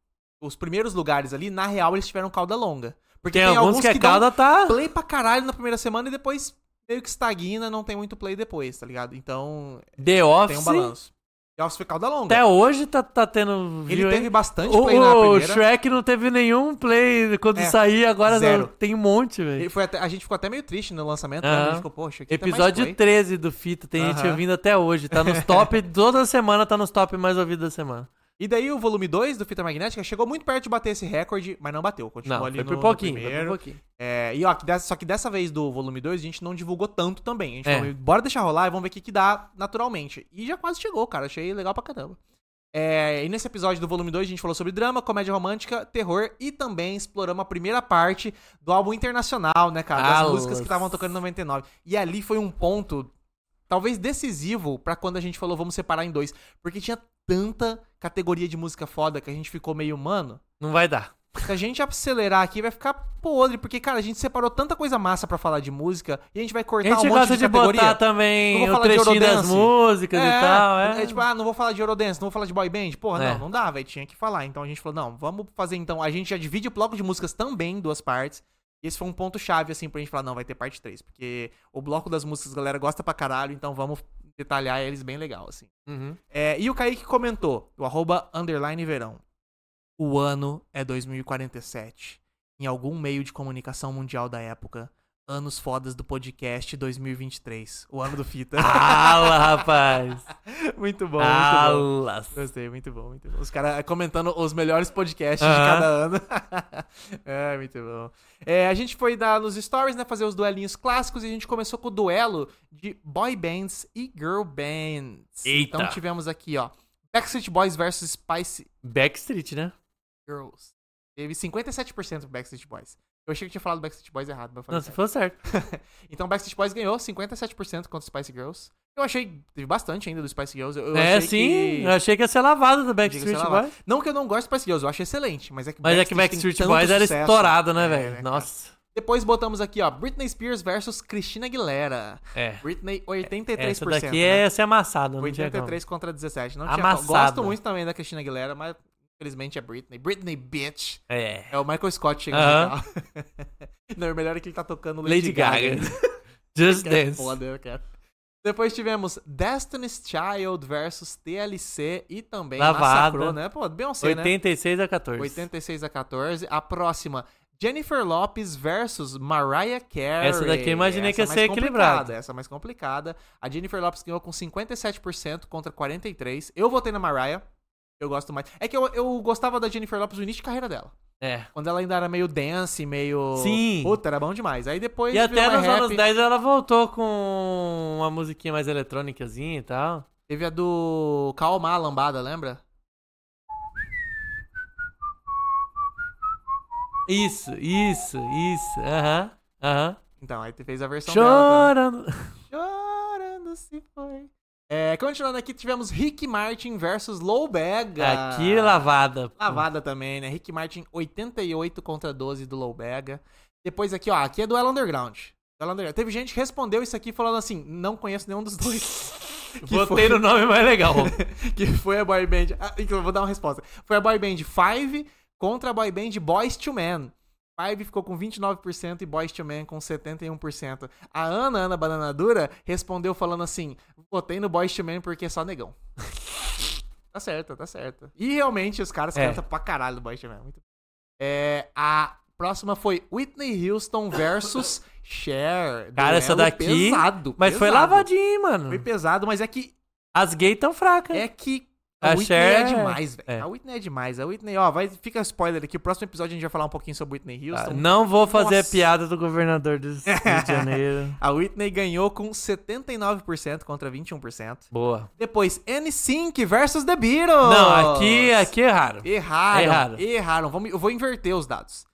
Speaker 2: os primeiros lugares ali, na real, eles tiveram cauda longa. Porque
Speaker 3: Tem, alguns que a
Speaker 2: dão
Speaker 3: cauda tá.
Speaker 2: play pra caralho na primeira semana e depois meio que estagna, não tem muito play depois, tá ligado? Então,
Speaker 3: The Office.
Speaker 2: tem um balanço. E Office foi cauda longa.
Speaker 3: Até hoje tá, tá tendo.
Speaker 2: Ele
Speaker 3: view,
Speaker 2: teve
Speaker 3: hein?
Speaker 2: bastante
Speaker 3: O,
Speaker 2: play na
Speaker 3: o
Speaker 2: primeira.
Speaker 3: Shrek não teve nenhum play quando
Speaker 2: É,
Speaker 3: sair, agora
Speaker 2: zero.
Speaker 3: não, tem um monte, velho.
Speaker 2: Ele foi até- a gente ficou até meio triste no lançamento, né? A
Speaker 3: Aham.
Speaker 2: gente ficou, poxa, aqui
Speaker 3: Episódio
Speaker 2: tem mais play.
Speaker 3: 13 do Fita, tem gente
Speaker 2: Aham.
Speaker 3: ouvindo até hoje. Tá nos top, toda semana tá nos top mais ouvidos da semana.
Speaker 2: E daí o volume 2 do Fita Magnética chegou muito perto de bater esse recorde, mas não bateu. Continuou
Speaker 3: Não,
Speaker 2: ali
Speaker 3: foi
Speaker 2: no,
Speaker 3: por
Speaker 2: no
Speaker 3: pouquinho, foi por
Speaker 2: primeiro.
Speaker 3: pouquinho.
Speaker 2: É, e ó, que dessa- só que dessa vez do volume 2 a gente não divulgou tanto também. A gente
Speaker 3: É.
Speaker 2: falou, bora deixar rolar e vamos ver o que, que dá naturalmente. E já quase chegou, cara. Achei legal pra caramba. É, e nesse episódio do volume 2 a gente falou sobre drama, comédia romântica, terror e também exploramos a primeira parte do álbum internacional, né, cara? Das
Speaker 3: Ah,
Speaker 2: músicas que
Speaker 3: os-
Speaker 2: estavam tocando em 99. E ali foi um ponto, talvez decisivo, pra quando a gente falou vamos separar em dois. Porque tinha tanta categoria de música foda que a gente ficou meio, mano,
Speaker 3: Não vai dar.
Speaker 2: se a gente acelerar aqui, vai ficar podre, porque, cara, a gente separou tanta coisa massa pra falar de música e a gente vai
Speaker 3: A
Speaker 2: cortar
Speaker 3: gente
Speaker 2: um monte
Speaker 3: gosta
Speaker 2: de,
Speaker 3: de
Speaker 2: categoria.
Speaker 3: botar também
Speaker 2: Não vou
Speaker 3: o
Speaker 2: falar de
Speaker 3: trechinho das
Speaker 2: Eurodance.
Speaker 3: músicas e tal, é.
Speaker 2: é tipo, ah, não vou falar de Eurodance, não vou falar de boy band. Porra,
Speaker 3: É.
Speaker 2: não, não dá, velho, tinha que falar. Então a gente falou, não, vamos fazer então. A gente já divide o bloco de músicas também em duas partes. E esse foi um ponto chave, assim, pra gente falar, não, vai ter parte 3. Porque o bloco das músicas a galera gosta pra caralho, então vamos detalhar eles bem legal, assim.
Speaker 3: Uhum.
Speaker 2: É, e o Kaique comentou, o arroba underline verão. O ano é 2047. Em algum meio de comunicação mundial da época. Anos fodas do podcast 2023. O ano do fita.
Speaker 3: Ah! Ala, rapaz.
Speaker 2: muito bom,
Speaker 3: Ah,
Speaker 2: muito bom.
Speaker 3: Ala.
Speaker 2: Gostei, muito bom, muito bom. Os caras comentando os melhores podcasts de
Speaker 3: Aham.
Speaker 2: cada ano. é, muito bom. É, a gente foi dar nos stories, né? Fazer os duelinhos clássicos e a gente começou com o duelo de boy bands e girl bands.
Speaker 3: Eita.
Speaker 2: Então tivemos aqui, ó. Backstreet Boys versus Spice
Speaker 3: Backstreet, né?
Speaker 2: Girls. Teve 57% pro Backstreet Boys. Eu achei que eu tinha falado Backstreet Boys errado, mas eu falei
Speaker 3: Não, você falou um certo.
Speaker 2: certo. Então Backstreet Boys ganhou 57% contra Spice Girls. Eu achei, teve bastante ainda do Spice Girls. Eu, eu
Speaker 3: é,
Speaker 2: achei
Speaker 3: sim.
Speaker 2: que-
Speaker 3: Eu achei que ia ser lavada do
Speaker 2: Diga, sei
Speaker 3: Backstreet
Speaker 2: lá,
Speaker 3: Boys.
Speaker 2: Não que eu não gosto de Spice Girls, eu acho excelente, mas é que
Speaker 3: Mas é que Backstreet
Speaker 2: tem tanto
Speaker 3: Boys era
Speaker 2: sucesso.
Speaker 3: estourado, né,
Speaker 2: É,
Speaker 3: velho?
Speaker 2: cara?
Speaker 3: Nossa.
Speaker 2: Depois botamos aqui, ó, Britney Spears versus Christina Aguilera.
Speaker 3: É.
Speaker 2: Britney 83%.
Speaker 3: Essa daqui
Speaker 2: né?
Speaker 3: é ser amassada, não tinha como.
Speaker 2: 83 contra 17. Não tinha como.
Speaker 3: Amassada.
Speaker 2: Gosto muito também da Christina Aguilera, mas infelizmente é Britney. Britney bitch.
Speaker 3: É.
Speaker 2: É o Michael Scott chegando
Speaker 3: Aham.
Speaker 2: legal. Não, o melhor é que ele tá tocando
Speaker 3: Lady Gaga. Just
Speaker 2: Que é
Speaker 3: Dance.
Speaker 2: foda, eu quero. Depois tivemos Destiny's Child versus TLC e também
Speaker 3: Lavada.
Speaker 2: massacrou, né? Pô, Beyoncé, né?
Speaker 3: 86 a 14.
Speaker 2: 86 a 14. A próxima, Jennifer Lopes versus Mariah Carey.
Speaker 3: Essa daqui eu imaginei que ia
Speaker 2: Essa é
Speaker 3: ser
Speaker 2: mais
Speaker 3: equilibrada.
Speaker 2: complicada, Essa mais complicada. A Jennifer Lopes ganhou com 57% contra 43%. Eu votei na Mariah. Eu gosto mais. É que eu, eu gostava da Jennifer Lopes no início de carreira dela.
Speaker 3: É.
Speaker 2: Quando ela ainda era meio dance, meio.
Speaker 3: Sim.
Speaker 2: Puta, era bom demais. Aí depois.
Speaker 3: E até
Speaker 2: virou
Speaker 3: nos
Speaker 2: mais rap.
Speaker 3: anos 10 ela voltou com uma musiquinha mais eletrônicazinha e tal.
Speaker 2: Teve a do Calma a Lambada, lembra?
Speaker 3: Isso, isso, isso. Aham, aham.
Speaker 2: Então, aí tu fez a versão dela. também.
Speaker 3: Chorando.
Speaker 2: Chorando se foi. É, continuando aqui, tivemos Rick Martin versus Lowbega.
Speaker 3: Aqui lavada. pô.
Speaker 2: Ah. Lavada também, né? Rick Martin 88 contra 12 do Lowbega. Depois aqui, ó, aqui é duelo underground. Duelo underground. Teve gente que respondeu isso aqui falando assim, não conheço nenhum dos dois. que
Speaker 3: Botei no nome mais legal.
Speaker 2: que foi a boy band... Ah, então eu vou dar uma resposta. Foi a boy band Five contra a boy band Boys to Men. Five ficou com 29% e Boys to Men com 71%. A Ana, Ana Banana Dura, respondeu falando assim, votei no Boys to Men porque é só negão. tá certo, tá certo. E realmente os caras
Speaker 3: É.
Speaker 2: cantam pra caralho do Boys to Men. Muito... É, a próxima foi Whitney Houston versus Cher.
Speaker 3: Cara, essa
Speaker 2: Duelo
Speaker 3: daqui-
Speaker 2: Pesado,
Speaker 3: Mas foi
Speaker 2: pesado.
Speaker 3: lavadinho, mano.
Speaker 2: Foi pesado, mas é que
Speaker 3: As gays tão fracas.
Speaker 2: é que
Speaker 3: A
Speaker 2: a Whitney
Speaker 3: Cher
Speaker 2: é
Speaker 3: é-
Speaker 2: demais, velho.
Speaker 3: é.
Speaker 2: A Whitney é demais. A Whitney, ó, vai, fica spoiler aqui. O próximo episódio a gente vai falar um pouquinho sobre Whitney
Speaker 3: Ah,
Speaker 2: Houston.
Speaker 3: não vou fazer
Speaker 2: Nossa.
Speaker 3: a piada do governador do Rio de Janeiro.
Speaker 2: A Whitney ganhou com 79% contra 21%.
Speaker 3: Boa.
Speaker 2: Depois, N5 versus The Beatles.
Speaker 3: Não, aqui, aqui é raro.
Speaker 2: Erraram. Erraram.
Speaker 3: Erraram.
Speaker 2: Vamos, eu vou inverter os dados.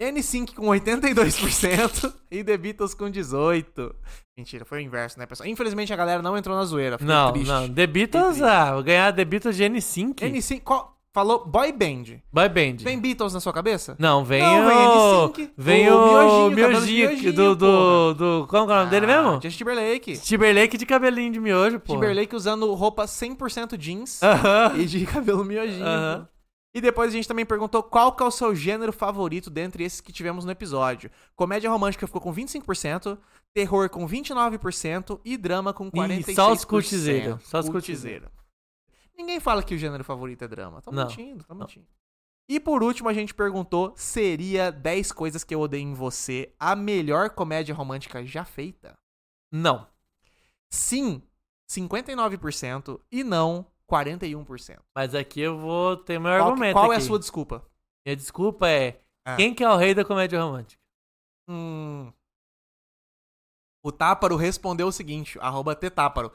Speaker 2: N5 com 82% e The Beatles com 18%. Mentira, foi o inverso, né, pessoal? Infelizmente a galera não entrou na zoeira. Fiquei
Speaker 3: Não,
Speaker 2: triste.
Speaker 3: não. The Beatles, ah, ganhar The Beatles de N5.
Speaker 2: N5, qual- falou boy band.
Speaker 3: Boy Band.
Speaker 2: Tem Beatles na sua cabeça?
Speaker 3: Não, vem
Speaker 2: Não,
Speaker 3: o...
Speaker 2: vem N5.
Speaker 3: Vem
Speaker 2: O
Speaker 3: o...
Speaker 2: miojinho,
Speaker 3: Miojinho,
Speaker 2: cabelo de miojinho,
Speaker 3: do, do, do... Como que é o nome dele
Speaker 2: Ah,
Speaker 3: mesmo?
Speaker 2: Justin Timberlake.
Speaker 3: Timberlake de cabelinho de miojo, pô.
Speaker 2: Timberlake usando roupa 100% jeans
Speaker 3: Aham.
Speaker 2: e de cabelo miojinho.
Speaker 3: Ah. Aham.
Speaker 2: E depois a gente também perguntou qual que é o seu gênero favorito dentre esses que tivemos no episódio. Comédia romântica ficou com 25%, terror com 29% e drama com 46%.
Speaker 3: Ih, só os cultizeiros, só os
Speaker 2: Cultizeiros. Ninguém fala que o gênero favorito é drama. Tá
Speaker 3: Não,
Speaker 2: mentindo, tá
Speaker 3: não.
Speaker 2: mentindo. E por último, a gente perguntou: seria 10 coisas que eu odeio em você a melhor comédia romântica já feita?
Speaker 3: Não.
Speaker 2: Sim, 59% e não, 41%.
Speaker 3: Mas aqui eu vou ter meu
Speaker 2: Qual,
Speaker 3: um argumento.
Speaker 2: qual é a
Speaker 3: aqui.
Speaker 2: sua desculpa?
Speaker 3: Minha desculpa é.
Speaker 2: Ah.
Speaker 3: Quem que é o rei da comédia romântica?
Speaker 2: Hum. O Táparo respondeu o seguinte, arroba Ttáparo.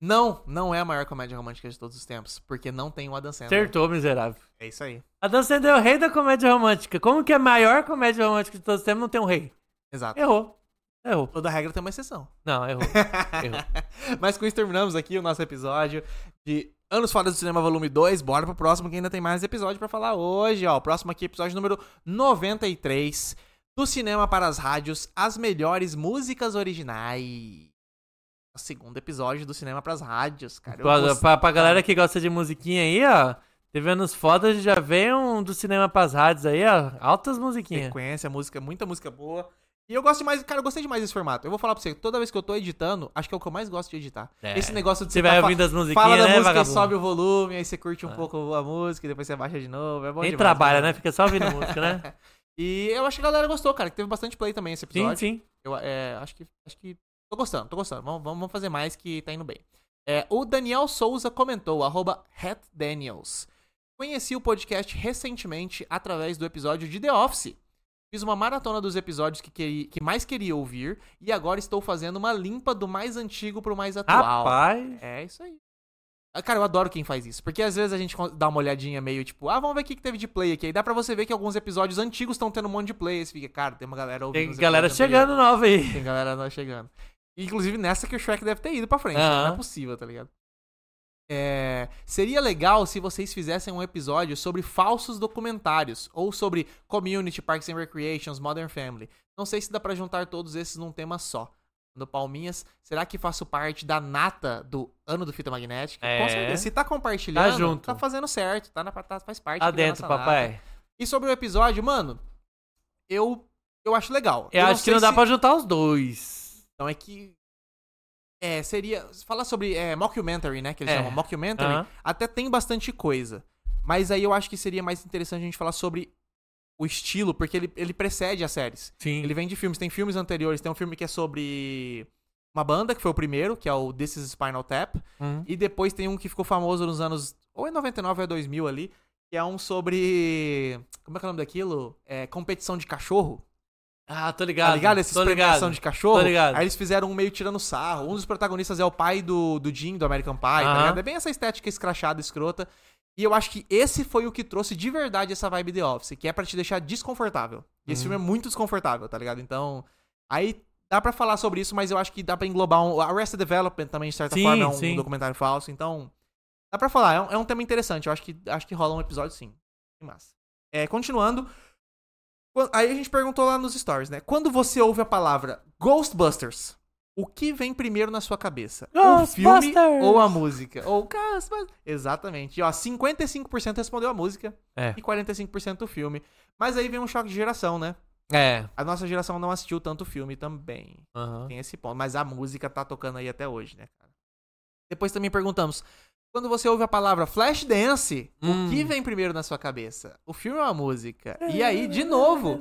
Speaker 2: Não, não é a maior comédia romântica de todos os tempos, porque não tem o Adam Sandler.
Speaker 3: Acertou, miserável.
Speaker 2: É isso aí.
Speaker 3: A Dan Sandler é o rei da comédia romântica. Como que é a maior comédia romântica de todos os tempos não tem um rei?
Speaker 2: Exato.
Speaker 3: Errou. Errou.
Speaker 2: Toda regra tem uma exceção.
Speaker 3: Não, errou. errou.
Speaker 2: Mas com isso terminamos aqui o nosso episódio de Anos Fora do Cinema Volume 2. Bora pro próximo que ainda tem mais episódio pra falar hoje, ó. O próximo aqui é episódio número 93. Do cinema para as rádios, as melhores músicas originais. O segundo episódio do cinema para as rádios, cara. Eu
Speaker 3: Pra,
Speaker 2: gost-
Speaker 3: pra, pra galera que gosta de musiquinha aí, ó. Teve anos fodas, já veio um do cinema pras rádios aí, ó. Altas musiquinhas.
Speaker 2: sequência, música, muita música boa. E eu gosto mais, cara, eu gostei demais desse formato. Eu vou falar pra você, toda vez que eu tô editando, acho que é o que eu mais gosto de editar.
Speaker 3: É.
Speaker 2: Esse negócio de
Speaker 3: Você
Speaker 2: tá
Speaker 3: vai
Speaker 2: fa-
Speaker 3: ouvindo as musiquinhas,
Speaker 2: Fala da
Speaker 3: né,
Speaker 2: música,
Speaker 3: vagabundo?
Speaker 2: sobe o volume, aí você curte um
Speaker 3: Ah.
Speaker 2: pouco a música, e depois você baixa de novo. É bom
Speaker 3: Nem
Speaker 2: demais,
Speaker 3: trabalha,
Speaker 2: né?
Speaker 3: né? Fica só ouvindo música, né?
Speaker 2: E eu acho que a galera gostou, cara, que teve bastante play também esse
Speaker 3: Sim,
Speaker 2: episódio.
Speaker 3: sim.
Speaker 2: Eu é, acho que acho que tô gostando, tô gostando. Vamos, vamos, vamos fazer mais que tá indo bem. É, o Daniel Souza comentou, arroba @hatdaniels. Conheci o podcast recentemente através do episódio de The Office. Fiz uma maratona dos episódios que, queri- que mais queria ouvir e agora estou fazendo uma limpa do mais antigo pro mais atual.
Speaker 3: Rapaz.
Speaker 2: É isso aí. Ah, Cara, eu adoro quem faz isso. Porque às vezes a gente con- dá uma olhadinha meio tipo, ah, vamos ver o que, que teve de play aqui. Aí dá pra você ver que alguns episódios antigos estão tendo um monte de play. Aí você fica, cara, tem uma galera ouvindo.
Speaker 3: Tem
Speaker 2: os
Speaker 3: galera
Speaker 2: episódios anteriores.
Speaker 3: chegando nova aí.
Speaker 2: Tem galera não chegando. Inclusive nessa que o Shrek deve ter ido pra frente.
Speaker 3: Aham.
Speaker 2: Não é possível, tá ligado? É, seria legal se vocês fizessem um episódio sobre falsos documentários ou sobre Community, Parks and Recreations, Modern Family. Não sei se dá pra juntar todos esses num tema só. No Palminhas, será que faço parte da nata do ano do fita magnética?
Speaker 3: É.
Speaker 2: Com certeza. Se tá compartilhando,
Speaker 3: Tá junto.
Speaker 2: fazendo certo, tá na tá- faz parte.
Speaker 3: Lá
Speaker 2: aqui da
Speaker 3: dentro,
Speaker 2: nossa nata.
Speaker 3: papai.
Speaker 2: E sobre o episódio, mano, eu eu acho legal.
Speaker 3: Eu acho que
Speaker 2: sei
Speaker 3: não dá
Speaker 2: se-
Speaker 3: pra juntar os dois.
Speaker 2: então é que. É, seria. Falar sobre é, mockumentary, né? Que eles
Speaker 3: É.
Speaker 2: chamam mockumentary.
Speaker 3: Aham.
Speaker 2: Até tem bastante coisa. Mas aí eu acho que seria mais interessante a gente falar sobre o estilo, porque ele, ele precede as séries.
Speaker 3: Sim.
Speaker 2: Ele vem de filmes, tem filmes anteriores. Tem um filme que é sobre uma banda, que foi o primeiro, que é o This is Spinal Tap.
Speaker 3: Hum.
Speaker 2: E depois tem um que ficou famoso nos anos. Ou é 99 ou é 2000 ali. Que é um sobre. Como é que é o nome daquilo? É, competição de cachorro.
Speaker 3: Ah, tô
Speaker 2: Tá
Speaker 3: ligado.
Speaker 2: ligado? Esses
Speaker 3: tô ligado.
Speaker 2: premiação de cachorro.
Speaker 3: Tô ligado.
Speaker 2: Aí eles fizeram um meio tirando sarro. Um dos protagonistas é o pai do, do Jim, do American Pie, tá
Speaker 3: Aham.
Speaker 2: ligado? É bem essa estética escrachada, escrota. E eu acho que esse foi o que trouxe de verdade essa vibe The Office, que é pra te deixar desconfortável. E esse
Speaker 3: Hum.
Speaker 2: filme é muito desconfortável, tá ligado? Então, aí dá pra falar sobre isso, mas eu acho que dá pra englobar um... Arrested Development também, de certa
Speaker 3: Sim,
Speaker 2: forma, é um
Speaker 3: sim.
Speaker 2: documentário falso. Então, dá pra falar. É um, é um tema interessante. Eu acho que, acho que rola um episódio, sim. Que massa. É, continuando, Quan- Aí a gente perguntou lá nos stories, né? Quando você ouve a palavra Ghostbusters, o que vem primeiro na sua cabeça? O filme
Speaker 3: Ghostbusters!
Speaker 2: ou a música? Ou Ghostbusters? Exatamente. E, ó, 55% respondeu a música
Speaker 3: É.
Speaker 2: e 45% o filme. Mas aí vem um choque de geração, né?
Speaker 3: É.
Speaker 2: A nossa geração não assistiu tanto filme também.
Speaker 3: Aham.
Speaker 2: Tem esse ponto. Mas a música tá tocando aí até hoje, né, cara? Depois também perguntamos: quando você ouve a palavra Flashdance,
Speaker 3: Hum.
Speaker 2: o que vem primeiro na sua cabeça? O filme ou a música? E aí, de novo,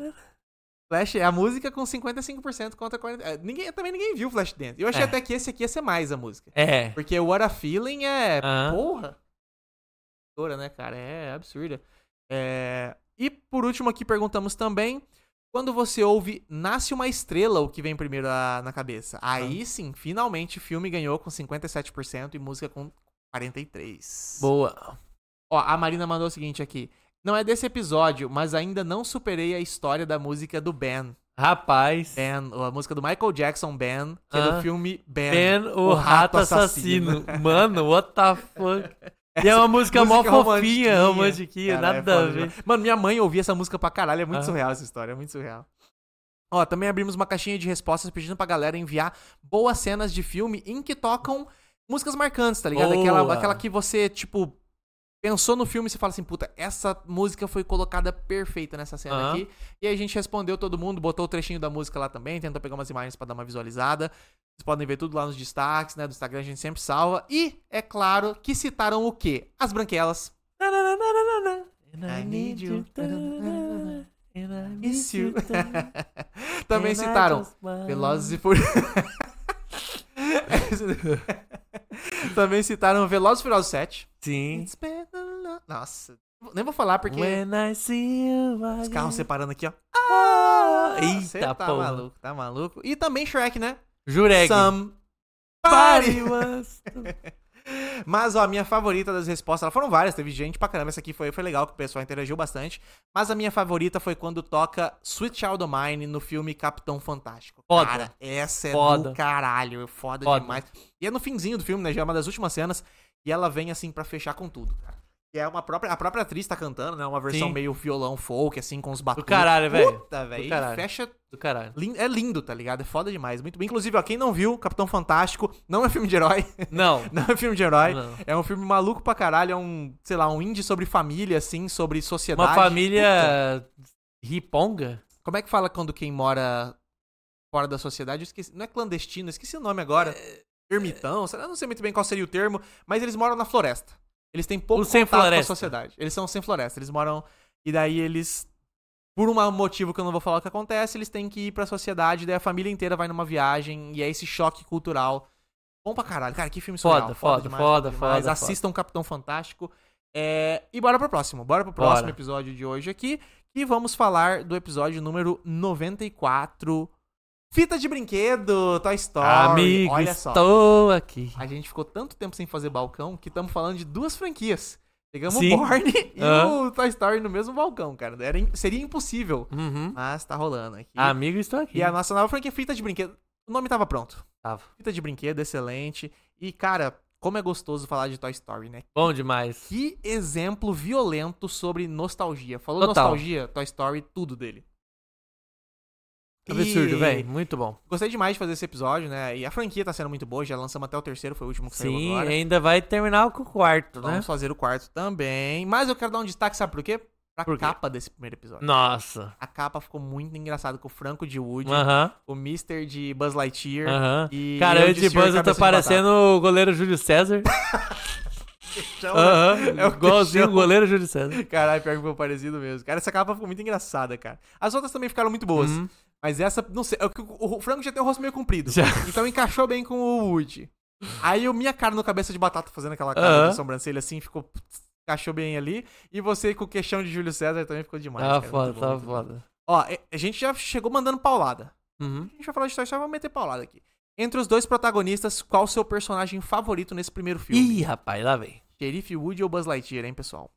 Speaker 2: Flash é a música com 55% contra 40%. é, Ninguém, também ninguém viu Flashdance. Eu achei
Speaker 3: É.
Speaker 2: até que esse aqui ia ser mais a música.
Speaker 3: É.
Speaker 2: Porque o What a Feeling é.
Speaker 3: Aham.
Speaker 2: Porra! Dora, né, cara? É absurda. É, E por último, aqui perguntamos também. Quando você ouve Nasce uma Estrela, o que vem primeiro a- na cabeça? Aí sim, finalmente filme ganhou com 57% e música com 43%.
Speaker 3: Boa.
Speaker 2: Ó, a Marina mandou o seguinte aqui. Não é desse episódio, mas ainda não superei a história da música do Ben.
Speaker 3: Rapaz. Ben,
Speaker 2: Ben, ou a música do Michael Jackson, Ben, que é
Speaker 3: Ah.
Speaker 2: do filme Ben.
Speaker 3: o, rato assassino. Mano, what the fuck? E é uma música, mó
Speaker 2: música
Speaker 3: fofinha,
Speaker 2: romantiquinha.
Speaker 3: romantiquinha,
Speaker 2: Cara, é
Speaker 3: nada a
Speaker 2: foda
Speaker 3: ver.
Speaker 2: demais. Mano, minha mãe ouvia essa música pra caralho. É muito
Speaker 3: Ah.
Speaker 2: surreal essa história, é muito surreal. Ó, também abrimos uma caixinha de respostas pedindo pra galera enviar boas cenas de filme em que tocam músicas marcantes, tá ligado? Aquela,
Speaker 3: Boa.
Speaker 2: aquela que você, tipo, pensou no filme e você fala assim, puta, essa música foi colocada perfeita nessa cena
Speaker 3: Aham.
Speaker 2: aqui. E aí a gente respondeu todo mundo, botou o trechinho da música lá também, tentou pegar umas imagens pra dar uma visualizada. Vocês podem ver tudo lá nos destaques, né? Do Instagram a gente sempre salva. E, é claro, que citaram o quê? As branquelas.
Speaker 3: I need you. And I
Speaker 2: Miss
Speaker 3: miss
Speaker 2: you.
Speaker 3: you.
Speaker 2: Também
Speaker 3: And I
Speaker 2: citaram
Speaker 3: just want-
Speaker 2: Velozes e Furiosos. Também citaram Velozes e Furiosos 7.
Speaker 3: Sim.
Speaker 2: It's been a lo- Nossa, nem vou falar porque
Speaker 3: When I see you, I
Speaker 2: os carros separando aqui, ó.
Speaker 3: Ah,
Speaker 2: Você
Speaker 3: Eita,
Speaker 2: tá
Speaker 3: porra.
Speaker 2: maluco, tá maluco. E também Shrek, né?
Speaker 3: Jureg.
Speaker 2: Somebody.
Speaker 3: was-
Speaker 2: Mas, ó, a minha favorita das respostas, elas foram várias, teve gente pra caramba. Essa aqui foi, foi legal, que o pessoal interagiu bastante. Mas a minha favorita foi quando toca Sweet Child O' Mine no filme Capitão Fantástico.
Speaker 3: Foda.
Speaker 2: Cara, essa é
Speaker 3: Foda.
Speaker 2: do caralho, é foda,
Speaker 3: Foda.
Speaker 2: demais. E é no finzinho do filme, né, já é uma das últimas cenas, e ela vem, assim, pra fechar com tudo, cara. E é uma própria, a própria atriz tá cantando, né, uma versão
Speaker 3: Sim.
Speaker 2: meio violão folk, assim, com os batuques.
Speaker 3: caralho, né, velho.
Speaker 2: Puta, velho,
Speaker 3: Do
Speaker 2: e
Speaker 3: caralho.
Speaker 2: fecha
Speaker 3: Do caralho.
Speaker 2: Lin- É lindo, tá ligado? É foda demais. Muito bem. Inclusive, ó, quem não viu, Capitão Fantástico, não é filme de herói.
Speaker 3: Não.
Speaker 2: Não é filme de herói.
Speaker 3: Não.
Speaker 2: É um filme maluco pra caralho. É um, sei lá, um indie sobre família, assim, sobre sociedade.
Speaker 3: Uma família riponga?
Speaker 2: Puta. Como é que fala quando quem mora fora da sociedade? Eu esqueci. Não é clandestino, eu esqueci o nome agora.
Speaker 3: É,
Speaker 2: Ermitão, sei lá, eu não sei muito bem qual seria o termo, mas eles moram na floresta. Eles têm pouco
Speaker 3: Os sem
Speaker 2: contato com a
Speaker 3: floresta.
Speaker 2: sociedade. Eles são sem floresta, eles moram. E daí eles. Por um motivo que eu não vou falar o que acontece, eles têm que ir pra sociedade, daí a família inteira vai numa viagem, e é esse choque cultural. Bom pra caralho. Cara, que filme surreal.
Speaker 3: Foda, foda, foda,
Speaker 2: demais.
Speaker 3: foda,
Speaker 2: Assistam Capitão Fantástico. É, E bora pro próximo. Bora pro próximo
Speaker 3: Bora.
Speaker 2: episódio de hoje aqui. E vamos falar do episódio número 94. Fita de brinquedo, Toy Story.
Speaker 3: Amigo,
Speaker 2: Olha só.
Speaker 3: estou aqui.
Speaker 2: A gente ficou tanto tempo sem fazer balcão que estamos falando de duas franquias. Pegamos
Speaker 3: Sim.
Speaker 2: o Borne e
Speaker 3: Aham.
Speaker 2: o Toy Story no mesmo balcão, cara. Era im- seria impossível.
Speaker 3: Uhum.
Speaker 2: Mas tá rolando aqui.
Speaker 3: Amigo, estou aqui.
Speaker 2: E a nossa nova franquia Fita de Brinquedo. O nome tava pronto.
Speaker 3: Tava.
Speaker 2: Fita de Brinquedo, excelente. E, cara, como é gostoso falar de Toy Story, né?
Speaker 3: Bom demais.
Speaker 2: Que exemplo violento sobre nostalgia. Falou
Speaker 3: Total.
Speaker 2: nostalgia, Toy Story, tudo dele. E-
Speaker 3: Absurdo, velho. Muito bom.
Speaker 2: Gostei demais de fazer esse episódio, né? E a franquia tá sendo muito boa, já lançamos até o terceiro, foi o último que saiu
Speaker 3: Sim, né?
Speaker 2: agora.
Speaker 3: ainda vai terminar com o quarto, né?
Speaker 2: Vamos fazer o quarto também. Mas eu quero dar um destaque, sabe por quê? Pra
Speaker 3: Por quê?
Speaker 2: capa desse primeiro episódio.
Speaker 3: Nossa.
Speaker 2: A capa ficou muito engraçada com o Franco de Wood,
Speaker 3: Aham,
Speaker 2: o Mr. de Buzz Lightyear.
Speaker 3: aham.
Speaker 2: E
Speaker 3: Ah. Cara,
Speaker 2: eu
Speaker 3: eu
Speaker 2: de
Speaker 3: de
Speaker 2: Sr.
Speaker 3: Buzz eu
Speaker 2: Cabeça
Speaker 3: tô
Speaker 2: de
Speaker 3: parecendo o goleiro Júlio César.
Speaker 2: Então,
Speaker 3: Aham.
Speaker 2: É o
Speaker 3: Igualzinho o
Speaker 2: Cristiano.
Speaker 3: goleiro Júlio César.
Speaker 2: Caralho, pior que ficou parecido mesmo. Cara, essa capa ficou muito engraçada, cara. As outras também ficaram muito boas.
Speaker 3: Uhum.
Speaker 2: Mas essa, não sei. é que O o Franco já tem o rosto meio comprido.
Speaker 3: Já.
Speaker 2: Então encaixou bem com o Wood. Aí eu, minha cara no cabeça de batata fazendo aquela cara
Speaker 3: Aham.
Speaker 2: de sobrancelha assim, ficou. putz, Encaixou bem ali. E você com o queixão de Júlio César também ficou demais.
Speaker 3: Tava
Speaker 2: cara.
Speaker 3: Tá foda,
Speaker 2: Muito bom,
Speaker 3: tava
Speaker 2: muito bom.
Speaker 3: foda.
Speaker 2: Ó, e- a gente já chegou mandando paulada.
Speaker 3: Uhum.
Speaker 2: A gente vai falar de Toy Story, vamos meter paulada aqui. Entre os dois protagonistas, qual o seu personagem favorito nesse primeiro filme?
Speaker 3: Ih, rapaz, lá vem.
Speaker 2: Xerife Woody ou Buzz Lightyear, hein, pessoal?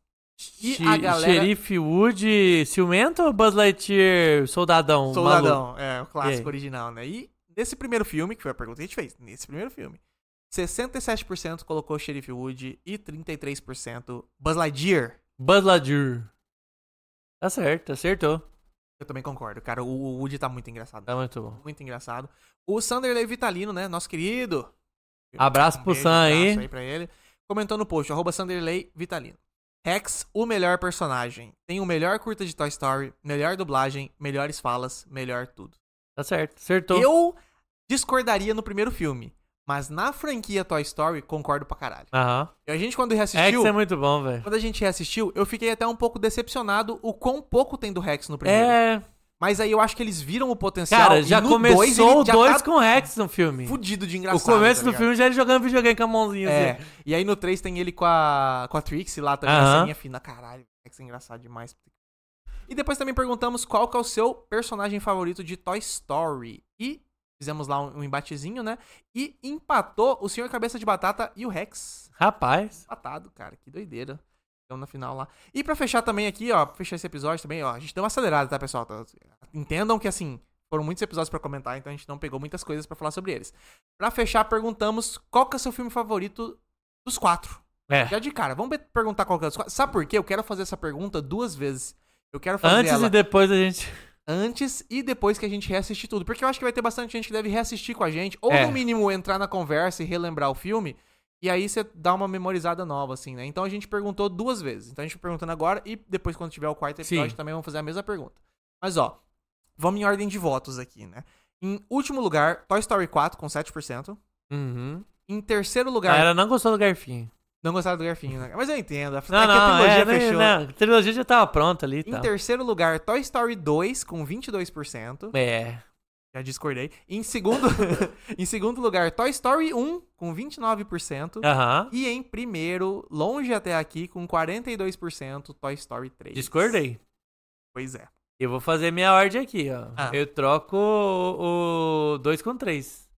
Speaker 2: E
Speaker 3: Che-
Speaker 2: a galera-
Speaker 3: Xerife Wood, ciumento ou Buzz Lightyear, soldadão? Um maluco?
Speaker 2: Soldadão, é, o clássico
Speaker 3: E aí?
Speaker 2: original, né? E nesse primeiro filme, que foi a pergunta que a gente fez, nesse primeiro filme, 67% colocou Xerife Wood e 33% Buzz Lightyear.
Speaker 3: Buzz Lightyear. Tá certo, acertou.
Speaker 2: Eu também concordo, cara, o o Woody tá muito engraçado.
Speaker 3: Tá muito bom.
Speaker 2: Muito engraçado. O Sanderley Vitalino, né, nosso querido, Um
Speaker 3: Abraço pro
Speaker 2: beijo,
Speaker 3: Sam
Speaker 2: abraço
Speaker 3: aí.
Speaker 2: pra ele. Comentou no post, arroba Sanderley Vitalino. Rex, o melhor personagem. Tem o melhor curta de Toy Story, melhor dublagem, melhores falas, melhor tudo.
Speaker 3: Tá certo, acertou.
Speaker 2: Eu discordaria no primeiro filme, mas na franquia Toy Story concordo pra caralho.
Speaker 3: Aham.
Speaker 2: E a gente quando
Speaker 3: É que
Speaker 2: reassistiu,
Speaker 3: isso é muito bom, velho.
Speaker 2: quando a gente reassistiu, eu fiquei até um pouco decepcionado o quão pouco tem do Rex no primeiro.
Speaker 3: É,
Speaker 2: Mas aí eu acho que eles viram o potencial
Speaker 3: cara,
Speaker 2: e
Speaker 3: já
Speaker 2: no
Speaker 3: começou
Speaker 2: dois,
Speaker 3: o
Speaker 2: ele já
Speaker 3: 2
Speaker 2: tá
Speaker 3: com o Rex no filme.
Speaker 2: fudido de
Speaker 3: O
Speaker 2: engraçado.
Speaker 3: começo
Speaker 2: tá
Speaker 3: do
Speaker 2: ligado?
Speaker 3: filme já ele jogando videogame com a mãozinha
Speaker 2: É.
Speaker 3: assim.
Speaker 2: E aí no 3 tem ele com a, com a Trixie lá também,
Speaker 3: Aham.
Speaker 2: na ceninha fina. Caralho, é que isso é engraçado demais. E depois também perguntamos qual que é o seu personagem favorito de Toy Story. E fizemos lá um, um embatezinho, né? E empatou o Senhor Cabeça de Batata e o Rex.
Speaker 3: Rapaz,
Speaker 2: Empatado, cara. Que doideira. Então na final lá. E pra fechar também aqui, ó, pra fechar esse episódio também, ó, a gente deu uma acelerada, tá, pessoal? Tá- Entendam que assim, foram muitos episódios pra comentar, então a gente não pegou muitas coisas pra falar sobre eles. Pra fechar, perguntamos qual que é o seu filme favorito dos quatro.
Speaker 3: é.
Speaker 2: Já tá de cara, vamos be- perguntar qual que é a sua. Sabe por quê? Eu quero fazer essa pergunta duas vezes. Eu quero fazer
Speaker 3: Antes
Speaker 2: ela
Speaker 3: e depois a gente.
Speaker 2: antes e depois que a gente reassistir tudo. Porque eu acho que vai ter bastante gente que deve reassistir com a gente, ou
Speaker 3: É.
Speaker 2: no mínimo entrar na conversa e relembrar o filme. E aí você dá uma memorizada nova, assim, né? Então a gente perguntou duas vezes. Então a gente tá perguntando agora e depois, quando tiver o quarto episódio,
Speaker 3: Sim.
Speaker 2: também vamos fazer a mesma pergunta. Mas ó, vamos em ordem de votos aqui, né? Em último lugar, Toy Story 4 com 7%.
Speaker 3: Uhum.
Speaker 2: Em terceiro
Speaker 3: A
Speaker 2: lugar.
Speaker 3: galera não gostou do Garfinho.
Speaker 2: Não gostaram do Garfinho, né? Mas eu entendo. É que
Speaker 3: Não,
Speaker 2: a
Speaker 3: não,
Speaker 2: trilogia
Speaker 3: é,
Speaker 2: fechou.
Speaker 3: Não, a trilogia já tava pronta ali e
Speaker 2: Em
Speaker 3: tal.
Speaker 2: terceiro lugar, Toy Story 2 com 22%.
Speaker 3: É.
Speaker 2: Já discordei. Em segundo, em segundo lugar, Toy Story 1, com 29%.
Speaker 3: Aham.
Speaker 2: E em primeiro, longe até aqui, com 42%, Toy Story 3.
Speaker 3: Discordei.
Speaker 2: Pois é.
Speaker 3: Eu vou fazer minha ordem aqui, ó.
Speaker 2: Ah.
Speaker 3: Eu troco o 2 com 3.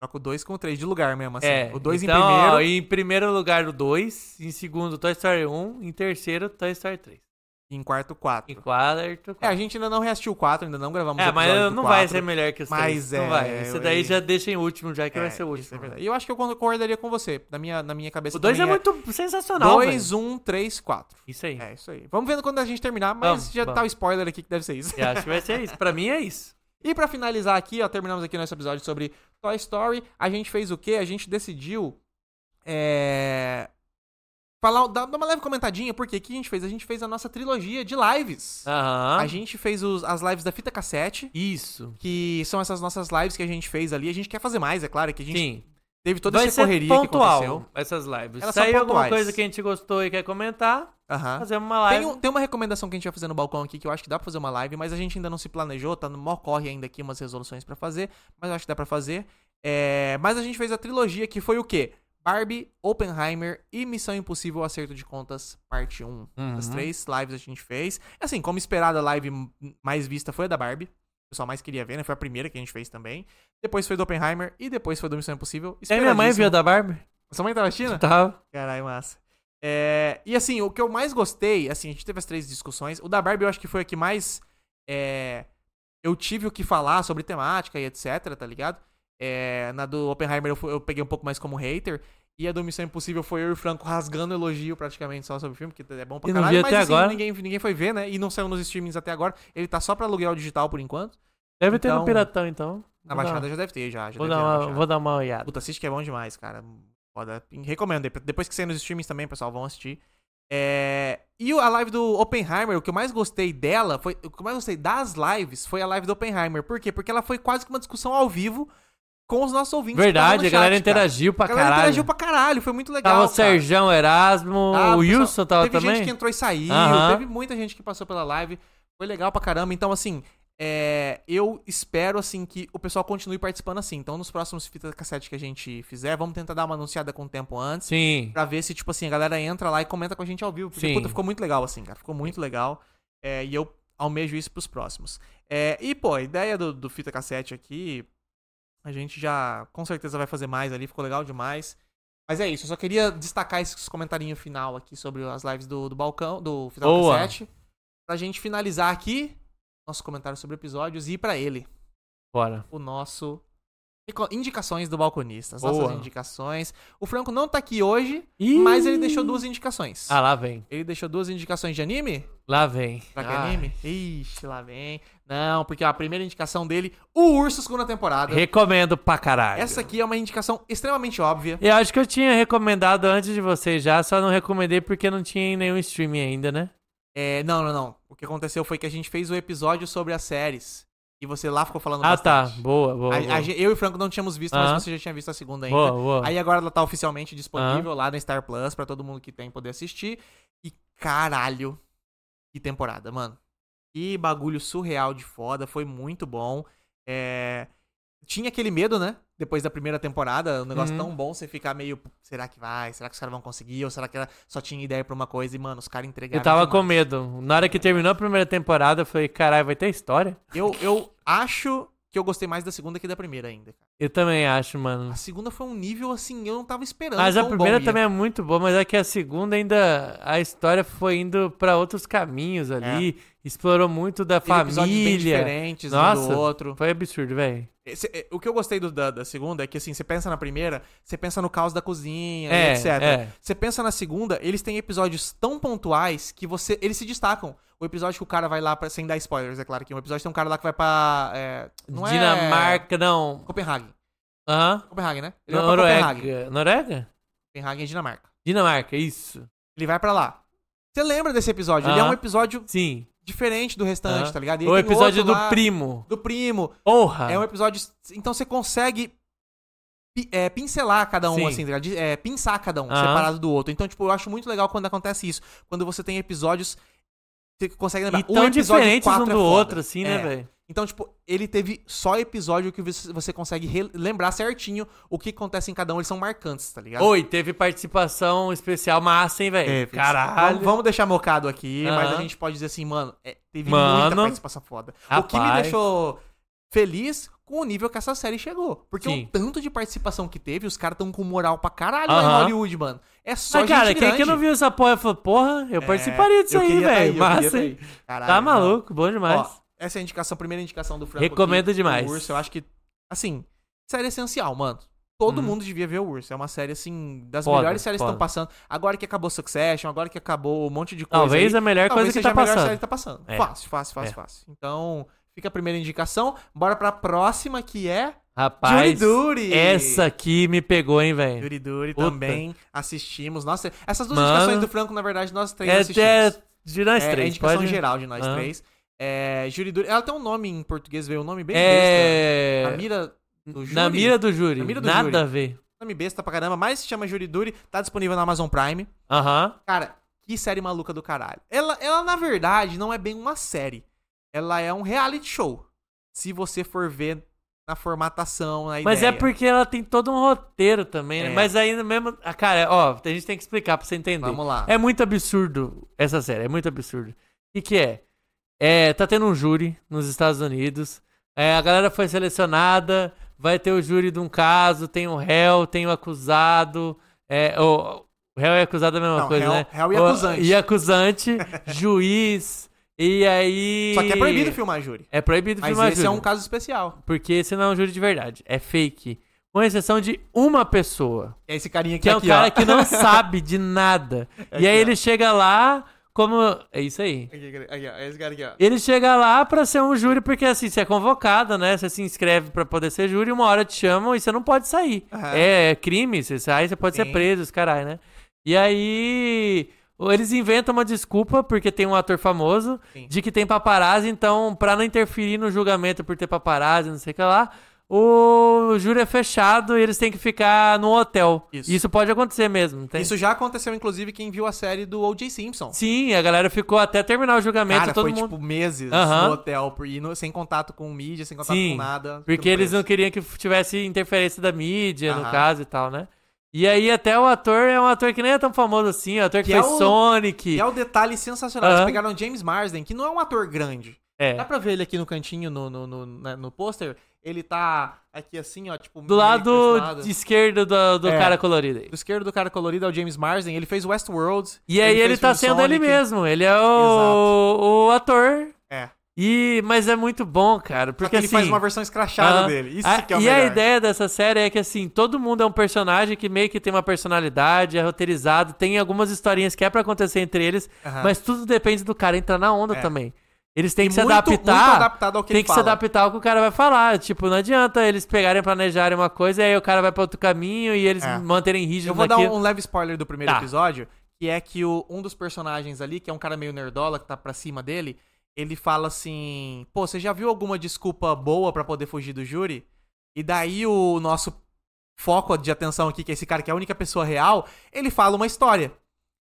Speaker 2: Troca o 2 com o 3 de lugar mesmo, assim.
Speaker 3: é.
Speaker 2: o 2
Speaker 3: então,
Speaker 2: em primeiro.
Speaker 3: Ó, em primeiro lugar o 2, em segundo Toy Story 1, em terceiro Toy Story 3.
Speaker 2: e Em quarto,
Speaker 3: Em
Speaker 2: 4.
Speaker 3: quarto...
Speaker 2: É, a gente ainda não reassistiu o 4, ainda não gravamos
Speaker 3: É,
Speaker 2: o
Speaker 3: mas
Speaker 2: episódio do
Speaker 3: não
Speaker 2: quatro.
Speaker 3: vai ser melhor que os
Speaker 2: Mas
Speaker 3: três. Não
Speaker 2: é,
Speaker 3: vai. Esse
Speaker 2: eu-
Speaker 3: daí já deixa em último, já que vai ser o
Speaker 2: isso
Speaker 3: último. né?
Speaker 2: é verdade. E eu acho que eu concordaria com você. Na minha, na minha cabeça
Speaker 3: o 2 é
Speaker 2: também
Speaker 3: muito sensacional,
Speaker 2: 2,
Speaker 3: velho.
Speaker 2: 1, 3, 4.
Speaker 3: Isso aí.
Speaker 2: É, isso aí. Vamos vendo quando a gente terminar, mas
Speaker 3: Vamos,
Speaker 2: já tá
Speaker 3: vamos.
Speaker 2: o spoiler aqui que deve ser isso.
Speaker 3: Eu acho que vai ser isso. Pra mim é isso.
Speaker 2: E pra finalizar aqui, ó, terminamos aqui nosso episódio sobre Toy Story. A gente fez o quê? A gente decidiu é, falar, dar dar uma leve comentadinha, porque o que a gente fez? A gente fez a nossa trilogia de lives.
Speaker 3: Aham.
Speaker 2: A gente fez os- as lives da fita cassete,
Speaker 3: Isso.
Speaker 2: que são essas nossas lives que a gente fez ali. A gente quer fazer mais, é claro, que a gente
Speaker 3: Sim.
Speaker 2: teve toda
Speaker 3: Vai
Speaker 2: essa
Speaker 3: ser
Speaker 2: correria que aconteceu.
Speaker 3: pontual essas lives.
Speaker 2: Elas são
Speaker 3: Saiu alguma
Speaker 2: pontuais.
Speaker 3: coisa que a gente gostou e quer comentar,
Speaker 2: Aham.
Speaker 3: fazemos uma live.
Speaker 2: Tem, um- tem uma recomendação que a gente vai fazer no balcão aqui, que eu acho que dá pra fazer uma live, mas a gente ainda não se planejou, tá no mó corre ainda aqui umas resoluções pra fazer, mas eu acho que dá pra fazer. É, mas a gente fez a trilogia que foi o quê? Barbie, Oppenheimer e Missão Impossível Acerto de Contas, parte 1.
Speaker 3: Uhum.
Speaker 2: As três lives a gente fez. Assim, como esperado, a live m- mais vista foi a da Barbie. O pessoal mais queria ver, né? Foi a primeira que a gente fez também. Depois foi do Oppenheimer e depois foi do Missão Impossível.
Speaker 3: E aí É, minha mãe
Speaker 2: Esperadíssimo.
Speaker 3: viu a da Barbie?
Speaker 2: Sua mãe tá na China?
Speaker 3: Tá.
Speaker 2: Caralho, massa. É, e assim, o que eu mais gostei, assim, a gente teve as três discussões. O da Barbie eu acho que foi a que mais. é, eu tive o que falar sobre temática e etc, tá ligado? É, na do Oppenheimer eu, fui- eu peguei um pouco mais como hater. E a do Missão Impossível foi eu e o Franco rasgando elogio praticamente só sobre o filme, que é bom pra
Speaker 3: E não
Speaker 2: caralho.
Speaker 3: vi
Speaker 2: mas
Speaker 3: até
Speaker 2: assim,
Speaker 3: agora.
Speaker 2: Ninguém, ninguém foi ver, né? E não saiu nos streamings até agora. Ele tá só pra aluguel digital por enquanto.
Speaker 3: Deve ter
Speaker 2: Então,
Speaker 3: no Piratão, então.
Speaker 2: Na
Speaker 3: Vou dar-
Speaker 2: Baixada já deve ter, já. já
Speaker 3: Vou
Speaker 2: deve ter na
Speaker 3: dar, uma,
Speaker 2: Baixada.
Speaker 3: vou dar uma olhada.
Speaker 2: Puta, assiste que é bom demais, cara. Foda. Recomendo. aí. Depois que sair nos streamings também, pessoal, vão assistir. É, E o- a live do Oppenheimer, o que eu mais gostei dela, foi... o que eu mais gostei das lives foi a live do Oppenheimer. Por quê? Porque ela foi quase que uma discussão ao vivo com os nossos ouvintes. que estavam
Speaker 3: Verdade,
Speaker 2: no
Speaker 3: a galera
Speaker 2: chat, cara.
Speaker 3: interagiu pra
Speaker 2: A galera
Speaker 3: caralho.
Speaker 2: interagiu pra caralho, foi muito legal.
Speaker 3: Tava o
Speaker 2: cara.
Speaker 3: Serjão, Erasmo,
Speaker 2: Ah,
Speaker 3: o
Speaker 2: pessoal,
Speaker 3: Wilson tava
Speaker 2: teve
Speaker 3: também.
Speaker 2: gente que entrou e saiu,
Speaker 3: Aham.
Speaker 2: teve muita gente que passou pela live. Foi legal pra caramba. Então, assim, é, eu espero, assim, que o pessoal continue participando assim. Então, nos próximos fitas cassete que a gente fizer, vamos tentar dar uma anunciada com o tempo antes.
Speaker 3: Sim.
Speaker 2: Pra ver se, tipo assim, a galera entra lá e comenta com a gente ao vivo. Porque,
Speaker 3: Sim.
Speaker 2: puta, ficou muito legal, assim, cara. Ficou muito legal. É, e eu almejo isso pros próximos. É, e, pô, a ideia do, do fita cassete aqui, a gente já com certeza vai fazer mais ali. Ficou legal demais. Mas é isso, eu só queria destacar esse comentarinho final aqui sobre as lives do, do balcão, do fita
Speaker 3: Boa.
Speaker 2: cassete. Pra gente finalizar aqui nosso comentário sobre episódios e ir pra ele
Speaker 3: Bora.
Speaker 2: o nosso reco- indicações do balconista, as nossas
Speaker 3: Boa.
Speaker 2: indicações. O Franco não tá aqui hoje,
Speaker 3: Ih.
Speaker 2: mas ele deixou duas indicações.
Speaker 3: Ah, lá vem.
Speaker 2: Ele deixou duas indicações de anime?
Speaker 3: Lá vem.
Speaker 2: Será que é
Speaker 3: Ah,
Speaker 2: anime? Ixi, lá vem. Não, porque a primeira indicação dele, o Urso segunda temporada.
Speaker 3: Recomendo pra caralho.
Speaker 2: Essa aqui é uma indicação extremamente óbvia.
Speaker 3: Eu acho que eu tinha recomendado antes de vocês já, só não recomendei porque não tinha em nenhum streaming ainda, né?
Speaker 2: É, não, não, não. O que aconteceu foi que a gente fez o episódio sobre as séries. E você lá ficou falando
Speaker 3: ah,
Speaker 2: bastante.
Speaker 3: tá. Boa, boa.
Speaker 2: A-
Speaker 3: boa.
Speaker 2: a gen- eu e o Franco não tínhamos visto,
Speaker 3: Aham.
Speaker 2: mas você já tinha visto a segunda ainda.
Speaker 3: Boa, boa.
Speaker 2: Aí agora ela tá oficialmente disponível lá no Star Plus pra todo mundo que tem poder assistir. E caralho, que temporada, mano. Que bagulho surreal de foda, foi muito bom. É, Tinha aquele medo, né? Depois da primeira temporada, um negócio
Speaker 3: Uhum.
Speaker 2: tão bom, você ficar meio. Será que vai? Será que os caras vão conseguir? Ou será que ela só tinha ideia pra uma coisa e, mano, os caras entregaram.
Speaker 3: Eu tava
Speaker 2: demais.
Speaker 3: com medo. Na hora que terminou a primeira temporada, eu falei, caralho, vai ter história?
Speaker 2: Eu, eu acho que eu gostei mais da segunda que da primeira ainda. cara.
Speaker 3: Eu também acho, mano.
Speaker 2: A segunda foi um nível assim, eu não tava esperando.
Speaker 3: Mas a
Speaker 2: quão bom
Speaker 3: primeira
Speaker 2: ia.
Speaker 3: também é muito boa, mas é que a segunda ainda. A história foi indo pra outros caminhos ali. Explorou muito da
Speaker 2: É. Teve episódios bem
Speaker 3: família.
Speaker 2: diferentes um
Speaker 3: Nossa.
Speaker 2: do outro.
Speaker 3: Foi absurdo, velho.
Speaker 2: Esse- é, o que eu gostei do- da, da segunda é que, assim, você pensa na primeira, você pensa no caos da cozinha,
Speaker 3: É,
Speaker 2: e etc.
Speaker 3: é.
Speaker 2: Você pensa na segunda, eles têm episódios tão pontuais que você eles se destacam. O episódio que o cara vai lá, pra, sem dar spoilers, é claro que um episódio tem um cara lá que vai pra... é, não é-
Speaker 3: Dinamarca, não.
Speaker 2: Copenhague.
Speaker 3: Hã?
Speaker 2: Copenhague, né? Ele vai pra Copenhague.
Speaker 3: Noruega. Noruega?
Speaker 2: Copenhague é Dinamarca.
Speaker 3: Dinamarca, isso.
Speaker 2: Ele vai pra lá. Você lembra desse episódio? Ele é
Speaker 3: Aham.
Speaker 2: um episódio
Speaker 3: Sim.
Speaker 2: diferente do restante,
Speaker 3: Aham.
Speaker 2: tá ligado? E aí
Speaker 3: O
Speaker 2: tem
Speaker 3: episódio
Speaker 2: outro
Speaker 3: do
Speaker 2: lá,
Speaker 3: primo.
Speaker 2: Do primo.
Speaker 3: Porra!
Speaker 2: É um episódio. Então você consegue pi- é, pincelar cada um,
Speaker 3: Sim.
Speaker 2: assim, tá ligado? De- é, pinçar cada um,
Speaker 3: Aham.
Speaker 2: separado do outro. Então, tipo, eu acho muito legal quando acontece isso. Quando você tem episódios. Você consegue lembrar.
Speaker 3: E tão
Speaker 2: episódio
Speaker 3: diferentes um
Speaker 2: quatro é
Speaker 3: do
Speaker 2: foda.
Speaker 3: outro, assim, né,
Speaker 2: É.
Speaker 3: velho?
Speaker 2: Então, tipo, ele teve só episódio que você consegue re- lembrar certinho o que acontece em cada um. Eles são marcantes, tá ligado?
Speaker 3: Oi, teve participação especial massa, hein, velho?
Speaker 2: É, Fitz,
Speaker 3: Caralho.
Speaker 2: Vamos, vamos deixar mocado aqui, mas a
Speaker 3: Aham.
Speaker 2: gente pode dizer assim, mano, é, teve muita
Speaker 3: Mano.
Speaker 2: participação foda. O que me
Speaker 3: Rapaz.
Speaker 2: deixou feliz com o nível que essa série chegou. Porque
Speaker 3: Sim.
Speaker 2: o tanto de participação que teve, os caras tão com moral pra caralho lá em
Speaker 3: Aham.
Speaker 2: Hollywood, mano. É só
Speaker 3: Mas,
Speaker 2: gente
Speaker 3: cara, quem
Speaker 2: grande.
Speaker 3: que não viu essa porra falou, porra, eu
Speaker 2: É,
Speaker 3: participaria disso
Speaker 2: eu
Speaker 3: aí,
Speaker 2: queria tá
Speaker 3: velho.
Speaker 2: eu
Speaker 3: Massa,
Speaker 2: queria
Speaker 3: hein?
Speaker 2: tá aí. Caralho,
Speaker 3: Tá
Speaker 2: não.
Speaker 3: maluco, bom demais.
Speaker 2: Ó, essa é a indicação, a primeira indicação do Franco.
Speaker 3: Recomendo
Speaker 2: aqui,
Speaker 3: demais.
Speaker 2: O Urso, eu acho que, assim, série essencial, mano. Todo
Speaker 3: Hum.
Speaker 2: mundo devia ver o Urso. É uma série, assim, das
Speaker 3: Foda,
Speaker 2: melhores séries que
Speaker 3: foda.
Speaker 2: estão passando. Agora que acabou Succession, agora que acabou um monte de coisa.
Speaker 3: Talvez
Speaker 2: aí,
Speaker 3: a melhor
Speaker 2: talvez
Speaker 3: coisa que
Speaker 2: seja
Speaker 3: tá
Speaker 2: a melhor
Speaker 3: passando.
Speaker 2: série que tá passando.
Speaker 3: É.
Speaker 2: Fácil, fácil, fácil,
Speaker 3: É.
Speaker 2: fácil. Então, fica a primeira indicação. Bora pra próxima, que é...
Speaker 3: Rapaz,
Speaker 2: Jury Duty.
Speaker 3: essa aqui me pegou, hein, velho.
Speaker 2: Yuri Duri
Speaker 3: Puta.
Speaker 2: também assistimos. Nossa, essas duas
Speaker 3: Mano.
Speaker 2: indicações do Franco, na verdade, nós três
Speaker 3: É
Speaker 2: assistimos.
Speaker 3: até de nós
Speaker 2: é, a
Speaker 3: três,
Speaker 2: indicação
Speaker 3: pode?
Speaker 2: geral de nós
Speaker 3: Ah.
Speaker 2: três. É, Jury Duty. Ela tem um nome em português, veio um nome bem besta.
Speaker 3: é...
Speaker 2: Na mira do júri.
Speaker 3: Na mira do júri.
Speaker 2: Na mira do
Speaker 3: Nada
Speaker 2: júri.
Speaker 3: a ver.
Speaker 2: Nome besta pra caramba, mas se chama Jury Duty, tá disponível na Amazon Prime.
Speaker 3: Aham.
Speaker 2: Cara, que série maluca do caralho. Ela, ela, na verdade, não é bem uma série. Ela é um reality show. Se você for ver na formatação, na
Speaker 3: Mas
Speaker 2: ideia.
Speaker 3: é porque ela tem todo um roteiro também, né?
Speaker 2: É.
Speaker 3: Mas ainda mesmo. ah, Cara, ó, a gente tem que explicar pra você entender.
Speaker 2: Vamos lá.
Speaker 3: É muito absurdo essa série, é muito absurdo. O que, que é? É, tá tendo um júri nos Estados Unidos. é, a galera foi selecionada, vai ter o júri de um caso, tem o réu, tem o acusado. É, o, o réu e acusado é a mesma
Speaker 2: Não,
Speaker 3: coisa,
Speaker 2: réu-
Speaker 3: né?
Speaker 2: réu e
Speaker 3: O-
Speaker 2: acusante.
Speaker 3: E acusante, juiz, e aí.
Speaker 2: Só que é proibido filmar Júri.
Speaker 3: É proibido
Speaker 2: Mas
Speaker 3: filmar
Speaker 2: esse é
Speaker 3: júri.
Speaker 2: um caso especial.
Speaker 3: Porque esse não é um júri de verdade, é fake. Com exceção de uma pessoa,
Speaker 2: É esse carinha aqui,
Speaker 3: que é um
Speaker 2: aqui,
Speaker 3: cara
Speaker 2: ó.
Speaker 3: que não sabe de nada.
Speaker 2: É
Speaker 3: e aí
Speaker 2: aqui,
Speaker 3: ele chega lá como. É isso aí.
Speaker 2: Aqui, aqui, aqui, ó. É esse cara aqui, ó.
Speaker 3: Ele chega lá pra ser um júri, porque assim, você é convocado, né? Você se inscreve pra poder ser júri, uma hora te chamam e você não pode sair.
Speaker 2: Aham.
Speaker 3: É, é crime, você sai, você pode
Speaker 2: Sim.
Speaker 3: ser preso, os caralho, né? E aí. Eles inventam uma desculpa, porque tem um ator famoso,
Speaker 2: Sim.
Speaker 3: de que tem paparazzi, então, pra não interferir no julgamento por ter paparazzi, não sei o que lá, o júri é fechado e eles têm que ficar no hotel.
Speaker 2: Isso.
Speaker 3: Isso, pode acontecer mesmo, entende?
Speaker 2: Isso já aconteceu, inclusive, quem viu a série do O.J. Simpson.
Speaker 3: Sim, a galera ficou até terminar o julgamento,
Speaker 2: Cara,
Speaker 3: todo
Speaker 2: foi,
Speaker 3: mundo.
Speaker 2: tipo, meses
Speaker 3: Aham.
Speaker 2: no hotel, por, e no- sem contato com mídia, sem contato
Speaker 3: Sim,
Speaker 2: com nada.
Speaker 3: Porque eles não
Speaker 2: preso.
Speaker 3: queriam que tivesse interferência da mídia,
Speaker 2: Aham.
Speaker 3: no caso e tal, né? E aí até o ator é um ator que nem é tão famoso assim, é um ator que,
Speaker 2: Que é
Speaker 3: fez
Speaker 2: o-
Speaker 3: Sonic.
Speaker 2: E é o detalhe sensacional. Eles
Speaker 3: Aham.
Speaker 2: pegaram James Marsden, que não é um ator grande.
Speaker 3: É.
Speaker 2: Dá pra ver ele aqui no cantinho, no, no, no, na- no pôster. Ele tá aqui assim, ó, tipo...
Speaker 3: Do
Speaker 2: meio
Speaker 3: lado
Speaker 2: perfilado.
Speaker 3: de esquerdo do, do
Speaker 2: É.
Speaker 3: cara colorido aí.
Speaker 2: Do esquerdo do cara colorido é o James Marsden. Ele fez Westworld.
Speaker 3: E aí ele,
Speaker 2: fez
Speaker 3: tá
Speaker 2: filme
Speaker 3: sendo ele
Speaker 2: Sonic.
Speaker 3: mesmo, ele é
Speaker 2: Exato.
Speaker 3: o, o ator.
Speaker 2: É.
Speaker 3: E, mas é muito bom, cara,
Speaker 2: Porque
Speaker 3: porque
Speaker 2: ele
Speaker 3: assim...
Speaker 2: faz uma versão escrachada
Speaker 3: Aham.
Speaker 2: dele. Isso
Speaker 3: A-
Speaker 2: que é o
Speaker 3: e
Speaker 2: melhor.
Speaker 3: a ideia dessa série é que, assim, todo mundo é um personagem que meio que tem uma personalidade, é roteirizado, tem algumas historinhas que é pra acontecer entre eles,
Speaker 2: Aham.
Speaker 3: mas tudo depende do cara entrar na onda
Speaker 2: É.
Speaker 3: também. Eles têm
Speaker 2: E
Speaker 3: que se
Speaker 2: muito-
Speaker 3: adaptar.
Speaker 2: muito adaptado ao que
Speaker 3: tem
Speaker 2: ele
Speaker 3: que se
Speaker 2: fala.
Speaker 3: adaptar ao que o cara vai falar. Tipo, não adianta eles pegarem, planejarem uma coisa, e aí o cara vai pra outro caminho e eles
Speaker 2: É.
Speaker 3: manterem rígido
Speaker 2: Eu vou dar
Speaker 3: naquilo.
Speaker 2: um, um leve spoiler do primeiro
Speaker 3: Tipo, Tá.
Speaker 2: episódio, que é que o- um dos personagens ali, que é um cara meio nerdola, que tá pra cima dele, ele fala assim: pô, você já viu alguma desculpa boa pra poder fugir do júri? E daí o nosso foco de atenção aqui, que é esse cara que é a única pessoa real, ele fala uma história.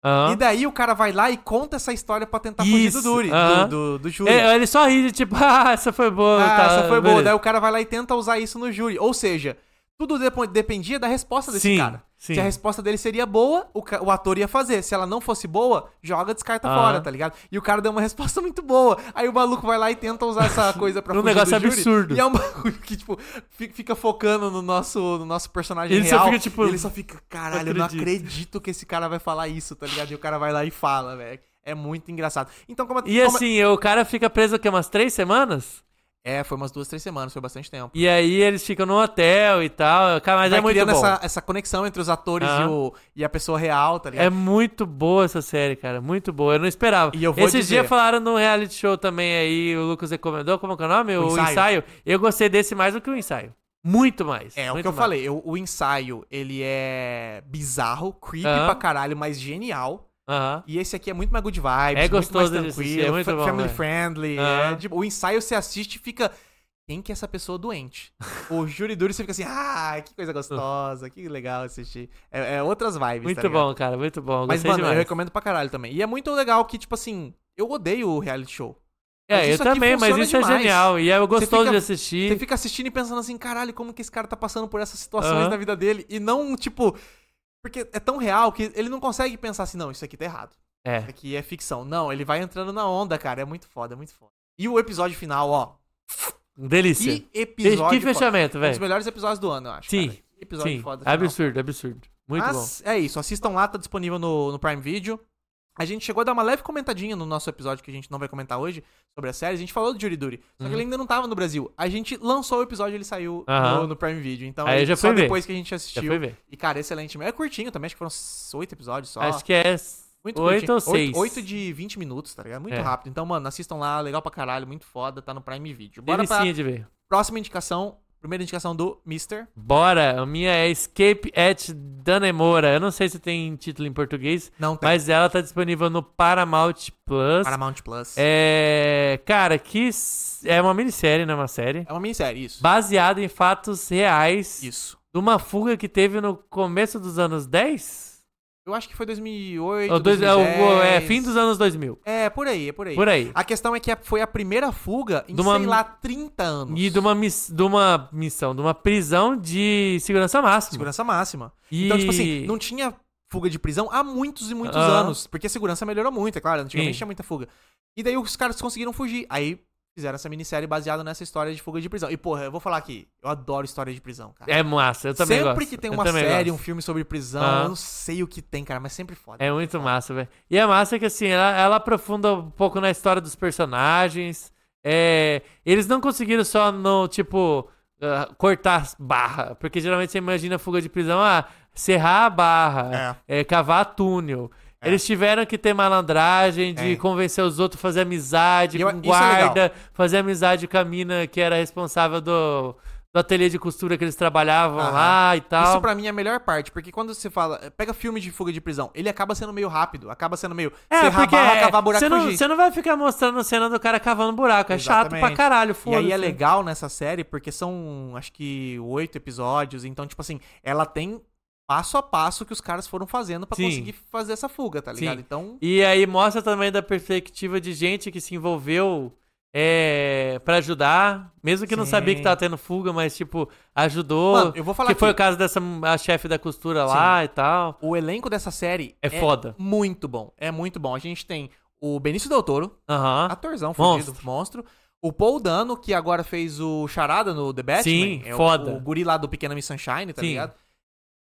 Speaker 3: Aham.
Speaker 2: um E daí o cara vai lá e conta essa história pra tentar fugir do,
Speaker 3: Isso,
Speaker 2: júri, do-
Speaker 3: aham.
Speaker 2: do, do júri.
Speaker 3: É, ele só ri, de tipo, ah, essa foi boa.
Speaker 2: Ah,
Speaker 3: tá,
Speaker 2: essa foi boa.
Speaker 3: beleza."
Speaker 2: Daí o cara vai lá e tenta usar isso no júri. Ou seja, tudo depo- dependia da resposta desse
Speaker 3: Sim,
Speaker 2: cara.
Speaker 3: sim.
Speaker 2: Se a resposta dele seria boa, o, ca- o ator ia fazer. Se ela não fosse boa, joga, descarta
Speaker 3: Ah.
Speaker 2: fora, tá ligado? E o cara deu uma resposta muito boa. Aí o maluco vai lá e tenta usar essa coisa pra
Speaker 3: Um
Speaker 2: fugir do
Speaker 3: negócio
Speaker 2: júri.
Speaker 3: absurdo.
Speaker 2: E é um bagulho que, tipo, fi- fica focando no nosso, no nosso personagem
Speaker 3: Ele só
Speaker 2: real.
Speaker 3: fica, tipo,
Speaker 2: e ele só fica, caralho, eu não
Speaker 3: acredito."
Speaker 2: acredito que esse cara vai falar isso, tá ligado? E o cara vai lá e fala, velho. É muito engraçado. Então, como,
Speaker 3: E
Speaker 2: como-
Speaker 3: assim, o cara fica preso o quê? Umas três semanas?
Speaker 2: É, foi umas duas, três semanas, foi bastante tempo.
Speaker 3: E aí eles ficam no hotel e tal. Cara, mas
Speaker 2: Vai
Speaker 3: é muito
Speaker 2: criando
Speaker 3: bom.
Speaker 2: Essa, essa conexão entre os atores
Speaker 3: Aham.
Speaker 2: e, o- e a pessoa real, tá
Speaker 3: É
Speaker 2: ligado?
Speaker 3: muito boa essa série, cara. Muito boa. Eu não esperava.
Speaker 2: E eu vou
Speaker 3: Esses
Speaker 2: dizer-
Speaker 3: dias falaram no reality show também aí, o Lucas recomendou. Como é que é o nome?
Speaker 2: O
Speaker 3: O,
Speaker 2: Ensaio.
Speaker 3: ensaio. Eu gostei desse mais do que o ensaio. Muito mais.
Speaker 2: É, o
Speaker 3: Muito
Speaker 2: que eu
Speaker 3: mais.
Speaker 2: falei, eu- o ensaio, ele é bizarro, creepy
Speaker 3: Aham.
Speaker 2: pra caralho, mas genial.
Speaker 3: Aham.
Speaker 2: E esse aqui é muito mais good vibes,
Speaker 3: É
Speaker 2: muito
Speaker 3: gostoso de
Speaker 2: mais
Speaker 3: assistir,
Speaker 2: tranquilo,
Speaker 3: é muito
Speaker 2: fa-
Speaker 3: bom,
Speaker 2: family
Speaker 3: velho.
Speaker 2: friendly.
Speaker 3: Aham.
Speaker 2: é, tipo, o ensaio você assiste e fica... Quem que é essa pessoa doente? o júri duro você fica assim, ah, que coisa gostosa, que legal assistir. É, é outras vibes, tá
Speaker 3: Muito
Speaker 2: ligado?
Speaker 3: bom, cara. Muito bom.
Speaker 2: Mas,
Speaker 3: Gostei
Speaker 2: mano, eu
Speaker 3: demais.
Speaker 2: recomendo pra caralho também. E é muito legal que, tipo assim, eu odeio o reality show.
Speaker 3: É,
Speaker 2: Mas
Speaker 3: eu
Speaker 2: isso aqui
Speaker 3: também, mas
Speaker 2: funciona
Speaker 3: isso é
Speaker 2: demais.
Speaker 3: genial. E é gostoso
Speaker 2: fica-
Speaker 3: de
Speaker 2: Você
Speaker 3: assistir.
Speaker 2: fica assistindo e pensando assim, caralho, como que esse cara tá passando por essas situações
Speaker 3: Aham.
Speaker 2: da vida dele? E não, tipo. Porque é tão real que ele não consegue pensar assim, não, isso aqui tá errado. Isso
Speaker 3: É.
Speaker 2: aqui é ficção. Não, ele vai entrando na onda, cara. É muito foda, é muito foda. E o episódio final, ó.
Speaker 3: Delícia.
Speaker 2: Que
Speaker 3: Que,
Speaker 2: episódio.
Speaker 3: que
Speaker 2: foda.
Speaker 3: fechamento,
Speaker 2: Um dos
Speaker 3: velho.
Speaker 2: melhores episódios do ano, eu acho.
Speaker 3: Sim,
Speaker 2: cara. Que episódio
Speaker 3: Sim.
Speaker 2: foda. final.
Speaker 3: Absurdo, absurdo. Muito bom.
Speaker 2: Mas é isso, assistam lá, tá disponível no, no Prime Video. A gente chegou a dar uma leve comentadinha no nosso episódio que a gente não vai comentar hoje sobre a série. A gente falou do Jury Duty, só que
Speaker 3: Uhum.
Speaker 2: ele ainda não tava no Brasil. A gente lançou o episódio e ele saiu
Speaker 3: Aham.
Speaker 2: no, no Prime Video. Então,
Speaker 3: Aí eu já
Speaker 2: só
Speaker 3: fui ver.
Speaker 2: depois que a gente
Speaker 3: Já
Speaker 2: assistiu.
Speaker 3: foi ver.
Speaker 2: E, cara, excelente. É curtinho também, acho que foram s- oito episódios só.
Speaker 3: Acho que é
Speaker 2: Muito
Speaker 3: oito
Speaker 2: curtinho.
Speaker 3: ou seis.
Speaker 2: Oito, oito de 20 minutos, tá ligado? Muito
Speaker 3: É.
Speaker 2: rápido. Então, mano, assistam lá, legal pra caralho, muito foda, tá no Prime Video. Bora
Speaker 3: Delicinha de ver.
Speaker 2: pra próxima indicação. Primeira indicação do Mister.
Speaker 3: Bora, a minha é Escape at Danemora. Eu não sei se tem título em português,
Speaker 2: Não tem
Speaker 3: mas ela tá disponível no Paramount Plus.
Speaker 2: Paramount Plus.
Speaker 3: É, cara, que s- é uma minissérie, não é uma série,
Speaker 2: É uma minissérie, isso.
Speaker 3: baseada em fatos reais
Speaker 2: Isso.
Speaker 3: de uma fuga que teve no começo dos anos 10?
Speaker 2: Eu acho que foi 2008,
Speaker 3: Ou dois- é, o-
Speaker 2: 2010.
Speaker 3: é, fim dos anos 2000,
Speaker 2: É, por aí, é por aí.
Speaker 3: por aí.
Speaker 2: A questão é que foi a primeira fuga em,
Speaker 3: De uma-
Speaker 2: sei lá, 30 anos.
Speaker 3: E de uma, miss- de uma missão, de uma prisão de segurança máxima.
Speaker 2: Segurança máxima.
Speaker 3: E...
Speaker 2: Então, tipo assim, não tinha fuga de prisão há muitos e muitos
Speaker 3: Aham.
Speaker 2: anos. Porque a segurança melhorou muito, é claro. Antigamente
Speaker 3: Sim.
Speaker 2: tinha muita fuga. E daí os caras conseguiram fugir. Aí fizeram essa minissérie baseada nessa história de fuga de prisão. E, porra, eu vou falar aqui. Eu adoro história de prisão, cara.
Speaker 3: É massa, eu também
Speaker 2: sempre
Speaker 3: gosto,
Speaker 2: que tem
Speaker 3: eu
Speaker 2: uma
Speaker 3: também
Speaker 2: série,
Speaker 3: gosto.
Speaker 2: um filme sobre prisão,
Speaker 3: Aham.
Speaker 2: eu não sei o que tem, cara, mas sempre foda.
Speaker 3: É muito massa, velho. E é massa que, assim, ela, ela aprofunda um pouco na história dos personagens. É, eles não conseguiram só no, tipo, ah, cortar as barra. Porque geralmente você imagina fuga de prisão, ah, serrar a barra, é, cavar túnel.
Speaker 2: É.
Speaker 3: Eles tiveram que ter malandragem de
Speaker 2: É.
Speaker 3: convencer os outros a fazer amizade
Speaker 2: E eu-
Speaker 3: com
Speaker 2: isso é legal.
Speaker 3: guarda, fazer amizade com a mina que era responsável do, do ateliê de costura que eles trabalhavam
Speaker 2: Aham.
Speaker 3: lá e tal.
Speaker 2: Isso pra mim é a melhor parte, porque quando você fala, pega filme de fuga de prisão, ele acaba sendo meio rápido, acaba sendo meio
Speaker 3: É,
Speaker 2: serrar
Speaker 3: porque
Speaker 2: barra,
Speaker 3: é,
Speaker 2: cavar buraco
Speaker 3: você,
Speaker 2: e
Speaker 3: não,
Speaker 2: fugir.
Speaker 3: você não vai ficar mostrando cena do cara cavando buraco. É chato pra
Speaker 2: Exatamente.
Speaker 3: caralho,
Speaker 2: E
Speaker 3: foda
Speaker 2: aí é legal nessa série, porque são, acho que, oito episódios, então, tipo assim, ela tem passo a passo que os caras foram fazendo pra
Speaker 3: Sim.
Speaker 2: conseguir fazer essa fuga, tá ligado?
Speaker 3: Sim.
Speaker 2: Então,
Speaker 3: E aí mostra também da perspectiva de gente que se envolveu é, para ajudar, mesmo que não
Speaker 2: Sim.
Speaker 3: sabia que tava tendo fuga, mas tipo, ajudou.
Speaker 2: mano, eu vou falar
Speaker 3: que
Speaker 2: aqui,
Speaker 3: foi o caso dessa a chefe da costura lá e tal.
Speaker 2: o elenco dessa série
Speaker 3: É, foda.
Speaker 2: muito bom, é muito bom. A gente tem o Benício Del Toro,
Speaker 3: Aham.
Speaker 2: Atorzão,
Speaker 3: Ah. Monstro.
Speaker 2: fudido, monstro. O Paul Dano, que agora fez o Charada no The Batman.
Speaker 3: Sim,
Speaker 2: é o-
Speaker 3: foda.
Speaker 2: O, guri lá do Pequena Miss Sunshine, tá
Speaker 3: Sim.
Speaker 2: ligado?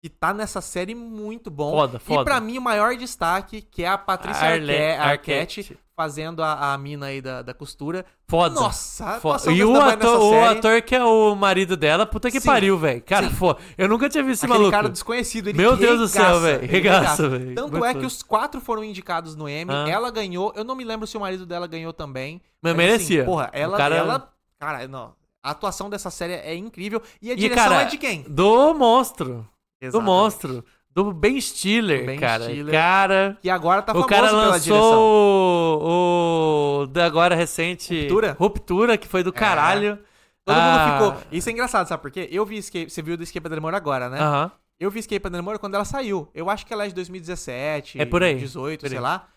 Speaker 2: E tá nessa série muito bom.
Speaker 3: Foda, foda.
Speaker 2: E pra mim o maior destaque, que é a Patrícia
Speaker 3: Arle-
Speaker 2: Arquette,
Speaker 3: Arquette.
Speaker 2: fazendo a, a mina aí da, da costura.
Speaker 3: Foda.
Speaker 2: Nossa, a
Speaker 3: Foda.
Speaker 2: atuação
Speaker 3: E
Speaker 2: desse
Speaker 3: o
Speaker 2: trabalho
Speaker 3: ator,
Speaker 2: nessa
Speaker 3: o
Speaker 2: série,
Speaker 3: ator que é o marido dela, puta que
Speaker 2: Sim.
Speaker 3: pariu, velho. Cara, foda. Eu nunca tinha visto esse
Speaker 2: Aquele
Speaker 3: maluco.
Speaker 2: cara desconhecido, ele
Speaker 3: Meu Deus do céu,
Speaker 2: regaça,
Speaker 3: velho.
Speaker 2: ele
Speaker 3: Regaça, velho.
Speaker 2: Tanto
Speaker 3: Muito
Speaker 2: é
Speaker 3: foda.
Speaker 2: que os quatro foram indicados no Emmy,
Speaker 3: Ah.
Speaker 2: ela ganhou, eu não me lembro se o marido dela ganhou também.
Speaker 3: Mas
Speaker 2: assim,
Speaker 3: merecia.
Speaker 2: porra, ela,
Speaker 3: O cara-
Speaker 2: ela, cara, não, a atuação dessa série é incrível e a
Speaker 3: E,
Speaker 2: direção
Speaker 3: cara,
Speaker 2: é de quem?
Speaker 3: Do monstro. Do
Speaker 2: Exatamente.
Speaker 3: monstro. Do Ben Stiller,
Speaker 2: Do Ben
Speaker 3: cara.
Speaker 2: Stiller.
Speaker 3: Cara,
Speaker 2: E agora tá
Speaker 3: o
Speaker 2: famoso
Speaker 3: cara
Speaker 2: pela direção.
Speaker 3: lançou o, o da agora recente
Speaker 2: Ruptura? É,
Speaker 3: Ruptura, que foi do caralho.
Speaker 2: Todo
Speaker 3: Ah.
Speaker 2: mundo ficou. Isso é engraçado, sabe por quê? Eu vi Escape, você viu do Escape da Demora agora, né?
Speaker 3: Aham.
Speaker 2: Eu vi Escape da Demora quando ela saiu. Eu acho que ela é de 2017,
Speaker 3: É por aí,
Speaker 2: 18,
Speaker 3: por
Speaker 2: sei
Speaker 3: aí.
Speaker 2: lá.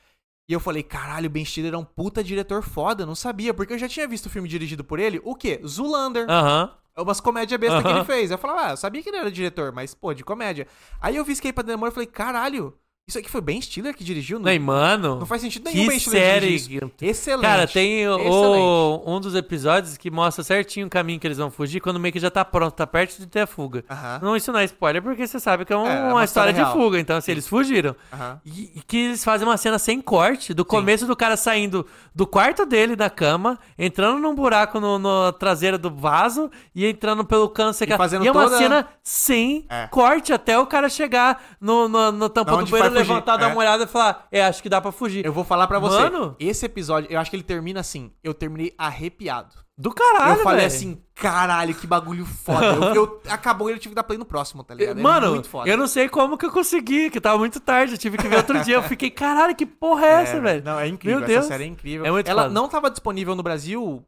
Speaker 2: E eu falei, caralho, o Ben Stiller é um puta diretor foda, eu não sabia, porque eu já tinha visto o filme dirigido por ele, o quê? Zoolander.
Speaker 3: Aham.
Speaker 2: É umas comédias besta que
Speaker 3: Aham.
Speaker 2: ele fez. Eu falava, ah, eu sabia que ele era diretor, mas, pô, de comédia. Aí eu vi Escape da Demora e falei, caralho, isso aqui foi Ben Stiller que dirigiu? Não,
Speaker 3: Não, e, mano.
Speaker 2: não faz sentido nenhum
Speaker 3: que
Speaker 2: Ben Stiller
Speaker 3: série.
Speaker 2: dirigir isso. Excelente.
Speaker 3: Cara, tem o-
Speaker 2: Excelente.
Speaker 3: um dos episódios que mostra certinho o caminho que eles vão fugir quando meio que já tá pronto, tá perto de ter a fuga.
Speaker 2: Aham,
Speaker 3: Não, isso não é spoiler, porque você sabe que é, um-
Speaker 2: É, é uma
Speaker 3: uma história,
Speaker 2: história
Speaker 3: de
Speaker 2: real.
Speaker 3: fuga. Então, assim, eles fugiram.
Speaker 2: aham.
Speaker 3: E, e que eles fazem uma cena sem corte, do começo do cara saindo do quarto dele da cama, entrando num buraco no, no traseiro do vaso e entrando pelo câncer.
Speaker 2: E
Speaker 3: cara.
Speaker 2: fazendo
Speaker 3: é uma
Speaker 2: toda-
Speaker 3: cena sem
Speaker 2: É.
Speaker 3: corte até o cara chegar no, no, no
Speaker 2: Da
Speaker 3: tampão do
Speaker 2: onde
Speaker 3: banheiro,
Speaker 2: vai fugir,
Speaker 3: levantar, dar
Speaker 2: é.
Speaker 3: uma olhada e falar: É, acho que dá pra fugir.
Speaker 2: Eu vou falar pra você.
Speaker 3: Mano.
Speaker 2: Esse episódio, eu acho que ele termina assim. Eu terminei arrepiado.
Speaker 3: Do caralho,
Speaker 2: eu falei
Speaker 3: velho.
Speaker 2: assim, caralho, que bagulho foda. Eu, eu- acabou ele, eu tive que dar play no próximo, tá ligado? É
Speaker 3: Mano,
Speaker 2: muito foda.
Speaker 3: eu não sei como que eu consegui, que tava muito tarde, eu tive que ver outro dia. Eu fiquei, caralho, que porra é essa, velho?
Speaker 2: Não, é incrível.
Speaker 3: Meu Deus.
Speaker 2: Essa série é incrível.
Speaker 3: É muito
Speaker 2: ela
Speaker 3: foda.
Speaker 2: não tava disponível no Brasil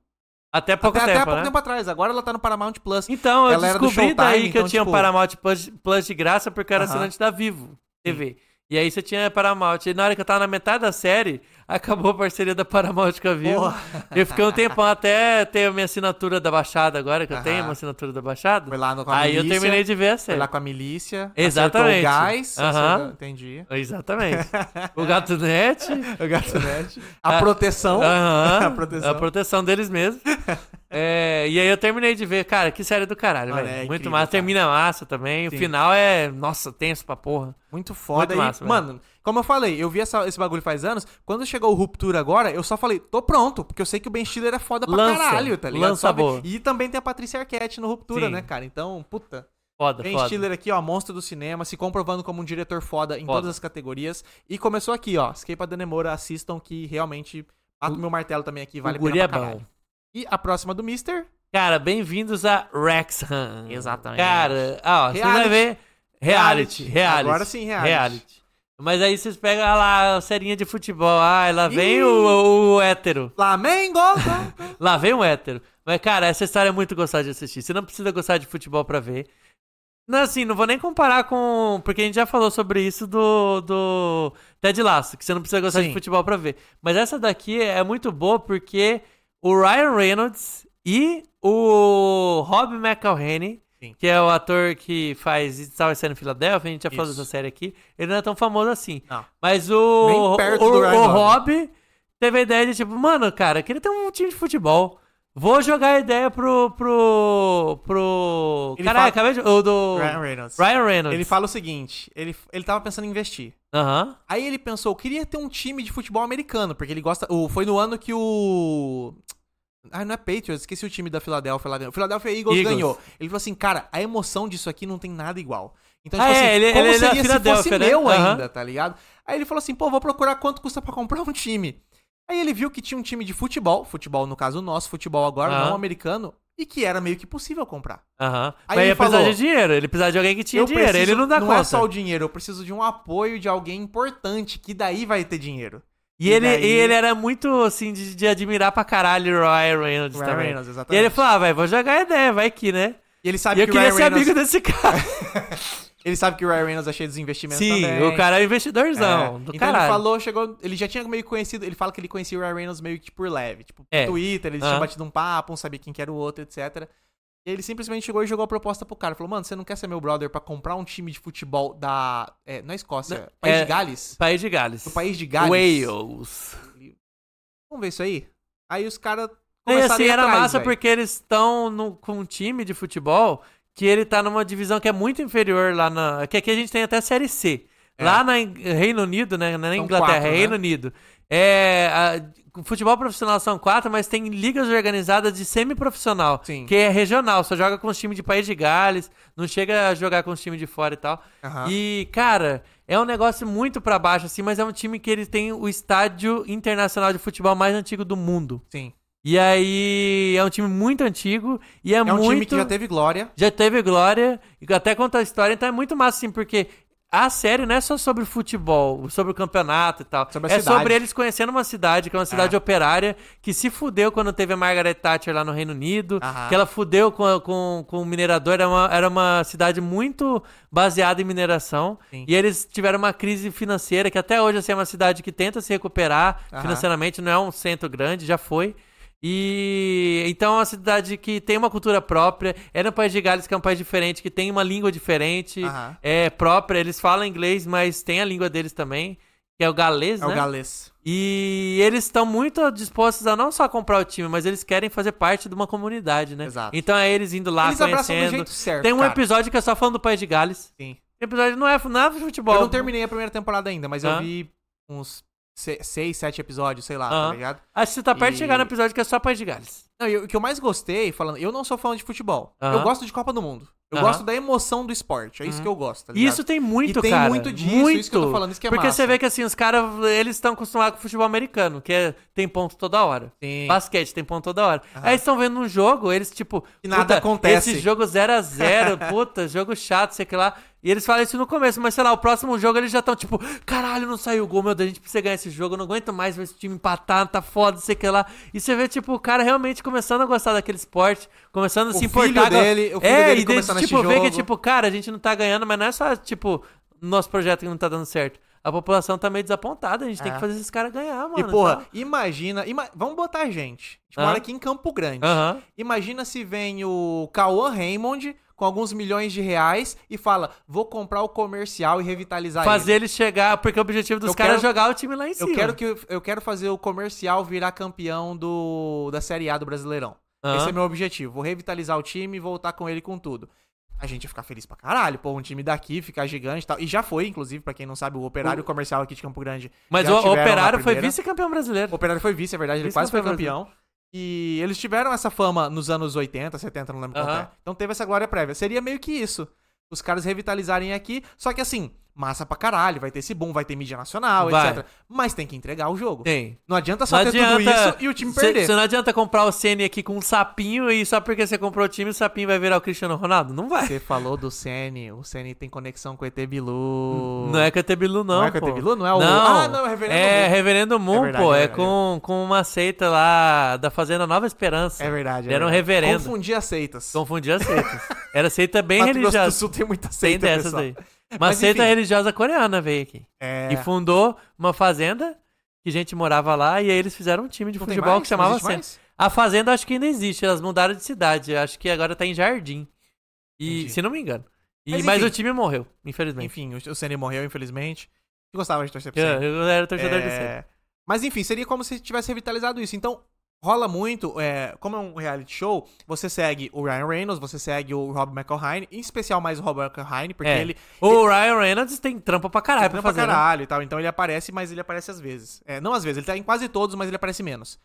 Speaker 3: Até pouco
Speaker 2: até, até
Speaker 3: tempo,
Speaker 2: há pouco
Speaker 3: né?
Speaker 2: tempo atrás. Agora ela tá no Paramount Plus.
Speaker 3: Então, eu
Speaker 2: Ela era do
Speaker 3: descobri daí
Speaker 2: Showtime,
Speaker 3: que eu
Speaker 2: então,
Speaker 3: tinha um
Speaker 2: tipo-
Speaker 3: Paramount Plus, Plus de graça porque eu era
Speaker 2: Aham.
Speaker 3: assinante da Vivo TV. E aí você tinha Paramount. E na hora que eu tava na metade da série, acabou a parceria da Paramount com a Vivo.
Speaker 2: Porra.
Speaker 3: Eu fiquei um tempão até ter a minha assinatura da Baixada agora, que eu
Speaker 2: Aham.
Speaker 3: tenho uma assinatura da Baixada.
Speaker 2: Foi lá no, com a
Speaker 3: Aí eu
Speaker 2: milícia.
Speaker 3: terminei de ver
Speaker 2: Foi
Speaker 3: a série.
Speaker 2: lá com a milícia.
Speaker 3: É. Exatamente.
Speaker 2: Acertou o gás.
Speaker 3: Aham.
Speaker 2: acertou- Entendi.
Speaker 3: Exatamente. o Gato Net.
Speaker 2: O gato net. A proteção.
Speaker 3: Ah. aham,
Speaker 2: Então, A proteção.
Speaker 3: A proteção deles mesmo. É, e aí eu terminei de ver. Cara, que série do caralho,
Speaker 2: Mano,
Speaker 3: velho.
Speaker 2: é
Speaker 3: Muito
Speaker 2: incrível,
Speaker 3: massa.
Speaker 2: cara.
Speaker 3: Termina massa também.
Speaker 2: Sim.
Speaker 3: O final é, nossa, tenso pra porra.
Speaker 2: Muito foda.
Speaker 3: Muito
Speaker 2: e,
Speaker 3: massa, velho.
Speaker 2: mano, como eu falei, eu vi essa- esse bagulho faz anos. Quando chegou o Ruptura agora, eu só falei, tô pronto. Porque eu sei que o Ben Stiller é foda pra
Speaker 3: Lança.
Speaker 2: caralho, tá ligado?
Speaker 3: Lança
Speaker 2: Sabe?
Speaker 3: boa.
Speaker 2: E também tem a Patrícia Arquette no Ruptura,
Speaker 3: Sim.
Speaker 2: né, cara? Então, puta.
Speaker 3: Foda,
Speaker 2: Ben
Speaker 3: Tá foda.
Speaker 2: Stiller aqui, ó, monstro do cinema, se comprovando como um diretor foda em
Speaker 3: Foda.
Speaker 2: todas as categorias. E começou aqui, ó, Escape da Demora, assistam que realmente bato meu martelo também aqui, vale a
Speaker 3: o guri
Speaker 2: pena
Speaker 3: é
Speaker 2: pra caralho.
Speaker 3: bom.
Speaker 2: E a próxima do Mister,
Speaker 3: Cara, bem-vindos a Rexham.
Speaker 2: Exatamente.
Speaker 3: Cara, ah, ó, você vai
Speaker 2: Reality.
Speaker 3: ver reality,
Speaker 2: Reality.
Speaker 3: reality.
Speaker 2: Agora sim, reality.
Speaker 3: Mas aí vocês pegam ah lá a serinha de futebol. Ah, lá vem o, o hétero.
Speaker 2: Flamengo!
Speaker 3: Lá vem o hétero. Mas, cara, essa história é muito gostosa de assistir. Você não precisa gostar de futebol pra ver. Não, assim, não vou nem comparar com... Porque a gente já falou sobre isso do, do Ted Lasso, que você não precisa gostar
Speaker 2: Sim.
Speaker 3: de futebol pra ver. Mas essa daqui é muito boa porque o Ryan Reynolds e o Rob McElhenney,
Speaker 2: Sim.
Speaker 3: que é o ator que faz It's Always Sunny em Filadélfia, a gente já falou
Speaker 2: Isso.
Speaker 3: dessa série aqui, ele não é tão famoso assim.
Speaker 2: Não.
Speaker 3: Mas o,
Speaker 2: Nem perto
Speaker 3: o,
Speaker 2: do Ryan
Speaker 3: o
Speaker 2: Reynolds.
Speaker 3: Rob teve a ideia de tipo, mano, cara, queria ter um time de futebol. Vou jogar a ideia pro. pro. pro.
Speaker 2: Ele
Speaker 3: Caralho,
Speaker 2: fala-
Speaker 3: acabei de. O do.
Speaker 2: Ryan
Speaker 3: Ryan
Speaker 2: Reynolds.
Speaker 3: Reynolds.
Speaker 2: Ele fala o seguinte, ele, ele tava pensando em investir.
Speaker 3: Aham.
Speaker 2: Aí ele pensou, eu queria ter um time de futebol americano, porque ele gosta... o- foi no ano que o... Ah, não é Patriots, esqueci o time da Filadélfia. lá dentro. O Philadelphia Eagles,
Speaker 3: Eagles.
Speaker 2: ganhou. Ele falou assim, cara, a emoção disso aqui não tem nada igual. Então,
Speaker 3: Ah,
Speaker 2: tipo
Speaker 3: é,
Speaker 2: assim,
Speaker 3: ele-
Speaker 2: como
Speaker 3: ele é da
Speaker 2: seria se
Speaker 3: Filadélfia,
Speaker 2: fosse
Speaker 3: né?
Speaker 2: meu
Speaker 3: Aham.
Speaker 2: ainda, tá ligado? Aí ele falou assim, pô, vou procurar quanto custa pra comprar um time. Aí ele viu que tinha um time de futebol, futebol no caso nosso, futebol agora,
Speaker 3: Aham.
Speaker 2: não americano, e que era meio que possível comprar.
Speaker 3: Aham.
Speaker 2: Aí
Speaker 3: Mas
Speaker 2: ele
Speaker 3: ia precisar
Speaker 2: falou,
Speaker 3: de dinheiro. Ele precisava de alguém que tinha dinheiro.
Speaker 2: preciso-
Speaker 3: ele não dá
Speaker 2: não
Speaker 3: conta.
Speaker 2: é só o dinheiro, eu preciso de um apoio de alguém importante, que daí vai ter dinheiro.
Speaker 3: E,
Speaker 2: E
Speaker 3: ele,
Speaker 2: daí-
Speaker 3: e ele era muito, assim, de, de admirar pra caralho o Ryan Reynolds
Speaker 2: Ryan
Speaker 3: também.
Speaker 2: Reynolds,
Speaker 3: e
Speaker 2: exatamente.
Speaker 3: ele falou, ah, velho, vou jogar a ideia, vai que, né?
Speaker 2: E ele
Speaker 3: E
Speaker 2: sabe
Speaker 3: eu
Speaker 2: que o
Speaker 3: queria
Speaker 2: Ryan
Speaker 3: ser
Speaker 2: Reynolds,
Speaker 3: amigo desse cara.
Speaker 2: ele sabe que o Ryan Reynolds é cheio dos investimentos
Speaker 3: Sim,
Speaker 2: também.
Speaker 3: o cara é
Speaker 2: É.
Speaker 3: investidorzão. Do
Speaker 2: então
Speaker 3: caralho.
Speaker 2: ele falou, chegou. Ele já tinha meio conhecido. Ele fala que ele conhecia o Ryan Reynolds meio que por leve. Tipo,
Speaker 3: É.
Speaker 2: no Twitter, eles
Speaker 3: Aham.
Speaker 2: tinham batido um papo, um sabia quem que era o outro, etc. E ele simplesmente chegou e jogou a proposta pro cara. Falou, mano, você não quer ser meu brother pra comprar um time de futebol da. É, não é Escócia,
Speaker 3: Não,
Speaker 2: País
Speaker 3: é-
Speaker 2: de Gales?
Speaker 3: País de Gales.
Speaker 2: Do País de Gales.
Speaker 3: Wales.
Speaker 2: Vamos ver isso aí? Aí os caras.
Speaker 3: E assim, era massa
Speaker 2: porque
Speaker 3: porque eles estão no- com um time de futebol que ele tá numa divisão que é muito inferior lá na. Que aqui a gente tem até Série C.
Speaker 2: É.
Speaker 3: Lá na In- Reino Unido, né? Na
Speaker 2: São
Speaker 3: Inglaterra,
Speaker 2: quatro, né?
Speaker 3: Reino Unido. É, a- o futebol profissional são quatro, mas tem ligas organizadas de semiprofissional,
Speaker 2: Sim.
Speaker 3: que é regional, só joga com os times de País de Gales, não chega a jogar com os times de fora e tal.
Speaker 2: Aham.
Speaker 3: E, cara, é um negócio muito pra baixo, assim, mas é um time que ele tem o estádio internacional de futebol mais antigo do mundo.
Speaker 2: Sim.
Speaker 3: E aí é um time muito antigo e é,
Speaker 2: É um
Speaker 3: muito
Speaker 2: time que já teve glória.
Speaker 3: já teve glória e até conta a história, então é muito massa assim, porque a série não é só sobre futebol, sobre o campeonato e tal.
Speaker 2: Sobre a
Speaker 3: é
Speaker 2: cidade.
Speaker 3: sobre eles conhecendo uma cidade, que é uma cidade operária, que se fudeu quando teve a Margaret Thatcher lá no Reino Unido,
Speaker 2: Aham.
Speaker 3: que ela fudeu com, a- com, com o minerador, era uma, era uma cidade muito baseada em mineração.
Speaker 2: Sim.
Speaker 3: E eles tiveram uma crise financeira, que até hoje assim, é uma cidade que tenta se recuperar
Speaker 2: Aham.
Speaker 3: financeiramente, não é um centro grande, já foi. E então é uma cidade que tem uma cultura própria, é no País de Gales, que é um país diferente, que tem uma língua diferente,
Speaker 2: Aham.
Speaker 3: é própria, eles falam inglês, mas tem a língua deles também, que é o galês,
Speaker 2: É
Speaker 3: né?
Speaker 2: o galês.
Speaker 3: E eles estão muito dispostos a não só comprar o time, mas eles querem fazer parte de uma comunidade, né?
Speaker 2: Exato.
Speaker 3: Então é eles indo lá,
Speaker 2: Eles abraçam do
Speaker 3: conhecendo.
Speaker 2: jeito certo.
Speaker 3: tem um
Speaker 2: cara.
Speaker 3: episódio que é só falando do País de Gales.
Speaker 2: Sim.
Speaker 3: O episódio não é nada de futebol.
Speaker 2: Eu não terminei a primeira temporada ainda, mas
Speaker 3: Hã?
Speaker 2: eu vi uns se- seis, sete episódios, sei lá,
Speaker 3: Aham.
Speaker 2: tá ligado?
Speaker 3: Acho que você tá perto de
Speaker 2: E-
Speaker 3: chegar no episódio que é só País de Gales.
Speaker 2: Não, e o que eu mais gostei, falando, eu não sou fã de futebol.
Speaker 3: Aham.
Speaker 2: Eu gosto de Copa do Mundo. Eu
Speaker 3: Aham.
Speaker 2: gosto da emoção do esporte. É isso que eu gosto, tá
Speaker 3: E
Speaker 2: ligado?
Speaker 3: isso tem muito,
Speaker 2: E tem
Speaker 3: cara.
Speaker 2: muito disso,
Speaker 3: muito.
Speaker 2: isso que eu tô falando, isso que é
Speaker 3: Porque
Speaker 2: massa.
Speaker 3: você vê que assim, os caras, eles estão acostumados com o futebol americano, que é, tem ponto toda hora.
Speaker 2: Sim.
Speaker 3: Basquete tem ponto toda hora. Aí eles estão vendo um jogo, eles tipo,
Speaker 2: E nada
Speaker 3: puta,
Speaker 2: acontece.
Speaker 3: Esse jogo 0 a 0, puta, jogo chato, sei que lá. E eles falam isso no começo, mas sei lá, o próximo jogo eles já estão tipo, caralho, não saiu o gol, meu Deus, a gente precisa ganhar esse jogo, eu não aguento mais ver esse time empatar, tá foda, sei que lá. E você vê tipo o cara realmente começando a gostar daquele esporte, começando a
Speaker 2: filho
Speaker 3: se importar. com-
Speaker 2: dele- o filho
Speaker 3: é,
Speaker 2: dele
Speaker 3: e daí,
Speaker 2: começando
Speaker 3: tipo,
Speaker 2: este
Speaker 3: vê que
Speaker 2: jogo.
Speaker 3: tipo, Tipo, cara, a gente não tá ganhando, mas não é só, tipo, nosso projeto que não tá dando certo. A a população tá meio desapontada. A gente tem
Speaker 2: É.
Speaker 3: que fazer esses caras ganhar, mano.
Speaker 2: E, porra,
Speaker 3: tá?
Speaker 2: imagina, ima- Vamos botar a gente. A gente
Speaker 3: Aham.
Speaker 2: mora aqui em Campo Grande.
Speaker 3: Aham.
Speaker 2: Imagina se vem o Cauã Raymond com alguns milhões de reais e fala: vou comprar o comercial e revitalizar
Speaker 3: Fazer
Speaker 2: ele.
Speaker 3: ele chegar, porque o objetivo dos
Speaker 2: Eu
Speaker 3: caras
Speaker 2: quero-
Speaker 3: é jogar o time lá em cima.
Speaker 2: Eu quero, que, eu quero fazer o comercial virar campeão do, da Série A do Brasileirão.
Speaker 3: Aham.
Speaker 2: Esse é meu objetivo. Vou revitalizar o time e voltar com ele com tudo. A gente ia ficar feliz pra caralho, pô, um time daqui ficar gigante e tal. E já foi, inclusive, pra quem não sabe, o operário
Speaker 3: O-
Speaker 2: comercial aqui de Campo Grande.
Speaker 3: Mas
Speaker 2: já
Speaker 3: o o
Speaker 2: tiveram na
Speaker 3: Operário foi
Speaker 2: primeira.
Speaker 3: vice-campeão
Speaker 2: O
Speaker 3: brasileiro.
Speaker 2: Operário foi vice, é verdade, ele
Speaker 3: Vice
Speaker 2: quase foi
Speaker 3: campeão
Speaker 2: campeão. E eles tiveram essa fama nos anos 80, 70, não lembro quanto
Speaker 3: Aham.
Speaker 2: é. Então teve essa glória prévia. Seria meio que isso. Os caras revitalizarem aqui, só que assim, massa pra caralho, vai ter esse boom, vai ter mídia nacional,
Speaker 3: Vai.
Speaker 2: etc. Mas tem que entregar o jogo.
Speaker 3: Tem.
Speaker 2: Não adianta só
Speaker 3: Não
Speaker 2: ter
Speaker 3: adianta.
Speaker 2: tudo isso e o time
Speaker 3: Cê-
Speaker 2: perder.
Speaker 3: cê não adianta comprar o Ceni aqui com um sapinho e só porque você comprou o time, o sapinho vai virar o Cristiano Ronaldo? Não vai.
Speaker 2: Você falou do Sene, o Sene tem conexão com o ET Bilu.
Speaker 3: Não é Catebilu, não.
Speaker 2: Não é
Speaker 3: pô.
Speaker 2: Catebilu? Não é o-
Speaker 3: Não.
Speaker 2: Ah, não, é Reverendo
Speaker 3: É,
Speaker 2: Moon.
Speaker 3: Reverendo Moon,
Speaker 2: É verdade,
Speaker 3: pô.
Speaker 2: é
Speaker 3: É,
Speaker 2: verdade.
Speaker 3: com, com uma seita lá da Fazenda Nova Esperança.
Speaker 2: É verdade.
Speaker 3: Ele
Speaker 2: é
Speaker 3: era um
Speaker 2: verdade.
Speaker 3: reverendo.
Speaker 2: Confundir as seitas.
Speaker 3: Confundia as seitas. Era seita bem
Speaker 2: Mato Grosso do
Speaker 3: religiosa.
Speaker 2: Sul tem muita
Speaker 3: Tem
Speaker 2: seita,
Speaker 3: dessas
Speaker 2: pessoal.
Speaker 3: aí. Uma
Speaker 2: Mas,
Speaker 3: seita
Speaker 2: enfim.
Speaker 3: religiosa coreana veio aqui.
Speaker 2: É.
Speaker 3: E fundou uma fazenda que gente morava lá e aí eles fizeram um time de
Speaker 2: Não tem
Speaker 3: futebol
Speaker 2: mais?
Speaker 3: que chamava
Speaker 2: Não existe
Speaker 3: Sen-
Speaker 2: mais?
Speaker 3: A fazenda acho que ainda existe, elas mudaram de cidade, acho que agora tá em Jardim. E
Speaker 2: Entendi.
Speaker 3: se não me engano. E
Speaker 2: Mas,
Speaker 3: mas,
Speaker 2: enfim.
Speaker 3: o time morreu, infelizmente.
Speaker 2: Enfim, o- o Sene morreu, infelizmente. Eu gostava de torcer pro
Speaker 3: eu,
Speaker 2: Sene.
Speaker 3: eu era torcedor do Santos.
Speaker 2: É, Mas enfim, seria como se tivesse revitalizado isso. Então, rola muito. é, como é um reality show, você segue o Ryan Reynolds, você segue o Rob McElhine, em especial mais o Rob McElhine, porque
Speaker 3: É.
Speaker 2: ele.
Speaker 3: O Ryan Reynolds tem trampa pra caralho
Speaker 2: trampa
Speaker 3: pra fazer.
Speaker 2: pra
Speaker 3: né?
Speaker 2: caralho e tal. Então ele aparece, mas ele aparece às vezes. É, não às vezes, ele tá em quase todos, mas ele aparece menos.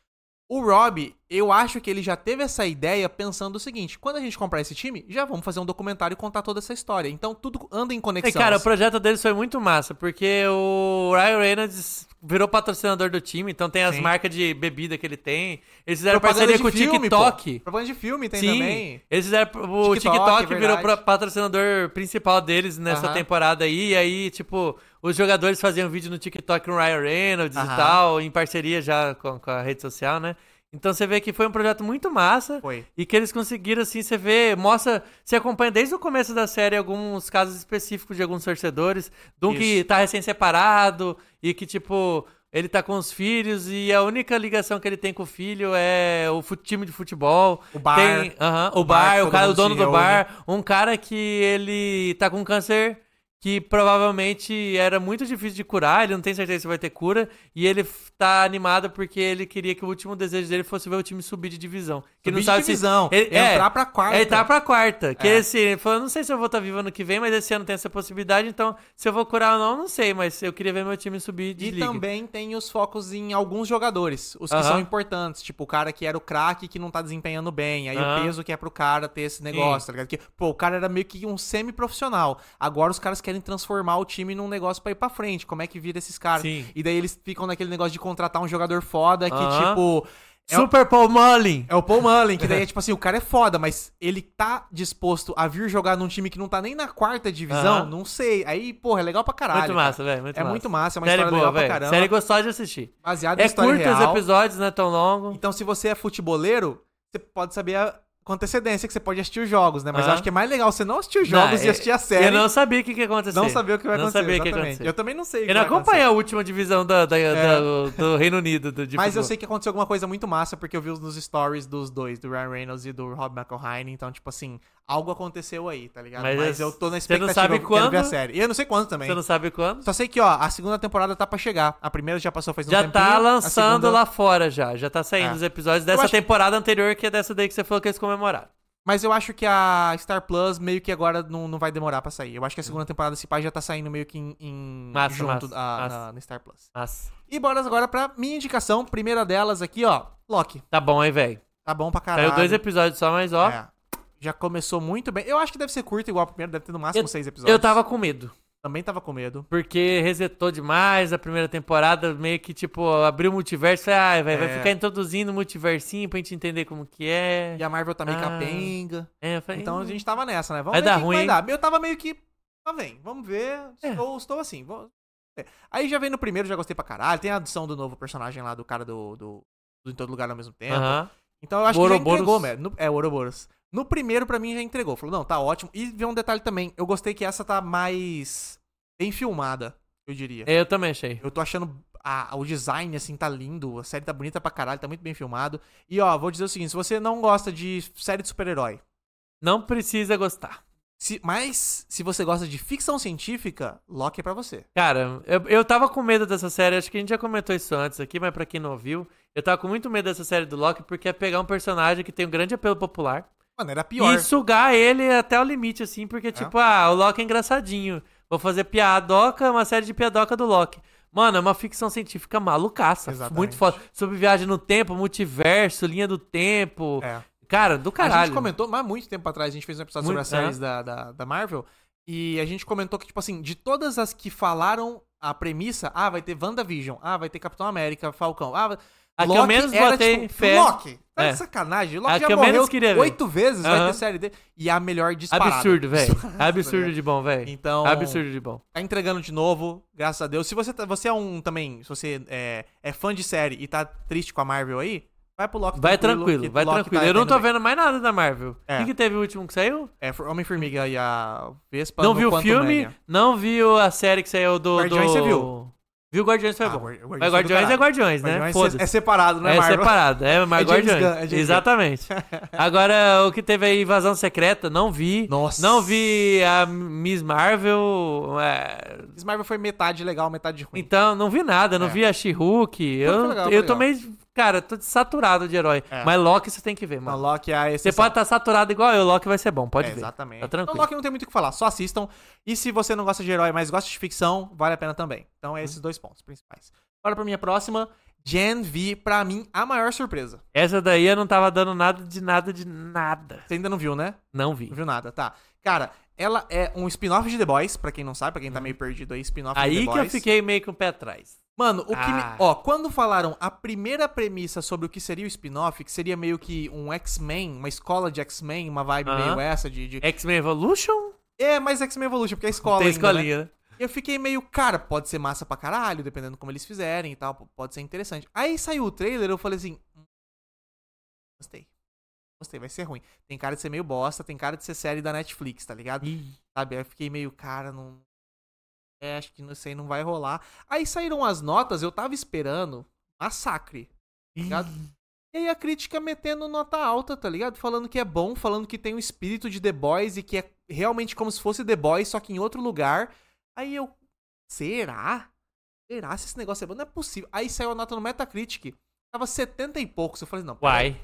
Speaker 2: O Rob, eu acho que ele já teve essa ideia pensando o seguinte: quando a gente comprar esse time, já vamos fazer um documentário e contar toda essa história. Então tudo anda em
Speaker 3: E,
Speaker 2: conexão.
Speaker 3: cara, o projeto deles foi muito massa, porque o Ryan Reynolds virou patrocinador do time, então tem as
Speaker 2: Sim.
Speaker 3: marcas de bebida que ele tem. Eles fizeram
Speaker 2: Propaganda
Speaker 3: parceria
Speaker 2: de
Speaker 3: com o
Speaker 2: filme,
Speaker 3: TikTok.
Speaker 2: pô. Propaganda de filme tem
Speaker 3: Sim,
Speaker 2: também.
Speaker 3: eles fizeram,
Speaker 2: TikTok,
Speaker 3: o TikTok,
Speaker 2: é
Speaker 3: virou
Speaker 2: verdade.
Speaker 3: pro- patrocinador principal deles nessa
Speaker 2: Aham.
Speaker 3: temporada aí. E aí, tipo, os jogadores faziam vídeo no TikTok com o Ryan Reynolds
Speaker 2: Aham.
Speaker 3: e tal, em parceria já com, com a rede social, né? Então você vê que foi um projeto muito massa.
Speaker 2: Foi.
Speaker 3: E que eles conseguiram, assim, você vê, mostra, você acompanha desde o começo da série alguns casos específicos de alguns torcedores, de um que
Speaker 2: Isso.
Speaker 3: tá recém-separado e que, tipo, ele tá com os filhos e a única ligação que ele tem com o filho é o fu- time de futebol.
Speaker 2: O bar.
Speaker 3: Tem- aham, o,
Speaker 2: O bar
Speaker 3: bar,
Speaker 2: que
Speaker 3: o
Speaker 2: todo
Speaker 3: cara, o
Speaker 2: mundo
Speaker 3: dono
Speaker 2: se
Speaker 3: do
Speaker 2: reúne.
Speaker 3: bar, um cara que ele tá com câncer que provavelmente era muito difícil de curar, ele não tem certeza se vai ter cura, e ele f- tá animado porque ele queria que o último desejo dele fosse ver o time subir de divisão. Que ele
Speaker 2: Subir
Speaker 3: não
Speaker 2: de
Speaker 3: sabe
Speaker 2: divisão,
Speaker 3: se... ele, é,
Speaker 2: entrar pra quarta.
Speaker 3: é, entrar pra quarta. Que
Speaker 2: É.
Speaker 3: esse, ele falou, não sei se eu vou estar vivo ano que vem, mas esse ano tem essa possibilidade, então se eu vou curar ou não, não sei, mas eu queria ver meu time subir de
Speaker 2: E
Speaker 3: liga.
Speaker 2: também tem os focos em alguns jogadores, os que
Speaker 3: Aham.
Speaker 2: são importantes, tipo o cara que era o craque que não tá desempenhando bem, aí
Speaker 3: Aham.
Speaker 2: o peso que é pro cara ter esse negócio, tá ligado? Que, pô, o cara era meio que um semi-profissional, agora os caras querem transformar o time num negócio pra ir pra frente, como é que vira esses caras?
Speaker 3: Sim.
Speaker 2: E daí eles ficam naquele negócio de contratar um jogador foda que,
Speaker 3: Aham.
Speaker 2: tipo... É o,
Speaker 3: Super Paul Mullin!
Speaker 2: é o Paul Mullen, que daí é tipo assim, o cara é foda, mas ele tá disposto a vir jogar num time que não tá nem na quarta divisão?
Speaker 3: Aham.
Speaker 2: Não sei. Aí, porra, é legal pra caralho.
Speaker 3: muito
Speaker 2: cara.
Speaker 3: massa, velho, muito
Speaker 2: É
Speaker 3: massa.
Speaker 2: muito massa, é uma
Speaker 3: série
Speaker 2: história
Speaker 3: boa,
Speaker 2: legal pra
Speaker 3: velho.
Speaker 2: caramba.
Speaker 3: Série gostosa de assistir.
Speaker 2: Baseado em
Speaker 3: É
Speaker 2: história
Speaker 3: curto
Speaker 2: real.
Speaker 3: os episódios, não é tão longo.
Speaker 2: Então, se você é futeboleiro, você pode saber a- com antecedência que você pode assistir os jogos, né? Mas eu
Speaker 3: Aham.
Speaker 2: acho que é mais legal você não assistir os jogos
Speaker 3: Não, é-
Speaker 2: e assistir a série.
Speaker 3: Eu não sabia o que, que ia acontecer.
Speaker 2: não saber o que vai
Speaker 3: não
Speaker 2: acontecer.
Speaker 3: Sabia o que ia
Speaker 2: exatamente.
Speaker 3: acontecer.
Speaker 2: Eu também não sei. o
Speaker 3: Eu
Speaker 2: que
Speaker 3: não
Speaker 2: vai acontecer.
Speaker 3: acompanhei a última divisão da, da- da- do, do Reino Unido. Tipo Do, de
Speaker 2: Mas eu
Speaker 3: futebol.
Speaker 2: sei que aconteceu alguma coisa muito massa, porque eu vi os- nos stories dos dois, do Ryan Reynolds e do Rob McElhine. Então, tipo assim, algo aconteceu aí, tá ligado?
Speaker 3: Mas
Speaker 2: Mas,
Speaker 3: eu-
Speaker 2: eu tô na
Speaker 3: você não
Speaker 2: expectativa,
Speaker 3: sabe
Speaker 2: eu quero ver a
Speaker 3: quando?
Speaker 2: série. E eu não sei quando também.
Speaker 3: Você não sabe quando.
Speaker 2: Só sei que, ó, a segunda temporada tá pra chegar. A primeira já passou faz um
Speaker 3: Já
Speaker 2: tempinho.
Speaker 3: tá
Speaker 2: a
Speaker 3: lançando
Speaker 2: segunda-
Speaker 3: lá fora já. Já tá saindo
Speaker 2: É.
Speaker 3: os episódios
Speaker 2: Eu
Speaker 3: dessa
Speaker 2: acho que-
Speaker 3: temporada anterior, que é dessa daí que você falou que eles comemoraram.
Speaker 2: Mas eu acho que a Star Plus meio que agora não, não vai demorar pra sair. Eu acho que a segunda temporada desse pai já tá saindo meio que em, em-
Speaker 3: Uhum. Massa,
Speaker 2: junto
Speaker 3: massa,
Speaker 2: a-
Speaker 3: massa.
Speaker 2: Na, na Star Plus.
Speaker 3: Nossa.
Speaker 2: E bora agora pra minha indicação, primeira delas aqui, ó, Loki.
Speaker 3: Tá bom, hein, velho?
Speaker 2: Tá bom pra caralho.
Speaker 3: Saiu dois episódios só, mas ó.
Speaker 2: É. Já começou muito bem. Eu acho que deve ser curto igual a primeira, deve ter no máximo seis episódios.
Speaker 3: Eu tava com medo.
Speaker 2: Também tava com medo.
Speaker 3: Porque resetou demais a primeira temporada, meio que, tipo, abriu o multiverso. falei, Ai, velho,
Speaker 2: É.
Speaker 3: vai ficar introduzindo o multiversinho pra gente entender como que é.
Speaker 2: E a Marvel tá meio
Speaker 3: Ah.
Speaker 2: capenga.
Speaker 3: É, eu falei,
Speaker 2: Então a
Speaker 3: "Hum".
Speaker 2: gente tava nessa, né? Vamos
Speaker 3: Vai
Speaker 2: ver
Speaker 3: dar
Speaker 2: o que que
Speaker 3: ruim,
Speaker 2: vai dar. Eu tava meio que. Tá vem, vamos ver.
Speaker 3: É.
Speaker 2: Estou, estou assim. vou- é. Aí já vem no primeiro, já gostei pra caralho. Tem a adição do novo personagem lá do cara do. do, do em todo lugar ao mesmo tempo.
Speaker 3: Aham.
Speaker 2: Então eu acho que já
Speaker 3: Ouroboros.
Speaker 2: entregou, mano. No- É, o Ouroboros. No primeiro, pra mim, já entregou. Falou, não, tá ótimo. E vê um detalhe também. Eu gostei que essa tá mais bem filmada. eu diria.
Speaker 3: É, Eu também achei.
Speaker 2: Eu tô achando a- o design, assim, tá lindo. A série tá bonita pra caralho, tá muito bem filmado. E, ó, vou dizer o seguinte: se você não gosta de série de super-herói,
Speaker 3: Não precisa gostar.
Speaker 2: se- mas se você gosta de ficção científica, Loki é pra você.
Speaker 3: Cara, eu, eu tava com medo dessa série, acho que a gente já comentou isso antes aqui, mas pra quem não viu, eu tava com muito medo dessa série do Loki, porque é pegar um personagem que tem um grande apelo popular
Speaker 2: Mano, era pior.
Speaker 3: e sugar ele até o limite, assim, porque, tipo, ah, o Loki é engraçadinho. Vou fazer piadoca, uma série de piadoca do Loki. Mano, é uma ficção científica malucaça.
Speaker 2: Exatamente.
Speaker 3: Muito foda. Sobre viagem no tempo, multiverso, linha do tempo.
Speaker 2: É.
Speaker 3: Cara, do caralho.
Speaker 2: A gente comentou, mas há muito tempo atrás, a gente fez um episódio sobre
Speaker 3: Muito, é.
Speaker 2: as séries da, da, da Marvel. E a gente comentou que, tipo assim, de todas as que falaram a premissa, ah, vai ter WandaVision, ah, vai ter Capitão América, Falcão, ah,
Speaker 3: A que eu menos botei fé-
Speaker 2: Loki, tá
Speaker 3: É.
Speaker 2: de sacanagem.
Speaker 3: A
Speaker 2: Loki já
Speaker 3: que eu
Speaker 2: morreu
Speaker 3: menos queria ver.
Speaker 2: oito vezes, vai
Speaker 3: Aham.
Speaker 2: ter série dele. E é a melhor disparada.
Speaker 3: Absurdo, velho. Absurdo de bom, velho.
Speaker 2: Então,
Speaker 3: Absurdo de bom.
Speaker 2: tá entregando de novo, graças a Deus. Se você, tá- você é um também, se você é, é fã de série e tá triste com a Marvel aí, vai pro Loki
Speaker 3: Vai tranquilo,
Speaker 2: que
Speaker 3: vai
Speaker 2: Loki
Speaker 3: tranquilo.
Speaker 2: tá
Speaker 3: eu não
Speaker 2: indo
Speaker 3: tô
Speaker 2: bem.
Speaker 3: vendo mais nada da Marvel. O
Speaker 2: É.
Speaker 3: que, que teve o último que saiu?
Speaker 2: É, for- Homem-Formiga e a Vespa.
Speaker 3: não
Speaker 2: no
Speaker 3: viu o filme,
Speaker 2: Quantumania.
Speaker 3: não viu a série que saiu do.
Speaker 2: Guardiões
Speaker 3: do...
Speaker 2: você viu?
Speaker 3: Viu Guardiões foi
Speaker 2: Ah,
Speaker 3: Tá bom.
Speaker 2: Guar- Guardiões
Speaker 3: Mas
Speaker 2: foi do
Speaker 3: Guardiões é
Speaker 2: caralho.
Speaker 3: Guardiões, né?
Speaker 2: Guardiões
Speaker 3: Foda-se.
Speaker 2: é separado, né,
Speaker 3: É
Speaker 2: Marvel?
Speaker 3: separado, é, mas
Speaker 2: É James
Speaker 3: Guardiões.
Speaker 2: Gunn, é James Gunn.
Speaker 3: Exatamente. Agora, o que teve aí, Invasão Secreta, não vi.
Speaker 2: Nossa.
Speaker 3: Não vi a Miss Marvel. é,
Speaker 2: Miss Marvel foi metade legal, metade ruim.
Speaker 3: Então, não vi nada, não
Speaker 2: É.
Speaker 3: vi a She-Hulk. Eu,
Speaker 2: foi legal, foi
Speaker 3: eu tô
Speaker 2: legal.
Speaker 3: meio. Cara, tô saturado de herói.
Speaker 2: É.
Speaker 3: Mas Loki você tem que ver,
Speaker 2: Então,
Speaker 3: mano.
Speaker 2: Loki é a
Speaker 3: Você
Speaker 2: exceção.
Speaker 3: pode estar saturado igual eu, Loki vai ser bom, pode
Speaker 2: É,
Speaker 3: ver.
Speaker 2: exatamente.
Speaker 3: Tá tranquilo.
Speaker 2: Então, Loki não tem muito o que falar, só assistam. E se você não gosta de herói, mas gosta de ficção, vale a pena também. Então,
Speaker 3: Uhum.
Speaker 2: é esses dois pontos principais. Bora pra minha próxima. Gen V, pra mim, a maior surpresa.
Speaker 3: Essa daí eu não tava dando nada de nada de nada.
Speaker 2: Você ainda não viu, né?
Speaker 3: Não vi.
Speaker 2: Não viu nada, tá. Cara, ela é um spin-off de The Boys, pra quem não sabe, pra quem tá meio perdido aí, spin-off de The
Speaker 3: Uhum. Aí que
Speaker 2: Boys.
Speaker 3: eu fiquei meio com o pé atrás.
Speaker 2: Mano, o que me...
Speaker 3: Ah.
Speaker 2: Ó, quando falaram a primeira premissa sobre o que seria o spin-off, que seria meio que um X-Men, uma escola de X-Men, uma vibe
Speaker 3: Aham.
Speaker 2: meio essa de... de-
Speaker 3: X-Men Evolution?
Speaker 2: É, mas X-Men Evolution, porque é escola
Speaker 3: Tem
Speaker 2: ainda, né?
Speaker 3: escolinha, né?
Speaker 2: Eu fiquei meio, cara, pode ser massa pra caralho, dependendo como eles fizerem e tal, pode ser interessante. Aí saiu o trailer, eu falei assim, "Hum, gostei. Gostei, vai ser ruim. Tem cara de ser meio bosta, tem cara de ser série da Netflix, tá ligado? Sabe? Aí eu fiquei meio, cara, não. É, acho que não sei, não vai rolar. Aí saíram as notas, eu tava esperando massacre, tá ligado? E aí a crítica metendo nota alta, tá ligado? Falando que é bom, falando que tem o espírito de The Boys e que é realmente como se fosse The Boys, só que em outro lugar. Aí eu, será? Será se esse negócio é bom? Não é possível. Aí saiu a nota no Metacritic, tava 70 e poucos. Eu falei, não, peraí,
Speaker 3: Uai.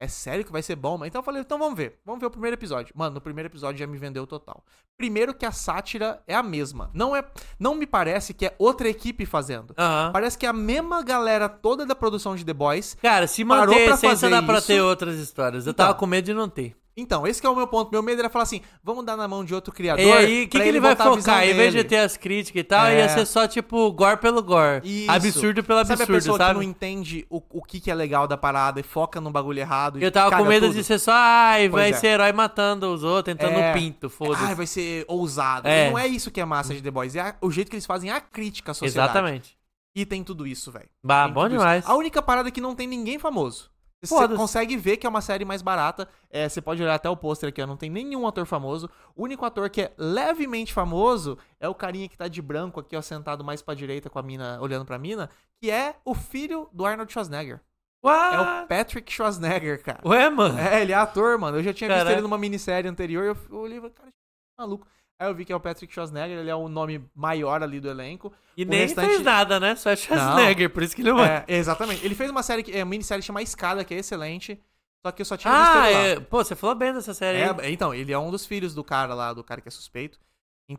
Speaker 2: é sério que vai ser bom? Então eu falei, então vamos ver. Vamos ver o primeiro episódio. Mano, no primeiro episódio já me vendeu total. Primeiro que a sátira é a mesma. Não é, não me parece que é outra equipe fazendo.
Speaker 3: Aham.
Speaker 2: Parece que é a mesma galera toda da produção de The Boys.
Speaker 3: Cara, se
Speaker 2: Parou
Speaker 3: manter a
Speaker 2: pra
Speaker 3: essência
Speaker 2: fazer
Speaker 3: dá pra
Speaker 2: isso?
Speaker 3: ter outras histórias. Eu
Speaker 2: Então.
Speaker 3: tava com medo de não ter.
Speaker 2: Então, esse que é o meu ponto. Meu medo era falar assim, vamos dar na mão de outro criador.
Speaker 3: E aí, o que,
Speaker 2: pra
Speaker 3: que ele vai
Speaker 2: botar a visão
Speaker 3: focar? Em vez de
Speaker 2: dele.
Speaker 3: ter as críticas e tal,
Speaker 2: É.
Speaker 3: ia ser só, tipo, gore pelo gore.
Speaker 2: Isso.
Speaker 3: Absurdo pelo absurdo,
Speaker 2: Sabe a pessoa
Speaker 3: sabe?
Speaker 2: que não entende o, o que, que é legal da parada e foca num bagulho errado? e
Speaker 3: Eu tava com
Speaker 2: caga
Speaker 3: medo
Speaker 2: tudo?
Speaker 3: de ser só, ai,
Speaker 2: Pois
Speaker 3: vai
Speaker 2: é.
Speaker 3: ser herói matando os outros, entrando
Speaker 2: É.
Speaker 3: no pinto,
Speaker 2: Ai,
Speaker 3: foda-se.
Speaker 2: vai ser ousado.
Speaker 3: É.
Speaker 2: E não é isso que é massa de The Boys. É a- o jeito que eles fazem a crítica à sociedade.
Speaker 3: Exatamente.
Speaker 2: E tem tudo isso, velho.
Speaker 3: Bah,
Speaker 2: Tem
Speaker 3: Tá bom
Speaker 2: tudo isso.
Speaker 3: demais.
Speaker 2: A única parada é que não tem ninguém famoso. Você
Speaker 3: Foda-se.
Speaker 2: consegue ver que é uma série mais barata. É, você pode olhar até o pôster aqui, ó. Não tem nenhum ator famoso. O único ator que é levemente famoso é o carinha que tá de branco aqui, ó, sentado mais pra direita com a mina, olhando pra mina, que é o filho do Arnold Schwarzenegger. É o
Speaker 3: Uá!
Speaker 2: Patrick Schwarzenegger, cara.
Speaker 3: Ah. Ué, mano.
Speaker 2: É, ele é ator, mano. Eu já tinha visto
Speaker 3: Caralho.
Speaker 2: ele numa minissérie anterior e eu eu olhei e falei, cara, que maluco. Aí eu vi que é o Patrick Schwarzenegger, ele é o nome maior ali do elenco.
Speaker 3: E
Speaker 2: O
Speaker 3: nem
Speaker 2: restante-
Speaker 3: fez nada, né? Só é Schwarzenegger, por isso que ele não
Speaker 2: É, exatamente. Ele fez uma série, que, é, uma minissérie chamada Escada, que é excelente. Só que eu só tinha visto
Speaker 3: Ah,
Speaker 2: ele lá.
Speaker 3: é... pô, você falou bem dessa série. hein?
Speaker 2: É, é, então, ele é um dos filhos do cara lá, do cara que é suspeito.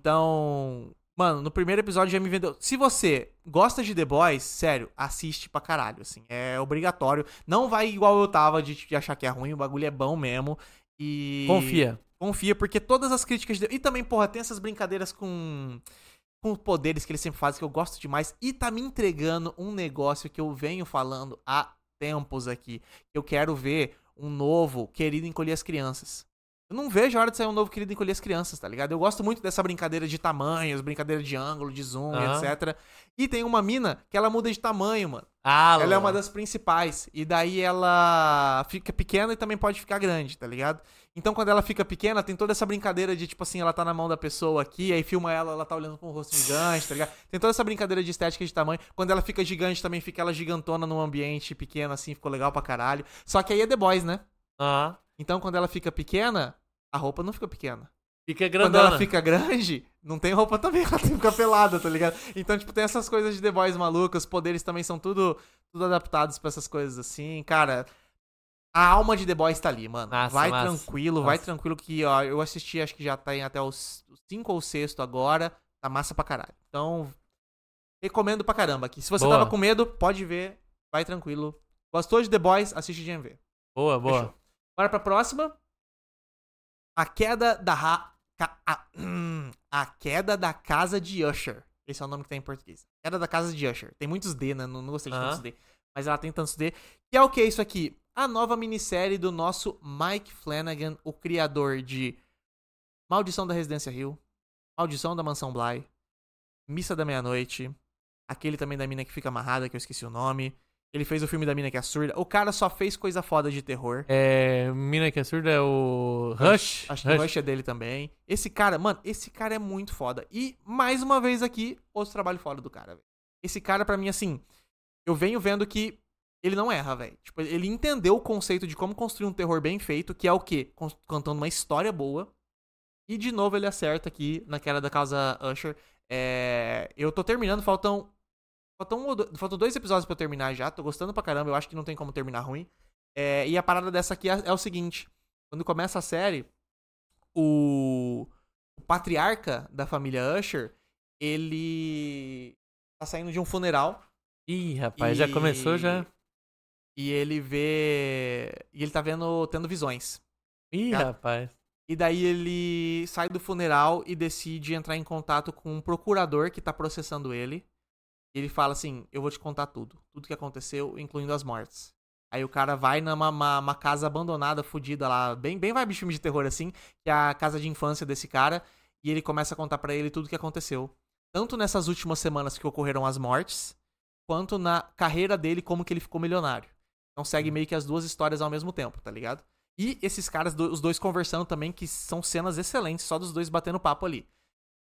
Speaker 2: Então, mano, no primeiro episódio já me vendeu. Se você gosta de The Boys, sério, assiste pra caralho, assim. É obrigatório. Não vai igual eu tava de, de achar que é ruim, o bagulho é bom mesmo. E.
Speaker 3: Confia.
Speaker 2: Confia, porque todas as críticas. de- E também, porra, tem essas brincadeiras com. Com poderes que ele sempre faz, que eu gosto demais. E tá me entregando um negócio que eu venho falando há tempos aqui. Eu quero ver um novo Querido Encolher as Crianças. Eu não vejo a hora de sair um novo Querido Encolher as Crianças, tá ligado? Eu gosto muito dessa brincadeira de tamanhos, brincadeira de ângulo, de zoom,
Speaker 3: Aham.
Speaker 2: etc. E tem uma mina que ela muda de tamanho, mano.
Speaker 3: Ah,
Speaker 2: Ela é
Speaker 3: Lula.
Speaker 2: uma das principais. E daí ela fica pequena e também pode ficar grande, tá ligado? Então quando ela fica pequena, tem toda essa brincadeira de, tipo assim, ela tá na mão da pessoa aqui, aí filma ela, ela tá olhando com o rosto gigante, tá ligado? Tem toda essa brincadeira de estética e de tamanho. Quando ela fica gigante, também fica ela gigantona num ambiente pequeno, assim, ficou legal pra caralho. Só que aí é The Boys, né?
Speaker 3: Aham.
Speaker 2: Então quando ela fica pequena, a roupa não fica pequena.
Speaker 3: Fica
Speaker 2: Quando
Speaker 3: grandona.
Speaker 2: ela fica grande, não tem roupa também, ela tem que ficar pelada, tá ligado? Então, tipo, tem essas coisas de The Boys malucas, os poderes também são tudo, tudo adaptados pra essas coisas assim, cara. A alma de The Boys tá ali, mano.
Speaker 3: Massa,
Speaker 2: vai
Speaker 3: massa,
Speaker 2: tranquilo,
Speaker 3: massa.
Speaker 2: vai tranquilo que, ó, eu assisti, acho que já tá em até o 5 ou 6 agora, tá massa pra caralho. Então, recomendo pra caramba aqui. Se você
Speaker 3: Boa.
Speaker 2: tava com medo, pode ver, vai tranquilo. Gostou de The Boys, assiste GMV.
Speaker 3: Boa, boa.
Speaker 2: Fechou. Bora pra próxima. A queda da ra... ca- A... hum, a queda da casa de Usher. Esse é o nome que tem em português. Queda da casa de Usher. Tem muitos D, né? Não, não gostei de
Speaker 3: Aham.
Speaker 2: tantos D. Mas ela tem tantos D. Que é o que isso aqui? A nova minissérie do nosso Mike Flanagan, o criador de Maldição da Residência Hill, Maldição da Mansão Bly, Missa da Meia-Noite, aquele também da mina que fica amarrada, que eu esqueci o nome. Ele fez o filme da mina que é surda. O cara só fez coisa foda de terror.
Speaker 3: É. Mina que é surda é o. Rush?
Speaker 2: Acho que o Rush é dele também. Esse cara, mano, esse cara é muito foda. E, mais uma vez aqui, outro trabalho foda do cara, velho. Esse cara, pra mim, assim, eu venho vendo que ele não erra, velho. Tipo, ele entendeu o conceito de como construir um terror bem feito, que é o quê? Con- Contando uma história boa. E, de novo, ele acerta aqui na queda da casa Usher. É, Eu tô terminando, faltam... Faltam, um ou do- faltam dois episódios pra eu terminar já. Tô gostando pra caramba, eu acho que não tem como terminar ruim. É, E a parada dessa aqui é- é o seguinte. Quando começa a série, o, o patriarca da família Usher, ele tá saindo de um funeral.
Speaker 3: Ih, rapaz, já
Speaker 2: e-
Speaker 3: começou já.
Speaker 2: E ele vê. E ele tá vendo. tendo visões.
Speaker 3: Ih,
Speaker 2: Já.
Speaker 3: rapaz.
Speaker 2: E daí ele sai do funeral e decide entrar em contato com um procurador que tá processando ele. E ele fala assim: Eu vou te contar tudo. Tudo que aconteceu, incluindo as mortes. Aí o cara vai numa uma, uma casa abandonada, fodida lá, bem, bem vibe de filme de terror assim, que é a casa de infância desse cara, e ele começa a contar pra ele tudo que aconteceu. Tanto nessas últimas semanas que ocorreram as mortes, quanto na carreira dele, como que ele ficou milionário. Então segue meio que as duas histórias ao mesmo tempo, tá ligado? E esses caras, do- os dois conversando também, que são cenas excelentes, só dos dois batendo papo ali.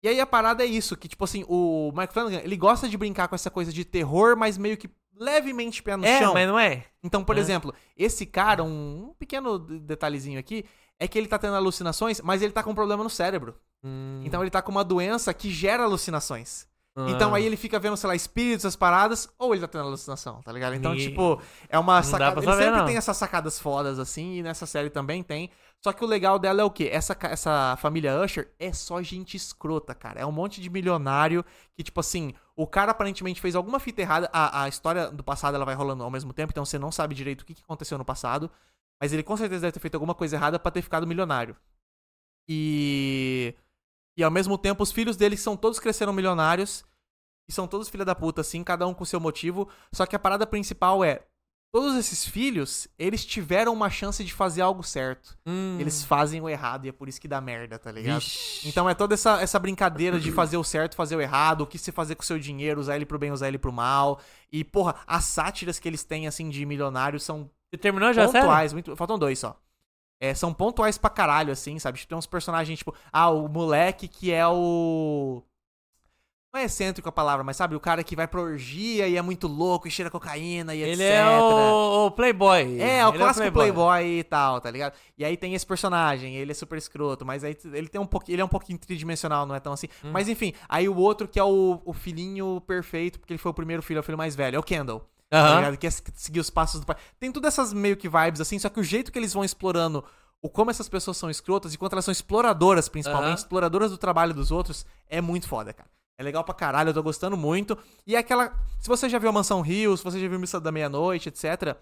Speaker 2: E aí a parada é isso, que tipo assim, o Mike Flanagan, ele gosta de brincar com essa coisa de terror, mas meio que levemente pé no
Speaker 3: é,
Speaker 2: chão.
Speaker 3: mas não é?
Speaker 2: Então, por
Speaker 3: né?
Speaker 2: exemplo, esse cara, um, um pequeno de- detalhezinho aqui, é que ele tá tendo alucinações, mas ele tá com um problema no cérebro.
Speaker 3: Hum.
Speaker 2: Então ele tá com uma doença que gera alucinações.
Speaker 3: Ah.
Speaker 2: Então aí ele fica vendo, sei lá, espíritos, as paradas, ou ele tá tendo alucinação, tá ligado? Então,
Speaker 3: Ninguém-
Speaker 2: tipo, é uma
Speaker 3: dá
Speaker 2: sacada.
Speaker 3: pra
Speaker 2: Ele
Speaker 3: saber,
Speaker 2: sempre
Speaker 3: não.
Speaker 2: tem essas sacadas fodas, assim, e nessa série também tem. Só que o legal dela é o quê? Essa, ca- essa família Usher é só gente escrota, cara. É um monte de milionário que, tipo assim, o cara aparentemente fez alguma fita errada. A, a história do passado ela vai rolando ao mesmo tempo, então você não sabe direito o que que aconteceu no passado. Mas ele com certeza deve ter feito alguma coisa errada pra ter ficado milionário. E. E ao mesmo tempo, os filhos dele são todos cresceram milionários. E são todos filha da puta, assim, cada um com seu motivo. Só que a parada principal é. Todos esses filhos, eles tiveram uma chance de fazer algo certo.
Speaker 3: Hum.
Speaker 2: Eles fazem o errado e é por isso que dá merda, tá ligado? Então é toda essa, essa brincadeira de fazer o certo, fazer o errado, o que você fazer com o seu dinheiro, usar ele pro bem, usar ele pro mal. E, porra, as sátiras que eles têm, assim, de milionários são
Speaker 3: Você terminou Ah, já, sério?
Speaker 2: pontuais, muito, faltam dois só. É, são pontuais pra caralho, assim, sabe? Tipo, Tem uns personagens, tipo, ah, o moleque que é o. Não é excêntrico a palavra, mas sabe? O cara que vai pra orgia e é muito louco e cheira cocaína e
Speaker 3: Ele
Speaker 2: etc.
Speaker 3: é o, o Playboy.
Speaker 2: É, o
Speaker 3: Ele
Speaker 2: clássico playboy. e tal, tá ligado? E aí tem esse personagem, ele é super escroto, mas aí ele tem um pouquinho, ele é um pouquinho tridimensional, não é tão assim. Mas enfim, aí o outro que é o, o filhinho perfeito, porque ele foi o primeiro filho, é o filho mais velho, é o Kendall tá
Speaker 3: Aham.
Speaker 2: ligado? Que é se- seguir os passos do pai. Tem todas essas meio que vibes, assim, só que o jeito que eles vão explorando o como essas pessoas são escrotas e quanto elas são exploradoras, principalmente,
Speaker 3: Aham.
Speaker 2: exploradoras do trabalho dos outros, é muito foda, cara. É legal pra caralho, eu tô gostando muito. E é aquela. Se você já viu a Mansão Rio, se você já viu Missa da Meia-Noite, etc.,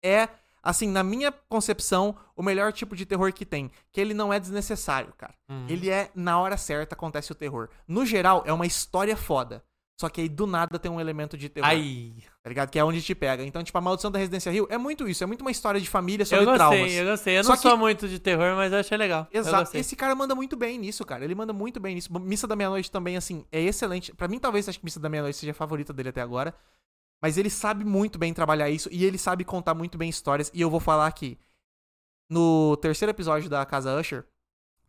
Speaker 2: é, assim, na minha concepção, o melhor tipo de terror que tem. Que ele não é
Speaker 3: Uhum.
Speaker 2: desnecessário, cara. Ele é na hora certa, acontece o terror. No geral, é uma história foda. Só que aí do nada tem um elemento de terror.
Speaker 3: Ai,
Speaker 2: Tá ligado? Que é onde te pega. Então, tipo, a maldição da Residência Rio é muito isso. É muito uma história de família
Speaker 3: eu
Speaker 2: sobre
Speaker 3: gostei,
Speaker 2: traumas.
Speaker 3: eu gostei. Eu
Speaker 2: Só
Speaker 3: não sou
Speaker 2: que-
Speaker 3: muito de terror, mas eu achei legal. Eu
Speaker 2: Exato.
Speaker 3: gostei.
Speaker 2: Esse cara manda muito bem nisso, cara. Ele manda muito bem nisso. Missa da Meia-Noite também, assim, é excelente. Pra mim, talvez acho que Missa da Meia-Noite seja a favorita dele até agora. Mas ele sabe muito bem trabalhar isso e ele sabe contar muito bem histórias. E eu vou falar aqui. No terceiro episódio da Casa Usher,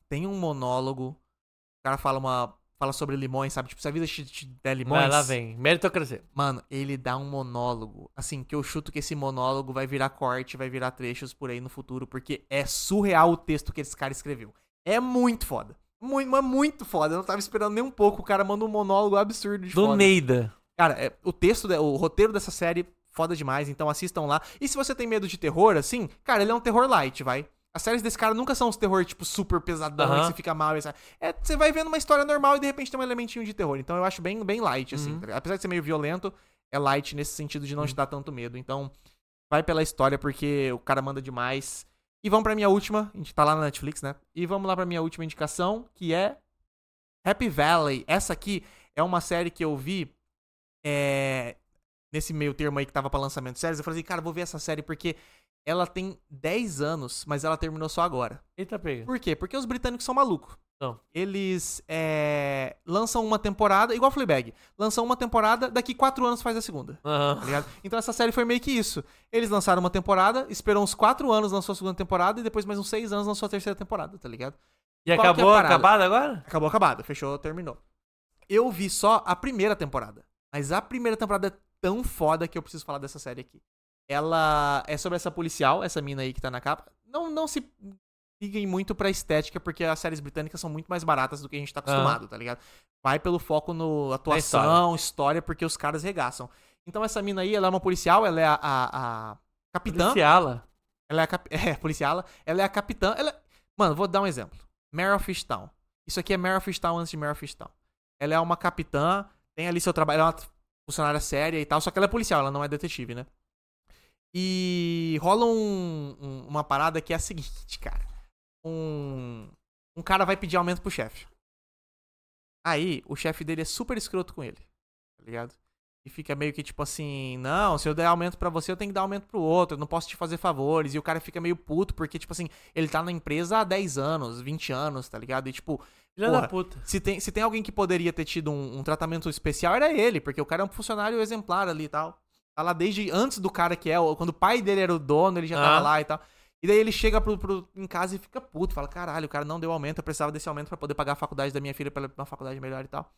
Speaker 2: tem um monólogo. O cara fala uma. Fala sobre limões, sabe? Tipo, se a vida te, te der limões.
Speaker 3: Vai lá, vem. Meritocracia.
Speaker 2: Mano, ele dá um monólogo. Assim, que eu chuto que esse monólogo vai virar corte, vai virar trechos por aí no futuro, porque é surreal o texto que esse cara escreveu. É muito foda. Muito, mas muito foda. Eu não tava esperando nem um pouco. O cara manda um monólogo absurdo de
Speaker 3: Do
Speaker 2: foda.
Speaker 3: Neida.
Speaker 2: Cara, é, o texto, de- o roteiro dessa série, foda demais, então assistam lá. E se você tem medo de terror, assim, cara, ele é um terror light, vai. As séries desse cara nunca são os terror, tipo, super pesadão,
Speaker 3: Aham.
Speaker 2: que você fica mal. e sabe. É, você vai vendo uma história normal e de repente tem um elementinho de terror. Então eu acho bem, bem light, assim.
Speaker 3: Uhum.
Speaker 2: tá ligado? Apesar de ser meio violento, é light nesse sentido de não te dar tanto medo. Então, vai pela história, porque o cara manda demais. E vamos pra minha última, a gente tá lá na Netflix, né? E vamos lá pra minha última indicação, que é Happy Valley. Essa aqui é uma série que eu vi é, nesse meio termo aí que tava pra lançamento de séries. Eu falei assim, cara, vou ver essa série porque ela tem 10 anos, mas ela terminou só agora.
Speaker 3: Eita, pega.
Speaker 2: Por quê? Porque os britânicos são malucos.
Speaker 3: São.
Speaker 2: Eles é, lançam uma temporada, igual Fleabag, lançam uma temporada, daqui 4 anos faz a segunda tá
Speaker 3: Aham.
Speaker 2: ligado? Então essa série foi meio que isso. Eles lançaram uma temporada, esperou uns quatro anos, lançou a segunda temporada, e depois mais uns seis anos lançou a terceira temporada, tá ligado?
Speaker 3: E
Speaker 2: Qual que é a
Speaker 3: acabou
Speaker 2: parada?
Speaker 3: acabado agora?
Speaker 2: Acabou acabada, fechou, terminou. Eu vi só a primeira temporada. Mas a primeira temporada é tão foda que eu preciso falar dessa série aqui. Ela é sobre essa policial, essa mina aí que tá na capa. Não, não se liguem muito pra estética, porque as séries britânicas são muito mais baratas do que a gente tá acostumado, tá ligado? Vai pelo foco no atuação, história. porque os caras regaçam. Então essa mina aí, ela é uma policial, ela é a, a- a capitã.
Speaker 3: Iniciala.
Speaker 2: Ela é a cap... é, policiala. Ela é a capitã. Ela... Mano, vou dar um exemplo. Mare of Fishtown. Isso aqui é Mare of Fishtown antes de Mare of Fishtown. Ela é uma capitã, tem ali seu trabalho, ela é uma funcionária séria e tal, só que ela é policial, ela não é detetive, né? E rola um- um- uma parada que é a seguinte, cara. Um, um cara vai pedir aumento pro chefe. Aí, o chefe dele é super escroto com ele, tá ligado? E fica meio que tipo assim, não, se eu der aumento pra você, eu tenho que dar aumento pro outro, eu não posso te fazer favores. E o cara fica meio puto, porque, tipo assim, ele tá na empresa há 10 anos, 20 anos, tá ligado? E tipo,
Speaker 3: Filha
Speaker 2: Porra.
Speaker 3: da puta.
Speaker 2: se tem, se tem alguém que poderia ter tido um, um tratamento especial, era ele, porque o cara é um funcionário exemplar ali e tal. Tá lá desde antes do cara que é, o- quando o pai dele era o dono, ele já tava
Speaker 3: Ah.
Speaker 2: lá e tal. E daí ele chega pro, pro- em casa e fica puto, fala, caralho, o cara não deu aumento, eu precisava desse aumento pra poder pagar a faculdade da minha filha pra ela ir pra uma faculdade melhor e tal.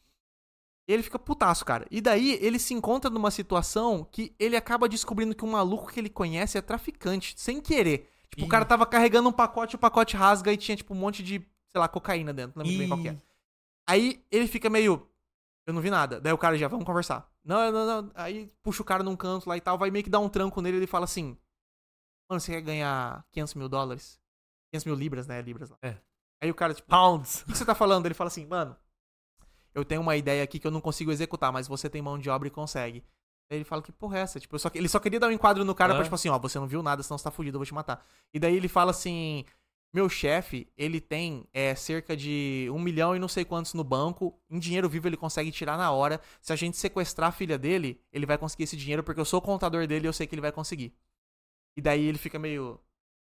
Speaker 2: E ele fica putaço, cara. E daí ele se encontra numa situação que ele acaba descobrindo que um maluco que ele conhece é traficante, sem querer. Tipo, o
Speaker 3: Ih.
Speaker 2: cara tava carregando um pacote, o pacote rasga e tinha, tipo, um monte de, sei lá, cocaína dentro. Não lembro bem qual que é.
Speaker 3: Ih,
Speaker 2: Aí ele fica meio. Eu não vi nada. Daí o cara já, vamos conversar. Não, não, não. Aí puxa o cara num canto lá e tal, vai meio que dar um tranco nele e ele fala assim: Mano, você quer ganhar 500 mil dólares? 500 mil libras, né? Libras lá.
Speaker 3: É.
Speaker 2: Aí o cara, tipo,
Speaker 3: Pounds.
Speaker 2: o que que você tá falando? Ele fala assim, mano, eu tenho uma ideia aqui que eu não consigo executar, mas você tem mão de obra e consegue. Daí ele fala, que porra é essa? Tipo, eu só, ele só queria dar um enquadro no cara
Speaker 3: Ah.
Speaker 2: pra, tipo assim, ó, você não viu nada, senão você tá fudido, eu vou te matar. E daí ele fala assim, meu chefe, ele tem é, cerca de um milhão e não sei quantos no banco, em dinheiro vivo ele consegue tirar na hora. Se a gente sequestrar a filha dele, ele vai conseguir esse dinheiro, porque eu sou o contador dele e eu sei que ele vai conseguir. E daí ele fica meio,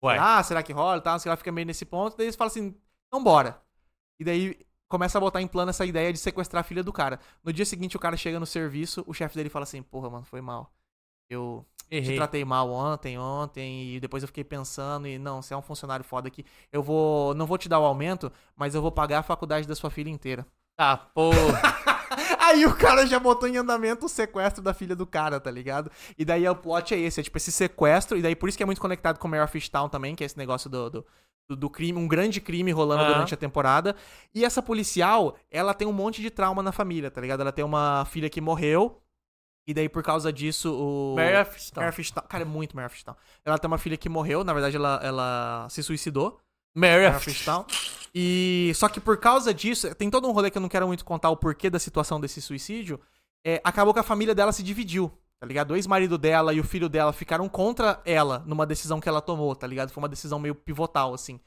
Speaker 3: Ué.
Speaker 2: ah, será que rola e tal? Será que fica meio nesse ponto? Daí eles falam assim, então bora. E daí começa a botar em plano essa ideia de sequestrar a filha do cara. No dia seguinte, o cara chega no serviço, o chefe dele fala assim, porra, mano, foi mal. Eu te
Speaker 3: Errei. Tá,
Speaker 2: tratei mal ontem, ontem, e depois eu fiquei pensando, e não, você é um funcionário foda aqui. Eu vou. Não vou te dar o aumento, mas eu vou pagar a faculdade da sua filha inteira.
Speaker 3: Ah, pô.
Speaker 2: Aí o cara já botou em andamento o sequestro da filha do cara, tá ligado? E daí o plot é esse, é tipo esse sequestro, e daí por isso que é muito conectado com Mare of Fishtown também, que é esse negócio do, do, do- do crime, um grande crime rolando
Speaker 3: Aham.
Speaker 2: durante a temporada. E essa policial, ela tem um monte de trauma na família, tá ligado? Ela tem uma filha que morreu, e daí por causa disso o...
Speaker 3: Mary of Stone.
Speaker 2: Mare of Fishtown- Cara, é muito Mare of Fishtown. Ela tem uma filha que morreu, na verdade ela, ela se suicidou.
Speaker 3: Mary
Speaker 2: Era freestyle. E só que por causa disso, tem todo um rolê que eu não quero muito contar o porquê da situação desse suicídio. é, acabou que a família dela se dividiu, tá ligado? O ex-marido dela e o filho dela ficaram contra ela numa decisão que ela tomou, tá ligado? Foi uma decisão meio pivotal, assim.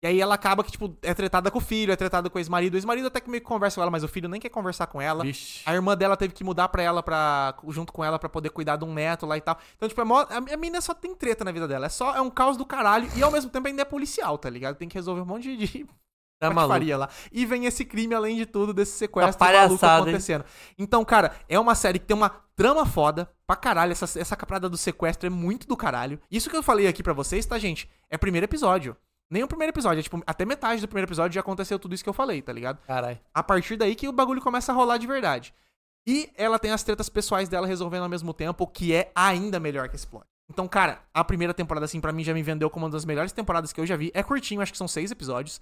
Speaker 2: E aí ela acaba que, tipo, é tretada com o filho, é tretada com o ex-marido. O ex-marido até que meio que conversa com ela, mas o filho nem quer conversar com ela.
Speaker 3: Vixe.
Speaker 2: A irmã dela teve que mudar pra ela, pra, junto com ela, pra poder cuidar de um neto lá e tal. Então, tipo, é mó- a, a menina só tem treta na vida dela. É só é um caos do caralho. E ao mesmo tempo ainda é policial, tá ligado? Tem que resolver um monte de, de
Speaker 3: Tá maluco.
Speaker 2: patifaria lá. E vem esse crime, além de tudo, desse sequestro
Speaker 3: Tá
Speaker 2: maluco
Speaker 3: palhaçada, hein?
Speaker 2: acontecendo. Então, cara, é uma série que tem uma trama foda pra caralho. Essa, essa caprada do sequestro é muito do caralho. Isso que eu falei aqui pra vocês, tá, gente? É primeiro episódio. Nem o primeiro episódio, é tipo, até metade do primeiro episódio já aconteceu tudo isso que eu falei, tá ligado?
Speaker 3: Caralho.
Speaker 2: A partir daí que o bagulho começa a rolar de verdade. E ela tem as tretas pessoais dela resolvendo ao mesmo tempo, o que é ainda melhor que esse plot. Então, cara, a primeira temporada, assim, pra mim já me vendeu como uma das melhores temporadas que eu já vi. É curtinho, acho que são seis episódios.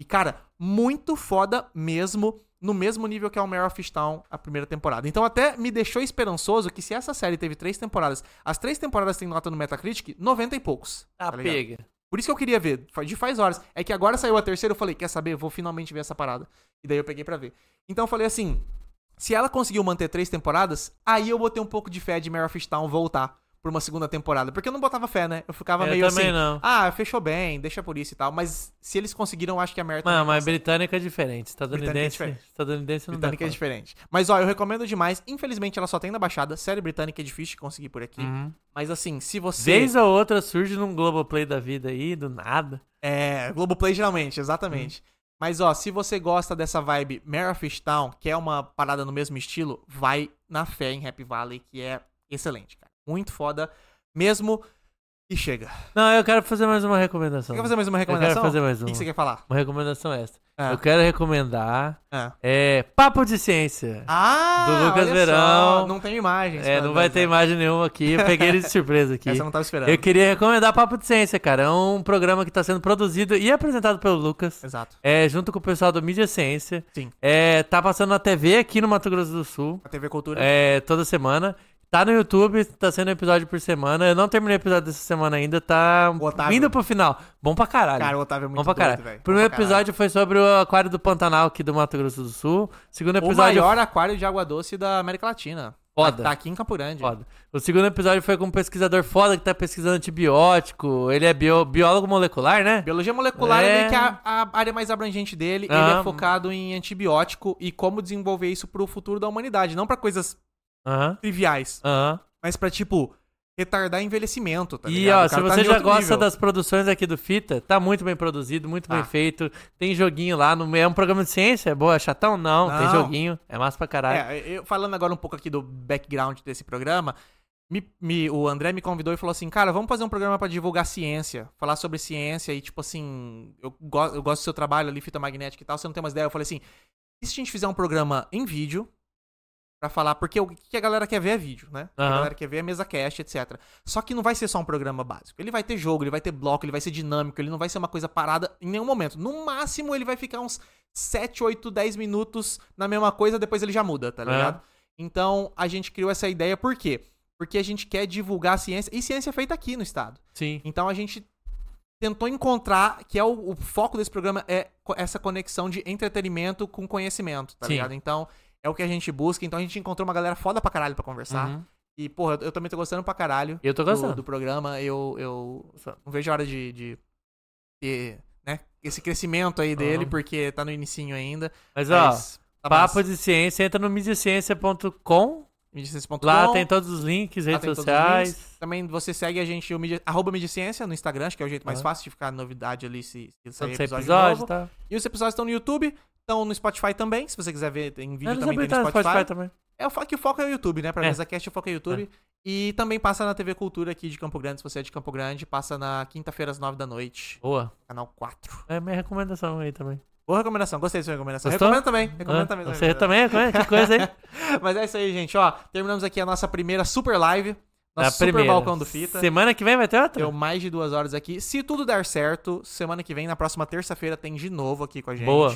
Speaker 2: E, cara, muito foda mesmo, no mesmo nível que é o Mare of Fishtown, a primeira temporada. Então, até me deixou esperançoso que se essa série teve três temporadas, as três temporadas têm nota no Metacritic, 90 e poucos.
Speaker 3: Ah,
Speaker 2: tá ligado?
Speaker 3: pega.
Speaker 2: Por isso que eu queria ver, fa- de faz horas. É que agora saiu a terceira, eu falei, quer saber? Vou finalmente ver essa parada. E daí eu peguei pra ver. Então eu falei assim, se ela conseguiu manter três temporadas, aí eu botei um pouco de fé de Mare of Town voltar pra uma segunda temporada. Porque eu não botava fé, né? Eu ficava
Speaker 3: É, Eu
Speaker 2: meio
Speaker 3: também
Speaker 2: assim,
Speaker 3: não.
Speaker 2: ah, fechou bem, deixa por isso e tal. Mas se eles conseguiram, eu acho que a Mare
Speaker 3: Mano,
Speaker 2: também
Speaker 3: mas
Speaker 2: consegue.
Speaker 3: britânica é diferente. Estadunidense,
Speaker 2: Britânica é diferente.
Speaker 3: estadunidense não
Speaker 2: Britânica é
Speaker 3: dá. conta.
Speaker 2: diferente. Mas ó, eu recomendo demais. Infelizmente ela só tem na Baixada. Série britânica é difícil de conseguir por aqui.
Speaker 3: Uhum.
Speaker 2: Mas assim, se você.
Speaker 3: Vez ou outra surge num Globoplay da vida aí, do nada.
Speaker 2: É, Globoplay geralmente, exatamente.
Speaker 3: Uhum.
Speaker 2: Mas ó, se você gosta dessa vibe Marafish Town, que é uma parada no mesmo estilo, vai na fé em Happy Valley, que é excelente, cara. Muito foda mesmo. E chega.
Speaker 3: Não, eu quero fazer mais uma recomendação.
Speaker 2: Quer fazer mais uma
Speaker 3: Então, quero
Speaker 2: recomendação?
Speaker 3: fazer mais
Speaker 2: O que que
Speaker 3: uma.
Speaker 2: você quer falar?
Speaker 3: Uma recomendação extra.
Speaker 2: Ah,
Speaker 3: Eu quero recomendar
Speaker 2: ah.
Speaker 3: é Papo de Ciência.
Speaker 2: Ah,
Speaker 3: Do Lucas
Speaker 2: olha
Speaker 3: Verão.
Speaker 2: Só, não tem imagens.
Speaker 3: é,
Speaker 2: pra-
Speaker 3: não vai
Speaker 2: pra-
Speaker 3: ter imagem nenhuma aqui. Eu peguei ele de surpresa aqui.
Speaker 2: Essa eu não tava esperando.
Speaker 3: Eu queria recomendar Papo de Ciência, cara. É um programa que está sendo produzido e apresentado pelo Lucas.
Speaker 2: Exato.
Speaker 3: É, junto com o pessoal do Mídia Ciência.
Speaker 2: Sim.
Speaker 3: É, tá passando na TV aqui no Mato Grosso do Sul.
Speaker 2: A TV Cultura.
Speaker 3: É, toda semana. Tá no YouTube, tá sendo um episódio por semana. Eu não terminei o episódio dessa semana ainda, tá
Speaker 2: O Otávio.
Speaker 3: indo pro final. Bom pra caralho.
Speaker 2: Cara, o Otávio é muito
Speaker 3: Bom pra
Speaker 2: doido,
Speaker 3: caralho.
Speaker 2: velho. Bom
Speaker 3: Primeiro
Speaker 2: pra caralho.
Speaker 3: episódio foi sobre o Aquário do Pantanal aqui do Mato Grosso do Sul. Segundo
Speaker 2: O
Speaker 3: episódio
Speaker 2: maior aquário de água doce da América Latina.
Speaker 3: Foda.
Speaker 2: Tá aqui em Campo Grande.
Speaker 3: Foda. O segundo episódio foi com um pesquisador foda que tá pesquisando antibiótico. Ele é bio- biólogo molecular, né?
Speaker 2: Biologia molecular é,
Speaker 3: É.
Speaker 2: meio que a, a área mais abrangente dele. Ele
Speaker 3: Ah.
Speaker 2: é focado em antibiótico e como desenvolver isso pro futuro da humanidade. Não pra coisas
Speaker 3: Aham.
Speaker 2: triviais,
Speaker 3: Aham.
Speaker 2: mas pra, tipo, retardar envelhecimento, tá
Speaker 3: E
Speaker 2: ligado?
Speaker 3: ó,
Speaker 2: O
Speaker 3: se
Speaker 2: cara tá
Speaker 3: você
Speaker 2: em
Speaker 3: já
Speaker 2: outro
Speaker 3: gosta
Speaker 2: nível.
Speaker 3: das produções aqui do Fita, tá muito bem produzido, muito bem
Speaker 2: Tá.
Speaker 3: feito. Tem joguinho lá, no... é um programa de ciência, é boa, é chatão? Não, tem
Speaker 2: Não.
Speaker 3: joguinho, é massa pra caralho.
Speaker 2: É, eu, falando agora um pouco aqui do background desse programa, me- me- o André me convidou e falou assim, cara, vamos fazer um programa pra divulgar ciência, falar sobre ciência e, tipo assim, eu, go- eu gosto do seu trabalho ali, fita magnética e tal, você não tem umas ideias. Eu falei assim, e se a gente fizer um programa em vídeo pra falar, porque o que a galera quer ver é vídeo, né? O que A
Speaker 3: Aham.
Speaker 2: galera quer ver é mesa cast, etc. Só que não vai ser só um programa básico. Ele vai ter jogo, ele vai ter bloco, ele vai ser dinâmico, ele não vai ser uma coisa parada em nenhum momento. No máximo, ele vai ficar uns 7, 8, 10 minutos na mesma coisa, depois ele já muda, tá
Speaker 3: É.
Speaker 2: ligado? Então, a gente criou essa ideia por quê? Porque a gente quer divulgar a ciência, e ciência é feita aqui no estado.
Speaker 3: Sim.
Speaker 2: Então a gente tentou encontrar que é o, o foco desse programa é co- essa conexão de entretenimento com conhecimento, tá
Speaker 3: Sim.
Speaker 2: ligado? Então é o que a gente busca. Então a gente encontrou uma galera foda pra caralho pra conversar.
Speaker 3: Uhum.
Speaker 2: E, porra, eu, eu também tô gostando pra caralho
Speaker 3: Eu tô
Speaker 2: do,
Speaker 3: gostando.
Speaker 2: do programa. Eu, eu
Speaker 3: Gostando.
Speaker 2: não vejo a hora de, de ter, né, esse crescimento aí dele,
Speaker 3: Uhum.
Speaker 2: porque tá no inicinho ainda.
Speaker 3: Mas ó,
Speaker 2: tá
Speaker 3: papo
Speaker 2: massa.
Speaker 3: de ciência, entra no mediaciência.com,
Speaker 2: Me diz esse ponto
Speaker 3: lá
Speaker 2: com.
Speaker 3: tem todos os links,
Speaker 2: Lá
Speaker 3: redes
Speaker 2: tem todos os
Speaker 3: sociais.
Speaker 2: links. Também você segue a gente, o mídia, arroba mídia ciência no Instagram, acho que é o jeito mais
Speaker 3: Aham.
Speaker 2: fácil de ficar novidade ali se, se sair
Speaker 3: Todos os
Speaker 2: episódio,
Speaker 3: episódios tá?
Speaker 2: novo.
Speaker 3: e tal.
Speaker 2: E os episódios estão no YouTube, estão no Spotify também, se você quiser ver em vídeo
Speaker 3: Eles
Speaker 2: também tem
Speaker 3: habilitaram
Speaker 2: no
Speaker 3: no
Speaker 2: Spotify.
Speaker 3: Spotify também.
Speaker 2: É o fo- que o foco é o YouTube, né? Pra
Speaker 3: É.
Speaker 2: mesa cast o foco é o YouTube. E também passa na TV Cultura aqui de Campo Grande, se você é de Campo Grande, passa na quinta-feira às nove da noite,
Speaker 3: Boa.
Speaker 2: canal 4.
Speaker 3: É minha recomendação aí também.
Speaker 2: Boa recomendação, gostei da sua recomendação.
Speaker 3: Gostou?
Speaker 2: Recomendo também, recomendo
Speaker 3: Ah,
Speaker 2: também. né?
Speaker 3: Você também? Como é? Que coisa aí?
Speaker 2: Mas é isso aí, gente, ó. Terminamos aqui a nossa primeira super live,
Speaker 3: Na
Speaker 2: nosso super
Speaker 3: É primeira.
Speaker 2: balcão do fita.
Speaker 3: Semana que vem vai ter outra?
Speaker 2: Deu mais de duas horas aqui. Se tudo der certo, semana que vem, na próxima terça-feira, tem de novo aqui com a gente.
Speaker 3: Boa.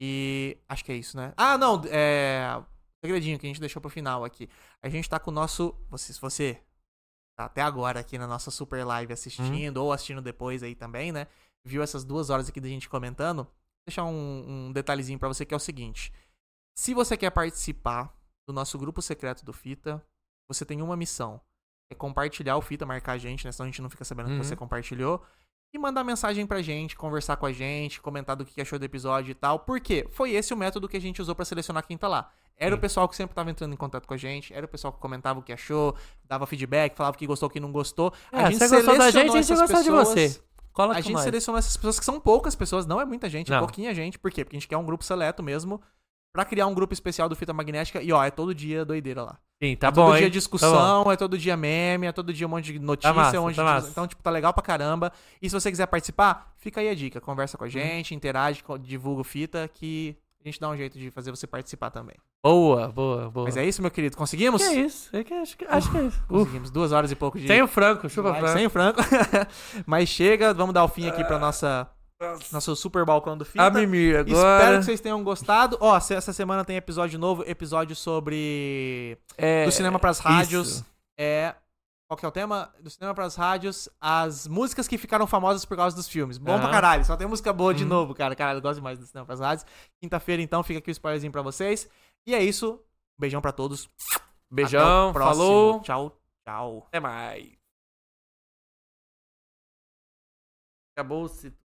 Speaker 2: E acho que é isso, né? Ah, não, é. Segredinho que a gente deixou pro final aqui. A gente tá com o nosso. Você, se você tá até agora aqui na nossa super live assistindo, ou assistindo depois aí também, né? Viu essas duas horas aqui da gente comentando? Vou deixar um, um detalhezinho pra você que é o seguinte: se você quer participar do nosso grupo secreto do Fita, você tem uma missão é compartilhar o fita, marcar a gente, né? Senão a gente não fica sabendo
Speaker 3: Uhum.
Speaker 2: que você compartilhou. e mandar mensagem pra gente, conversar com a gente, comentar do que achou do episódio e tal. Por quê? Foi esse o método que a gente usou pra selecionar quem tá lá. Era o pessoal que sempre tava entrando em contato com a gente, era o pessoal que comentava o que achou, dava feedback, falava o que gostou, o que não gostou.
Speaker 3: É, você gostou da gente, a gente
Speaker 2: essas
Speaker 3: gostou de você. Cola
Speaker 2: a
Speaker 3: com
Speaker 2: gente
Speaker 3: nós.
Speaker 2: selecionou essas pessoas que são poucas pessoas, não é muita gente, é
Speaker 3: Não.
Speaker 2: pouquinha gente. Por quê? Porque a gente quer um grupo seleto mesmo. Pra criar um grupo especial do Fita Magnética. E ó, é todo dia doideira lá.
Speaker 3: Sim, tá
Speaker 2: é
Speaker 3: bom,
Speaker 2: todo dia
Speaker 3: hein? Tá bom.
Speaker 2: discussão, é todo dia meme, é todo dia um monte de notícia,
Speaker 3: Tá massa,
Speaker 2: um monte
Speaker 3: tá
Speaker 2: de...
Speaker 3: massa.
Speaker 2: Então, tipo, tá legal pra caramba. E se você quiser participar, fica aí a dica. Conversa
Speaker 3: Uhum.
Speaker 2: com a gente, interage, co- divulga o Fita, que a gente dá um jeito de fazer você participar também.
Speaker 3: Boa, boa, boa.
Speaker 2: Mas é isso, meu querido. Conseguimos?
Speaker 3: Que é isso? É que acho que, acho que é isso. Uf,
Speaker 2: Conseguimos. Duas horas e pouco de...
Speaker 3: sem o Franco, chupa
Speaker 2: Vai,
Speaker 3: Franco.
Speaker 2: Sem o Franco. Mas chega, vamos dar o fim aqui pra nossa... Nosso super balcão do Fita.
Speaker 3: A mimir
Speaker 2: Espero
Speaker 3: agora.
Speaker 2: que vocês tenham gostado. Ó, se- essa semana tem episódio novo, episódio sobre
Speaker 3: É,
Speaker 2: do cinema pras rádios.
Speaker 3: isso.
Speaker 2: É qual que é o tema? Do cinema pras rádios, as músicas que ficaram famosas por causa dos filmes. Bom pra
Speaker 3: Aham.
Speaker 2: caralho, só tem música boa de
Speaker 3: Uhum.
Speaker 2: novo, cara. Caralho, eu gosto demais do cinema pras rádios. Quinta-feira então fica aqui o spoilerzinho pra vocês. E é isso. Beijão pra todos. Até
Speaker 3: Beijão,
Speaker 2: o próximo.
Speaker 3: falou.
Speaker 2: Tchau, tchau.
Speaker 3: Até mais. Acabou-se